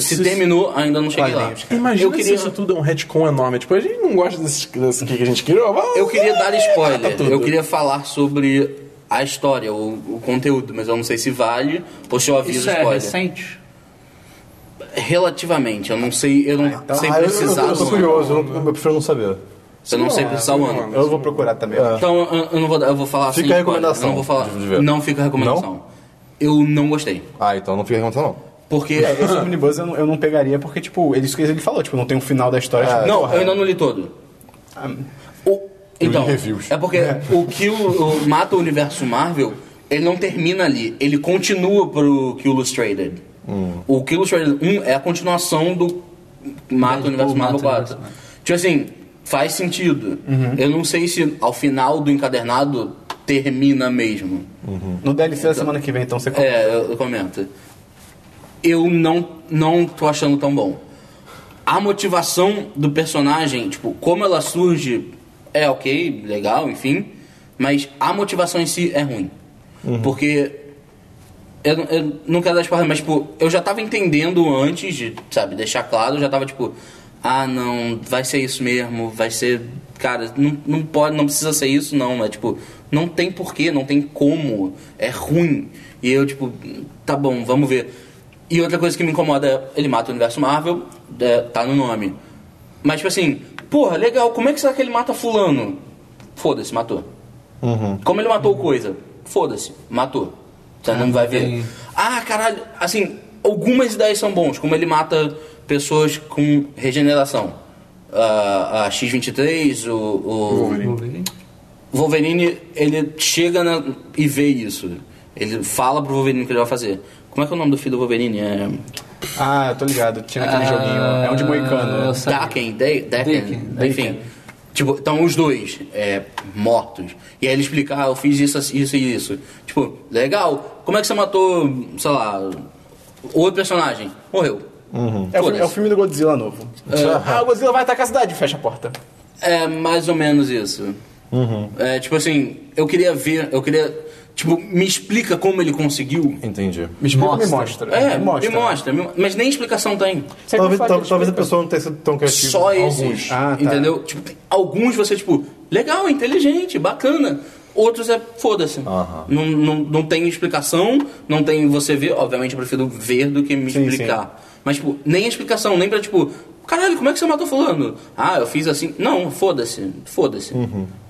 [SPEAKER 4] Se, se
[SPEAKER 3] se-
[SPEAKER 4] terminou, ainda não cheguei lá.
[SPEAKER 2] Quadrinhos,
[SPEAKER 3] Imagina
[SPEAKER 4] eu queria,
[SPEAKER 3] se isso tudo é um retcon enorme. Tipo, a gente não gosta desse, desse que a gente criou. Vamos...
[SPEAKER 4] eu queria
[SPEAKER 1] É.
[SPEAKER 4] dar
[SPEAKER 3] Tá
[SPEAKER 4] spoiler.
[SPEAKER 3] tudo.
[SPEAKER 4] eu queria falar sobre a história, o, o conteúdo, mas eu não sei se vale ou se eu aviso
[SPEAKER 1] Isso é
[SPEAKER 4] spoiler.
[SPEAKER 1] recente? Relativamente.
[SPEAKER 4] Relativamente, eu não sei, eu não sei
[SPEAKER 5] Ah, eu-
[SPEAKER 4] precisar.
[SPEAKER 5] Eu, eu, tô
[SPEAKER 4] do ano.
[SPEAKER 5] curioso, eu, não- eu prefiro não saber.
[SPEAKER 4] Eu não sei precisar o ano.
[SPEAKER 2] Eu vou procurar também.
[SPEAKER 4] Então eu, eu não vou dar- eu vou falar
[SPEAKER 5] Fica
[SPEAKER 4] sem
[SPEAKER 5] a
[SPEAKER 4] spoiler.
[SPEAKER 5] recomendação,
[SPEAKER 4] Eu não vou falar.
[SPEAKER 5] de ver.
[SPEAKER 4] Não fica a recomendação.
[SPEAKER 5] Não?
[SPEAKER 4] Eu não gostei.
[SPEAKER 5] Ah, então não fica reclamando, não.
[SPEAKER 4] Porque.
[SPEAKER 2] É, esse Omnibus eu não, eu não pegaria porque, tipo, ele, isso que ele falou, tipo, não tem um final da história. tipo,
[SPEAKER 4] Não,
[SPEAKER 2] porra.
[SPEAKER 4] eu ainda não li todo. O-
[SPEAKER 5] Eu li
[SPEAKER 4] então,
[SPEAKER 5] reviews.
[SPEAKER 4] é porque o que o, o mata o universo Marvel, ele não termina ali, ele continua pro Kill Illustrated. O Kill Illustrated 1 é a continuação do Mata o Universo
[SPEAKER 1] Mata
[SPEAKER 4] Marvel
[SPEAKER 1] o
[SPEAKER 4] 4.
[SPEAKER 1] Universo Marvel.
[SPEAKER 4] Tipo assim, faz sentido. Eu não sei se ao final do encadernado termina mesmo.
[SPEAKER 2] No DLC da semana que vem, então você
[SPEAKER 4] É, eu, eu comento. Eu não, não tô achando tão bom. a motivação do personagem, tipo, como ela surge é ok, legal, enfim, mas a motivação em si é ruim. Porque. Eu, não- eu não quero dar spoiler, mas, tipo, eu já tava entendendo antes de, sabe, deixar claro, eu já tava tipo, ah, não, vai ser isso mesmo, vai ser. Cara, não, não pode, não precisa ser isso, não, é tipo, não tem porquê, não tem como, é ruim. E eu, tipo, tá bom, vamos ver. E outra coisa que me incomoda é, ele mata o universo Marvel, é, tá no nome. Mas, tipo assim, porra, legal, como é que será que ele mata Fulano? Foda-se, matou. Como ele matou coisa? Foda-se, matou. Você não vai ver. Ah, caralho, assim, algumas ideias são bons, como ele mata pessoas com regeneração. Ah, a X-23, o, o Wolverine, ele chega na- e vê isso. Ele fala pro Wolverine o que ele vai fazer. Como é que é o nome do filho do Wolverine? É...
[SPEAKER 2] Ah, eu tô ligado. Tinha aquele joguinho. É um de moicano.
[SPEAKER 1] eu sei.
[SPEAKER 4] Daken, De- Decken,
[SPEAKER 1] Daken.
[SPEAKER 4] né? enfim. Tipo, estão os dois é, mortos. E aí ele explica, ah, eu fiz isso, assim, isso e isso. Tipo, legal. Como é que você matou, sei lá, outro personagem? Morreu.
[SPEAKER 2] É o,
[SPEAKER 4] Foda-se.
[SPEAKER 2] fi- é o filme do Godzilla novo. Ah, o Godzilla vai atacar a cidade, fecha a porta.
[SPEAKER 4] É mais ou menos isso. É, tipo assim, eu queria ver, eu queria. Tipo, me explica como ele conseguiu.
[SPEAKER 5] Entendi.
[SPEAKER 2] Me explica,
[SPEAKER 1] Mostra.
[SPEAKER 2] me mostra.
[SPEAKER 4] É, me mostra. me- mas nem explicação tem.
[SPEAKER 2] Você tipo
[SPEAKER 5] Talvez,
[SPEAKER 2] não fala,
[SPEAKER 5] tal- talvez a
[SPEAKER 2] explica.
[SPEAKER 5] pessoa não tenha sido tão criativa.
[SPEAKER 4] Só
[SPEAKER 2] alguns.
[SPEAKER 4] esses.
[SPEAKER 2] Ah, tá.
[SPEAKER 4] Entendeu? Tipo, tem alguns você, tipo, legal, inteligente, bacana. Outros é foda-se.
[SPEAKER 5] Aham.
[SPEAKER 4] Não, não, não tem explicação, não tem você ver. Obviamente eu prefiro ver do que me
[SPEAKER 2] Sim,
[SPEAKER 4] explicar. Mas, tipo, nem explicação, nem pra, tipo, caralho, como é que você matou fulano? Ah, eu fiz assim. Não, foda-se, foda-se.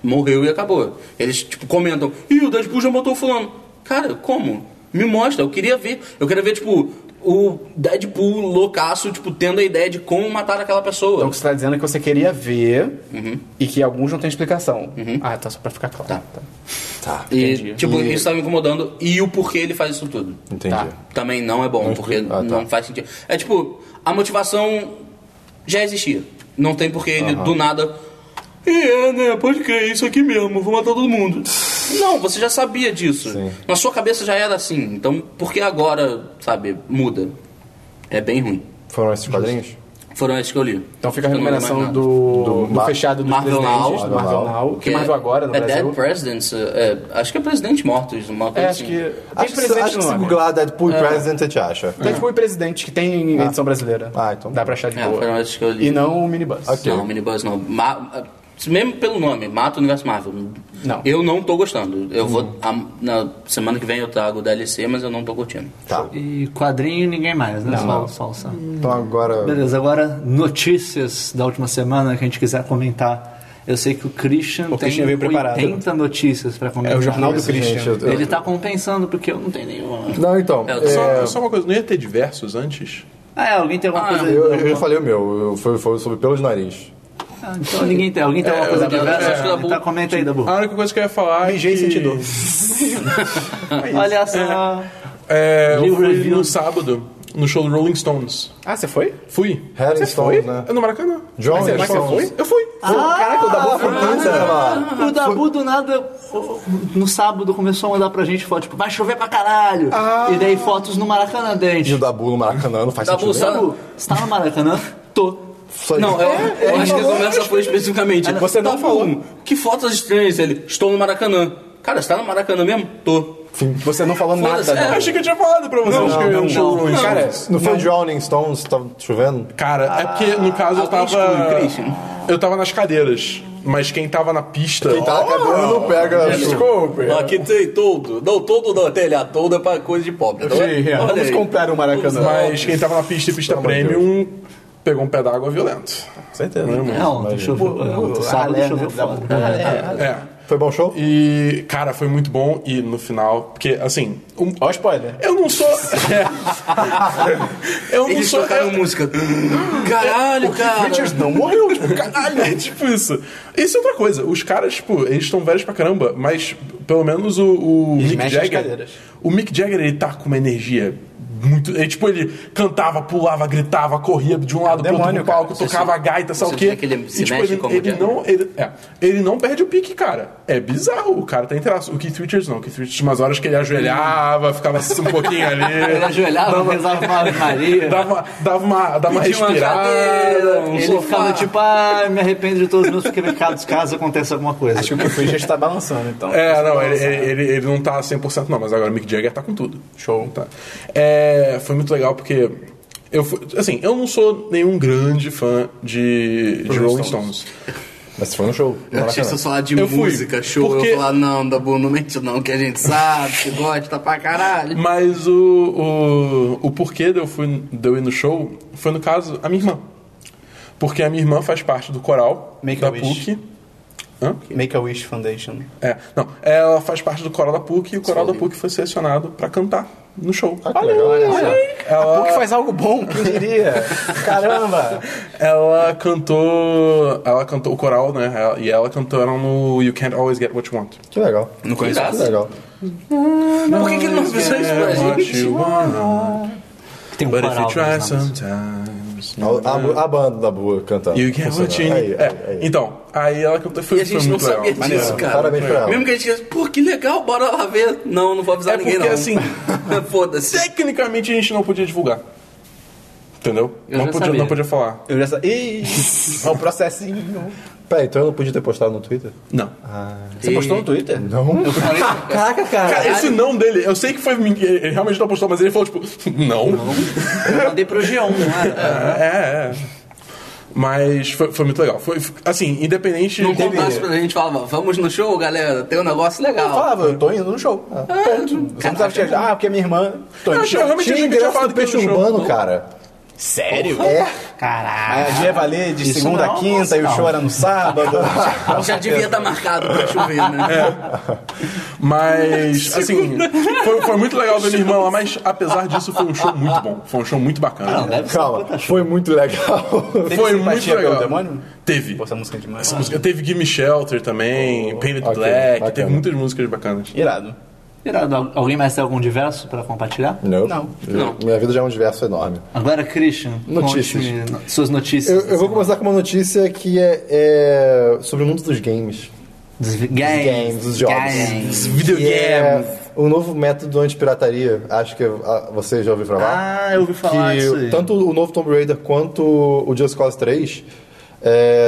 [SPEAKER 4] Morreu e acabou. Eles, tipo, comentam, ih, o Deadpool já matou fulano. Cara, como? Me mostra, eu queria ver. Eu queria ver, tipo, o Deadpool loucaço, tipo, tendo a ideia de como matar aquela pessoa.
[SPEAKER 2] Então o que você tá dizendo é que você queria ver e que alguns não têm explicação. Ah, tá, só pra ficar claro.
[SPEAKER 4] Tá.
[SPEAKER 5] Tá.
[SPEAKER 4] E,
[SPEAKER 2] Entendi.
[SPEAKER 4] tipo,
[SPEAKER 5] E-
[SPEAKER 4] isso tá me incomodando. E o porquê ele faz isso tudo.
[SPEAKER 5] Entendi.
[SPEAKER 2] Tá.
[SPEAKER 4] Também não é bom,
[SPEAKER 5] Não
[SPEAKER 4] porque
[SPEAKER 5] explica- ah, tá.
[SPEAKER 4] não faz sentido. É tipo, a motivação já existia. Não tem porquê ele do nada. "É, É, né? Pode crer, é isso aqui mesmo, vou matar todo mundo. Não, você já sabia disso.
[SPEAKER 5] Sim.
[SPEAKER 4] Na sua cabeça já era assim. Então, por que agora, sabe, muda? É bem ruim.
[SPEAKER 5] Foram esses quadrinhos?
[SPEAKER 4] Foram esses que eu li.
[SPEAKER 2] Então fica a
[SPEAKER 4] Eu não li mais
[SPEAKER 2] recomendação
[SPEAKER 4] nada.
[SPEAKER 2] do,
[SPEAKER 5] Do
[SPEAKER 2] do,
[SPEAKER 5] Mar-
[SPEAKER 2] fechado dos
[SPEAKER 4] Marvel
[SPEAKER 2] presidentes,
[SPEAKER 4] Now.
[SPEAKER 2] do Marvel Now, que é Marvel agora no
[SPEAKER 4] é
[SPEAKER 2] Brasil.
[SPEAKER 4] Dead Presidents, é, acho que é Presidente Mortos, uma coisa
[SPEAKER 2] É, acho
[SPEAKER 4] assim.
[SPEAKER 2] que... Tem
[SPEAKER 5] Acho que, se- acho
[SPEAKER 2] presidente
[SPEAKER 5] que
[SPEAKER 2] no
[SPEAKER 5] se
[SPEAKER 2] nome.
[SPEAKER 5] googlar Deadpool e President, você te acha.
[SPEAKER 2] Tem tipo o presidente que tem em edição brasileira.
[SPEAKER 5] Ah, então
[SPEAKER 2] Dá pra achar de
[SPEAKER 4] É,
[SPEAKER 2] boa.
[SPEAKER 4] foram esses que eu li.
[SPEAKER 2] E não o minibus.
[SPEAKER 5] Ok.
[SPEAKER 4] Não, Minibus não. Ma- mesmo pelo nome, Mata o Universo Marvel.
[SPEAKER 2] Não.
[SPEAKER 4] Eu não tô gostando. Eu vou. a- na semana que vem eu trago o DLC, mas eu não tô curtindo.
[SPEAKER 5] Tá.
[SPEAKER 1] E quadrinho ninguém mais, né?
[SPEAKER 2] Não,
[SPEAKER 1] só,
[SPEAKER 2] não.
[SPEAKER 1] só o Sam.
[SPEAKER 5] Então agora.
[SPEAKER 1] Beleza, agora notícias da última semana que a gente quiser comentar. Eu sei que o Christian tem
[SPEAKER 2] Christian veio preparado.
[SPEAKER 1] 80 notícias pra comentar.
[SPEAKER 2] É o jornal do
[SPEAKER 5] Esse,
[SPEAKER 2] Christian.
[SPEAKER 5] gente, eu- eu-
[SPEAKER 1] Ele tá compensando porque eu não tenho nenhuma.
[SPEAKER 5] Não, então.
[SPEAKER 4] É,
[SPEAKER 5] é,
[SPEAKER 3] Só, um só uma coisa, não ia ter diversos antes?
[SPEAKER 1] Ah, é, alguém tem alguma
[SPEAKER 4] Ah,
[SPEAKER 1] coisa.
[SPEAKER 5] Eu, eu já falei o meu, eu- foi, foi sobre pelos nariz.
[SPEAKER 1] Ah, então ninguém tem. Alguém tem alguma coisa
[SPEAKER 4] eu-
[SPEAKER 1] de
[SPEAKER 4] eu-
[SPEAKER 1] graça?
[SPEAKER 4] eu acho que o Dabu-
[SPEAKER 1] Então comenta aí, Dabu.
[SPEAKER 3] A única coisa que eu ia falar é
[SPEAKER 2] Mijei
[SPEAKER 3] que...
[SPEAKER 2] e senti dor.
[SPEAKER 1] Olha só.
[SPEAKER 3] É, eu
[SPEAKER 1] Livro
[SPEAKER 3] fui
[SPEAKER 1] review.
[SPEAKER 3] no sábado, no show do Rolling Stones.
[SPEAKER 2] Ah, você foi?
[SPEAKER 3] Fui.
[SPEAKER 5] Rolling
[SPEAKER 3] Você
[SPEAKER 5] Stones,
[SPEAKER 3] foi?
[SPEAKER 5] né?
[SPEAKER 3] É No Maracanã.
[SPEAKER 5] John
[SPEAKER 2] Mas você- mas você
[SPEAKER 5] Stones.
[SPEAKER 2] foi?
[SPEAKER 3] Eu fui.
[SPEAKER 4] Ah,
[SPEAKER 2] Caraca, o Dabu foi
[SPEAKER 5] Nossa, ela-
[SPEAKER 1] O Dabu do nada, o- no sábado, começou a mandar pra gente foto, tipo, vai chover pra caralho.
[SPEAKER 5] Ah.
[SPEAKER 1] E daí fotos no Maracanã da
[SPEAKER 5] E o
[SPEAKER 1] gente.
[SPEAKER 5] Dabu no Maracanã não faz
[SPEAKER 4] Dabu,
[SPEAKER 5] sentido. nenhum.
[SPEAKER 1] Dabu, você tá no Maracanã? Tô.
[SPEAKER 5] Só
[SPEAKER 4] Não, é. eu, eu acho que a conversa foi especificamente.
[SPEAKER 2] Você é. Ah, não
[SPEAKER 4] Dabu,
[SPEAKER 2] falou.
[SPEAKER 4] Que fotos estranhas ele. Estou no Maracanã. Cara, você tá no Maracanã mesmo? Tô.
[SPEAKER 2] Você não falou nada.
[SPEAKER 4] Foda-se, é,
[SPEAKER 3] Eu
[SPEAKER 2] Dabu.
[SPEAKER 3] achei que eu tinha falado pra vocês que eu ia no show do Rolling
[SPEAKER 2] Cara,
[SPEAKER 3] Stones.
[SPEAKER 5] Não foi Drowning Stones, tava chovendo?
[SPEAKER 3] Cara, é porque no caso eu
[SPEAKER 4] Ah, alguém exclui o
[SPEAKER 3] tava.
[SPEAKER 4] Christian.
[SPEAKER 3] Eu tava nas cadeiras. Mas quem tava na pista. Oh!
[SPEAKER 5] Quem tá na cadeira não pega.
[SPEAKER 2] Desculpe.
[SPEAKER 4] Aqui tem todo. Não, todo não. Telha toda é pra coisa de pobre. Então,
[SPEAKER 2] Sim, é.
[SPEAKER 4] olha
[SPEAKER 2] Vamos
[SPEAKER 4] aí.
[SPEAKER 2] comprar um Maracanã.
[SPEAKER 3] Mas quem tava na pista e pista
[SPEAKER 5] Pelo amor de
[SPEAKER 3] premium pegou um pé d'água violento.
[SPEAKER 5] Certeza.
[SPEAKER 1] Não, ontem choveu. Ontem, sábado
[SPEAKER 2] ralé,
[SPEAKER 1] choveu
[SPEAKER 2] né, Dabu?
[SPEAKER 1] foda.
[SPEAKER 3] É.
[SPEAKER 5] Foi bom show?
[SPEAKER 3] E, cara, foi muito bom. E no final, porque assim. um-
[SPEAKER 2] Ó, spoiler.
[SPEAKER 3] eu não sou. é, eu não
[SPEAKER 4] Eles
[SPEAKER 3] sou.
[SPEAKER 4] tocaram
[SPEAKER 3] eu-
[SPEAKER 4] música. Ah, Caralho, cara.
[SPEAKER 2] Richards não morreu.
[SPEAKER 3] Caralho, é tipo isso. Isso é outra coisa. Os caras, tipo, eles estão velhos pra caramba, mas pelo menos o, o
[SPEAKER 2] Eles
[SPEAKER 3] Mick
[SPEAKER 2] mexem as
[SPEAKER 3] Jagger.
[SPEAKER 2] cadeiras.
[SPEAKER 3] O Mick Jagger, ele tá com uma energia muito. É, tipo, ele cantava, pulava, gritava, corria de um lado pro outro
[SPEAKER 2] demônio,
[SPEAKER 3] do palco,
[SPEAKER 2] cara.
[SPEAKER 4] É Você se-
[SPEAKER 3] tocava a gaita, sabe
[SPEAKER 4] você
[SPEAKER 3] o quê?
[SPEAKER 4] vê que ele se
[SPEAKER 3] e, tipo,
[SPEAKER 4] mexe
[SPEAKER 3] ele,
[SPEAKER 4] como
[SPEAKER 3] ele
[SPEAKER 4] diabo.
[SPEAKER 3] não, ele, é, ele não perde o pique, cara. É bizarro. O cara tá interação. O Keith Richards não. O Keith Richards tinha umas horas que ele ajoelhava, ficava assim, um pouquinho
[SPEAKER 1] Ele
[SPEAKER 3] ali.
[SPEAKER 1] ajoelhava, rezava uma Ave Maria.
[SPEAKER 3] Dava uma, dava uma, dava uma
[SPEAKER 4] Pedia uma
[SPEAKER 3] respirada,
[SPEAKER 4] cadeira,
[SPEAKER 3] um
[SPEAKER 1] ele
[SPEAKER 3] sofá.
[SPEAKER 1] ficava tipo, ah, me arrependo de todos os meus pecados caso aconteça alguma coisa.
[SPEAKER 2] Acho que o Keith Richards está balançando, então.
[SPEAKER 3] É,
[SPEAKER 2] Tá
[SPEAKER 3] não, ele,
[SPEAKER 2] balançando.
[SPEAKER 3] ele, ele, ele não tá 100% não, mas agora o Mick Jagger tá com tudo.
[SPEAKER 2] Show.
[SPEAKER 3] Tá. É, foi muito legal porque... Eu fui- assim, eu não sou nenhum grande fã de, de Rolling Stones.
[SPEAKER 5] Mas foi no show.
[SPEAKER 4] Eu achei que você falar de
[SPEAKER 3] Eu fui,
[SPEAKER 4] música, show.
[SPEAKER 3] porque-
[SPEAKER 4] Eu falar, não, Dabu, não mente não, que a gente sabe, que gosta pra caralho.
[SPEAKER 3] Mas o, o, o porquê de eu, fui, de eu ir no show foi, no caso, a minha irmã. Porque a minha irmã faz parte do coral
[SPEAKER 2] Make
[SPEAKER 3] da
[SPEAKER 2] a wish.
[SPEAKER 3] PUC. Hã?
[SPEAKER 2] Make a Wish Foundation.
[SPEAKER 3] É, não, ela faz parte do coral da PUC e o coral da
[SPEAKER 4] Sim.
[SPEAKER 3] PUC foi selecionado pra cantar no show.
[SPEAKER 5] Ah, que legal. Olha É só.
[SPEAKER 2] O que faz algo bom, quem diria? Caramba!
[SPEAKER 3] Ela cantou. Ela cantou o coral, né? Ela- E ela cantaram no You Can't Always Get What You Want.
[SPEAKER 5] Que lelegal.
[SPEAKER 4] Não conheço.
[SPEAKER 5] Que legal.
[SPEAKER 4] Por que, que ele não fez isso pra gente?
[SPEAKER 1] tem um
[SPEAKER 3] But if you
[SPEAKER 1] coral
[SPEAKER 3] try
[SPEAKER 1] nas músicas.
[SPEAKER 3] sometimes.
[SPEAKER 5] A, a- a banda da Bua cantando.
[SPEAKER 3] You can't what you
[SPEAKER 5] Aí,
[SPEAKER 3] need.
[SPEAKER 5] aí,
[SPEAKER 3] É,
[SPEAKER 5] aí.
[SPEAKER 3] Então, aí ela cantou. Foi,
[SPEAKER 4] E a
[SPEAKER 3] foi
[SPEAKER 4] gente não
[SPEAKER 3] muito legal.
[SPEAKER 4] sabia disso, cara.
[SPEAKER 5] Parabéns pra ela.
[SPEAKER 4] Mesmo que a gente pô, que legal, bora lá ver. Não, não vou avisar
[SPEAKER 3] É
[SPEAKER 4] ninguém,
[SPEAKER 3] porque,
[SPEAKER 4] não.
[SPEAKER 3] assim,
[SPEAKER 4] Foda-se.
[SPEAKER 3] Tecnicamente a gente não podia divulgar. Entendeu?
[SPEAKER 4] Eu
[SPEAKER 3] Não
[SPEAKER 4] já
[SPEAKER 3] podia,
[SPEAKER 4] sabia.
[SPEAKER 3] não podia falar.
[SPEAKER 2] Eu já sa... Ih, é um processinho.
[SPEAKER 5] Peraí, então eu não podia ter postado no Twitter? Ah,
[SPEAKER 3] Não.
[SPEAKER 2] Você postou no Twitter?
[SPEAKER 5] Não.
[SPEAKER 1] Caraca,
[SPEAKER 3] Cara,
[SPEAKER 1] cara.
[SPEAKER 3] esse não dele, eu sei que foi. men- Ele realmente não postou, mas ele falou, tipo, não.
[SPEAKER 1] Eu mandei pro G1,
[SPEAKER 4] né?
[SPEAKER 1] não era?
[SPEAKER 3] É, é. Mas foi, foi muito legal. Foi, foi- assim, independente.
[SPEAKER 4] Não
[SPEAKER 3] Teve-
[SPEAKER 4] contasse pra gente, falava, vamos no show, galera, tem um negócio
[SPEAKER 2] Eu
[SPEAKER 4] legal.
[SPEAKER 2] falava, eu tô indo no show. Ah, Pronto. Você não sabe te ajudar. Ah, porque é minha irmã. Tô indo
[SPEAKER 3] Eu
[SPEAKER 2] no
[SPEAKER 3] achei
[SPEAKER 2] show.
[SPEAKER 3] realmente
[SPEAKER 5] Tinha
[SPEAKER 3] achei que tinha
[SPEAKER 5] ingresso
[SPEAKER 3] falado
[SPEAKER 5] do
[SPEAKER 3] que
[SPEAKER 5] Peixe
[SPEAKER 3] no show.
[SPEAKER 5] Urbano, cara.
[SPEAKER 2] Sério? Aí
[SPEAKER 5] É.
[SPEAKER 2] a
[SPEAKER 1] Caraca.
[SPEAKER 2] dia valer de
[SPEAKER 1] Isso
[SPEAKER 2] segunda
[SPEAKER 1] não,
[SPEAKER 2] a quinta, e o
[SPEAKER 1] não.
[SPEAKER 2] show era no sábado.
[SPEAKER 5] é-
[SPEAKER 4] Já
[SPEAKER 5] Ah.
[SPEAKER 4] devia estar marcado pra chover, né?
[SPEAKER 3] Mas, assim, foi, foi muito legal ver minha irmã lá, mas apesar disso, foi um show muito bom. Foi um show muito
[SPEAKER 1] Não,
[SPEAKER 5] Ah,
[SPEAKER 3] bacana.
[SPEAKER 2] É,
[SPEAKER 1] deve ser.
[SPEAKER 2] tá
[SPEAKER 5] Calma, foi muito legal.
[SPEAKER 2] Teve
[SPEAKER 3] foi muito
[SPEAKER 2] simpatia pelo
[SPEAKER 3] legal.
[SPEAKER 2] demônio?
[SPEAKER 3] Teve.
[SPEAKER 2] Pô, essa música é demais.
[SPEAKER 3] Essa música- Teve Gimme Shelter também, Painted
[SPEAKER 5] Oh, ok,
[SPEAKER 3] Black,
[SPEAKER 5] bacana.
[SPEAKER 3] teve muitas músicas bacanas.
[SPEAKER 2] é Irado.
[SPEAKER 1] Irado, al- alguém mais tem algum diverso pra compartilhar?
[SPEAKER 5] Não.
[SPEAKER 2] Não.
[SPEAKER 4] Não.
[SPEAKER 5] Minha vida já é um diverso enorme.
[SPEAKER 1] Agora, Christian,
[SPEAKER 5] Notícias.
[SPEAKER 1] conte-me no- suas notícias.
[SPEAKER 5] Eu, eu vou começar com uma notícia que é, é sobre o mundo dos games.
[SPEAKER 1] Dos vi-
[SPEAKER 5] Dos
[SPEAKER 1] Games.
[SPEAKER 5] games, dos jogos.
[SPEAKER 1] Games.
[SPEAKER 5] Que é um novo método anti-pirataria. Acho que ah, você já ouviu falar.
[SPEAKER 1] Ah, eu ouvi falar
[SPEAKER 5] que
[SPEAKER 1] disso aí.
[SPEAKER 5] tanto o novo Tomb Raider quanto o Just Cause 3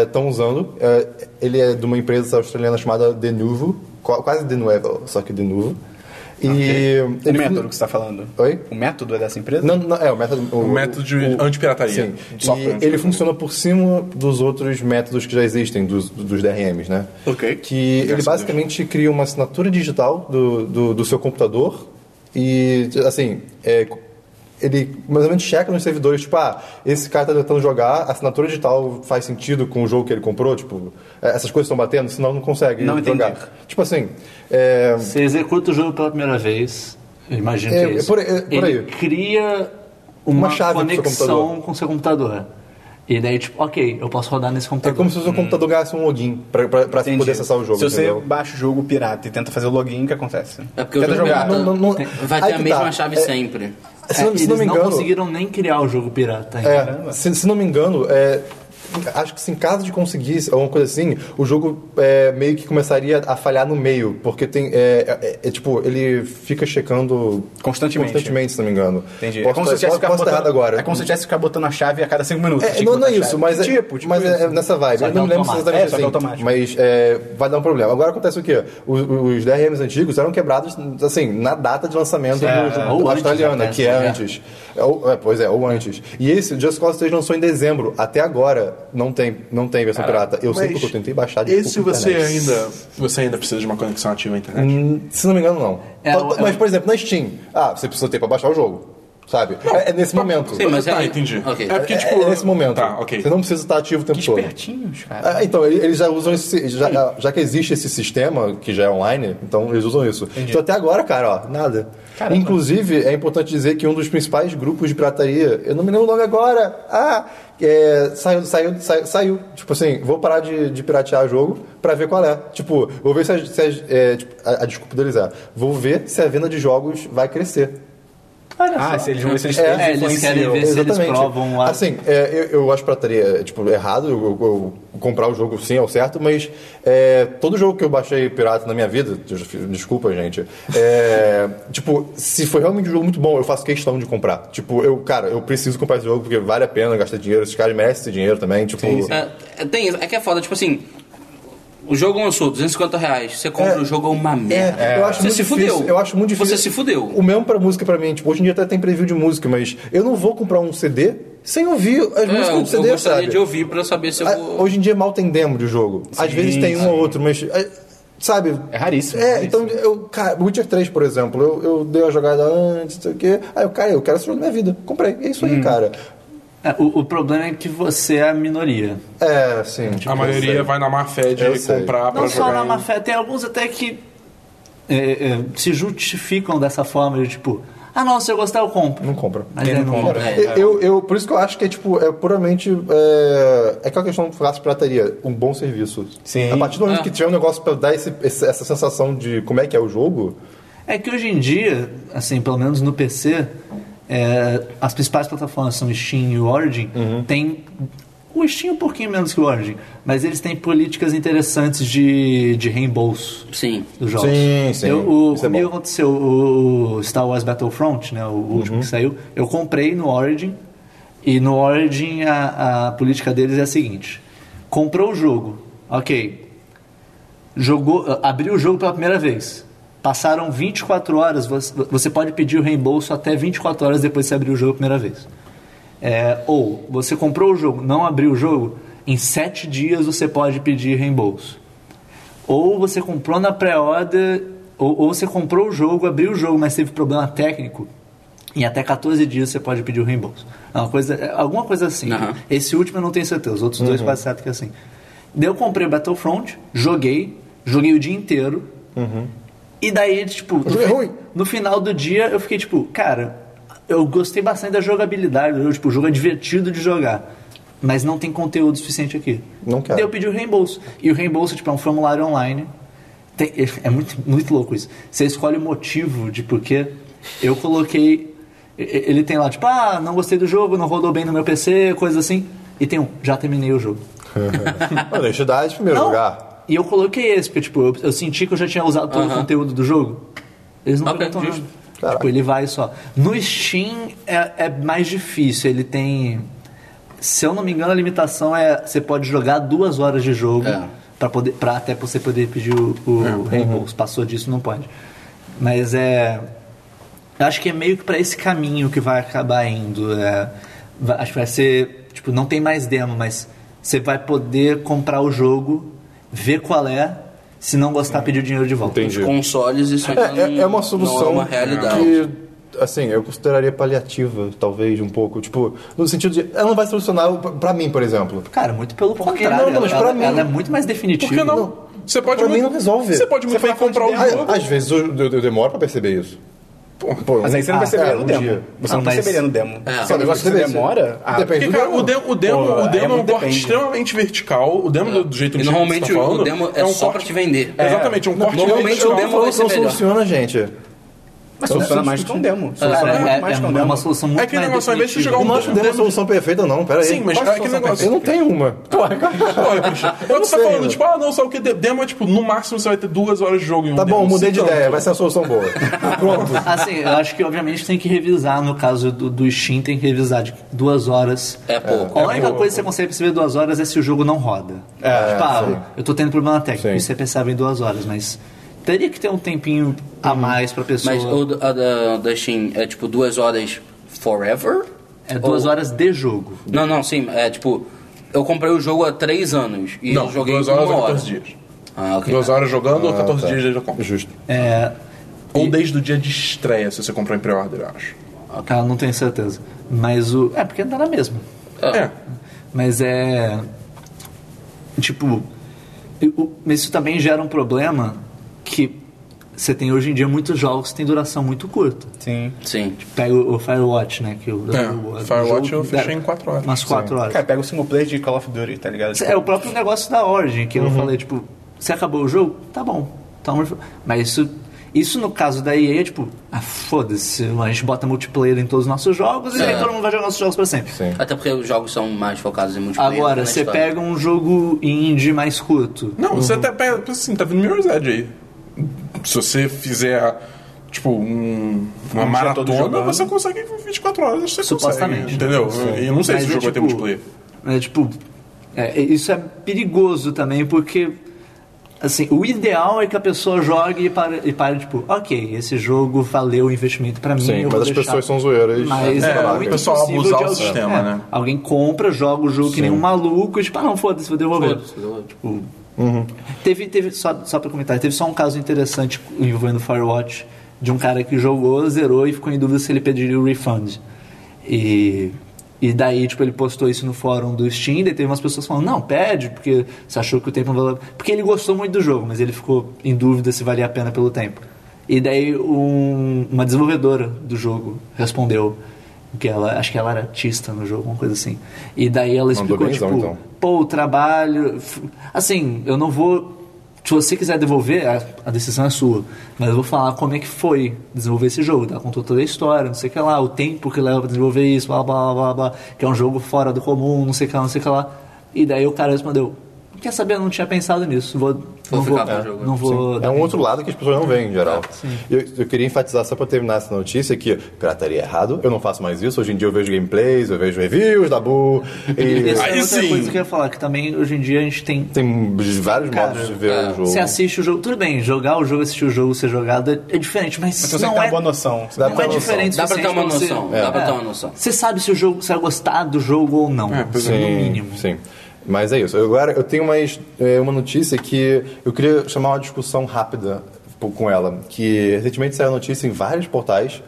[SPEAKER 5] estão usando. É, ele é de uma empresa australiana chamada De Novo, qua- quase De Novo, só que De Novo. E
[SPEAKER 2] O
[SPEAKER 5] ele-
[SPEAKER 2] método que você tá falando.
[SPEAKER 5] Oi?
[SPEAKER 2] O método é dessa empresa?
[SPEAKER 5] Não, não, é o método.
[SPEAKER 3] O método de antipirataria.
[SPEAKER 5] Sim.
[SPEAKER 3] Software
[SPEAKER 5] E
[SPEAKER 3] antipirataria.
[SPEAKER 5] ele funciona por cima dos outros métodos que já existem, dos, dos DRMs, né?
[SPEAKER 4] Ok.
[SPEAKER 5] Que ele
[SPEAKER 3] Graças a
[SPEAKER 5] basicamente cria uma assinatura digital do, do, do seu computador e, assim, é, ele mais ou menos checa nos servidores, tipo, ah, esse cara tá tentando jogar, a assinatura digital faz sentido com o jogo que ele comprou, tipo, é, essas coisas estão batendo, senão não consegue
[SPEAKER 2] Não
[SPEAKER 5] jogar.
[SPEAKER 2] entendi.
[SPEAKER 5] Tipo assim, é,
[SPEAKER 1] Você executa o jogo pela primeira vez. Eu imagino
[SPEAKER 5] É,
[SPEAKER 1] que é isso.
[SPEAKER 5] é por aí- é por
[SPEAKER 1] Ele
[SPEAKER 5] aí.
[SPEAKER 1] cria uma,
[SPEAKER 5] Uma chave pro seu
[SPEAKER 1] conexão
[SPEAKER 5] computador.
[SPEAKER 1] com o seu computador. E daí, tipo, ok, eu posso rodar nesse
[SPEAKER 5] é
[SPEAKER 1] computador.
[SPEAKER 5] como se o seu computador ganhasse um login pra, pra, pra
[SPEAKER 2] tá Entendi.
[SPEAKER 5] poder acessar o jogo,
[SPEAKER 2] Se você
[SPEAKER 5] entendeu?
[SPEAKER 2] baixa o jogo pirata e tenta fazer o login, o que acontece?
[SPEAKER 4] É porque o
[SPEAKER 2] tenta
[SPEAKER 4] jogo
[SPEAKER 2] jogar.
[SPEAKER 4] pirata-
[SPEAKER 5] Não, não, não.
[SPEAKER 4] Vai ter
[SPEAKER 5] Aí
[SPEAKER 4] a
[SPEAKER 5] que
[SPEAKER 4] mesma
[SPEAKER 5] tá.
[SPEAKER 4] chave
[SPEAKER 5] É,
[SPEAKER 4] sempre.
[SPEAKER 5] Se, não-
[SPEAKER 1] É,
[SPEAKER 5] se não me
[SPEAKER 1] eles
[SPEAKER 5] engano.
[SPEAKER 1] não conseguiram nem criar o jogo pirata ainda.
[SPEAKER 5] é, se, se não me engano, é, acho que se em caso de conseguir alguma coisa assim, o jogo é, meio que começaria a falhar no meio, porque tem. É, é- é, tipo, ele fica checando
[SPEAKER 2] Constantemente.
[SPEAKER 5] constantemente se não me engano.
[SPEAKER 2] Entendi. é como
[SPEAKER 5] Posso, tá-
[SPEAKER 2] se eu
[SPEAKER 5] posso,
[SPEAKER 2] tivesse que
[SPEAKER 5] posso
[SPEAKER 2] ficar
[SPEAKER 5] estar errado
[SPEAKER 2] botando-
[SPEAKER 5] agora.
[SPEAKER 2] É como se eu tivesse que ficar botando a chave a cada cinco minutos.
[SPEAKER 5] É,
[SPEAKER 2] Tinha que
[SPEAKER 5] não, não é
[SPEAKER 2] botar a
[SPEAKER 5] isso,
[SPEAKER 2] chave.
[SPEAKER 5] mas, é,
[SPEAKER 2] tipo, tipo
[SPEAKER 5] mas é-
[SPEAKER 2] isso.
[SPEAKER 5] é nessa vibe.
[SPEAKER 1] Só
[SPEAKER 5] Eu
[SPEAKER 1] que
[SPEAKER 5] não me lembro
[SPEAKER 1] automático.
[SPEAKER 5] exatamente
[SPEAKER 2] É, só que
[SPEAKER 5] assim,
[SPEAKER 2] automático.
[SPEAKER 5] mas é, vai dar um problema. Agora acontece o quê? Os, os DRMs antigos eram quebrados, assim, na data de lançamento do
[SPEAKER 1] é. Ou
[SPEAKER 5] jogo
[SPEAKER 1] antes,
[SPEAKER 5] australiano,
[SPEAKER 1] até,
[SPEAKER 5] que é
[SPEAKER 1] é.
[SPEAKER 5] antes. É, ou- é, pois é, ou antes. E esse, o Just Cause 3 lançou em dezembro. Até agora, não tem, não tem versão pirata. Eu sei
[SPEAKER 3] Mas
[SPEAKER 5] porque eu tentei baixar de
[SPEAKER 3] Esse
[SPEAKER 5] desculpa,
[SPEAKER 3] você
[SPEAKER 5] internet.
[SPEAKER 3] ainda, você ainda precisa de uma conexão ativa à internet.
[SPEAKER 5] Hum, Se não me engano, não.
[SPEAKER 1] É,
[SPEAKER 5] Tá-
[SPEAKER 1] o-
[SPEAKER 5] tá-
[SPEAKER 1] é
[SPEAKER 5] mas,
[SPEAKER 1] o-
[SPEAKER 5] por exemplo, na Steam. Ah, você precisa ter pra baixar o jogo. Sabe? é, é nesse momento.
[SPEAKER 4] Sim, mas
[SPEAKER 3] tá,
[SPEAKER 4] é-
[SPEAKER 3] entendi.
[SPEAKER 4] ok.
[SPEAKER 3] É porque,
[SPEAKER 5] É-
[SPEAKER 3] tipo.
[SPEAKER 5] é nesse momento.
[SPEAKER 3] Tá, ok.
[SPEAKER 5] Você não precisa estar ativo o tempo todo.
[SPEAKER 2] Espertinhos, cara.
[SPEAKER 5] Ah, então, ele- eles já usam esse. Já, ah, já que existe esse sistema que já é online, então eles usam isso. Então, até agora, cara, ó, nada.
[SPEAKER 2] Caramba.
[SPEAKER 5] Inclusive, é importante dizer que um dos principais grupos de pirataria, eu não me lembro o nome agora, ah, é, saiu, saiu, saiu, saiu. Tipo assim, vou parar de, de piratear jogo pra ver qual é. Tipo, vou ver se, a, se a- é, tipo, a- a desculpa deles é, vou ver se a venda de jogos vai crescer.
[SPEAKER 1] Olha
[SPEAKER 2] Ah,
[SPEAKER 1] só.
[SPEAKER 2] se eles vão ver se eles
[SPEAKER 5] É,
[SPEAKER 2] eles
[SPEAKER 1] eles
[SPEAKER 2] influenciam.
[SPEAKER 1] querem ver. se eles provam lá.
[SPEAKER 5] Assim, é, eu, eu acho pirataria tipo, errado eu, eu- eu comprar o jogo sim, é o certo, mas é, todo jogo que eu baixei pirata na minha vida, eu já fiz- desculpa, gente, é, tipo, se for realmente um jogo muito bom, eu faço questão de comprar. Tipo, eu, cara, eu preciso comprar esse jogo porque vale a pena gastar dinheiro, esses caras merecem esse dinheiro também, tipo...
[SPEAKER 4] É, tem isso. É que é foda, tipo assim. O jogo lançou 250 reais. Você compra
[SPEAKER 5] É.
[SPEAKER 4] o jogo é uma merda.
[SPEAKER 5] É, eu acho
[SPEAKER 4] Você
[SPEAKER 5] muito
[SPEAKER 4] se
[SPEAKER 5] difícil.
[SPEAKER 4] fudeu.
[SPEAKER 5] Eu acho muito difícil.
[SPEAKER 4] Você se fudeu.
[SPEAKER 5] O mesmo pra música pra mim. Tipo, hoje em dia até tem preview de música, mas eu não vou comprar um CD sem ouvir as
[SPEAKER 4] É,
[SPEAKER 5] músicas
[SPEAKER 4] eu,
[SPEAKER 5] do CD,
[SPEAKER 4] eu gostaria
[SPEAKER 5] sabe?
[SPEAKER 4] de ouvir pra saber se eu
[SPEAKER 5] Ah,
[SPEAKER 4] vou.
[SPEAKER 5] Hoje em dia mal tem demo de jogo. Às vezes tem um ou outro, mas. ah, Sabe?
[SPEAKER 2] É raríssimo,
[SPEAKER 5] É,
[SPEAKER 2] raríssimo.
[SPEAKER 5] então, eu, cara, Witcher 3, por exemplo, eu, eu dei uma jogada antes, não sei o quê. Aí eu, cara, eu quero esse jogo na minha vida. Comprei. É isso aí, cara.
[SPEAKER 1] É, o, o problema é que você é a minoria.
[SPEAKER 5] É, sim. tipo,
[SPEAKER 3] A maioria
[SPEAKER 5] sei.
[SPEAKER 3] vai na má fé de
[SPEAKER 5] Eu sei.
[SPEAKER 3] comprar pra
[SPEAKER 1] Não só
[SPEAKER 3] jogar.
[SPEAKER 1] na
[SPEAKER 3] em-
[SPEAKER 1] má fé, tem alguns até que é, é, se justificam dessa forma de tipo, ah não, se eu gostar eu compro.
[SPEAKER 5] Não compra.
[SPEAKER 1] Mas aí não compra.
[SPEAKER 5] É, eu, eu, por isso que eu acho que é tipo, é puramente. É, é aquela questão que falasse pirataria, um bom serviço.
[SPEAKER 2] Sim.
[SPEAKER 5] A partir do momento
[SPEAKER 4] Ah.
[SPEAKER 5] que tiver um negócio pra dar esse- esse- essa sensação de como é que é o jogo,
[SPEAKER 1] É que hoje em dia, assim, pelo menos no PC, é, as principais plataformas são Steam e o Origin, tem o Steam um pouquinho menos que o Origin, mas eles têm políticas interessantes de, de reembolso
[SPEAKER 4] Sim.
[SPEAKER 1] dos jogos.
[SPEAKER 5] Sim, sim,
[SPEAKER 1] Eu, o,
[SPEAKER 5] isso é
[SPEAKER 1] comigo
[SPEAKER 5] bom.
[SPEAKER 1] aconteceu o Star Wars Battlefront, né, o
[SPEAKER 5] Uhum.
[SPEAKER 1] último que saiu, eu comprei no Origin, e no Origin a, a política deles é a seguinte, comprou o jogo, ok, jogou, abriu o jogo pela primeira vez. Passaram 24 horas, você, você pode pedir o reembolso até 24 horas depois de você abrir o jogo a primeira vez. É, ou você comprou o jogo, não abriu o jogo, em 7 dias você pode pedir reembolso. Ou você comprou na pré-order, ou, ou você comprou o jogo, abriu o jogo, mas teve problema técnico, em até 14 dias você pode pedir o reembolso. É uma coisa, é alguma coisa assim.
[SPEAKER 4] Aham.
[SPEAKER 1] Esse último eu não tenho certeza, os outros dois quase certo que é assim. Daí eu comprei Battlefront, joguei, joguei o dia inteiro. E daí, tipo, no,
[SPEAKER 5] jogo é
[SPEAKER 1] fi-
[SPEAKER 5] ruim.
[SPEAKER 1] no final do dia eu fiquei tipo, cara, eu gostei bastante da jogabilidade, eu, tipo, o jogo é divertido de jogar. Mas não tem conteúdo suficiente aqui.
[SPEAKER 5] Não quero.
[SPEAKER 1] Daí eu pedi o reembolso. E o reembolso, tipo, é um formulário online. Tem- é muito, muito louco isso. Você escolhe o motivo de porquê. Eu coloquei. e- e- Ele tem lá, tipo, ah, não gostei do jogo, não rodou bem no meu PC, coisa assim. E tem um, já terminei o jogo.
[SPEAKER 5] honestidade em primeiro
[SPEAKER 1] Não.
[SPEAKER 5] lugar.
[SPEAKER 1] E eu coloquei esse, porque tipo, eu, eu senti que eu já tinha usado todo o
[SPEAKER 4] Aham. Tá
[SPEAKER 1] conteúdo do jogo. Eles não
[SPEAKER 4] Ok,
[SPEAKER 1] perguntam
[SPEAKER 4] justo.
[SPEAKER 1] nada.
[SPEAKER 5] Caraca.
[SPEAKER 1] Tipo, ele vai só. No Steam é, é mais difícil, ele tem. Se eu não me engano, a limitação é você pode jogar duas horas de jogo
[SPEAKER 4] É.
[SPEAKER 1] pra poder para até você poder pedir o, o reembolso. Passou disso, não pode. Mas é. Eu acho que é meio que pra esse caminho que vai acabar indo. é. Vai- acho que vai ser. Tipo, não tem mais demo, mas você vai poder comprar o jogo, ver qual é, se não gostar, pedir o dinheiro de volta.
[SPEAKER 5] Entendi.
[SPEAKER 4] Consoles, isso ainda
[SPEAKER 5] É, é,
[SPEAKER 4] não-
[SPEAKER 5] é uma solução
[SPEAKER 4] Não é uma realidade.
[SPEAKER 5] que, assim, eu consideraria paliativa, talvez, um pouco. Tipo, no sentido de, ela não vai solucionar o- pra mim, por exemplo.
[SPEAKER 1] Cara, muito pelo contrário.
[SPEAKER 5] não, não, mas
[SPEAKER 1] ela,
[SPEAKER 5] pra
[SPEAKER 1] ela-
[SPEAKER 5] mim-
[SPEAKER 1] ela é muito mais definitiva.
[SPEAKER 3] Por que não? Você pode
[SPEAKER 5] pra mim
[SPEAKER 3] muito,
[SPEAKER 5] não resolve.
[SPEAKER 3] Você pode muito
[SPEAKER 5] Você
[SPEAKER 3] bem comprar o
[SPEAKER 5] Ah,
[SPEAKER 3] jogo.
[SPEAKER 5] Às vezes eu, eu- eu demoro pra perceber isso. Pô,
[SPEAKER 2] Mas aí você
[SPEAKER 5] ah,
[SPEAKER 2] não perceberia
[SPEAKER 5] cara,
[SPEAKER 2] no
[SPEAKER 5] um
[SPEAKER 2] demo.
[SPEAKER 5] dia.
[SPEAKER 2] Você
[SPEAKER 1] Ah,
[SPEAKER 2] não
[SPEAKER 1] mas-
[SPEAKER 2] perceberia no demo.
[SPEAKER 4] É.
[SPEAKER 2] Se é um negócio que
[SPEAKER 5] Depende.
[SPEAKER 2] demora... ah,
[SPEAKER 5] Depende.
[SPEAKER 3] Porque, cara,
[SPEAKER 5] demo.
[SPEAKER 3] o demo, o demo,
[SPEAKER 2] Pô,
[SPEAKER 3] o demo é,
[SPEAKER 2] é
[SPEAKER 3] um
[SPEAKER 2] muito
[SPEAKER 3] corte
[SPEAKER 2] depende.
[SPEAKER 3] extremamente vertical. O demo do jeito
[SPEAKER 4] E
[SPEAKER 3] que
[SPEAKER 4] normalmente
[SPEAKER 3] você tá falando,
[SPEAKER 4] o demo é,
[SPEAKER 3] um
[SPEAKER 4] só pra
[SPEAKER 3] corte-
[SPEAKER 4] te vender.
[SPEAKER 3] É, exatamente, é um corte
[SPEAKER 4] normalmente
[SPEAKER 3] vertical.
[SPEAKER 4] o demo
[SPEAKER 5] Tipo, Não,
[SPEAKER 4] vai
[SPEAKER 5] não
[SPEAKER 4] ser melhor.
[SPEAKER 5] soluciona, gente.
[SPEAKER 2] Mas funciona mais que um demo.
[SPEAKER 1] Cara,
[SPEAKER 2] Funciona
[SPEAKER 1] é,
[SPEAKER 2] muito
[SPEAKER 1] é
[SPEAKER 2] mais que um
[SPEAKER 1] uma
[SPEAKER 2] demo.
[SPEAKER 1] solução
[SPEAKER 3] É
[SPEAKER 1] muito
[SPEAKER 3] aquele
[SPEAKER 1] mais
[SPEAKER 3] negócio, ao invés de
[SPEAKER 1] definitiva.
[SPEAKER 3] você
[SPEAKER 5] Eu
[SPEAKER 3] jogar um
[SPEAKER 5] não acho que
[SPEAKER 3] demo-
[SPEAKER 5] demo solução perfeita, não, pera aí.
[SPEAKER 3] Sim, mas
[SPEAKER 5] Qual
[SPEAKER 3] é
[SPEAKER 5] a
[SPEAKER 3] aquele
[SPEAKER 5] solução
[SPEAKER 3] negócio-
[SPEAKER 5] perfeita? Eu não tenho uma.
[SPEAKER 3] Olha, bicho,
[SPEAKER 5] Eu
[SPEAKER 3] eu
[SPEAKER 5] não
[SPEAKER 3] não
[SPEAKER 5] sei,
[SPEAKER 3] tá falando,
[SPEAKER 5] né?
[SPEAKER 3] tipo, ah, não, só o que demo é, tipo, no máximo você vai ter duas horas de jogo em um
[SPEAKER 5] Tá
[SPEAKER 3] demo.
[SPEAKER 5] bom, mudei de
[SPEAKER 3] Então,
[SPEAKER 5] ideia, vai ser uma solução boa. Pronto.
[SPEAKER 1] Assim, eu acho que obviamente tem que revisar. No caso do, do Steam, tem que revisar de duas horas.
[SPEAKER 4] É pouco.
[SPEAKER 1] A única coisa que você consegue perceber em duas horas é se o jogo não roda.
[SPEAKER 5] É,
[SPEAKER 1] tipo, ah,
[SPEAKER 5] sim.
[SPEAKER 1] eu tô tendo problema técnico.
[SPEAKER 5] Sim.
[SPEAKER 1] Isso é pensável em duas horas, mas teria que ter um tempinho a mais pra pessoa.
[SPEAKER 4] Uhum. Mas o da- a da, da Steam é tipo duas horas forever?
[SPEAKER 1] É duas
[SPEAKER 4] Ou-
[SPEAKER 1] horas de jogo.
[SPEAKER 4] Não, não, sim. É tipo, eu comprei o jogo há três anos e
[SPEAKER 3] Não,
[SPEAKER 4] joguei
[SPEAKER 3] duas
[SPEAKER 4] uma
[SPEAKER 3] horas ou
[SPEAKER 4] hora.
[SPEAKER 3] 14 dias.
[SPEAKER 4] Ah, ok.
[SPEAKER 3] Duas horas jogando ou 14
[SPEAKER 5] tá.
[SPEAKER 3] dias desde a compra.
[SPEAKER 5] Justo.
[SPEAKER 1] É,
[SPEAKER 3] Ou desde o dia de estreia, se você comprou em pré-order, eu acho.
[SPEAKER 1] cara, tá, não tenho certeza. Mas o. É, porque não dá na mesma.
[SPEAKER 4] Ah.
[SPEAKER 3] É.
[SPEAKER 1] Mas é. Tipo. o- Mas isso também gera um problema que você tem hoje em dia muitos jogos que têm duração muito curta.
[SPEAKER 2] Sim.
[SPEAKER 4] Sim.
[SPEAKER 1] Pega o, o Firewatch, né? Que o,
[SPEAKER 3] É,
[SPEAKER 1] o- o-
[SPEAKER 3] Firewatch
[SPEAKER 1] jogo
[SPEAKER 3] eu fechei
[SPEAKER 1] dá
[SPEAKER 3] em quatro horas.
[SPEAKER 1] Umas quatro horas.
[SPEAKER 2] Cara, pega o single player de Call of Duty, tá ligado?
[SPEAKER 1] É o próprio negócio da Origin, que eu falei, tipo, você acabou o jogo? Tá bom. Então, tá um mas isso. Isso no caso da EA é tipo, ah, foda-se, a gente bota multiplayer em todos os nossos jogos e
[SPEAKER 4] É.
[SPEAKER 1] aí todo mundo vai jogar nossos jogos pra sempre.
[SPEAKER 5] Sim.
[SPEAKER 4] Até porque os jogos são mais focados em multiplayer.
[SPEAKER 1] Agora,
[SPEAKER 4] né,
[SPEAKER 1] você
[SPEAKER 4] história.
[SPEAKER 1] pega um jogo indie mais curto.
[SPEAKER 3] Não, você até pega, pensa assim, tá vindo Mirror's Edge aí. Se você fizer, tipo, um- uma
[SPEAKER 2] Um dia todo
[SPEAKER 3] maratona,
[SPEAKER 2] jogando.
[SPEAKER 3] você consegue em 24 horas, você
[SPEAKER 1] Supostamente.
[SPEAKER 3] consegue, entendeu? E eu não sei
[SPEAKER 1] Mas
[SPEAKER 3] se o
[SPEAKER 1] é
[SPEAKER 3] jogo vai ter
[SPEAKER 1] tipo-
[SPEAKER 3] multiplayer.
[SPEAKER 1] É tipo. é, isso é perigoso também, porque. Assim, o ideal é que a pessoa jogue e pare, e pare tipo, ok, esse jogo valeu o investimento pra mim.
[SPEAKER 5] Sim,
[SPEAKER 1] eu
[SPEAKER 5] mas
[SPEAKER 1] vou
[SPEAKER 5] as
[SPEAKER 1] deixar.
[SPEAKER 5] pessoas são zoeiras. né?
[SPEAKER 1] Mas é,
[SPEAKER 3] É, o
[SPEAKER 1] muito
[SPEAKER 3] pessoal
[SPEAKER 1] possível
[SPEAKER 3] abusar
[SPEAKER 1] de
[SPEAKER 3] o
[SPEAKER 1] alguém-
[SPEAKER 3] sistema,
[SPEAKER 1] é,
[SPEAKER 3] né?
[SPEAKER 1] Alguém compra, joga o jogo que nem um maluco e tipo, ah, não, foda-se, vou devolver.
[SPEAKER 4] Foda-se, foda-se.
[SPEAKER 1] Tipo, Teve, teve só, só pra comentar, teve só um caso interessante envolvendo Firewatch de um cara que jogou, zerou e ficou em dúvida se ele pediria o refund. E, e daí, tipo, ele postou isso no fórum do Steam, daí teve umas pessoas falando, não, pede, porque você achou que o tempo não valeu. Porque ele gostou muito do jogo, mas ele ficou em dúvida se valia a pena pelo tempo. E daí um- uma desenvolvedora do jogo respondeu. Que ela, acho que ela era artista no jogo, uma coisa assim. E daí ela
[SPEAKER 5] Mandou
[SPEAKER 1] explicou,
[SPEAKER 5] benzão,
[SPEAKER 1] tipo,
[SPEAKER 5] então.
[SPEAKER 1] pô, o trabalho. f- Assim, eu não vou. Se você quiser devolver, a, a decisão é sua. Mas eu vou falar como é que foi desenvolver esse jogo. Tá? Contou toda a história, não sei o que lá, o tempo que leva pra desenvolver isso, blá blá blá blá, blá que é um jogo fora do comum, não sei o que lá, não sei o que lá. E daí o cara respondeu: Quer saber? Eu não tinha pensado nisso. Vou, não
[SPEAKER 4] ficar
[SPEAKER 1] vou,
[SPEAKER 4] com o jogo."
[SPEAKER 1] Não vou
[SPEAKER 5] É um outro lado que as pessoas não veem, em geral. Eu, eu queria enfatizar, só pra terminar essa notícia, que pirataria é errado, eu não faço mais isso. Hoje em dia eu vejo gameplays, eu vejo reviews da Boo,
[SPEAKER 1] Essa
[SPEAKER 5] e
[SPEAKER 3] Aí
[SPEAKER 1] é outra
[SPEAKER 3] sim.
[SPEAKER 1] coisa que eu ia falar, que também hoje em dia a gente tem
[SPEAKER 5] tem vários
[SPEAKER 1] Cara,
[SPEAKER 5] modos de ver
[SPEAKER 4] é,
[SPEAKER 5] o jogo.
[SPEAKER 1] Você assiste o jogo, tudo bem, jogar o jogo, assistir o jogo, ser jogado é é diferente, mas,
[SPEAKER 2] Mas você tem
[SPEAKER 1] não
[SPEAKER 2] que ter uma
[SPEAKER 1] é,
[SPEAKER 2] boa noção.
[SPEAKER 5] Dá
[SPEAKER 1] não
[SPEAKER 5] pra
[SPEAKER 1] é
[SPEAKER 5] ter uma
[SPEAKER 1] diferente
[SPEAKER 4] noção. Dá pra ter uma
[SPEAKER 1] suficiente
[SPEAKER 4] noção,
[SPEAKER 1] você-
[SPEAKER 4] dá pra
[SPEAKER 1] É.
[SPEAKER 4] ter uma noção.
[SPEAKER 1] Você sabe se o jogo se vai gostar do jogo ou não.
[SPEAKER 3] É, pois é.
[SPEAKER 1] no
[SPEAKER 5] Sim,
[SPEAKER 1] mínimo.
[SPEAKER 5] Sim. Mas é isso. Agora eu tenho mais é, uma notícia que eu queria chamar uma discussão rápida po- com ela. Que recentemente saiu notícia em vários portais,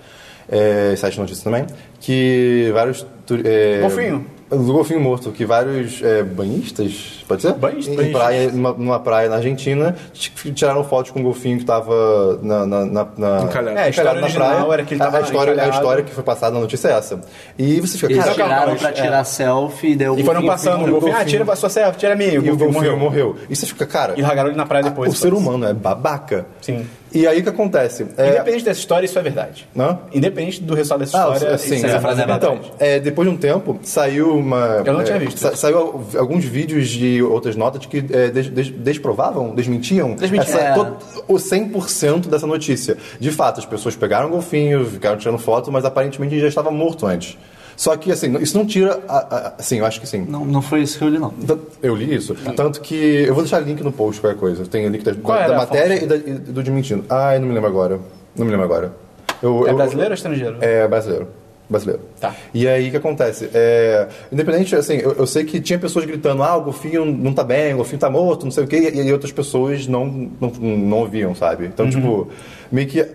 [SPEAKER 5] é, sites de notícias também, que vários. tu- É,
[SPEAKER 2] Golfinho.
[SPEAKER 5] Do golfinho morto, que vários é, banhistas, pode ser?
[SPEAKER 2] Banhistas.
[SPEAKER 5] Em praia, numa, numa praia na Argentina, t- tiraram fotos com um golfinho que estava na. na, na, na
[SPEAKER 3] Encalhado.
[SPEAKER 2] É, a história
[SPEAKER 5] encalhado na
[SPEAKER 2] original
[SPEAKER 5] praia.
[SPEAKER 2] era que ele
[SPEAKER 5] A-
[SPEAKER 2] tava
[SPEAKER 5] a história, a
[SPEAKER 2] encalhado.
[SPEAKER 5] história que foi passada na notícia é essa. E você fica,
[SPEAKER 1] Eles
[SPEAKER 5] cara,
[SPEAKER 1] tiraram
[SPEAKER 2] cara,
[SPEAKER 1] pra
[SPEAKER 4] é.
[SPEAKER 1] tirar selfie, daí o
[SPEAKER 2] E foram
[SPEAKER 1] golfinho
[SPEAKER 2] passando o
[SPEAKER 1] ficou-
[SPEAKER 2] golfinho. Ah, tira pra sua selfie, tira a minha.
[SPEAKER 5] e o golfinho morreu. E você fica, cara.
[SPEAKER 2] E largaram ele na praia depois.
[SPEAKER 5] O ser humano é babaca.
[SPEAKER 2] Sim.
[SPEAKER 5] E aí o que acontece? É,
[SPEAKER 2] Independente dessa história, isso é verdade.
[SPEAKER 5] Hã?
[SPEAKER 2] Independente do resultado dessa
[SPEAKER 5] Ah,
[SPEAKER 2] história,
[SPEAKER 5] sim,
[SPEAKER 2] isso
[SPEAKER 5] é.
[SPEAKER 2] essa frase é verdade.
[SPEAKER 5] Então, é, depois de um tempo, saiu uma.
[SPEAKER 2] Eu não tinha
[SPEAKER 5] é,
[SPEAKER 2] visto
[SPEAKER 5] sa-
[SPEAKER 2] isso.
[SPEAKER 5] saiu al- alguns vídeos de outras notas que é, des- des- desprovavam, desmentiam
[SPEAKER 1] Desmentiam,
[SPEAKER 5] essa-
[SPEAKER 1] é.
[SPEAKER 5] to- o 100% dessa notícia. De fato, as pessoas pegaram o golfinho, ficaram tirando foto, mas aparentemente ele já estava morto antes. Só que, assim, isso não tira. a- a- assim, eu acho que sim.
[SPEAKER 1] Não, não foi isso que eu li, não.
[SPEAKER 5] Tan- Eu li isso. Tanto que. Eu vou deixar link no post, qualquer coisa. Tem o link da,
[SPEAKER 2] Hum. Qual
[SPEAKER 5] da-
[SPEAKER 2] era
[SPEAKER 5] da
[SPEAKER 2] a
[SPEAKER 5] matéria e, da- e do Dimentindo. Ai, não me lembro agora. Não me lembro agora. Eu-
[SPEAKER 2] É
[SPEAKER 5] eu-
[SPEAKER 2] brasileiro ou estrangeiro?
[SPEAKER 5] É brasileiro. Brasileiro.
[SPEAKER 2] Tá.
[SPEAKER 5] E aí o que acontece? É, independente, assim, eu, eu sei que tinha pessoas gritando, ah, o golfinho não tá bem, o golfinho tá morto, não sei o quê, e, e outras pessoas não, não, não ouviam, sabe? Então,
[SPEAKER 2] Uhum.
[SPEAKER 5] tipo, meio que.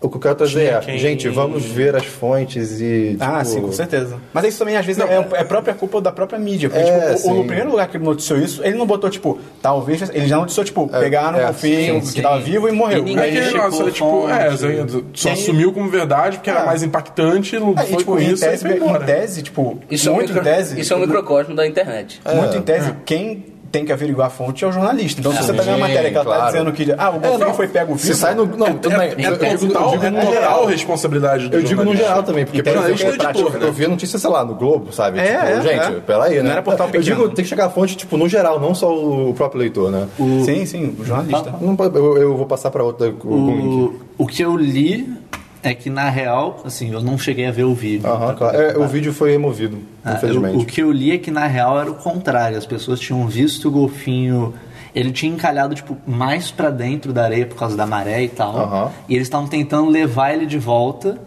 [SPEAKER 5] O que eu quero trazer é, gente, vamos ver as fontes e.
[SPEAKER 2] Ah,
[SPEAKER 5] tipo,
[SPEAKER 2] sim, com certeza. Mas isso também, às vezes, é, é própria culpa da própria mídia. Porque, tipo, o-
[SPEAKER 5] É,
[SPEAKER 2] o,
[SPEAKER 5] sim.
[SPEAKER 2] no primeiro lugar que ele noticiou isso, ele não botou, tipo, talvez... Ele já noticiou, tipo,
[SPEAKER 5] É,
[SPEAKER 2] pegaram
[SPEAKER 5] é,
[SPEAKER 2] um golfinho
[SPEAKER 5] sim,
[SPEAKER 2] que tava vivo e morreu.
[SPEAKER 1] E ninguém-
[SPEAKER 3] É
[SPEAKER 2] Aí,
[SPEAKER 1] Aí
[SPEAKER 3] aquele
[SPEAKER 1] checou
[SPEAKER 3] negócio, é, tipo,
[SPEAKER 1] fonte.
[SPEAKER 3] é, você só
[SPEAKER 2] E aí-
[SPEAKER 3] assumiu como verdade porque era
[SPEAKER 2] É.
[SPEAKER 3] mais impactante, não
[SPEAKER 2] aí,
[SPEAKER 3] foi
[SPEAKER 2] tipo,
[SPEAKER 3] com
[SPEAKER 2] em
[SPEAKER 3] isso e
[SPEAKER 2] tese,
[SPEAKER 3] foi
[SPEAKER 2] em
[SPEAKER 3] embora.
[SPEAKER 2] tese, tipo,
[SPEAKER 4] Isso é, um
[SPEAKER 2] muito
[SPEAKER 4] micro-
[SPEAKER 2] em tese... tipo,
[SPEAKER 4] isso é um microcosmo da internet.
[SPEAKER 2] Muito em tese, quem tem que averiguar a fonte é o jornalista. Então, se você tá vendo a
[SPEAKER 5] Sim,
[SPEAKER 2] matéria que ela tá
[SPEAKER 5] claro.
[SPEAKER 2] dizendo que... Ah, o golfinho foi pego vivo...
[SPEAKER 5] Se sai no. Não, tudo bem.
[SPEAKER 3] É,
[SPEAKER 5] Eu- tipo, eu digo- eu
[SPEAKER 3] total,
[SPEAKER 5] digo
[SPEAKER 3] é
[SPEAKER 5] no
[SPEAKER 3] total
[SPEAKER 5] geral.
[SPEAKER 3] responsabilidade do
[SPEAKER 5] Eu digo no
[SPEAKER 3] jornalista.
[SPEAKER 5] geral também, porque
[SPEAKER 2] Então,
[SPEAKER 1] um
[SPEAKER 5] por exemplo,
[SPEAKER 2] jornalista
[SPEAKER 5] eu,
[SPEAKER 2] é
[SPEAKER 5] tipo,
[SPEAKER 3] editor, né?
[SPEAKER 5] eu vi a notícia, sei lá, no Globo, sabe?
[SPEAKER 2] É,
[SPEAKER 5] tipo,
[SPEAKER 2] é,
[SPEAKER 5] gente,
[SPEAKER 2] é.
[SPEAKER 5] peraí,
[SPEAKER 2] Não
[SPEAKER 5] né?
[SPEAKER 2] era portal
[SPEAKER 5] Eu
[SPEAKER 2] pequeno.
[SPEAKER 5] digo, tem que chegar a fonte, tipo, no geral, não só o próprio leitor, né?
[SPEAKER 2] Sim, sim, o jornalista.
[SPEAKER 5] Não pode- eu, eu vou passar pra outra com o link.
[SPEAKER 1] O, o que eu li é que, na real, assim, eu não cheguei a ver o vídeo.
[SPEAKER 5] Aham,
[SPEAKER 1] tá?
[SPEAKER 5] claro. É, o vídeo foi removido,
[SPEAKER 1] Ah,
[SPEAKER 5] infelizmente.
[SPEAKER 1] eu- o que eu li é que na real era o contrário. As pessoas tinham visto o golfinho. Ele tinha encalhado, tipo, mais pra dentro da areia por causa da maré e tal.
[SPEAKER 5] Aham.
[SPEAKER 1] E eles estavam tentando levar ele de volta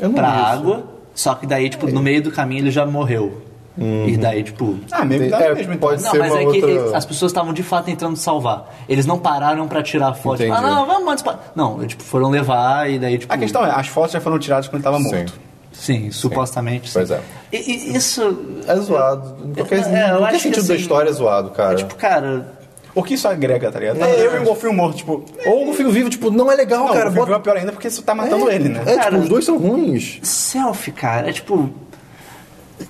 [SPEAKER 5] Eu não
[SPEAKER 1] pra
[SPEAKER 5] vi isso.
[SPEAKER 1] água. Só que daí, tipo, no meio do caminho ele já morreu. E daí, tipo.
[SPEAKER 2] Ah, meio que dá
[SPEAKER 5] É,
[SPEAKER 2] mesmo, então.
[SPEAKER 5] Uhum. pode
[SPEAKER 1] Não,
[SPEAKER 5] ser
[SPEAKER 1] mas
[SPEAKER 5] uma
[SPEAKER 1] é que
[SPEAKER 5] outra...
[SPEAKER 1] eles- as pessoas estavam de fato tentando salvar. Eles não pararam pra tirar foto. Tipo, ah,
[SPEAKER 5] Entendi.
[SPEAKER 1] não, vamos antes. pa- Não, eles, tipo, foram levar e daí, tipo.
[SPEAKER 2] A questão é, as fotos já foram tiradas quando ele tava
[SPEAKER 5] Sim.
[SPEAKER 2] morto.
[SPEAKER 1] Sim, supostamente.
[SPEAKER 5] Pois
[SPEAKER 1] sim.
[SPEAKER 5] é.
[SPEAKER 1] E, e isso.
[SPEAKER 5] É zoado. Qualquer,
[SPEAKER 1] É, eu
[SPEAKER 5] qualquer
[SPEAKER 1] acho que
[SPEAKER 5] sentido da
[SPEAKER 1] assim,
[SPEAKER 5] história é zoado, cara.
[SPEAKER 1] É tipo, cara.
[SPEAKER 2] O que isso agrega, tá ligado? É, eu e o golfinho morto, tipo...
[SPEAKER 5] Ou o golfinho vivo, tipo, não é legal,
[SPEAKER 2] Não,
[SPEAKER 5] cara.
[SPEAKER 2] o golfinho
[SPEAKER 5] bota-
[SPEAKER 2] é pior ainda porque isso tá matando
[SPEAKER 5] é,
[SPEAKER 2] ele, né?
[SPEAKER 5] É,
[SPEAKER 1] Cara-
[SPEAKER 5] tipo, os dois são ruins.
[SPEAKER 1] Selfie, cara. É tipo.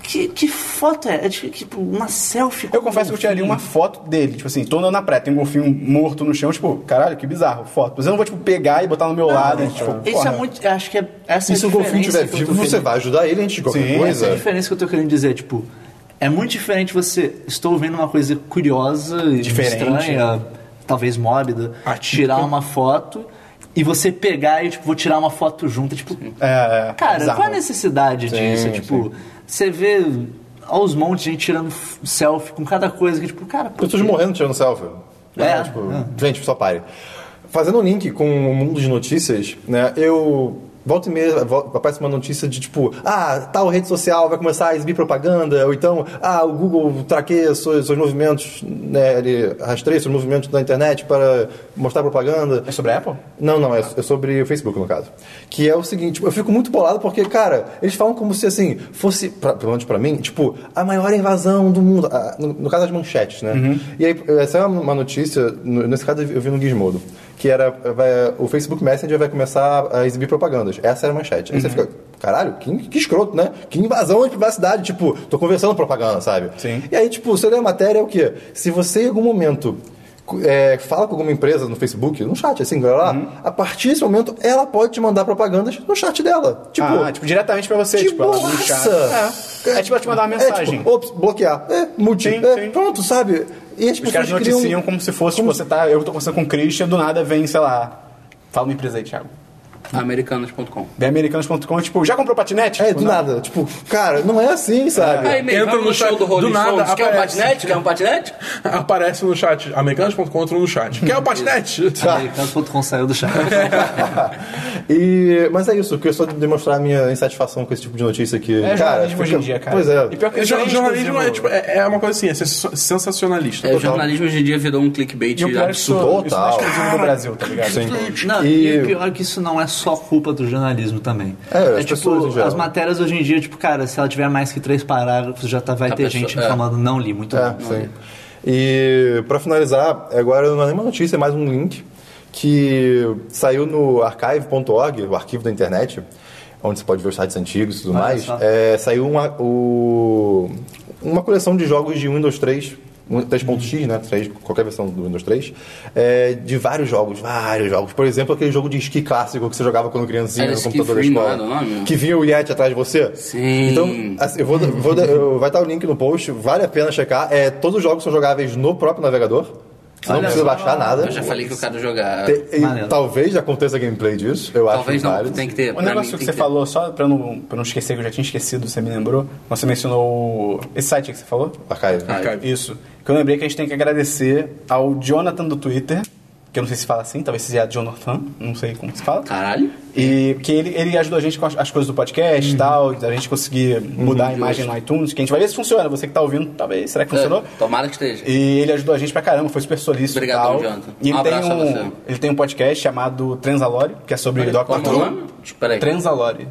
[SPEAKER 1] Que, que foto é? É de- tipo uma selfie. com
[SPEAKER 2] Eu confesso que eu tiraria uma foto dele, tipo assim, tô andando na praia, tem um golfinho morto no chão, tipo, caralho, que bizarro, foto. Mas eu não vou, tipo, pegar e botar no meu lado, e, tipo,
[SPEAKER 1] Isso
[SPEAKER 2] porra.
[SPEAKER 1] é muito. eu Acho que é essa é
[SPEAKER 5] E
[SPEAKER 1] a
[SPEAKER 5] se o golfinho
[SPEAKER 1] diferença
[SPEAKER 5] estiver
[SPEAKER 1] que eu tô
[SPEAKER 5] vivo, você
[SPEAKER 1] querendo-
[SPEAKER 5] vai ajudar ele antes de qualquer
[SPEAKER 2] Sim,
[SPEAKER 1] Essa é a
[SPEAKER 5] coisa.
[SPEAKER 1] diferença que eu tô querendo dizer. Tipo, é muito diferente você. Estou ouvindo uma coisa curiosa, e
[SPEAKER 2] Diferente.
[SPEAKER 1] estranha, talvez mórbida,
[SPEAKER 3] Atípica.
[SPEAKER 1] tirar uma foto e você pegar e, tipo, vou tirar uma foto junto. Tipo,
[SPEAKER 2] É, é,
[SPEAKER 1] Cara,
[SPEAKER 2] bizarro.
[SPEAKER 1] qual a necessidade disso? É, tipo, você vê aos montes de gente tirando f- selfie com cada coisa que, tipo, cara, pô,
[SPEAKER 5] Pessoas morrendo tirando selfie.
[SPEAKER 1] É,
[SPEAKER 5] Tipo,
[SPEAKER 1] é.
[SPEAKER 5] Gente, só pare. Fazendo um link com o mundo de notícias, né? Eu. Volta e meia, vol- aparece uma notícia de tipo, ah, tal rede social vai começar a exibir propaganda, ou então, ah, o Google traqueia seus, seus movimentos, né, ele rastreia seus movimentos na internet para mostrar propaganda.
[SPEAKER 2] É sobre a Apple?
[SPEAKER 5] Não, não, é, é sobre o Facebook, no caso. Que é o seguinte, eu fico muito bolado porque, cara, eles falam como se, assim, fosse, pra, pelo menos pra mim, tipo, a maior invasão do mundo. Ah, no, no caso das manchetes, né? E aí, essa é uma uma notícia, no- nesse caso eu vi no Gizmodo, que era, vai- o Facebook Messenger vai começar a exibir propagandas. Essa era a manchete. Aí você fica, caralho, que, que escroto, né? Que invasão de privacidade, tipo, tô conversando propaganda, sabe?
[SPEAKER 2] Sim.
[SPEAKER 5] E aí, tipo, você lê a matéria, é o quê? Se você em algum momento cu- é, fala com alguma empresa no Facebook, num chat, assim, vai lá,
[SPEAKER 2] Uhum.
[SPEAKER 5] a partir desse momento, ela pode te mandar propagandas no chat dela. Tipo,
[SPEAKER 2] ah, tipo, diretamente pra você,
[SPEAKER 5] que
[SPEAKER 2] tipo, ela no chat.
[SPEAKER 5] bosta!
[SPEAKER 2] É, é tipo, ela te mandar uma
[SPEAKER 5] é
[SPEAKER 2] mensagem.
[SPEAKER 5] tipo, ops, bloquear. É, multi.
[SPEAKER 2] Sim,
[SPEAKER 5] é,
[SPEAKER 2] sim.
[SPEAKER 5] pronto, sabe? E as
[SPEAKER 2] Os
[SPEAKER 5] pessoas
[SPEAKER 2] caras
[SPEAKER 5] criam...
[SPEAKER 2] noticiam como se fosse, tipo, você tá, eu tô conversando com o Christian, do nada vem, sei lá, fala uma empresa aí, Thiago.
[SPEAKER 4] Americanas.com.
[SPEAKER 2] Vem americanos.com, tipo, já comprou patinete?
[SPEAKER 5] É,
[SPEAKER 2] Tipo,
[SPEAKER 5] do
[SPEAKER 2] não.
[SPEAKER 5] nada. Tipo, cara, não é assim, sabe?
[SPEAKER 4] Aí, meio,
[SPEAKER 3] Entra
[SPEAKER 4] vamos
[SPEAKER 3] no
[SPEAKER 4] no show
[SPEAKER 3] chat,
[SPEAKER 4] do Rolling
[SPEAKER 3] do nada
[SPEAKER 4] Stones. Quer um
[SPEAKER 3] aparece.
[SPEAKER 4] patinete? Quer um patinete?
[SPEAKER 3] Aparece no chat, americanos.com, entra no chat. Quer o patinete?
[SPEAKER 1] americanos.com saiu do chat.
[SPEAKER 5] É, E, mas é isso, eu queria só demonstrar a minha insatisfação com esse tipo de notícia que.
[SPEAKER 2] É
[SPEAKER 5] cara,
[SPEAKER 2] jornalismo hoje em dia, cara.
[SPEAKER 5] Pois é.
[SPEAKER 2] E pior que
[SPEAKER 3] É,
[SPEAKER 2] isso
[SPEAKER 3] jo-
[SPEAKER 2] é
[SPEAKER 3] jornalismo é,
[SPEAKER 2] exclusivo.
[SPEAKER 3] tipo, é, é uma coisa assim, é sensa- sensacionalista.
[SPEAKER 4] É, o jornalismo hoje em dia virou um clickbait
[SPEAKER 2] E o pior é que isso,
[SPEAKER 4] absurdo.
[SPEAKER 2] isso não é
[SPEAKER 5] Total.
[SPEAKER 2] exclusivo no Brasil, tá ligado?
[SPEAKER 5] Sim.
[SPEAKER 1] Não,
[SPEAKER 5] E-
[SPEAKER 1] e... o pior é que isso não é só culpa do jornalismo também.
[SPEAKER 5] É, as pessoas em
[SPEAKER 1] tipo,
[SPEAKER 5] geral.
[SPEAKER 1] as matérias hoje em dia, tipo, cara, se ela tiver mais que três parágrafos, já tá, vai
[SPEAKER 4] A
[SPEAKER 1] ter
[SPEAKER 4] pessoa-
[SPEAKER 1] gente
[SPEAKER 4] é.
[SPEAKER 1] reclamando, não li, muito
[SPEAKER 5] É,
[SPEAKER 1] bem.
[SPEAKER 5] sim. E pra finalizar, agora não é nem uma notícia, é mais um link que saiu no archive.org, o arquivo da internet, onde você pode ver os sites antigos e tudo
[SPEAKER 1] Olha
[SPEAKER 5] mais.
[SPEAKER 1] só.
[SPEAKER 5] É, saiu uma, o- uma coleção de jogos de Windows 3. um-
[SPEAKER 4] Uhum.
[SPEAKER 5] 3.x, né? 3, qualquer versão do Windows 3, é, de vários jogos, vários jogos. Por exemplo, aquele jogo de esqui clássico que você jogava quando criancinha
[SPEAKER 4] Era
[SPEAKER 5] no
[SPEAKER 4] Ski
[SPEAKER 5] computador
[SPEAKER 4] Free,
[SPEAKER 5] da escola.
[SPEAKER 4] não era o nome?
[SPEAKER 5] que vinha o Yeti atrás de você.
[SPEAKER 4] Sim.
[SPEAKER 5] Então, Assim, eu vou, vou- eu- vai estar o link no post, vale a pena checar. É, todos os jogos são jogáveis no próprio navegador. Você não
[SPEAKER 1] Olha
[SPEAKER 5] precisa
[SPEAKER 1] só.
[SPEAKER 5] baixar nada.
[SPEAKER 4] Eu já falei que eu quero jogar.
[SPEAKER 5] Tem- e
[SPEAKER 1] Maneiro.
[SPEAKER 5] talvez aconteça gameplay disso, eu
[SPEAKER 4] Talvez
[SPEAKER 5] acho
[SPEAKER 4] não,
[SPEAKER 5] válido.
[SPEAKER 4] tem que ter.
[SPEAKER 2] O
[SPEAKER 4] pra
[SPEAKER 2] Um negócio
[SPEAKER 4] mim,
[SPEAKER 2] que
[SPEAKER 4] tem
[SPEAKER 2] você
[SPEAKER 4] ter.
[SPEAKER 2] falou, só pra eu não, pra eu não esquecer, que eu já tinha esquecido, você me lembrou. Você mencionou o- esse site aí que você falou?
[SPEAKER 5] Archive.
[SPEAKER 4] Ah,
[SPEAKER 3] Archive.
[SPEAKER 2] Isso. Que eu lembrei que a gente tem que agradecer ao Jonathan do Twitter, que eu não sei se fala assim, talvez seja Jonathan, não sei como se fala.
[SPEAKER 4] Caralho.
[SPEAKER 2] E que ele, ele ajudou a gente com as, as coisas do podcast e
[SPEAKER 4] Uhum.
[SPEAKER 2] tal, da gente conseguir mudar a imagem no iTunes, que a gente vai ver se funciona. Você que tá ouvindo, talvez, será que funcionou?
[SPEAKER 4] É, tomara que esteja.
[SPEAKER 2] E ele ajudou a gente pra caramba, foi super solícito e
[SPEAKER 4] Obrigadão,
[SPEAKER 2] tal.
[SPEAKER 4] Jonathan.
[SPEAKER 2] E ele,
[SPEAKER 4] Um
[SPEAKER 2] tem
[SPEAKER 4] abraço a
[SPEAKER 2] um,
[SPEAKER 4] você.
[SPEAKER 2] ele tem um podcast chamado Transalore, que é sobre Doc
[SPEAKER 4] Como o
[SPEAKER 2] Patrão.
[SPEAKER 4] nome? Peraí.
[SPEAKER 2] Transalore.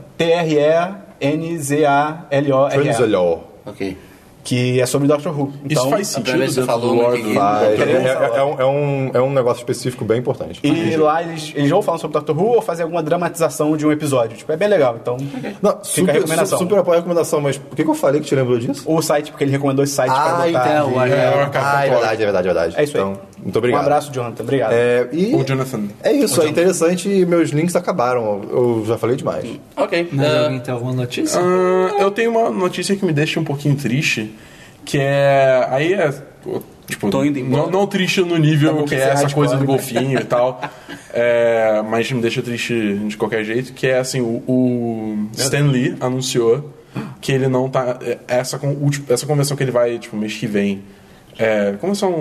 [SPEAKER 4] é.
[SPEAKER 2] T-R-E-N-Z-A-L-O-R-E.
[SPEAKER 5] Transalhor.
[SPEAKER 4] Ok.
[SPEAKER 2] Que é sobre Doctor Who.
[SPEAKER 3] Isso
[SPEAKER 2] Então,
[SPEAKER 3] faz
[SPEAKER 4] a
[SPEAKER 3] sentido
[SPEAKER 4] primeira vez que
[SPEAKER 3] dentro
[SPEAKER 4] você falou,
[SPEAKER 3] do lore
[SPEAKER 4] né,
[SPEAKER 3] do-
[SPEAKER 4] que-
[SPEAKER 5] Ah, é, é- é
[SPEAKER 2] Transalor.
[SPEAKER 5] um, é, um, é um negócio específico bem importante.
[SPEAKER 2] E lá eles, eles ou falam sobre Doctor Who ou fazem alguma dramatização de um episódio. Tipo, é bem legal. Então,
[SPEAKER 5] Não,
[SPEAKER 2] fica a
[SPEAKER 5] super,
[SPEAKER 2] recomendação.
[SPEAKER 5] super apoio a recomendação, mas por que, que eu falei que te lembrou disso?
[SPEAKER 2] O site, porque ele recomendou esse site pra botar.
[SPEAKER 4] então,
[SPEAKER 1] entendi. o Archive.
[SPEAKER 5] Ah, é verdade, é verdade, é verdade.
[SPEAKER 2] É isso aí.
[SPEAKER 5] então, Muito obrigado.
[SPEAKER 2] Um abraço, Jonathan. Obrigado.
[SPEAKER 5] É, e
[SPEAKER 3] Ou Jonathan.
[SPEAKER 5] É isso, é interessante e meus links acabaram. Eu já falei demais.
[SPEAKER 4] Ok.
[SPEAKER 1] Mas
[SPEAKER 5] É.
[SPEAKER 4] Ah,
[SPEAKER 1] né, alguém tem alguma notícia?
[SPEAKER 3] Ah, eu tenho uma notícia que me deixa um pouquinho triste, que é. Aí é. Tipo,
[SPEAKER 4] Tô indo embora.
[SPEAKER 3] não, não triste no nível
[SPEAKER 2] bom,
[SPEAKER 3] que
[SPEAKER 2] que
[SPEAKER 3] é
[SPEAKER 2] você
[SPEAKER 3] essa
[SPEAKER 2] raspa,
[SPEAKER 3] coisa do
[SPEAKER 2] né?
[SPEAKER 3] golfinho e tal. é, mas me deixa triste de qualquer jeito, que é assim, o, o Stan Lee anunciou que ele não tá. é, Essa, con- ulti- essa convenção que ele vai, tipo, mês que vem. É, convenção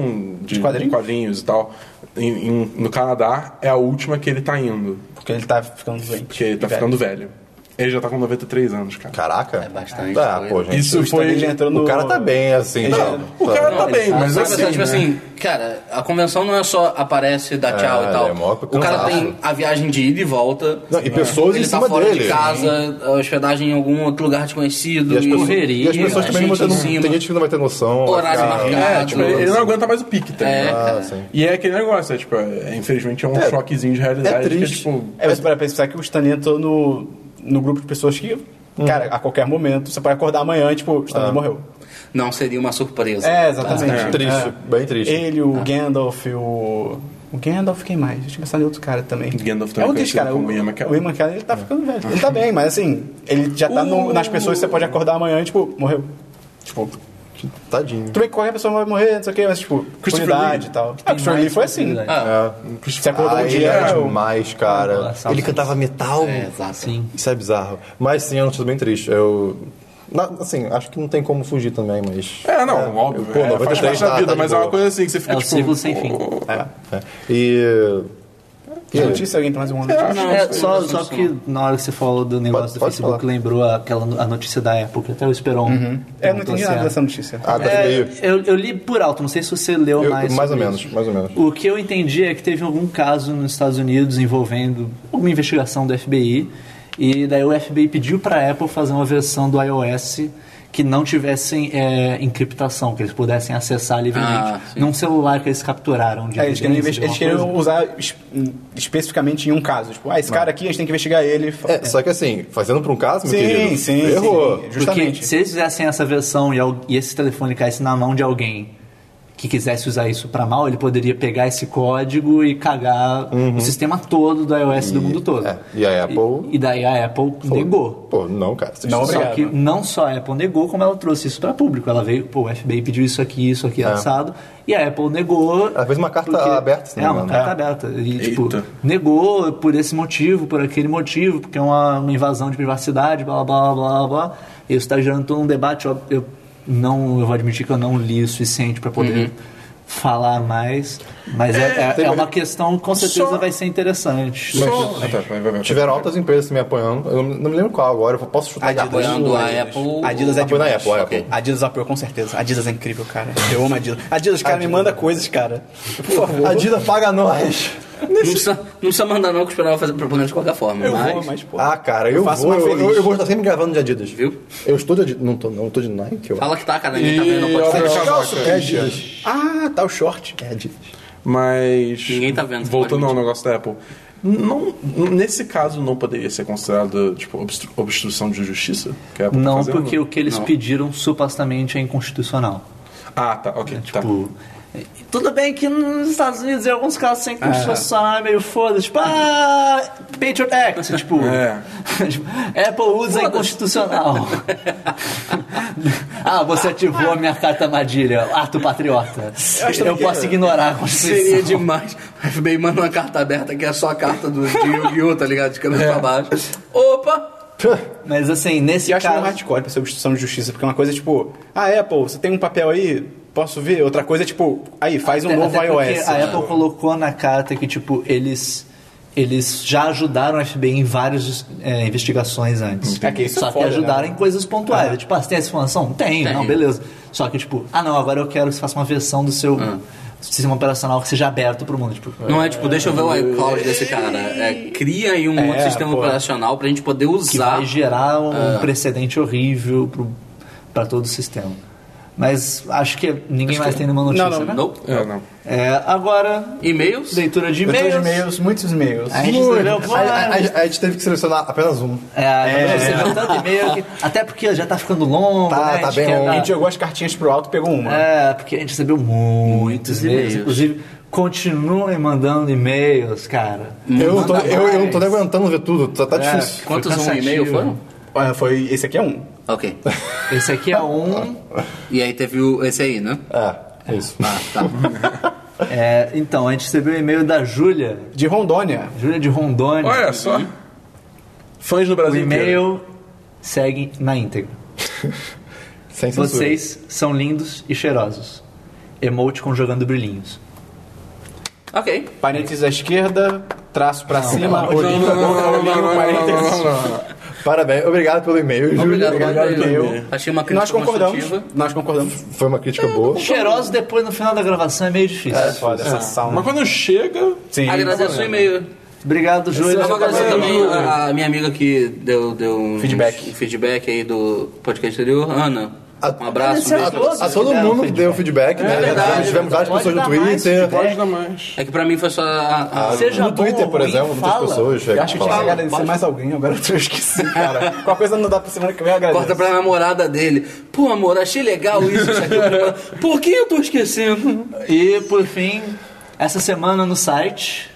[SPEAKER 3] de,
[SPEAKER 2] De quadrinhos?
[SPEAKER 3] de quadrinhos e tal. em- em- no Canadá é a última que ele tá indo.
[SPEAKER 2] Porque ele tá ficando doente.
[SPEAKER 3] Porque ele tá
[SPEAKER 2] E velho.
[SPEAKER 3] ficando velho. Ele já tá com 93 anos, cara.
[SPEAKER 5] Caraca.
[SPEAKER 4] É bastante
[SPEAKER 5] Ah,
[SPEAKER 4] coisa.
[SPEAKER 5] pô, gente.
[SPEAKER 3] Isso
[SPEAKER 2] Stan
[SPEAKER 3] foi.
[SPEAKER 2] Lee já entrou no...
[SPEAKER 5] O cara tá bem, assim.
[SPEAKER 2] Ele-
[SPEAKER 5] não.
[SPEAKER 3] O cara tá
[SPEAKER 4] Ele
[SPEAKER 3] bem,
[SPEAKER 4] fala,
[SPEAKER 3] mas
[SPEAKER 4] sabe,
[SPEAKER 3] assim.
[SPEAKER 4] Tipo
[SPEAKER 3] né?
[SPEAKER 4] assim, cara, a convenção não é só aparece, dá tchau
[SPEAKER 5] É,
[SPEAKER 4] e tal.
[SPEAKER 5] é mó
[SPEAKER 4] o cara
[SPEAKER 5] cansaço.
[SPEAKER 4] tem a viagem de ida e volta.
[SPEAKER 5] Não, e pessoas
[SPEAKER 4] ele
[SPEAKER 5] em
[SPEAKER 4] tá
[SPEAKER 5] cima
[SPEAKER 4] fora
[SPEAKER 5] dele.
[SPEAKER 4] de casa, a hospedagem em algum outro lugar desconhecido.
[SPEAKER 5] E as pessoas,
[SPEAKER 1] Correria,
[SPEAKER 5] e as pessoas
[SPEAKER 1] a
[SPEAKER 5] também não
[SPEAKER 4] tá gente
[SPEAKER 5] vão ter
[SPEAKER 4] em
[SPEAKER 5] no-
[SPEAKER 4] cima.
[SPEAKER 5] Tem gente que não vai ter noção.
[SPEAKER 4] Horário
[SPEAKER 5] vai
[SPEAKER 4] marcado.
[SPEAKER 3] É, tipo, ele, ele não aguenta mais o pique, tá
[SPEAKER 4] É,
[SPEAKER 3] ligado?
[SPEAKER 5] Ah,
[SPEAKER 4] cara.
[SPEAKER 5] sim.
[SPEAKER 3] E é aquele negócio, é, tipo, é, infelizmente é um
[SPEAKER 5] É.
[SPEAKER 3] choquezinho de realidade.
[SPEAKER 5] É triste.
[SPEAKER 3] Que, tipo,
[SPEAKER 2] É, você para pensar que o Stan Lee entrou no, no grupo de pessoas que Cara, a qualquer momento, você pode acordar amanhã e, tipo, Stanley morreu.
[SPEAKER 4] Não seria uma surpresa.
[SPEAKER 2] É, exatamente.
[SPEAKER 5] É. Triste, bem triste.
[SPEAKER 2] Ele, o Gandalf, o. O Gandalf, quem mais? Deixa eu pensar em outro cara também.
[SPEAKER 3] Gandalf
[SPEAKER 2] é
[SPEAKER 3] também
[SPEAKER 2] um desses,
[SPEAKER 3] conhecido
[SPEAKER 2] cara.
[SPEAKER 3] como
[SPEAKER 2] o
[SPEAKER 3] Ian McKellen.
[SPEAKER 2] o Ian McKellen, ele tá ficando velho. Ele tá bem, mas assim, ele já tá no- nas pessoas que você pode acordar amanhã e, tipo, morreu. Tipo,
[SPEAKER 5] Tadinho. né?
[SPEAKER 2] tudo bem que qualquer pessoa vai morrer, não sei o quê, mas, tipo,
[SPEAKER 3] Christopher
[SPEAKER 2] comunidade
[SPEAKER 3] Lee.
[SPEAKER 2] e tal. Ah, Christopher Lee foi assim.
[SPEAKER 1] Verdade.
[SPEAKER 4] Ah,
[SPEAKER 5] É.
[SPEAKER 2] Você acordou
[SPEAKER 5] Ah,
[SPEAKER 2] um
[SPEAKER 5] ele
[SPEAKER 2] dia.
[SPEAKER 5] era
[SPEAKER 2] é, o-
[SPEAKER 5] demais, cara.
[SPEAKER 1] Nossa,
[SPEAKER 5] Ele
[SPEAKER 1] nossa.
[SPEAKER 5] cantava metal.
[SPEAKER 4] é, exato.
[SPEAKER 1] Sim.
[SPEAKER 5] Isso é bizarro. Mas sim, é uma notícia bem triste. Eu. na- assim, acho que não tem como fugir também, mas.
[SPEAKER 3] É, não, óbvio.
[SPEAKER 5] Pô,
[SPEAKER 3] é,
[SPEAKER 5] 93
[SPEAKER 3] faz parte da
[SPEAKER 5] tá-
[SPEAKER 3] vida,
[SPEAKER 5] tá de
[SPEAKER 3] mas é
[SPEAKER 5] boa.
[SPEAKER 3] uma coisa assim que você fica
[SPEAKER 1] É um
[SPEAKER 3] tipo.
[SPEAKER 1] círculo sem
[SPEAKER 3] pô,
[SPEAKER 1] fim.
[SPEAKER 5] É. E. e aí?
[SPEAKER 2] Notícia, alguém tem mais alguma notícia?
[SPEAKER 1] É, só, só que na hora que você falou do negócio do
[SPEAKER 5] assim. Pode- pode
[SPEAKER 1] Facebook,
[SPEAKER 5] falar. Uhum.
[SPEAKER 1] lembrou aquela no- a notícia da época, até o Esperon.
[SPEAKER 2] É, eu não entendi nada dessa notícia.
[SPEAKER 5] Ah, tá
[SPEAKER 1] É,
[SPEAKER 5] meio.
[SPEAKER 1] eu, eu li por alto, não sei se você leu
[SPEAKER 5] eu-
[SPEAKER 1] mais.
[SPEAKER 5] mais ou
[SPEAKER 1] sobre
[SPEAKER 5] menos,
[SPEAKER 1] isso.
[SPEAKER 5] mais ou menos.
[SPEAKER 1] O que eu entendi é que teve algum caso nos Estados Unidos envolvendo alguma investigação do FBI e daí o FBI pediu para a Apple fazer uma versão do iOS que não tivessem é, encriptação, que eles pudessem acessar livremente
[SPEAKER 4] Ah, sim.
[SPEAKER 1] num celular que eles capturaram. De
[SPEAKER 2] É, eles queriam,
[SPEAKER 1] evidências,
[SPEAKER 2] investi- eles
[SPEAKER 1] alguma
[SPEAKER 2] queriam
[SPEAKER 1] coisa.
[SPEAKER 2] usar es- especificamente em um caso. Tipo, ah, esse cara aqui, a gente tem que investigar ele.
[SPEAKER 5] É, só que assim, fazendo pra um caso, meu
[SPEAKER 2] Sim,
[SPEAKER 5] querido.
[SPEAKER 2] sim,
[SPEAKER 5] errou.
[SPEAKER 2] sim.
[SPEAKER 1] Porque
[SPEAKER 2] Justamente.
[SPEAKER 1] se eles fizessem essa versão e, al- e esse telefone caísse na mão de alguém que quisesse usar isso pra mal, ele poderia pegar esse código e cagar o sistema todo do iOS do mundo todo.
[SPEAKER 5] é, Uhum. e a Apple-
[SPEAKER 1] E, e daí a Apple negou.
[SPEAKER 5] Pô, não, cara. vocês-
[SPEAKER 2] Não,
[SPEAKER 5] só-
[SPEAKER 2] obrigado.
[SPEAKER 1] Só que não só a Apple negou, como ela trouxe isso pra público. Ela veio, pô, o FBI pediu isso aqui, isso aqui, assado. E a Apple negou.
[SPEAKER 5] É. Ela fez uma carta
[SPEAKER 1] porque-
[SPEAKER 5] aberta, se não
[SPEAKER 1] É,
[SPEAKER 5] me
[SPEAKER 1] uma
[SPEAKER 5] engano.
[SPEAKER 1] carta aberta. E, tipo,
[SPEAKER 3] Eita.
[SPEAKER 1] negou por esse motivo, por aquele motivo, porque é uma, uma invasão de privacidade, blá, blá, blá, blá, blá. Isso tá gerando todo um debate. Eu, eu não, eu vou admitir que eu não li o suficiente para
[SPEAKER 5] Uhum.
[SPEAKER 1] poder falar mais, mas é, é, é uma questão que com certeza
[SPEAKER 3] Só-
[SPEAKER 1] vai ser interessante.
[SPEAKER 3] Só... Ah, tá, vai, vai, vai.
[SPEAKER 5] Tiveram altas empresas me apoiando. Eu não não me lembro qual agora, eu posso chutar
[SPEAKER 2] Adidas.
[SPEAKER 5] Yahoo.
[SPEAKER 4] Apoiando a Apple.
[SPEAKER 2] Adidas é
[SPEAKER 5] Apoio na
[SPEAKER 2] demais.
[SPEAKER 5] Apple, Apple.
[SPEAKER 4] Ok.
[SPEAKER 2] Adidas apoiou com certeza. Adidas é incrível, cara. Eu amo Adidas. Adidas, cara, me manda coisas, cara. Por favor.
[SPEAKER 5] Adidas paga nós.
[SPEAKER 4] Não precisa, não precisa mandar não, que eu esperava fazer propaganda de qualquer forma.
[SPEAKER 2] Eu
[SPEAKER 4] mas...
[SPEAKER 2] vou, mas, pô.
[SPEAKER 5] Ah, cara, eu,
[SPEAKER 2] faço
[SPEAKER 5] vou.
[SPEAKER 2] uma
[SPEAKER 5] Eu,
[SPEAKER 2] feliz.
[SPEAKER 5] eu, eu vou estar sempre gravando de Adidas.
[SPEAKER 4] Viu?
[SPEAKER 5] Eu estou de Adidas. Não tô, não, eu tô de Nike. Eu...
[SPEAKER 4] Fala que tá, cara. Ninguém tá vendo,
[SPEAKER 3] E
[SPEAKER 4] não pode
[SPEAKER 3] olha
[SPEAKER 4] ser.
[SPEAKER 3] o
[SPEAKER 5] acho.
[SPEAKER 3] cavaco.
[SPEAKER 5] é Adidas.
[SPEAKER 2] Ah, tá o short.
[SPEAKER 5] É Adidas.
[SPEAKER 3] Mas.
[SPEAKER 4] Ninguém tá vendo,
[SPEAKER 3] Voltando
[SPEAKER 4] pode
[SPEAKER 3] ao negócio da Apple. Não, nesse caso, não poderia ser considerado tipo, obstru- obstrução de justiça? Que a Apple tá
[SPEAKER 1] Não,
[SPEAKER 3] fazendo?
[SPEAKER 5] um
[SPEAKER 1] porque o que eles pediram supostamente é inconstitucional.
[SPEAKER 3] Ah, tá, ok. tá.
[SPEAKER 1] Tipo, tudo bem que nos Estados Unidos em alguns casos sem constitucional é meio foda, tipo, ah, Patriot Act, tipo,
[SPEAKER 3] É.
[SPEAKER 1] tipo, Apple usa inconstitucional. ah, você ativou a minha carta armadilha, ato patriota. Eu, posso ignorar a Constituição.
[SPEAKER 4] Seria demais. O FBI manda uma carta aberta que é só a carta do de Yu-Gi-Oh, tá ligado? De cabeça pra baixo. Opa!
[SPEAKER 1] Mas assim, nesse
[SPEAKER 2] E acho um
[SPEAKER 1] caso,
[SPEAKER 2] hardcore pra ser obstrução de justiça, porque uma coisa é tipo, ah, Apple, você tem um papel aí? Posso ver? Outra coisa é tipo, aí, faz um
[SPEAKER 1] até-
[SPEAKER 2] novo
[SPEAKER 1] até porque
[SPEAKER 2] iOS.
[SPEAKER 1] a Apple colocou na carta que, tipo, eles... Eles já ajudaram o FBI em várias é, investigações antes.
[SPEAKER 2] É que isso é
[SPEAKER 1] Só que
[SPEAKER 2] foda, né? É.
[SPEAKER 1] ajudaram em coisas pontuais. Tipo, ah, você tem essa informação? Tem,
[SPEAKER 4] Tem.
[SPEAKER 1] não, beleza. Só que, tipo, ah, não, agora eu quero que você faça uma versão do seu
[SPEAKER 2] Ah.
[SPEAKER 1] sistema operacional que seja aberto pro mundo. Tipo,
[SPEAKER 4] Não é tipo, deixa eu ver o iCloud desse cara. É, cria aí um
[SPEAKER 2] É,
[SPEAKER 4] outro sistema
[SPEAKER 2] pô.
[SPEAKER 4] operacional pra gente poder
[SPEAKER 1] que
[SPEAKER 4] usar.
[SPEAKER 1] vai gerar
[SPEAKER 2] É.
[SPEAKER 1] um precedente horrível pro, pra todo o sistema. Mas acho que ninguém mais tem nenhuma notícia,
[SPEAKER 2] não,
[SPEAKER 1] né?
[SPEAKER 4] Nope.
[SPEAKER 3] É, não.
[SPEAKER 1] É, agora,
[SPEAKER 4] E-mails?
[SPEAKER 1] leitura de
[SPEAKER 2] Eu tenho os
[SPEAKER 1] e-mails.
[SPEAKER 2] e-mails, muitos e-mails.
[SPEAKER 1] A gente recebeu
[SPEAKER 5] A, a- a- a gente teve que selecionar apenas um.
[SPEAKER 1] É, recebeu tanto e-mail que, até porque já tá ficando longo,
[SPEAKER 5] Tá,
[SPEAKER 1] né?
[SPEAKER 5] tá
[SPEAKER 1] a gente
[SPEAKER 5] bem
[SPEAKER 1] quer
[SPEAKER 5] longo.
[SPEAKER 2] um. A
[SPEAKER 1] dar-
[SPEAKER 2] gente jogou as cartinhas pro alto e pegou uma.
[SPEAKER 1] É, porque a gente recebeu muitos
[SPEAKER 4] Muitos
[SPEAKER 1] e-mails.
[SPEAKER 4] e-mails.
[SPEAKER 1] Inclusive, continuem mandando e-mails, cara.
[SPEAKER 5] Eu, não tô,
[SPEAKER 4] Manda
[SPEAKER 5] eu, eu não tô nem
[SPEAKER 4] mais.
[SPEAKER 5] aguentando ver tudo, tá, tá
[SPEAKER 2] É.
[SPEAKER 5] difícil.
[SPEAKER 4] Quantos
[SPEAKER 1] Foi
[SPEAKER 4] um e-mail
[SPEAKER 1] cansativo.
[SPEAKER 4] foram?
[SPEAKER 2] Ah, Foi, esse aqui é um.
[SPEAKER 4] Ok.
[SPEAKER 1] Esse aqui é um.
[SPEAKER 4] E aí teve o, esse aí, né?
[SPEAKER 5] É, é isso.
[SPEAKER 4] Ah, tá.
[SPEAKER 1] É, então, a gente recebeu um e-mail da Júlia,
[SPEAKER 2] De Rondônia.
[SPEAKER 1] Júlia de Rondônia.
[SPEAKER 3] Olha só. Fãs do
[SPEAKER 1] o
[SPEAKER 3] Brasil. inteiro.
[SPEAKER 1] e-mail segue na íntegra.
[SPEAKER 5] Sem censura.
[SPEAKER 1] Vocês são lindos e cheirosos. Emote conjugando brilhinhos.
[SPEAKER 4] ok.
[SPEAKER 2] Parênteses à esquerda, traço pra cima, olhinho pra boca,
[SPEAKER 3] não, não, não,
[SPEAKER 2] olhinho,
[SPEAKER 3] não, não, não,
[SPEAKER 2] parênteses.
[SPEAKER 3] não, não, não.
[SPEAKER 5] Parabéns, obrigado pelo e-mail, Júlio.
[SPEAKER 4] Obrigado,
[SPEAKER 2] obrigado
[SPEAKER 4] obrigado
[SPEAKER 2] pelo
[SPEAKER 4] e-mail. Achei uma crítica
[SPEAKER 2] Nós concordamos,
[SPEAKER 4] construtiva.
[SPEAKER 2] nós concordamos.
[SPEAKER 5] Foi uma crítica boa.
[SPEAKER 1] Cheirosos depois no final da gravação é meio difícil.
[SPEAKER 2] É foda essa sauna.
[SPEAKER 3] Mas quando chega.
[SPEAKER 2] Sim.
[SPEAKER 4] Agradeço o e-mail.
[SPEAKER 1] Obrigado, Júlia.
[SPEAKER 4] Eu vou agradecer
[SPEAKER 3] Obrigado,
[SPEAKER 4] também
[SPEAKER 3] Júlia.
[SPEAKER 4] a a minha amiga que deu, deu um
[SPEAKER 2] Feedback.
[SPEAKER 4] um feedback aí do podcast anterior, Ana.
[SPEAKER 5] A,
[SPEAKER 4] Um abraço, um
[SPEAKER 1] Esse é
[SPEAKER 4] beijo.
[SPEAKER 1] todo.
[SPEAKER 5] a Tá todo
[SPEAKER 1] Deram
[SPEAKER 5] mundo
[SPEAKER 1] feedback.
[SPEAKER 5] deu feedback, né?
[SPEAKER 4] verdade,
[SPEAKER 5] Tivemos várias
[SPEAKER 1] pode
[SPEAKER 5] pessoas no
[SPEAKER 1] dar mais
[SPEAKER 5] Twitter.
[SPEAKER 1] feedback.
[SPEAKER 3] Pode dar mais.
[SPEAKER 4] É que pra mim foi só a- a-
[SPEAKER 1] Seja
[SPEAKER 5] no
[SPEAKER 1] bom
[SPEAKER 5] Twitter,
[SPEAKER 1] ou
[SPEAKER 5] por
[SPEAKER 1] ruim,
[SPEAKER 5] exemplo, muitas
[SPEAKER 1] fala.
[SPEAKER 5] pessoas
[SPEAKER 2] Eu
[SPEAKER 5] chegam
[SPEAKER 2] acho que
[SPEAKER 5] a
[SPEAKER 2] tinha que
[SPEAKER 5] falar.
[SPEAKER 2] agradecer mais alguém, agora eu esqueci, cara. Qual coisa não dá pra semana que vem, eu agradeço.
[SPEAKER 4] Corta pra namorada dele. Pô, amor, achei legal isso, isso aqui. Por que eu tô esquecendo?
[SPEAKER 1] E por fim, essa semana no site,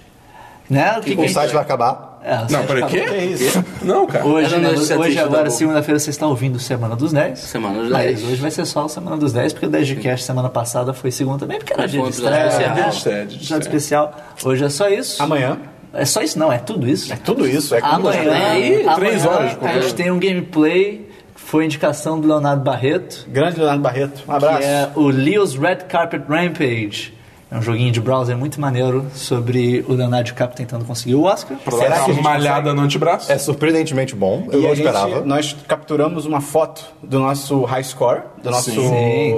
[SPEAKER 1] né? O que, que a
[SPEAKER 5] O
[SPEAKER 1] gente-
[SPEAKER 5] site vai acabar.
[SPEAKER 1] É, o
[SPEAKER 3] Não,
[SPEAKER 1] site
[SPEAKER 3] peraí,
[SPEAKER 1] acabou.
[SPEAKER 3] quê?
[SPEAKER 2] Que isso?
[SPEAKER 3] Não, cara.
[SPEAKER 1] Hoje,
[SPEAKER 4] Era
[SPEAKER 1] né,
[SPEAKER 4] noite
[SPEAKER 1] hoje,
[SPEAKER 4] setista,
[SPEAKER 1] agora,
[SPEAKER 4] Dabu.
[SPEAKER 1] segunda-feira, você está ouvindo o Semana dos 10.
[SPEAKER 4] Semana dos
[SPEAKER 1] Mas
[SPEAKER 4] 10.
[SPEAKER 1] hoje vai ser só o Semana dos 10, porque o 10 de cast semana passada foi segunda também, porque era dia de
[SPEAKER 4] Encontro da
[SPEAKER 1] estreia.
[SPEAKER 4] especial.
[SPEAKER 1] né?
[SPEAKER 3] Dia de estreia, dia de
[SPEAKER 1] Episódio
[SPEAKER 3] estreia.
[SPEAKER 1] especial. Hoje é só isso.
[SPEAKER 2] Amanhã.
[SPEAKER 1] É só isso, não, é tudo isso.
[SPEAKER 2] Tudo isso é
[SPEAKER 1] Amanhã,
[SPEAKER 4] Aí,
[SPEAKER 1] amanhã,
[SPEAKER 3] três horas de
[SPEAKER 1] Tá né? a
[SPEAKER 3] conteúdo.
[SPEAKER 1] gente tem um gameplay, que foi indicação do Leonardo Barreto,
[SPEAKER 2] Grande Leonardo Barreto. Um
[SPEAKER 1] que
[SPEAKER 2] abraço.
[SPEAKER 1] é o Leo's Red Carpet Rampage. É um joguinho de browser muito maneiro sobre o Leonardo DiCaprio tentando conseguir o Oscar.
[SPEAKER 3] Pra dar
[SPEAKER 2] Será que a
[SPEAKER 3] uma
[SPEAKER 2] gente
[SPEAKER 3] malhada no antebraço.
[SPEAKER 5] É surpreendentemente bom. Eu
[SPEAKER 2] e
[SPEAKER 5] não
[SPEAKER 2] a gente-
[SPEAKER 5] esperava.
[SPEAKER 2] nós capturamos uma foto do nosso high score, do nosso,
[SPEAKER 1] Sim.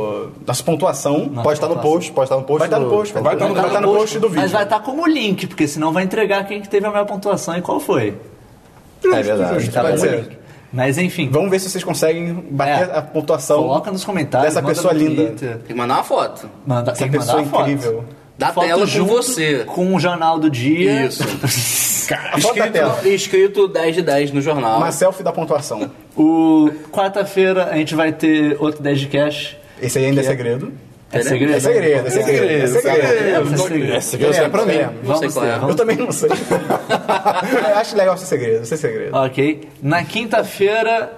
[SPEAKER 2] nossa pontuação.
[SPEAKER 5] Pode estar no post, pode estar no post.
[SPEAKER 2] Vai estar no
[SPEAKER 5] do-
[SPEAKER 2] post, vai
[SPEAKER 3] Vai estar
[SPEAKER 2] estar
[SPEAKER 3] no-
[SPEAKER 2] no, vai estar no post do vídeo.
[SPEAKER 1] Mas vai estar como link, porque senão vai entregar quem que teve a maior pontuação e qual foi.
[SPEAKER 5] É verdade.
[SPEAKER 1] Tá
[SPEAKER 2] Pode
[SPEAKER 1] bom,
[SPEAKER 2] ser.
[SPEAKER 1] link. Mas enfim,
[SPEAKER 2] Vamos ver se vocês conseguem bater
[SPEAKER 1] É.
[SPEAKER 2] a pontuação.
[SPEAKER 1] coloca nos comentários.
[SPEAKER 2] dessa
[SPEAKER 1] manda
[SPEAKER 2] pessoa
[SPEAKER 1] no
[SPEAKER 2] linda.
[SPEAKER 1] Twitter,
[SPEAKER 4] Tem que mandar uma foto.
[SPEAKER 1] Manda, tem que mandar
[SPEAKER 2] pessoa
[SPEAKER 1] a foto.
[SPEAKER 2] incrível.
[SPEAKER 4] Da
[SPEAKER 1] foto
[SPEAKER 4] tela com
[SPEAKER 1] junto
[SPEAKER 4] você.
[SPEAKER 1] Com o jornal do dia.
[SPEAKER 4] Isso.
[SPEAKER 3] Cara,
[SPEAKER 2] A foto da tela.
[SPEAKER 4] Escrito 10 de 10 no jornal.
[SPEAKER 2] Uma selfie da pontuação.
[SPEAKER 1] O quarta-feira a gente vai ter outro 10 de cash.
[SPEAKER 2] Esse aí ainda é segredo.
[SPEAKER 1] É
[SPEAKER 4] Entendeu?
[SPEAKER 1] segredo?
[SPEAKER 2] É segredo, é segredo. É segredo.
[SPEAKER 1] É segredo.
[SPEAKER 5] Esse aqui é pra mim.
[SPEAKER 2] Teremos.
[SPEAKER 4] Não sei
[SPEAKER 1] Vamos
[SPEAKER 4] qual é.
[SPEAKER 1] ter,
[SPEAKER 2] Eu
[SPEAKER 1] vamos
[SPEAKER 2] também não sei. Eu acho legal ser segredo, ser segredo.
[SPEAKER 1] Ok. Na quinta-feira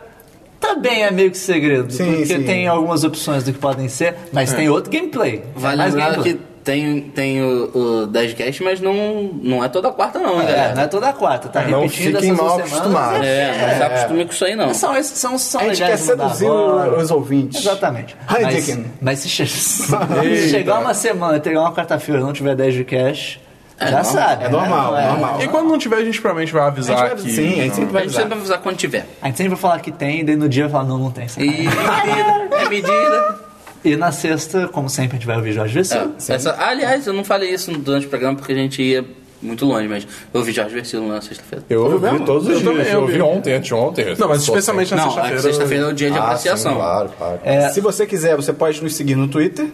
[SPEAKER 1] também é meio que segredo.
[SPEAKER 2] Sim,
[SPEAKER 1] porque
[SPEAKER 2] sim. É.
[SPEAKER 1] tem algumas opções do que podem ser, mas tem outro gameplay.
[SPEAKER 4] Vai
[SPEAKER 1] É mais
[SPEAKER 4] lembrar
[SPEAKER 1] gameplay.
[SPEAKER 4] que tem, tem o, o 10 cast, mas não, não é toda quarta, não, hein,
[SPEAKER 1] É,
[SPEAKER 4] galera.
[SPEAKER 1] não é toda quarta, tá
[SPEAKER 5] Não
[SPEAKER 1] repetindo
[SPEAKER 5] fiquem
[SPEAKER 1] essas
[SPEAKER 5] mal
[SPEAKER 1] duas semanas. É,
[SPEAKER 5] acostumados.
[SPEAKER 4] É, não se acostume com isso aí, não.
[SPEAKER 1] São, esses- são, são
[SPEAKER 2] A gente
[SPEAKER 1] legais
[SPEAKER 2] quer
[SPEAKER 1] de mandar
[SPEAKER 2] seduzir
[SPEAKER 1] agora.
[SPEAKER 2] os ouvintes.
[SPEAKER 1] Exatamente. Mas,
[SPEAKER 2] Heineken.
[SPEAKER 1] mas se, che- se chegar uma semana, entregar uma quarta-feira e não tiver 10 de cash,
[SPEAKER 4] É
[SPEAKER 1] já
[SPEAKER 4] normal.
[SPEAKER 1] sabe.
[SPEAKER 2] É
[SPEAKER 1] né?
[SPEAKER 2] normal, é normal.
[SPEAKER 3] E quando não tiver, a gente provavelmente vai
[SPEAKER 2] A
[SPEAKER 3] avisar
[SPEAKER 2] gente vai-
[SPEAKER 3] aqui.
[SPEAKER 2] sim, a gente sempre
[SPEAKER 4] A
[SPEAKER 2] vai
[SPEAKER 4] gente sempre
[SPEAKER 2] avisar.
[SPEAKER 4] vai avisar quando tiver.
[SPEAKER 1] A gente sempre vai falar que tem, daí no dia vai falar, não, não tem.
[SPEAKER 4] E
[SPEAKER 1] sacanagem.
[SPEAKER 4] medida, é medida.
[SPEAKER 1] E na sexta, como sempre, a gente vai ouvir Jorge Vecino.
[SPEAKER 4] É, essa- aliás, eu não falei isso durante o programa porque a gente ia muito longe, mas eu ouvi Jorge Versilo na sexta-feira.
[SPEAKER 5] Eu ouvi todos os
[SPEAKER 3] Eu
[SPEAKER 5] dias.
[SPEAKER 3] também, eu
[SPEAKER 5] Eu ouvi
[SPEAKER 3] vi.
[SPEAKER 5] ontem, anteontem.
[SPEAKER 3] Não, mas
[SPEAKER 5] Pô,
[SPEAKER 3] especialmente na
[SPEAKER 4] Não, a
[SPEAKER 3] sexta-feira.
[SPEAKER 4] sexta-feira é o dia de
[SPEAKER 5] Ah, sim,
[SPEAKER 4] apreciação.
[SPEAKER 5] Claro, claro.
[SPEAKER 1] É,
[SPEAKER 2] Se você quiser, você pode nos seguir no Twitter.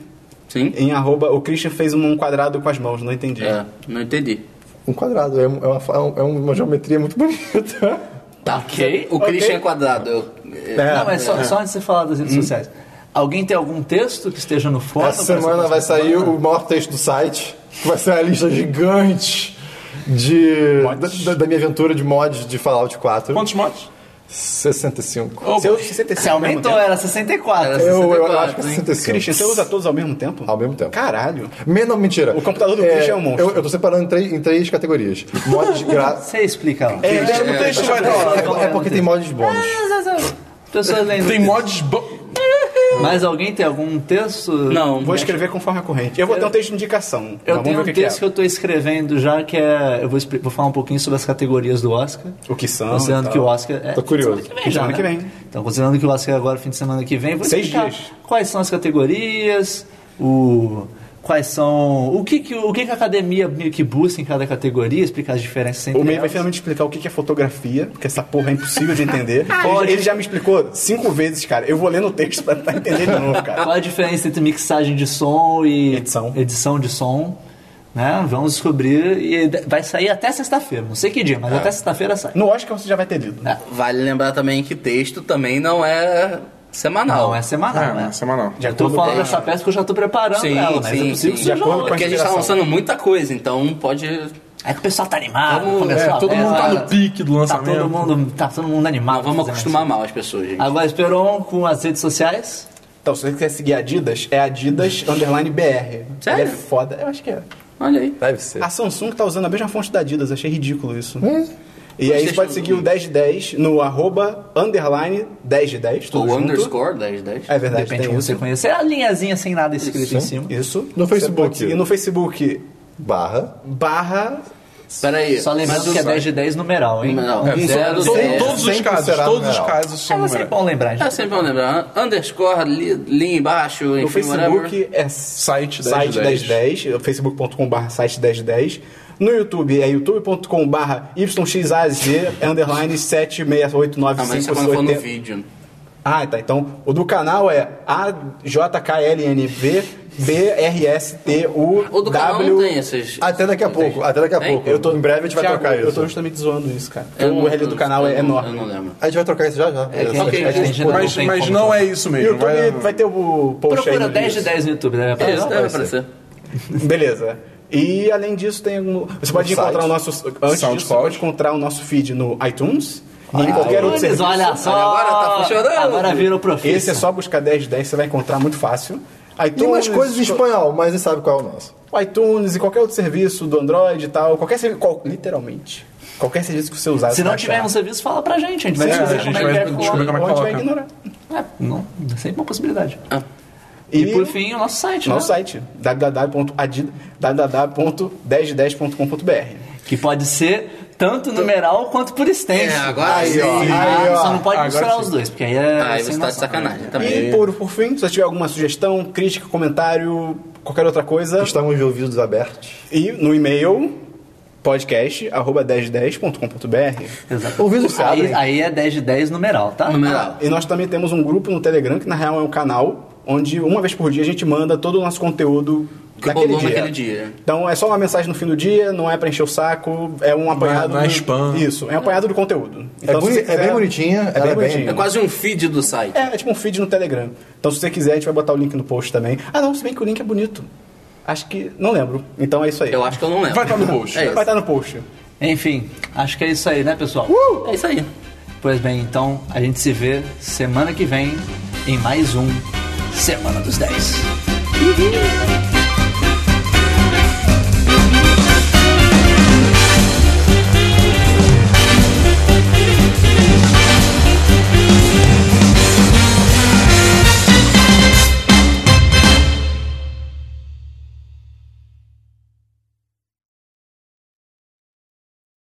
[SPEAKER 4] Sim?
[SPEAKER 2] Em arroba, o Christian fez um quadrado com as mãos, não entendi.
[SPEAKER 4] É, não entendi.
[SPEAKER 5] Um quadrado, é, um- é uma, fa- é um- é uma geometria muito bonita.
[SPEAKER 1] tá ok?
[SPEAKER 4] O Christian é quadrado. eu- é,
[SPEAKER 1] Não, mas só, só antes de você falar das redes sociais. Alguém tem algum texto que esteja no fórum?
[SPEAKER 5] Essa semana vai sair o maior texto do site, que vai ser uma lista gigante de da, da minha aventura de mods de Fallout 4.
[SPEAKER 3] Quantos mods?
[SPEAKER 5] 65.
[SPEAKER 3] Ô,
[SPEAKER 2] Se eu se você
[SPEAKER 1] Se aumentou, era 64.
[SPEAKER 4] Era
[SPEAKER 5] Eu, eu
[SPEAKER 4] 64,
[SPEAKER 5] acho que é
[SPEAKER 4] hein?
[SPEAKER 5] 65.
[SPEAKER 2] Christian, você usa todos ao mesmo tempo?
[SPEAKER 5] Ao mesmo tempo.
[SPEAKER 2] Caralho.
[SPEAKER 5] Me- Não, mentira.
[SPEAKER 2] O computador do
[SPEAKER 5] É,
[SPEAKER 2] Christian é um monstro.
[SPEAKER 5] Eu, eu tô separando em três, em três categorias. Mods grátis.
[SPEAKER 1] Você explica lá.
[SPEAKER 2] É,
[SPEAKER 3] o texto vai ter lá.
[SPEAKER 5] É, porque tem mods bônus.
[SPEAKER 1] Pessoas lendo.
[SPEAKER 3] Tem mods. bo-
[SPEAKER 1] Mas alguém tem algum texto?
[SPEAKER 4] Não,
[SPEAKER 2] Vou escrever conforme a corrente. Eu vou ter um texto de indicação.
[SPEAKER 1] Eu
[SPEAKER 2] Vamos
[SPEAKER 1] tenho
[SPEAKER 2] ver
[SPEAKER 1] um
[SPEAKER 2] o que, é.
[SPEAKER 1] texto que,
[SPEAKER 2] que
[SPEAKER 1] eu tô escrevendo já, que é. Eu vou, expli- vou falar um pouquinho sobre as categorias do Oscar.
[SPEAKER 2] é. O que são. e
[SPEAKER 1] Considerando
[SPEAKER 2] tal.
[SPEAKER 1] que o Oscar. É,
[SPEAKER 5] Tô curioso.
[SPEAKER 1] Semana que vem, já,
[SPEAKER 2] Semana que
[SPEAKER 1] né?
[SPEAKER 2] vem.
[SPEAKER 1] Então, considerando que o Oscar é agora, fim de semana que vem, vou
[SPEAKER 2] Seis
[SPEAKER 1] explicar
[SPEAKER 2] dias.
[SPEAKER 1] quais são as categorias, o. Quais são. O que, que, o que, que a academia meio que busca em cada categoria, explicar as diferenças entre
[SPEAKER 2] O meio vai
[SPEAKER 1] elas.
[SPEAKER 2] finalmente explicar o que que é fotografia, porque essa porra é impossível de entender.
[SPEAKER 1] Pode.
[SPEAKER 2] ele, ele já me explicou cinco vezes, cara. Eu vou ler no texto pra tentar entender de novo, cara.
[SPEAKER 1] Qual a diferença entre mixagem de som e
[SPEAKER 2] Edição.
[SPEAKER 1] edição de som? Né? Vamos descobrir e vai sair até sexta-feira. Não sei que dia, mas até sexta-feira sai.
[SPEAKER 2] No Oscar você já vai ter lido.
[SPEAKER 4] Vale lembrar também que texto também não é semanal.
[SPEAKER 1] Não, é semanal,
[SPEAKER 3] Ah,
[SPEAKER 1] né?
[SPEAKER 3] é semanal.
[SPEAKER 1] Eu tô falando dessa peça que eu já tô preparando
[SPEAKER 4] Sim,
[SPEAKER 1] ela, mas
[SPEAKER 4] sim,
[SPEAKER 1] é possível
[SPEAKER 4] sim.
[SPEAKER 1] que seja
[SPEAKER 2] De acordo
[SPEAKER 1] outra.
[SPEAKER 4] Porque a gente tá
[SPEAKER 2] Consideração.
[SPEAKER 4] lançando muita coisa, então pode.
[SPEAKER 1] É que o pessoal tá animado,
[SPEAKER 4] Vamos-
[SPEAKER 1] começou
[SPEAKER 3] É,
[SPEAKER 1] a
[SPEAKER 3] todo mundo
[SPEAKER 1] festa,
[SPEAKER 3] tá no pique do
[SPEAKER 1] Tá
[SPEAKER 3] lançamento.
[SPEAKER 1] todo mundo, tá todo mundo animado.
[SPEAKER 4] Não vamos
[SPEAKER 1] fazendo
[SPEAKER 4] acostumar mal as pessoas, gente.
[SPEAKER 1] isso. Agora, Esperon, com as redes sociais.
[SPEAKER 2] Então, se você quiser seguir Adidas, é Adidas underline BR. Ele
[SPEAKER 4] Sério?
[SPEAKER 2] é foda. Eu acho que é.
[SPEAKER 4] Olha aí.
[SPEAKER 5] Deve ser.
[SPEAKER 2] A Samsung tá usando a mesma fonte da Adidas, achei ridículo isso. E aí você pode seguir o 10 de 10 no arroba underline 10 de 10, tudo
[SPEAKER 4] Ou
[SPEAKER 2] junto.
[SPEAKER 4] underscore 10, 10.
[SPEAKER 2] É verdade,
[SPEAKER 1] Depende de
[SPEAKER 2] tem
[SPEAKER 1] como
[SPEAKER 2] isso.
[SPEAKER 1] você conhecer. É a linhazinha sem nada escrito em cima.
[SPEAKER 2] Isso.
[SPEAKER 5] No
[SPEAKER 2] Você
[SPEAKER 5] Facebook.
[SPEAKER 2] pode seguir no Facebook
[SPEAKER 5] Barra.
[SPEAKER 2] barra
[SPEAKER 4] Pera aí.
[SPEAKER 1] Só
[SPEAKER 4] Mas
[SPEAKER 1] lembrando
[SPEAKER 4] o-
[SPEAKER 1] que é 10 de 10 numeral, hein?
[SPEAKER 4] Numeral. É,
[SPEAKER 1] zero,
[SPEAKER 4] todo-
[SPEAKER 1] zero.
[SPEAKER 3] To- Todos os
[SPEAKER 5] sempre
[SPEAKER 3] casos,
[SPEAKER 5] será
[SPEAKER 3] todos os
[SPEAKER 5] numeral.
[SPEAKER 3] casos
[SPEAKER 1] É
[SPEAKER 3] são.
[SPEAKER 1] mas sempre
[SPEAKER 3] numerais.
[SPEAKER 1] bom lembrar,
[SPEAKER 4] É
[SPEAKER 1] gente.
[SPEAKER 4] sempre bom lembrar. Underscore, li- linha embaixo,
[SPEAKER 2] No
[SPEAKER 4] enfim, whatever.
[SPEAKER 2] Facebook é
[SPEAKER 3] Site 10,
[SPEAKER 2] site 1010, facebook.com.br site 1010. No YouTube é youtube.com.br yxaz é underline
[SPEAKER 4] Ah, mas isso é quando for no
[SPEAKER 2] 7689580.
[SPEAKER 4] vídeo.
[SPEAKER 2] Ah, tá. Então, o do canal é AJKLNV. BRSTU
[SPEAKER 4] O do canal não tem esses.
[SPEAKER 5] Até daqui a
[SPEAKER 4] não tem.
[SPEAKER 5] pouco, até daqui a
[SPEAKER 4] Tem?
[SPEAKER 5] pouco. Em breve a gente vai
[SPEAKER 2] Thiago,
[SPEAKER 5] trocar
[SPEAKER 2] Eu tô
[SPEAKER 5] isso.
[SPEAKER 2] justamente zoando isso, cara.
[SPEAKER 4] Eu não-
[SPEAKER 2] o URL do
[SPEAKER 4] eu-
[SPEAKER 2] canal é
[SPEAKER 4] eu não-
[SPEAKER 2] enorme.
[SPEAKER 4] Eu não lembro.
[SPEAKER 5] A gente vai trocar isso já já. É,
[SPEAKER 4] que-
[SPEAKER 5] é,
[SPEAKER 4] é que-
[SPEAKER 5] tipo,
[SPEAKER 3] Mas,
[SPEAKER 1] tem
[SPEAKER 3] mas
[SPEAKER 1] como.
[SPEAKER 3] não é isso mesmo.
[SPEAKER 2] YouTube
[SPEAKER 3] vai-
[SPEAKER 2] vai ter o post aí
[SPEAKER 1] Procura
[SPEAKER 2] no
[SPEAKER 1] 10 de
[SPEAKER 2] Reels.
[SPEAKER 1] 10 no YouTube, deve
[SPEAKER 4] É, isso
[SPEAKER 1] aparecer.
[SPEAKER 4] deve aparecer.
[SPEAKER 2] Beleza. E além disso, tem algum. Você pode
[SPEAKER 5] site.
[SPEAKER 2] encontrar o nosso. Antes disso,
[SPEAKER 3] SoundCloud.
[SPEAKER 2] você pode encontrar o nosso feed no iTunes e em qualquer outro
[SPEAKER 1] Olha,
[SPEAKER 2] serviço.
[SPEAKER 1] Olha só,
[SPEAKER 4] Agora tá funcionando.
[SPEAKER 1] Agora vira o profissional.
[SPEAKER 2] Esse é só buscar 10 10, você vai encontrar muito fácil. iTunes,
[SPEAKER 5] Tem umas coisas em espanhol, mas você sabe qual é o nosso.
[SPEAKER 2] iTunes e qualquer outro serviço do Android e tal. Qualquer serviço. qual- literalmente. Qualquer serviço que você usar.
[SPEAKER 1] Se
[SPEAKER 2] você
[SPEAKER 1] não
[SPEAKER 2] vai
[SPEAKER 1] tiver
[SPEAKER 2] achar.
[SPEAKER 1] um serviço, fala pra gente. A gente vai
[SPEAKER 3] É,
[SPEAKER 1] descobrir
[SPEAKER 3] a gente
[SPEAKER 1] como é
[SPEAKER 3] vai
[SPEAKER 1] que é com-
[SPEAKER 3] descobrir como é
[SPEAKER 2] Ou
[SPEAKER 3] que
[SPEAKER 2] a gente vai
[SPEAKER 3] coloca.
[SPEAKER 2] ignorar.
[SPEAKER 1] É, não, é sempre uma possibilidade.
[SPEAKER 2] E,
[SPEAKER 1] E, por fim, o nosso site,
[SPEAKER 2] nosso
[SPEAKER 1] né?
[SPEAKER 2] site, www.1010.com.br.
[SPEAKER 1] Que pode ser tanto numeral quanto por extenso.
[SPEAKER 4] Então- É, agora
[SPEAKER 5] Aí,
[SPEAKER 4] sim.
[SPEAKER 5] ó.
[SPEAKER 1] Ah,
[SPEAKER 5] Aí, ó.
[SPEAKER 1] só não pode
[SPEAKER 3] Agora
[SPEAKER 1] misturar
[SPEAKER 3] sim.
[SPEAKER 1] os dois, porque aí é.
[SPEAKER 4] Ah, aí
[SPEAKER 1] sem
[SPEAKER 4] você tá de
[SPEAKER 1] noção.
[SPEAKER 4] sacanagem também.
[SPEAKER 2] E por, por fim, se você tiver alguma sugestão, crítica, comentário, qualquer outra coisa,
[SPEAKER 5] Estamos de ouvidos abertos.
[SPEAKER 2] e no e-mail podcast@1010.com.br.
[SPEAKER 1] Exato.
[SPEAKER 5] Ouvidos
[SPEAKER 1] Aí,
[SPEAKER 5] sabem.
[SPEAKER 1] aí é 10 de 10 numeral, tá?
[SPEAKER 4] Numeral.
[SPEAKER 2] E nós também temos um grupo no Telegram, que na real é um canal, onde uma vez por dia a gente manda todo o nosso conteúdo
[SPEAKER 4] Que
[SPEAKER 2] daquele
[SPEAKER 4] rolou
[SPEAKER 2] dia.
[SPEAKER 4] naquele dia.
[SPEAKER 2] Então é só uma mensagem no fim do dia, não é pra encher o saco, é um apanhado.
[SPEAKER 3] não é
[SPEAKER 2] do-
[SPEAKER 3] spam.
[SPEAKER 2] Isso, é um apanhado do conteúdo. Então, se
[SPEAKER 5] É, boni-
[SPEAKER 2] você
[SPEAKER 5] é
[SPEAKER 2] quiser-
[SPEAKER 5] bem bonitinha, ela é bem-
[SPEAKER 4] É quase um feed do site.
[SPEAKER 2] É, é tipo um feed no Telegram. Então, se você quiser, a gente vai botar o link no post também. Ah, não, se bem que o link é bonito. Acho que. Não lembro. Então é isso aí.
[SPEAKER 4] Eu acho que eu não lembro.
[SPEAKER 3] Vai estar no post.
[SPEAKER 4] É isso.
[SPEAKER 2] Vai estar no post.
[SPEAKER 1] Enfim, acho que é isso aí, né, pessoal?
[SPEAKER 4] É isso aí.
[SPEAKER 1] Pois bem, então a gente se vê semana que vem em mais um Semana dos 10.